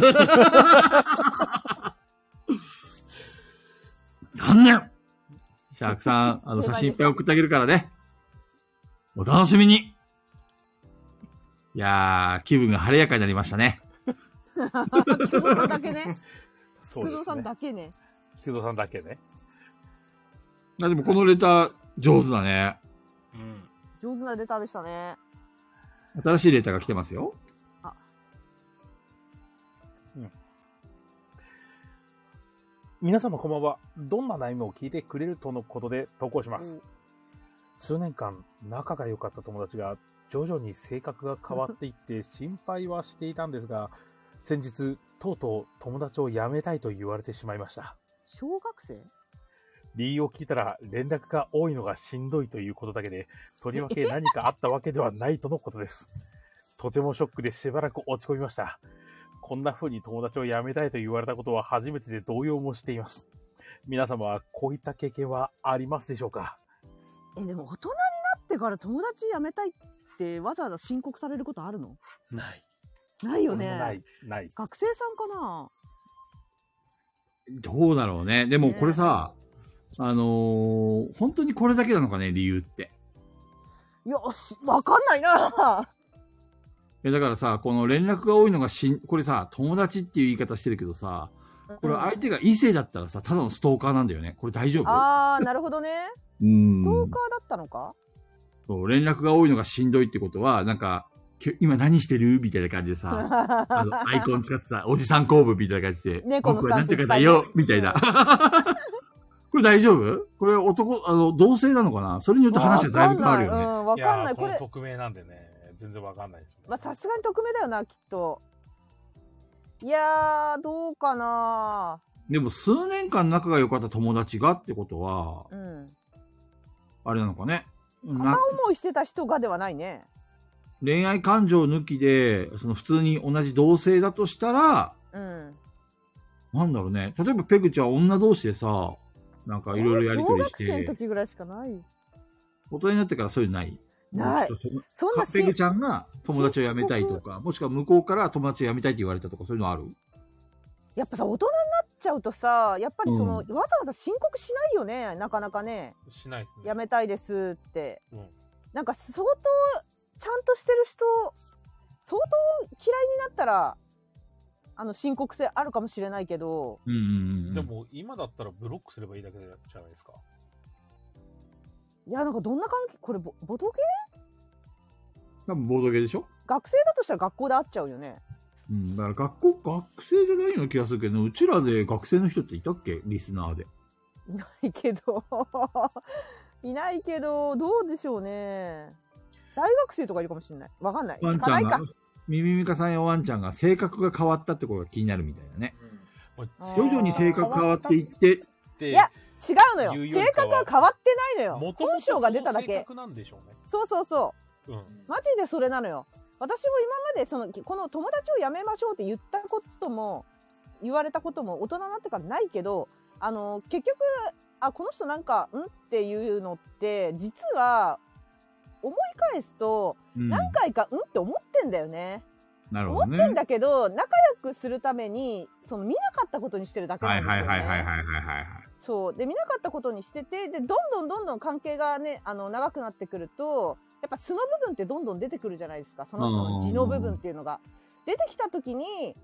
S2: 残念シャークさん、あの、写真いっぱい送ってあげるからね。お楽しみにいやー、気分が晴れやかになりましたね。
S4: 菊蔵さん
S2: [laughs]
S4: だけね。
S1: そう
S4: 菊
S1: です
S4: 蔵さん
S1: ね。
S4: だけね。
S1: 菊蔵さんだけね。
S2: あでもこのレター、上手だね。
S3: うん。
S4: 上手なレターでしたね。
S2: 新しいレターが来てますよ。
S1: 皆様こんばんは。どんな悩みを聞いてくれるとのことで投稿しま
S13: う
S1: す。
S13: ん
S1: 数年間仲が良かった友達が徐々に性格が変わっていっ
S13: [laughs]
S1: て心配はしていたんですが、先日、とうとう友達を辞めたいと言われてしまいました。
S4: 小学生
S1: 理由を聞いたら連絡が多いのがしんどいということだけで、とりわけ何かあったわけではないとのことです。とてもショックでしばらく落ち込みました。こんな風に友達を辞めたいと言われたことは初めてで動揺もしています。皆様はこういった経験はありますでしょうか
S4: え、でも大人になってから友達辞めたいってわざわざ申告されることあるの
S3: ない。
S4: ないよね。
S1: ない、ない。
S4: 学生さんかな
S2: どうだろうね。でも
S4: ね
S2: これさ、あのー本当にこれだけなのかね、理由って。
S4: いや、しわかんないな
S2: いやだからさ、この連絡が多いのがしん、これさ、友達っていう言い方してるけどさ、これ相手が異性だったらさ、ただのストーカーなんだよね。これ大丈夫
S4: あー、なるほどね。
S2: うん
S4: ストーカーだったのか
S2: そう連絡が多いのがしんどいってことは、なんか、きょ今何してるみたいな感じで
S4: [laughs]
S2: さ、あの、アイコン使ってさ、おじさん公文みたいな感じで、
S4: 猫の
S2: 僕はなんとかだ
S4: スタンプいっぱい
S2: よみたいな。 [laughs] これ大丈夫これ男、あの、同性なのかなそれによって話がだいぶ変わるよ
S4: わか
S2: ね
S4: んない。うん、わかんない。これ、
S1: 匿名なんでね、全然わかんないです、
S4: まあ、さすがに匿名だよな、きっと。いやー、どうかな
S2: でも数年間仲が良かった友達がってことは、
S4: うん。
S2: あれなのかね。な
S4: 片思いしてた人がではないね。
S2: 恋愛感情抜きで、その普通に同じ同性だとしたら、
S4: うん。
S2: なんだろうね。例えばペグちゃんは女同士でさ、なんかいろいろやりとりし
S4: 小学生の
S2: て、
S4: 時ぐらいしかない。
S2: 大人になってからそういうのない。
S4: ない
S2: ちょっとその
S4: そんな
S2: ペグ
S4: し、
S2: ちゃんが友達を辞めたいとか、もしくは向こうから友達を辞めたいって言われたとか、そういうのある
S4: やっぱさ、大人になっちゃうとさ、やっぱりその、
S2: う
S4: わざわざ申告しないよね、なかなかね。
S1: しないですね。
S4: やめたいですって。
S1: うん
S4: なんか相当、ちゃんとしてる人、相当嫌いになったら、あの、申告性あるかもしれないけど、
S2: うんうんうん。
S1: で、も、今だったらブロックすればいいだけじゃないですか。
S4: いや、なんかどんな関係、これボ、ボトゲ
S2: 多分ボードゲーでしょ
S4: 学生だとしたら学校で会っちゃうよね。
S2: うん。だから学校、学生じゃないような気がするけど、うちらで学生の人っていたっけリスナーで。
S4: いないけど、 [laughs] いないけど、どうでしょうね。大学生とかいるかもしれない。わかんない。
S2: ワ
S4: 聞
S2: ン
S4: か
S2: ちゃ
S4: なんい
S2: が
S4: か。、
S2: ミミミカさんやワンちゃんが性格が変わったってことが気になるみたいなね。
S1: もう
S4: あー
S2: 徐々に性格変わっていって、
S1: で
S4: いや違うのよ。
S1: 言うより
S4: 性
S1: かは
S4: 格は変わってないのよ。
S1: 元々
S4: 本性が出た
S1: そ
S4: だ
S1: の性
S4: け。
S1: 格なんでしょうね。
S4: そうそうそう。
S1: うん。
S4: マジでそれなのよ。私も今までそのこの友達をやめましょうって言ったことも言われたことも大人になってからないけど、あの結局あこの人なんかうんっていうのって実は思い返すと
S2: うん。
S4: 何回かうんって思ってんだよね。
S2: なるほ
S4: 思
S2: ど
S4: っ
S2: ね。
S4: てんだけど仲良くするためにその見なかったことにしてるだけ
S2: は
S4: ないんですよ
S2: はい
S4: ね。
S2: はいはいはいはいはい。
S4: そうで見なかったことにしててでどんどんどんどん関係がねあの長くなってくるとやっぱ素の部分ってどんどん出てくるじゃないですかその人の地の部分っていうのが出てきた時に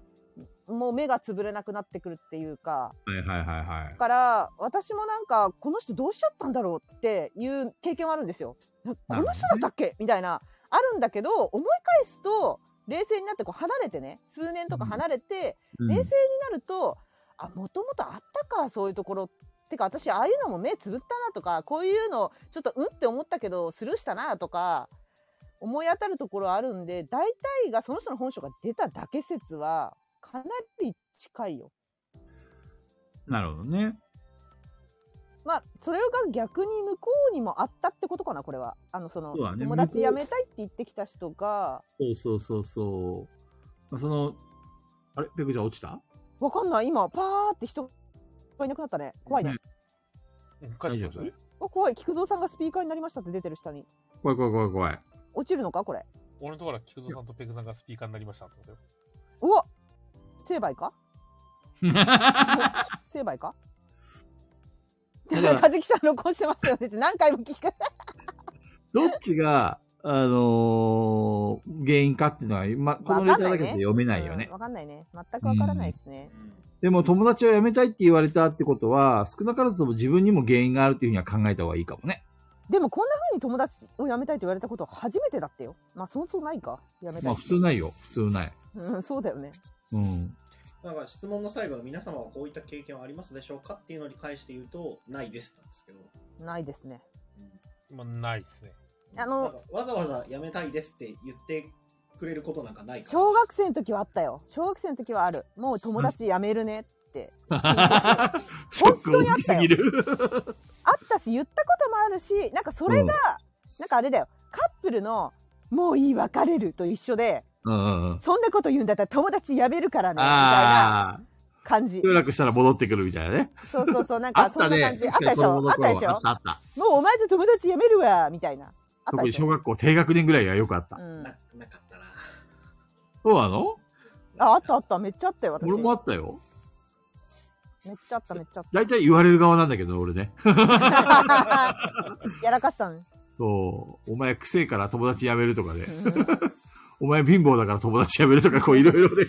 S4: もう目がつぶれなくなってくるっていうか
S2: はいはいはいはい
S4: だ。から私もなんかこの人どうしちゃったんだろうっていう経験はあるんですよ。なこの人だったっけみたいなあるんだけど思い返すと冷静になってこう離れてね数年とか離れて、冷静になると、あもともとあったかそういうところってか私ああいうのも目つぶったなとかこういうのちょっとうんって思ったけどスルーしたなとか思い当たるところあるんで大体がその人の本性が出ただけ説はかなり近いよ。
S2: うんなるほどね。
S4: まあそれが逆に向こうにもあったってことかなこれは。あのその
S2: そうだね
S4: 友
S2: 向
S4: 達
S2: こ
S4: 辞
S2: う
S4: めたいって言ってきた人が
S2: そうそうそうそう。まあ、その、あれペグちゃん落ちた
S4: わかんない今パーって人がいなくなったね怖いね
S2: ね。
S1: 大
S2: 丈夫
S4: あ怖い菊蔵さんがスピーカーになりましたって出てる下に
S2: 怖い怖い怖い怖い。
S4: 落ちるのかこれ。
S1: 俺のところは菊蔵さんとペグさんがスピーカーになりましたってことよ。
S4: うわ成敗か成敗か
S2: だから
S4: かずきさん録音してますよねって何回も聞く。
S2: [laughs] どっちが、あのー原因かっていうのは、ま、このレターだけで読めないよね
S4: うん。わかんないね。全くわからないですね。
S2: でも友達を辞めたいって言われたってことは、少なからずとも自分にも原因があるっていうふうには考えた方がいいかもね。
S4: でもこんな風に友達を辞めたいと言われたことは初めてだってよ。まあそうそうないか。辞めたい。
S2: まあ普通ないよ。普通ない。
S4: うん、そうだよね。
S2: うん。
S3: なんか質問の最後の皆様はこういった経験はありますでしょうかっていうのに返して言うと、ないですなんですけど、
S4: ないですね。
S1: まあ、ないですね。
S3: な
S4: あの
S3: んかわざわざ辞めたいですって言ってくれることなんかないから。
S4: 小学生の時はあったよ。小学生の時はある。もう友達辞めるねって。
S2: [laughs] ショック大きすぎる。
S4: あったし、言ったこともあるし、なんかそれが、なんかあれだよ。カップルの、もういい別れると一緒で、
S2: うんうんうん。
S4: そんなこと言うんだったら友達辞めるからね、みたいな
S2: ああ。
S4: 感じ
S2: し。ばらくしたら戻ってくるみたいなね。
S4: そうそうそう、なん
S2: あ
S4: か
S2: っ
S4: そ
S2: た
S4: んな
S2: ね
S4: 感じ。。あったでしょあったでし
S2: あ
S4: ょ
S2: ったあった。
S4: もうお前と友達辞めるわ、みたいな。あった
S2: 特
S4: で
S2: に
S4: し
S2: 小
S4: ょ
S2: 学校低学年ぐらいがよくあった
S4: う。ん、
S3: ななかったな。
S2: そうなの
S4: ああったあっためっちゃあったよ私
S2: 俺もあったよ。
S4: めっちゃあっためっちゃあっ
S2: 大体言われる側なんだけど、俺ね。
S4: たやらかしたね
S2: そう。お前くせえから友達辞めるとかね。お前貧乏だから友達辞めるとか、こういろい
S4: [laughs]
S2: ろね。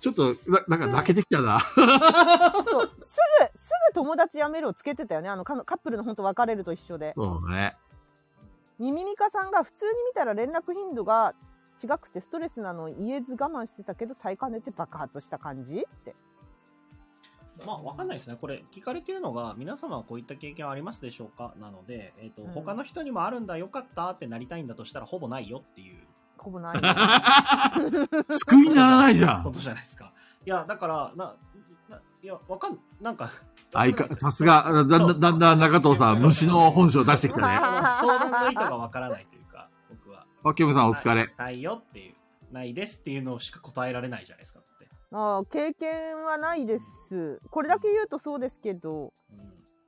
S2: ちょっと、ななんか泣けてきたな。
S4: そうすぐすぐ友達やめるをつけてたよねあのカカップルの本当別れると一緒で
S2: そう
S4: [laughs]
S2: ね。
S4: ミミミカさんが普通に見たら連絡頻度が違くてストレスなのを言えず我慢してたけど体感熱で爆発した感じって
S3: まあ、わかんないですね。これ、聞かれてるのが、皆様はこういった経験はありますでしょうかなので、えっ、と、
S4: うん
S3: 他の人にもあるんだ、よかったってなりたいんだとしたら、ほぼないよっていう
S4: ほぼ
S2: [laughs]
S4: ないね
S2: 救いにならないじゃ
S3: こ
S2: ん。
S3: とじゃないですか。いや、だから、な、な、いや、わかん、なんか、
S2: 相か、さすが、だんだん、だんだん中藤さん、虫の本性出してきた
S4: [laughs]
S2: ね。
S3: あの相談の意図がわからないというか、僕は。
S2: あ、ケムさんお疲れ。
S3: ないよっていう、ないですっていうのしか答えられないじゃないですかって。
S4: まあ経験はないですこれだけ言うとそうですけど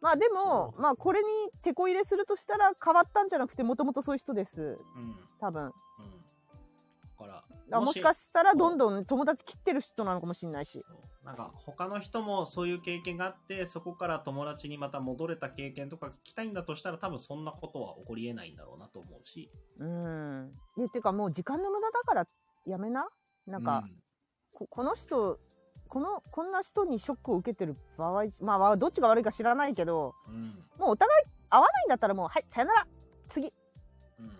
S4: まあでもまあこれに手こ入れするとしたら変わったんじゃなくてもともとそういう人です
S3: うん。うん。
S4: 多分
S3: うん。だから、
S4: あもしかしたらどんどん友達切ってる人なのかもしれないし
S3: なんか他の人もそういう経験があってそこから友達にまた戻れた経験とか聞きたいんだとしたら多分そんなことは起こりえないんだろうなと思うし
S4: うんでてかもう時間の無駄だからやめななんか、ここの人このこんな人にショックを受けてる場合まあまあどっちが悪いか知らないけど
S3: うんうん
S4: もうお互い合わないんだったらもうはいさよなら次
S3: うん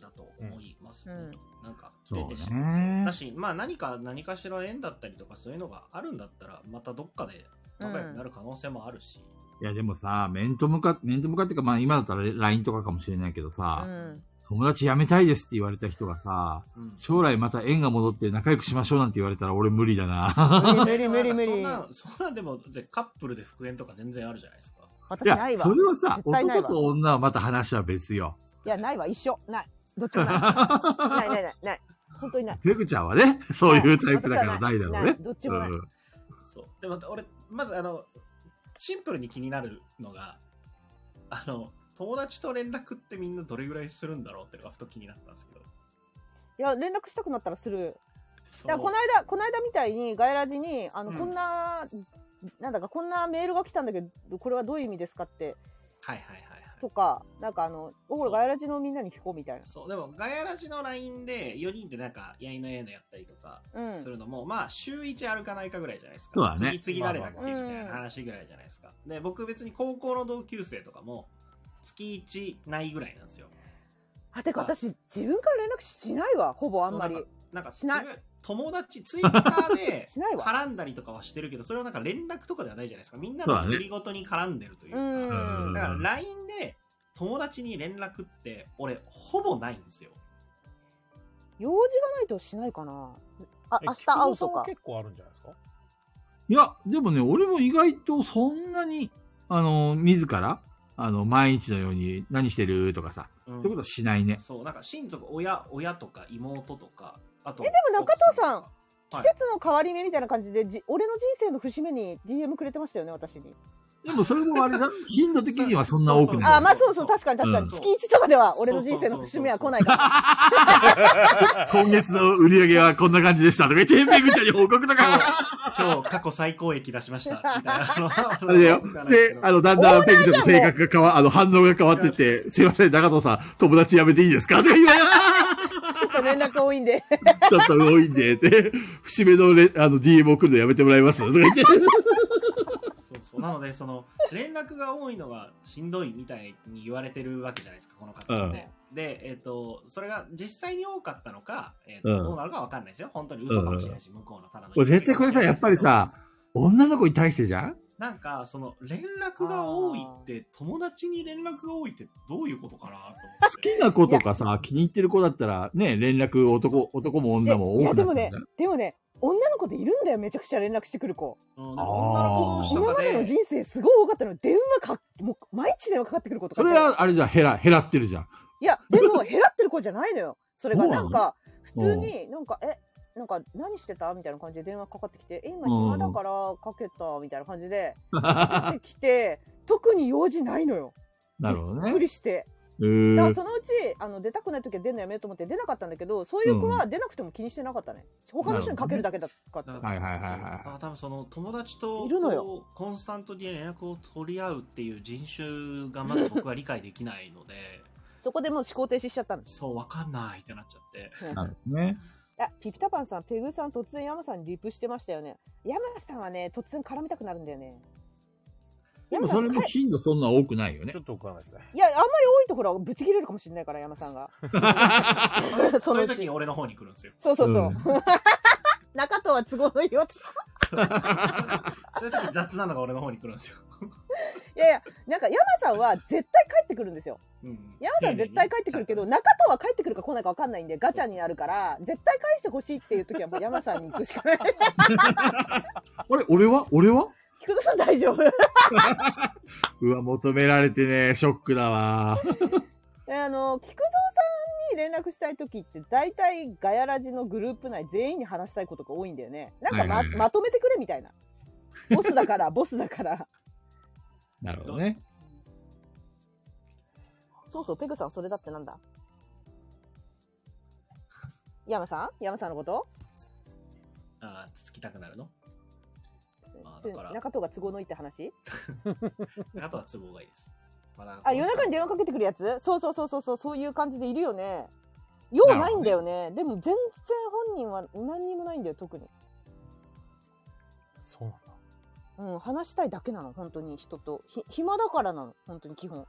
S3: だと思いますね、
S4: うん
S3: なんか切
S2: そう
S3: れ
S2: ね
S3: てしまうだしまあ何か何かしら縁だったりとかそういうのがあるんだったらまたどっかで仲良くなる可能性もあるし、
S2: いや、でもさ、面と向かって、面と向かってか、まあ今だったら LINE とかかもしれないけど
S4: う
S2: さ、
S4: ん
S2: 友達辞めたいですって言われた人がさ、
S3: うん
S2: 将来また縁が戻って仲良くしましょうなんて言われたら俺無理だな。
S4: 無理無理無理無理
S3: なんか [laughs] そんなそんなんでもでカップルで復縁とか全然あるじゃないですか
S2: い
S4: 私
S2: や
S4: ない、わ
S2: それはさ、
S4: 絶対ない
S2: 男
S4: わ
S2: と女はまた話は別よ。
S4: いやないわ一緒ないどっちもないないないないない本当にない
S2: ペグちゃんはね、そういうタイプだからないだろうね。
S4: どっちもない、
S2: うん
S3: そう。でも、俺、まず、あの、シンプルに気になるのが、あの、友達と連絡ってみんなどれぐらいするんだろうってのがふと気になったんですけど。
S4: いや連絡したくなったらする
S3: そ
S4: だから
S3: の
S4: この間この間みたいにガイラジにあの、
S3: うん
S4: こんななんだかこんなメールが来たんだけどこれはどういう意味ですかって
S3: はいはいはいはい。
S4: とかなんかあのほ
S3: そ
S4: ら
S3: う
S4: ガイラジのみんなに聞こうみたい
S3: そう、でも、ガヤラジの LINE で4人でなんか、やいのやいのやったりとか
S4: な、うん、
S3: するのも、まあ、週1あるかないかぐらいじゃないですか。
S2: そうだね
S3: 次々誰だっけ
S4: まあ
S3: み
S4: まあまあ
S3: たいな話ぐらいじゃないですか。で、僕別に高校の同級生とかも、月1ないぐらいなんですよ。
S4: あてか私自分から連絡しないわほぼあんまり
S3: そうなんか、
S4: しない
S3: わゆる友達、ツイッターで
S4: しないわ
S3: 絡んだりとかはしてるけど、それはなんか連絡とかではないじゃないですか。みんな
S2: そう
S3: の
S2: だね
S3: 独り言に絡んでるという
S4: う
S3: か。
S2: うんん
S3: だから LINE で友達に連絡って、俺、ほぼないんですよ。
S4: 用事がないとしないかなあ
S1: え
S4: 明日会う
S1: 菊蔵さ
S4: と
S1: んは
S4: か
S1: 結構あるんじゃないですか
S2: いや、でもね、俺も意外とそんなに、あの、自ら、あの、毎日のように何してるとかさ、
S3: う
S2: そう
S3: ん
S2: いうことはしないね。
S3: そう、なんか親族、親、親とか妹とか、あと。
S4: えでも中藤さん季
S3: はい
S4: 節の変わり目みたいな感じで、じ俺の人生の節目に DM くれてましたよね私に
S2: でもそれもあれじゃん、頻度的にはそんな多く
S3: そうそう
S2: な
S4: あ
S2: い。
S4: まあそうそう確かに確かに、
S2: うん
S4: 月1とかでは俺の人生の節目は来ないから
S2: [laughs] 今月の売り上げはこんな感じでしたとか
S4: [laughs]
S2: 言って、ペグちゃんに報告とか。
S3: 今日、 [laughs] 過去最高益出しま
S4: [laughs]
S3: した。みたいな。
S2: あ
S3: あ
S2: れだよ。で、あの、だんだんペグちゃんの性格が変わ、あの、反応が変わってって、すいません、中藤さん、友達辞めていいですかとか言われ
S4: ちょっと連絡多いん
S2: [laughs]
S4: で
S2: ちょっと多いん
S4: [laughs]
S2: で、って、節目のレあの DM 送るのやめてもらえますとか言って。
S3: そうそうなので、その、連絡が多いのがしんどいみたいに言われてるわけじゃないですか、この方って。で、えっ、と、それが実際に多かったのか、えっと
S2: うん
S3: どうなるかわかんないですよ。本当に嘘かもしれないし、向こうのただの。
S2: これ絶対これさ、やっぱりさ、女の子に対してじゃん
S3: なんか、その、連絡が多いって、友達に連絡が多いってどういうことかなと思
S2: 好
S3: って。
S2: きな子とかさ、気に入ってる子だったら、ね、連絡男、男も女も
S4: い
S2: 多
S4: や
S2: く
S4: で
S2: な
S4: も
S2: る
S4: ねでもね女の子でいるんだよめちゃくちゃ連絡してくる子
S3: うん
S2: あー
S3: 女の子同士と
S4: 今
S3: か
S4: までの
S3: で
S4: 人、生すごい多かったの電話かもう毎日電話かかってくる子とか
S2: そ
S4: いた
S2: れ
S4: よ
S2: は、あれじゃん、減ら、減らってるじゃん。
S4: いや、でも、減らってる子じゃない
S2: [laughs]
S4: のよ。それが、
S2: そうな
S4: な
S2: の
S4: んか、普通に、なんか、え、なんか、何してたみたいな感じで電話かかってきて、え、今暇だからかけた、みたいな感
S2: [laughs]
S4: じで、かけてきて、特に用事ないのよ。
S2: なるほど
S4: びっく
S2: ね。
S4: りして。
S2: う
S4: だか
S2: ー
S4: らそのうち、あの、出たくない時は出るのやめようと思って出なかったんだけど、そういう子は出なくても気にしてなかったね。他の人にかけるだけだかった。
S3: なるほど
S2: はいはいはい
S3: そう
S2: は
S3: あ多分その友達と
S4: いるのよ
S3: こうコンスタントに連絡を取り合うっていう人種がまず僕は理解できないので [laughs]
S14: そこでもう思考停止しちゃったんです。
S3: そうわかんないってなっちゃ
S4: [laughs]
S3: って
S2: い。なるほどね。
S4: いや、ピピタパンさん、ペグさん突然山さんにリプしてましたよね。山さんはね、突然絡みたくなるんだよね。
S2: でも
S4: 山さ
S2: そ
S4: ん
S2: れも頻度そんな多くないよね
S1: ちょ。っとわからないですね。
S4: いや、あんまり多いところはブチ切れるかもしれないから、山さんが。
S3: そ
S4: そう
S3: いう
S4: のうち
S3: 時に俺の方に来るんですよ
S4: そうそうそう。
S2: うん
S4: [laughs] 中藤は都合のいいよ。
S3: そういう時に雑なのが俺の方に来るんですよ、
S4: いやいや、なんか山さんは絶対帰ってくるんですよ。
S3: うん、
S4: 山さんは絶対帰ってくるけど、
S3: 丁寧に
S4: 中藤は帰ってくるか来ないか分かんないんで、ガチャになるから、絶対返してほしいっていう時はもう山さんに行く
S2: [laughs]
S4: しかない。
S2: あれ俺は俺は
S4: 菊田さん大丈夫 [laughs]
S2: うわ、求められてね、ショックだわ。
S1: [laughs]
S4: あの、菊蔵さんに連絡したい時って、大体ガヤラジのグループ内全員に話したいことが多いんだよね。なんかま,、
S2: はいはいはい
S4: まとめてくれみたいな。ボスだから、 [laughs] ボスだから。
S2: なるほどね。
S4: そうそう、ペグさん、それだってなんだ山さん山さんのこと
S3: あーつつきたくなるのまあ
S4: つ
S3: だから
S4: 中藤が都合のいいって話
S3: あとは都合がいいです、まだ
S4: あ夜中に電話かけてくるやつそうそうそうそうそうそういう感じでいるよね用ないんだよねでも全然本人は何にもないんだよ特に、
S1: そうなんだ。
S4: うん、話したいだけなの本当に人とひ暇だからなの本当に基本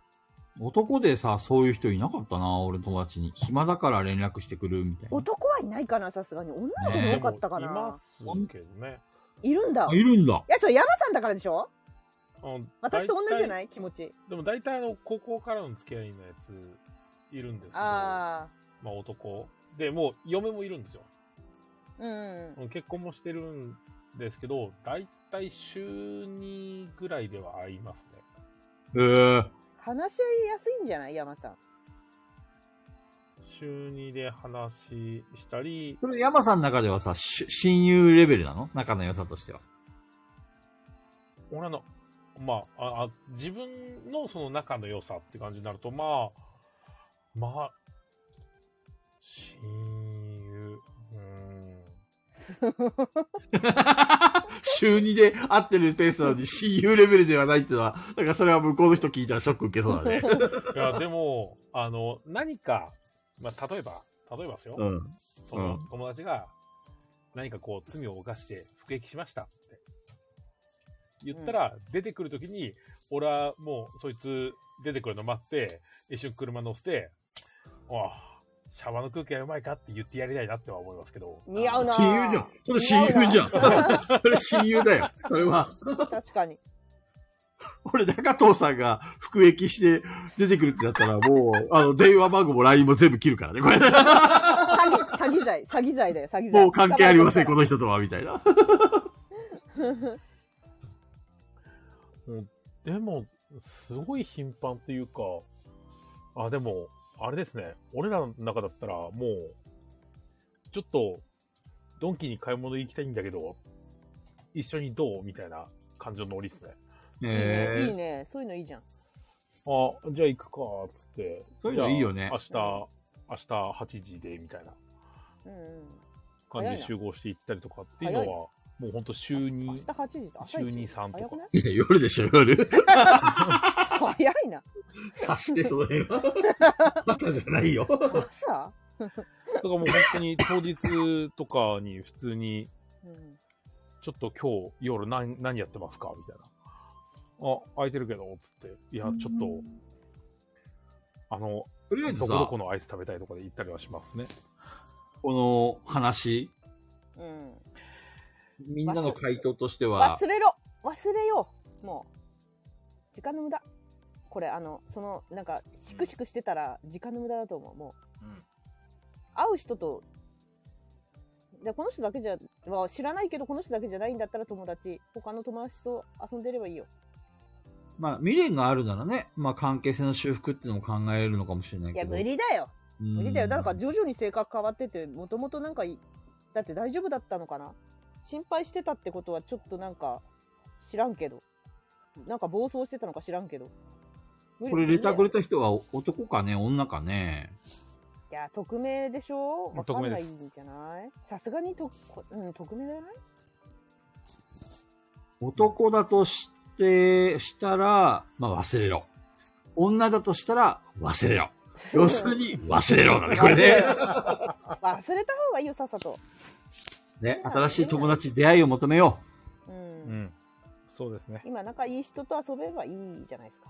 S2: 男でさ、そういう人いなかったな、俺の友達に。暇だから連絡してくるみたいな。
S4: 男はいないかなさすがに女の子
S2: ね
S4: も
S2: え
S4: 多かったかな、
S1: でもいますけどね。
S4: いるんだ
S2: あ
S4: い
S2: いるんだ。
S4: やそれ山さんだからでしょ
S1: あの
S4: 私と同じじゃ
S1: 大
S4: ない気持ち
S1: 体でも大体あの、高校からの付き合いのやつ、いるんですけど、まあ
S4: あ
S1: 男。で、もう嫁もいるんですよ。
S4: あうん
S1: うん結婚もしてるんですけど、大体週2ぐらいでは会いますね。
S2: えー、
S4: 話し合いやすいんじゃない山さん
S1: 週2で話したり、
S2: それ山さんの中ではさ、し親友レベルなの仲の良さとしては。
S1: 俺の、まあ、ああ自分のその仲の良さって感じになると、まあ、まあ、親友、うーん。
S2: [laughs] 週2で会ってるペースなのに親友レベルではないってのは、なんかそれは向こうの人聞いたらショック受けそうだ
S1: [laughs]
S2: ね。
S1: いや、でも、あの、何か、まあ、例えば、例えばですよ、
S2: うん。
S1: その
S2: うん
S1: 友達が、何かこう、罪を犯して服役しましたって言ったら、出てくるときに、俺はもう、そいつ、出てくるの待って、一瞬車乗せて、ああ、シャワーの空気がうまいかって言ってやりたいなっては思いますけど、
S4: 似合うな
S2: 親友じゃん。それ親友
S1: [laughs]
S2: じゃん。それ親友だよ。それは。
S4: 確かに
S2: 俺、中藤さんが服役して出てくるってなったら、もう、あの、電話番号も LINE も全部切るからね。
S4: [laughs]
S2: これ、
S4: 詐欺詐欺罪詐欺罪だよ詐欺罪
S2: もう関係ありません、この人とは、みたいな。
S1: でも、すごい頻繁というか、あ、でも、あれですね。俺らの中だったら、もう、ちょっと、ドンキに買い物行きたいんだけど、一緒にどうみたいな感じのノリですね。
S4: いいねいい
S2: ええ。
S4: ねそういうのいいじゃん
S1: あ、じゃあ行くか、つって。
S2: そういうのいいよね
S1: じゃあ明日、明日8時で、みたいな
S4: うんうん
S1: 感
S4: 早い
S1: じで
S4: な
S1: 集合して行ったりとかっていうのは、
S4: 早いな
S1: もうほんと週
S4: 明
S1: に
S4: 日、8時だ。
S1: 週に3とか。
S2: いや、夜でしょ、夜。
S4: 早くない早いな。
S2: 察して、その辺は。朝じゃないよ。
S4: 朝、
S1: だからもう本当に当日とかに普通に、
S4: うん、
S1: ちょっと今日夜何何やってますかみたいな。あ、空いてるけど、つって、いや、ちょっと、あの、
S2: とりあえず
S1: ど
S2: さ、
S1: こどこ
S2: こ
S1: のアイス食べたいとかで行ったりはしますね。
S2: の話、
S4: うん。
S2: みんなの回答としては
S4: 忘、れろ忘れようもう時間の無駄これあのそのなんかシクシクしてたら時間の無駄だと思うもう
S3: うん。
S4: 会う人とでこの人だけじゃは知らないけどこの人だけじゃないんだったら友達他の友達と遊んでればいいよ
S2: まあ、未練があるならね、まあ、関係性の修復っていうのも考えるのかもしれない
S4: い
S2: け
S4: や
S2: ど。
S4: 無理だよ
S2: うん
S4: 無理だよだから徐々に性格変わっててもともとなんかいだって大丈夫だったのかな心配してたってことはちょっとなんか知らんけどなんか暴走してたのか知らんけど無理
S2: これ、レター
S4: 無理だ
S2: くれた
S4: よ
S2: 人は男かね、女かね。
S4: いや、匿名でしょわかんない
S1: 匿
S4: んじゃないさすがにと、こ
S2: [laughs]
S4: うん、匿名じゃない
S2: 男だとして、したら、まあ、忘れろ。女だとしたら、忘
S4: [laughs]
S2: れろ。要するに、忘れろだね、これね。
S4: 忘れた方がいいよ、さっさと。
S2: ね、新しい友達、出会いを求めよ
S4: うん。
S1: うん。そうですね。
S4: 今、仲いい人と遊べばいいじゃないです
S2: う。
S4: か。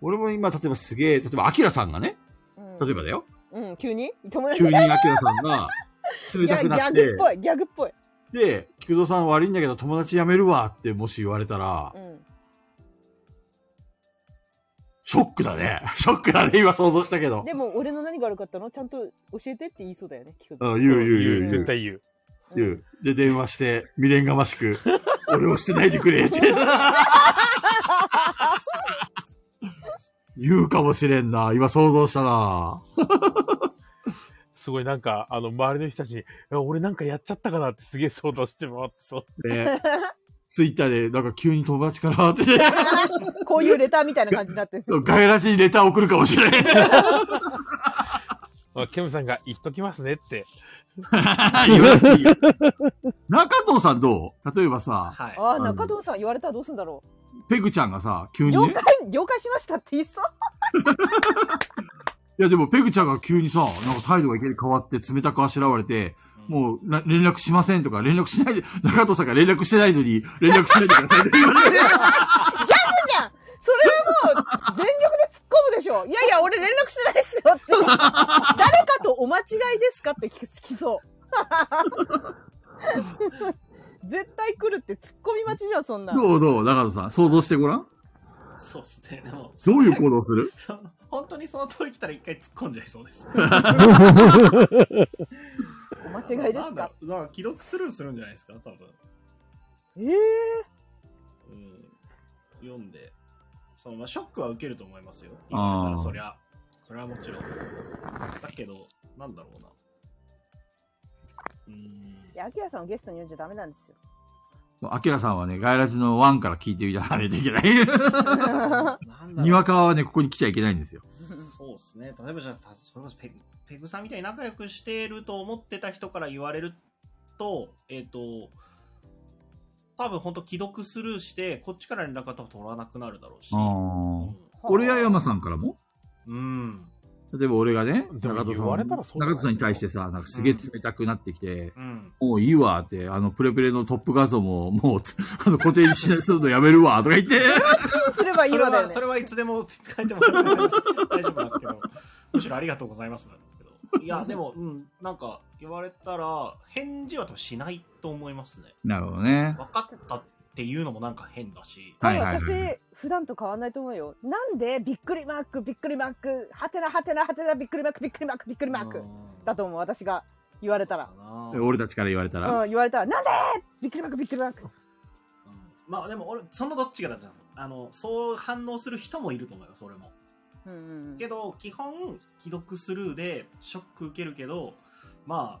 S2: 俺も今、例えばすげえ、例えば、アキラさんがね、
S4: うん、
S2: 例えばだよ。
S4: うん、急に友達
S2: 急にアキラさんが、冷
S4: い
S2: た
S4: や
S2: く
S4: ギ
S2: なっ
S4: ャ
S2: て
S4: グっ、ぽい、ギャグっぽい。
S2: で、菊蔵さん悪いんだけど、友達辞めるわって、もし言われたら
S4: う、ん。
S2: ショックだね。ショックだね、今想像したけど。
S4: [laughs] でも、俺の何が悪かったのちゃんと教えてって言いそうだよね、聞くと
S2: うん、言う言う言う言
S1: 絶
S2: う。
S1: 対言う。
S2: 言う。で、電話して、未練がましく、俺を捨てないでくれって。言うかもしれんな。今想像したな。
S1: すごいなんか、あの、周りの人たちに、いや俺なんかやっちゃったかなってすげえ想像してもらってそう。
S2: で、ツイッターで、なんか急に友達からって、
S4: [laughs] こういうレターみたいな感じになってる。
S2: ガヤラジにレター送るかもしれん。
S1: あケムさんが言っときますねって。
S2: 言わなくていいよ中藤さんどう例えばさ、
S3: はい。
S4: ああ、中藤さん言われたらどうすんだろ
S2: ペグちゃんがさ、急
S4: う。
S2: に
S4: 了
S2: ね
S4: 解。、了解しましたって言いそう。
S2: いやでもペグちゃんが急にさ、なんか態度がいきなり変わって冷たくあしらわれて、
S3: うん。
S2: もうな連絡しませんとか、連絡しないで、中藤さんが連絡してないのに、連絡しないでくださいって言われて。
S4: それはもう、全力で突っ込むでしょ。いやいや、俺連絡してないっすよって。誰かとお間違いですかって聞きそう。絶対来るって突っ込み待ちじゃん、そんな。
S2: どうどう中藤さん、想像してごらん
S3: そうっすね。でも、
S2: どういう行動する
S3: [laughs] その本当にその通り来たら一回突っ込んじゃいそうです。
S4: お間違いで
S3: な
S4: す
S3: んだ
S4: か
S3: ろうだから既読スルーするんじゃないですか、多分。
S4: ええ
S3: うん。読んで。そのまあ、ショックは受けると思いますよ。言
S2: あー
S3: われたらそりゃ、それはもちろん。だけど、なんだろうな。う
S2: [laughs]
S3: ーん。
S4: いや、アキラさんをゲストに呼んじゃダメなんですよ。
S2: アキラさんはね、ガイラジの1から聞いてみたらいといけない。
S3: [laughs] なんだ
S2: に
S3: ろう
S2: わかはね、ここに来ちゃいけないんですよ。
S3: そうですね。例えばじゃあ、たそれこそペグペグさんみたいに仲良くしてると思ってた人から言われると、えっ、と、多分本当既読スルーして、こっちから連絡は多分取らなくなるだろうし。
S2: ああ。俺や山さんからも
S3: うん。
S2: 例えば俺がね、
S1: でも
S2: 中藤さ
S1: 言われ
S2: ん、
S1: た
S2: 中
S1: らそうじゃない
S2: 藤さんに対してさ、なんかすげえ冷たくなってきて、
S3: うん。
S2: もういいわって、あの、プレプレのトップ画像も、もう、あの、固定にしないするのやめるわとか言って、
S4: どうすればい
S3: そ
S4: い
S3: れ
S4: わだよ
S3: は、
S4: ね
S3: そ。れはいつでも書いてもらって大丈夫なんですけど、むしろありがとうございますなんですけど。いや、でも、うん、なんか言われたら、返事は多分しないと思いますね。
S2: なるほどね。
S3: 分かったっていうのもなんか変だし。
S4: 多
S2: は
S4: 分
S2: いはいはい。
S4: 私、普段と変わんないと思うよ。なんでびっくりマーク、びっくりマーク、はてなはてなはてな、びっくりマーク、びっくりマーク、びっくりマーク。だと思う、私が言われたら。
S2: え俺たちから言われたら、
S4: うん、言われたら、なんでびっくりマークびっくりマーク。
S3: まあでも俺そのどっちがだじゃんあのそう反応する人もいると思います俺も
S4: うんうん
S3: けど基本既読スルーでショック受けるけどまあ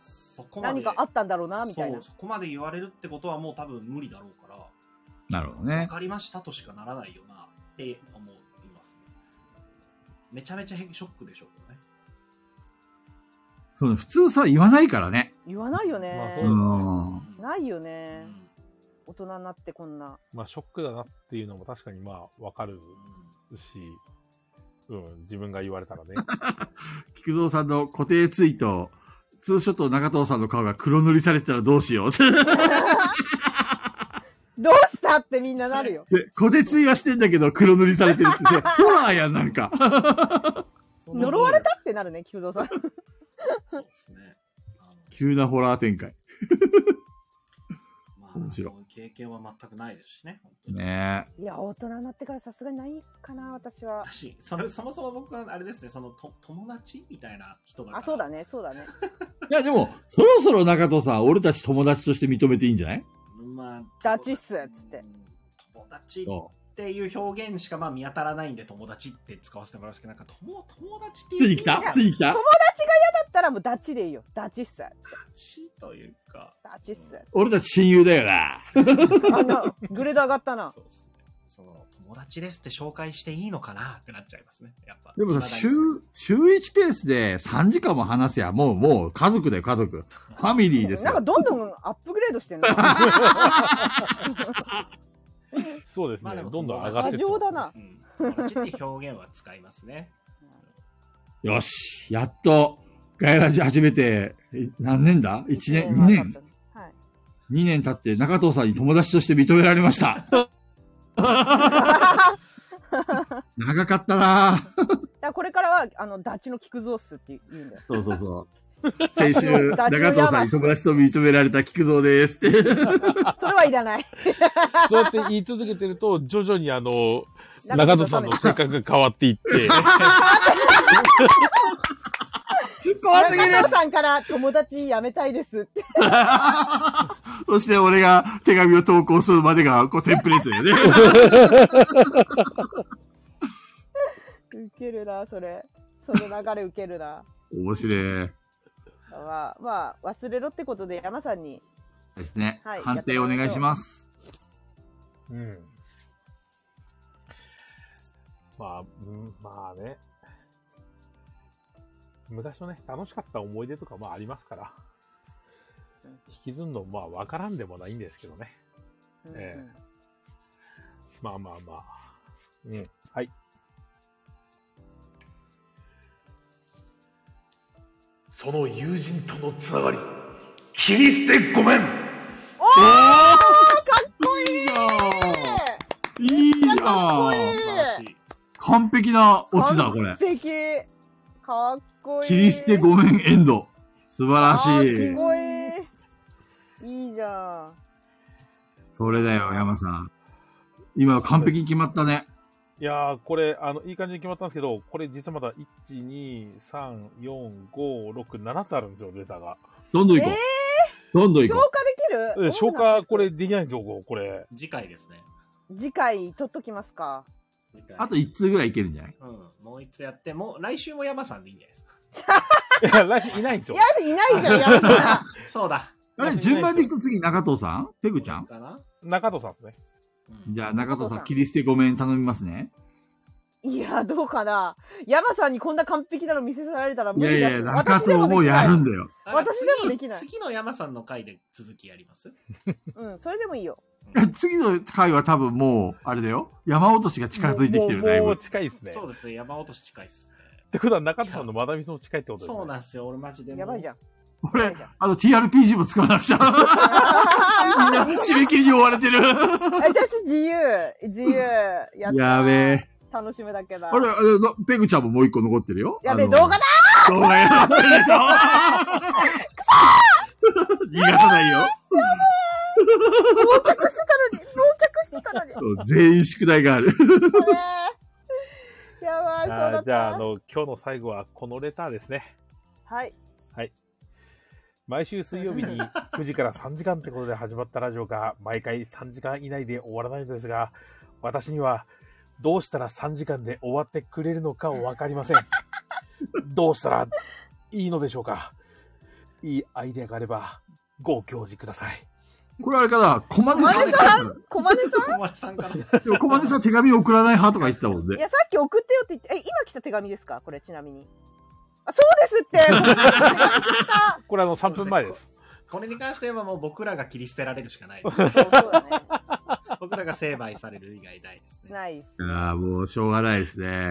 S3: そこまで
S4: 何かあったんだろうな、みたい
S3: そ
S4: な。
S3: うそこまで言われるってことはもう多分無理だろうから
S2: なるほど
S3: 分
S2: ね。
S3: かりましたとしかならないよなって思いますねめちゃめちゃへショックでしょうけどね
S2: その普通さ、言わないからね。
S4: 言わないよね。
S1: まあそううですね
S2: ん。
S4: ないよ
S3: う
S4: ね。
S3: ん
S4: 大人になってこんな。
S1: まあ、ショックだなっていうのも確かにまあ、わかるし、うん、自分が言われたらね。
S2: 菊蔵さんの固定ツイート、ツーショット中藤さんの顔が黒塗りされてたらどうしよう。
S4: どうしたってみんななるよ。
S2: で、小鉄はしてんだけど黒塗りされてるって。ホラーやん、なんか。
S4: 呪われたってなるね、菊蔵さん。 [laughs]
S3: そうですね。あ
S2: 急なホラー展開。
S3: のま
S2: 面
S3: あ、そうい
S2: 白いう
S3: 経験は全くないですしね。本当に
S2: ね
S4: いや、大人になってからさすがにないかな、私は。
S3: 私それそもそも僕はあれですね、そのと友達みたいな人だから。
S4: あ、そうだね、そうだね。
S2: いや、でも、そろそろ中藤さん、俺たち友達として認めていいんじゃない
S3: まあ、
S4: ダチっすっつって
S3: うん。友達っ
S2: そ
S3: ていう表現しかまあ見当たらないんで、友達って使わせてもらうんですけど、なんか友友達って
S2: う。
S3: いう。
S2: ついに来たついに来た
S4: だったらもうダチでいいよ。ダチっす。
S3: 友達というか。
S4: ダチっす。
S2: 俺たち親友だよな。
S4: あんな、グレード上がったな。
S3: そうですね。その友達ですって紹介していいのかなってなっちゃいますね。やっぱ。
S2: でもさ、
S3: 未
S2: 週
S3: だに、
S2: 週1ペースで3時間も話せや、もう、もう、家族だよ、家族。ファミリーです
S4: なんか
S2: よ。
S4: どんどんアップグレードしてんの。
S1: そうですね、
S3: まあでも
S1: どんどん上がっ
S4: 過
S1: てっ
S4: 剰だな。
S3: うん、友達って表現は使いますね。
S2: よし、やっと、ガイラジ始めて、え何年だ ?1 年、2
S4: は
S2: 年
S4: はい。
S2: ?2 年経って中藤さんに友達として認められました。長かったなぁ。
S4: だからこれからは、あの、ダチの菊蔵っすって言うんだよ。
S2: そうそうそう。先週、中藤さんに友達と認められた菊蔵ですって。
S4: それはいらない。
S1: た。そうやって言い続けてると、徐々にあの、中野さんの性格が変わっていって、
S2: 怖 [laughs] すぎる
S4: 中藤さんから友達やめたいですって。
S2: [laughs] そして俺が手紙を投稿するまでが、こう、テンプレートだよね。
S4: ウケるな、それ。その流れウケるな。
S2: 面白い。
S4: まあ、まあ、忘れろってことで山さんに。
S2: ですね。
S4: はい
S2: 判定お願いします。
S1: [laughs] うん、まあ、うん、まあね。昔のね、楽しかった思い出とかまあありますから、引きずるのまあわからんでもないんですけどね。
S4: うん
S1: ええまあまあまあ。うん。はい。
S15: その友人とのつながり切り捨てごめん
S2: おーかっこいいいいじゃんいいじゃん
S3: 素晴らしい。
S2: 完璧なオチだ、これ
S4: 完。璧。かっこいい。
S2: 切り捨てごめんエンド。素晴らしい
S4: か。っこいい。いいじゃん。
S2: それだよ、山さん。今の完璧に決まったね。
S1: いやー、これ、あの、いい感じに決まったんですけど、これ実はまだ、1、2、3、4、5、6、7つあるんですよ、データが。
S2: どんどん行こう。どんどん
S4: 消
S2: 行
S4: 化
S2: こ
S4: でき
S1: え
S4: る
S1: 消化、これ、できないんですよ、これ。 [laughs]
S3: 次回ですね。
S4: 次回取っときますか。
S3: 次
S2: う。
S3: 回
S2: あと1通ぐらいいけるんじゃない
S3: うん、もう一つやって、もう来週も山さんでいいんじゃないですか。
S1: いや、来週いないんです
S4: い
S1: よ
S4: や。、いないじゃん、山さん。
S3: [laughs] そうだ。
S2: あれ、順番で行くと次、中藤さんペグちゃん
S3: かな、
S1: 中戸さんですね。
S3: うん
S2: じゃあ、中藤
S4: 中藤
S2: さ
S4: さ
S2: ん、
S4: ん
S2: 切り捨てごめん頼みますね。
S4: [laughs] いや、どうかな。山さんにこんな完璧なの見せられたら
S2: い
S4: 無
S2: やい
S4: 理だ
S2: や、中
S4: 私で
S2: 藤
S4: もで
S2: も
S4: き
S2: や
S4: ない
S2: るんだよ。
S3: あ
S4: 私でもできない
S3: 次。次の山さんの回で続きやります
S4: うん、それでもいいよ。
S2: 次の回は多分もう、あれだよ。山落としが近づいてきて
S4: [laughs]
S2: る、
S1: もう
S2: だい
S1: もう
S2: ぶ。
S1: 近いですね。
S3: そう
S1: っ
S3: ですね、山落とし近いっすね。
S1: てことは、中戸さんのまだみそも近いってことですね。
S3: そうなんですよ、俺マジでもう。
S4: やばいじゃん。
S2: 俺、あの、TRPG も作らなくちゃ。 [laughs] みんな、締め切りに追われて
S4: [laughs]
S2: る。
S4: 私自由、自由。やったー
S2: やべえ。
S4: 楽しむだけだ。
S2: あれ、あれなペグちゃんももう一個残ってるよ。
S4: やべえ、
S2: あ
S4: 動
S2: の
S4: 画だ
S2: 動画やば
S4: [laughs]
S2: いでしょ逃がさないよ。
S4: 到着してたのに、到着してたのに。 [laughs]
S2: そう全員宿題がある。
S4: これやばい、そうだ
S1: あ
S4: っ
S1: ーじゃあ、あ
S4: た。
S1: の、今日の最後はこのレターですね。
S4: はい。
S1: 毎週水曜日に9時から3時間ってことで始まったラジオが、毎回3時間以内で終わらないのですが、私には、どうしたら3時間で終わってくれるのかわかり
S2: [laughs]
S1: ません。どうしたらいいのでしょうかいいアイデアがあれば、ご教示ください。
S2: これあれかなコマネさんで
S4: 小金さ
S3: 小松さんから。
S2: でもコマネさん手紙送らない派とか言ってたもん
S4: ん [laughs] い
S2: ね。
S4: や、さっき送ってよって言って、え、今来た手紙ですかこれ、ちなみに。あ、そうですって。これ
S1: これあの3分前です。
S3: これに関して言えばもう僕らが切り捨てられるし
S1: [laughs]
S3: かない。
S4: そうだね
S3: 僕らが成敗される以外ないですね。
S4: ナイス。
S2: ああ、もうしょうがないですね。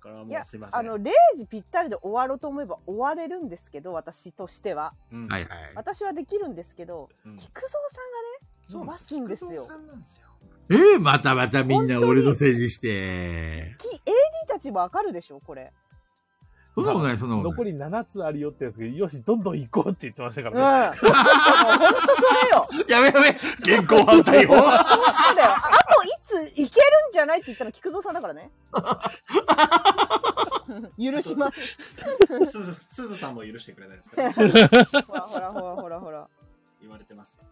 S3: これはも
S4: いや
S3: うすいませ
S4: あ
S3: ん。
S4: の0時ぴったりで終わろうと思えば終われるんですけど私としては
S3: うん
S2: はいはい。
S4: 私はできるんですけど
S3: うん
S4: 菊蔵さんがね伸ばすんですよ。
S2: えー、またまたみんな俺のせいにして。
S4: き AD たちもわかるでしょこれ。
S2: そんなことない、そんなこと
S16: 残
S2: ない。
S16: り7つあるよってやつが、よし、どんどん行こうって言ってましたか
S4: うん。
S16: らね。
S4: 本当それよ。
S2: やめやめ現行犯逮
S4: [laughs]
S2: 捕
S4: そうだよ。あといついけるんじゃないって言ったの菊蔵さんだからね。許します。
S3: すずすずさんも許してくれないです
S4: [laughs]
S3: から、
S4: ほらほらほらほらほら。
S3: 言われてますよ。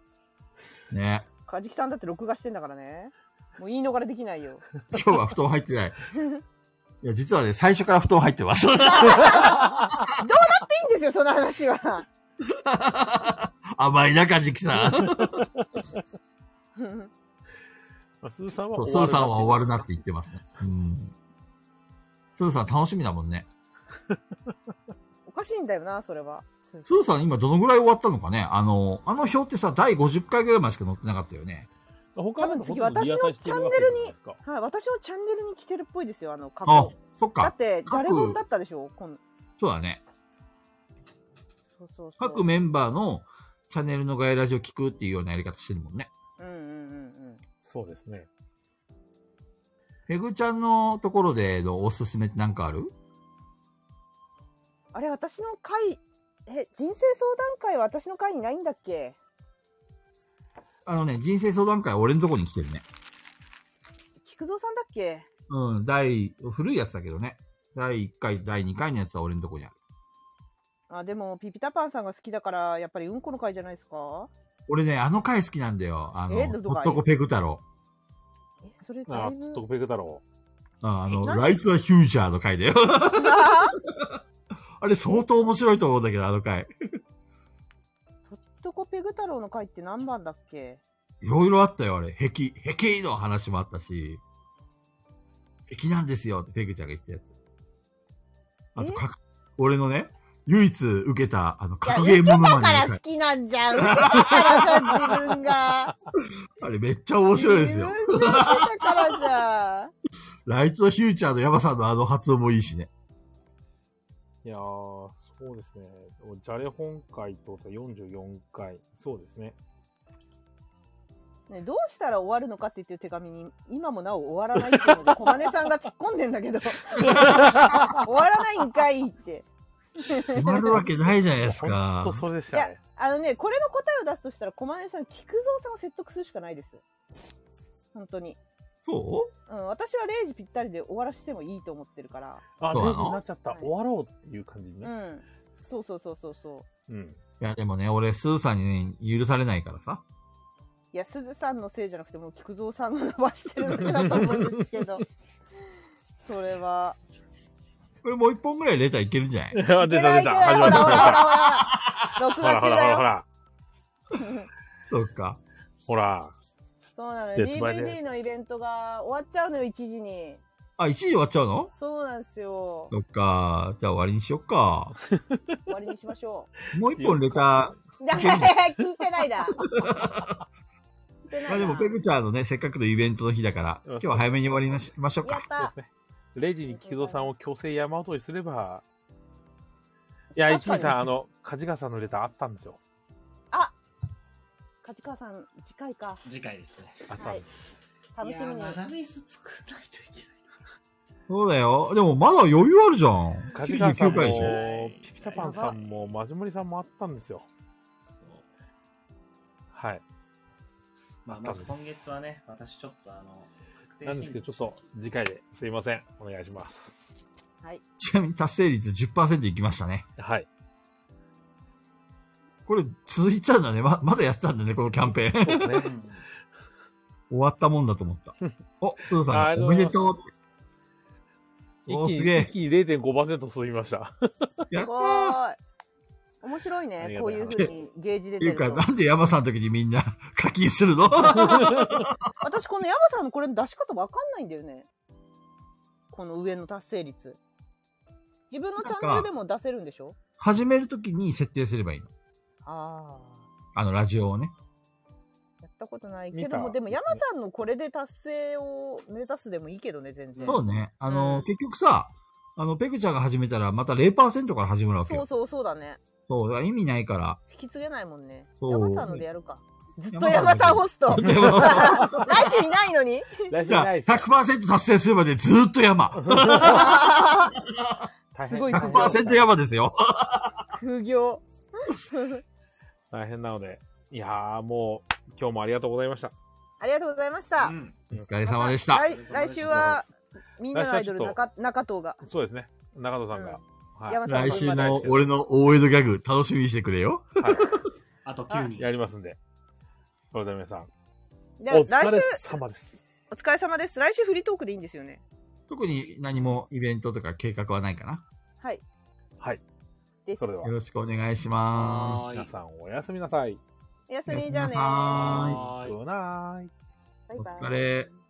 S2: ね。
S4: カジキさんだって録画してんだからね。もう言い逃れできないよ。
S2: 今日は布団入ってない。いや、実はね、最初から布団入ってます。 [laughs]
S4: いいんですよその話は。
S2: 甘いな、かじきさん。
S16: まあ、スーさんは
S2: そう、
S16: 終
S2: ス
S16: わる
S2: ーさんは終わるなって言ってますね。うん。スーさん楽しみだもんね。
S4: [laughs] おかしいんだよなそれは。
S2: スーさん今どのぐらい終わったのかねあの、あの表ってさ、第50回ぐらいまでしか載ってなかったよね。
S1: 他なんか
S4: 多分次
S1: ほとんどリアタイしてるわけじゃないですか
S4: はい私のチャンネルに来てるっぽいですよあの過
S2: あ
S4: 去。、
S2: そっ
S4: だ
S2: か
S4: っ。てジャレ本だったでしょ今。
S2: そうだね。
S4: そうそうそう。
S2: 各メンバーのチャンネルのガイラジを聞くっていうようなやり方してるもんね。
S4: うんうんうん
S1: そうですね。
S2: ペグちゃんのところでのおすすめってなんかある
S4: うん。あれ私の回え人生相談会は私の回にないんだっけ。
S2: あのね、人生相談会俺のとこに来てるね。
S4: 菊蔵さんだっけ。
S2: うん、第、古いやつだけどね。第1回、第2回のやつは俺のとこにある。
S4: あでもピピタパンさんが好きだからやっぱりうんこの回じゃないですか。
S2: 俺ね、あの回好きなんだよ。あの、
S4: えどこ
S2: ほっとこペグ太郎。
S4: えそれ
S1: あ
S4: だ
S1: あ、
S4: い
S1: ちょっ
S4: ぶ
S1: と。ペグ太郎。
S2: ああの、
S4: え何
S2: ライトはヒューチャーの回だよ。 [laughs] あれ相当面白いと思うんだけど、あの回。
S4: とっとこペグ太郎の回って何番だっけ。
S2: いろいろあったよ、あれ。壁、壁の話もあったし。壁なんですよってペグちゃんが言ったやつ。あと、
S4: え
S2: か、俺のね、唯一受けた、あの、
S4: いや
S2: 格ゲーモノマ
S4: だか
S2: ネ
S4: ら
S2: の回。
S4: 好きなんじ
S2: [laughs]
S4: ゃん。だからさ自分が。
S2: あれめっちゃ面白いですよ。
S4: 自分が好きだからじゃん。
S2: ライトヒューチャーのヤマさんのあの発音もいいしね。
S1: いやー、そうですね。じゃれ本会ってことは44回。そうですね。
S4: ね、どうしたら終わるのかって言ってる手紙に今もなお終わらないっていうので小金さんが突っ込んでんだ
S1: [laughs]
S4: けど終わらないんかいって
S2: 埋まるわけないじゃないです
S16: ほんと
S2: か。
S16: それでし
S4: い
S16: た
S4: や
S16: ね。
S4: あのねこれの答えを出すとしたら小金さん菊蔵さんを説得するしかないです本当に、
S2: そ
S4: うん、私は0時ぴったりで終わらしてもいいと思ってるから
S16: あ、
S2: そうな
S16: 0
S2: の
S16: 時になっちゃった。
S4: はい
S16: 終わろうっていう感じに
S4: う
S16: ね。
S4: んそうそうそうそうそう
S1: うん。
S2: ういや、でもね、俺、スーさんに、ね、許されないからさ。
S4: いや鈴さんのせいじゃなくてもう菊蔵さんが伸ばしてるだけだと思うんですけ
S1: [laughs]
S4: どそれは
S2: これもう一本ぐらいレターいけるんじゃない
S1: [laughs]
S4: [laughs]
S1: 出た
S4: いけない
S1: 出
S4: い
S1: た。
S4: けない
S1: 始
S4: ほ
S1: ま
S4: ら
S1: っ
S4: ほら
S1: た。 [laughs]
S4: ほらほら録
S1: ほ
S4: 画
S1: らほらほ
S4: 中だ
S1: らほ
S4: よ
S1: ら。
S2: そっ
S1: ほら。
S2: か。
S4: そうなのよ。
S1: デスバイデ
S4: DVD のイベントが終わっちゃうのよ、1時に。
S2: あ、1時終わっちゃうの
S4: そうなんですよ。
S2: そっか。じゃあ終わりにしよっ
S4: [laughs]
S2: か。
S4: 終わりにしましょ
S2: もう一本レタ [laughs]
S4: う。だ聞いてないだ。聞いて
S2: ー。
S4: ない
S2: [laughs] まあ
S4: な
S2: でも、ペグちゃんのね、せっかくのイベントの日だから、今日は早めに終わりにしましょう
S4: や
S2: か。
S4: っ
S1: そう
S4: た
S1: ですね。レジに木戸さんを強制山落としすれば。いや、一味さん、あの、梶川さんのレターあったんですよ。
S4: 梶川さん、次回か。
S3: 次回ですね。
S1: あったんです。
S4: 楽しみ
S3: い
S4: に
S3: や。ーまだミス作らないといけない。
S2: そうだよ。でもまだ余裕あるじゃん。
S1: 梶川さん
S2: 99回でしょ。
S1: も、ピピタパンさんも、マジモリさんもあったんですよ。
S3: そう
S1: はい。
S3: まあ、まず今月はね、私ちょっとあの、確定
S1: なんですけど、ちょっと次回ですいません。お願いします。
S2: ちなみに達成率10%いきましたね。
S1: はい。
S2: これ続いたんだね。ま、まだやってたんだね、このキャンペーン。 [laughs]
S1: そうですね。
S3: うん
S2: 終わったもんだと思
S4: [laughs]
S2: った。お、すず
S1: あ
S2: さ
S1: あり
S2: ん、
S1: がとうご
S2: おめ
S1: ざいます
S2: でとうって。
S1: 一
S2: おー
S1: 気
S2: すげ
S1: に、一
S2: え。
S1: 気に0.5%進みました。
S2: やっ
S4: す
S2: た
S4: ご
S2: ーっ
S4: ーい。面白い
S1: あり
S4: ね。
S1: が
S4: ことう
S1: うございうます
S4: いふうにゲージ
S2: て
S4: 出て
S2: いう
S4: る
S2: か、
S4: と。
S2: なんで山さんの時にみんな [laughs] 課金するの [laughs]
S4: 私、この山さんのこれの出し方わかんないんだよね。この上の達成率。自分のチャンネルでも出せるんでしょ
S2: 始めるときに設定すればいいの。
S4: ああ。
S2: あの、ラジオをね。
S4: やったことない
S1: 見
S4: け
S1: た
S4: ども、でも山さんのこれで達成を目指すでもいいけどね、全然。
S2: そうね。あ
S4: う
S2: の
S4: ん、
S2: 結局さ、あの、ペグちゃんが始めたら、また0%から始まるわけ
S4: そう
S2: よ。
S4: そうそうだね。 [laughs]
S2: そう、だから意味ないから。
S4: 引き継げないもんね。
S2: そう
S4: 山さんのでやるか。ずっと山さんホスト。来
S2: ずっと山
S4: 週いないのに。
S17: 来週
S2: じゃあ、
S17: ないです
S1: [laughs]
S17: よ。
S2: 100%達成するまでずーっと山。
S17: 大
S4: す
S17: 変
S4: ごい
S17: 大変
S2: 100%山ですよ。
S4: 苦行。
S1: 大変なので。いやー、もう、今日もありがとうございました。
S4: ありがとうございました。
S3: ん。
S2: お疲れ様でした。
S4: 来来週は、みんなのアイドル
S1: 来週はち
S4: 中中藤が。
S1: そうですね。中野さんが。はい。
S4: 山さん
S2: 来週
S4: の
S2: の俺の大江戸ギャグ楽しみにしてくれよ。
S1: はい
S3: あと9人。
S1: やりますんで。それでは皆さん。
S4: で
S17: お
S4: 来
S17: 疲
S4: 週
S17: れ、様です。
S4: お疲れ様です。来週フリートークでいいんですよね。
S2: 特に何もイベントとか計画はないかな。
S4: はい。
S1: はい。
S4: です
S1: それでは
S2: よ、ろしくお願いしま
S3: はー
S1: 皆
S3: い。
S1: さんおやすみなさい。
S4: おやすみじゃ
S2: おやすみな
S4: あね
S2: さい
S3: はーい
S1: グッドナイト。
S4: バ
S2: す。
S4: イ
S2: お
S4: バ
S2: 疲
S4: イ
S2: れ。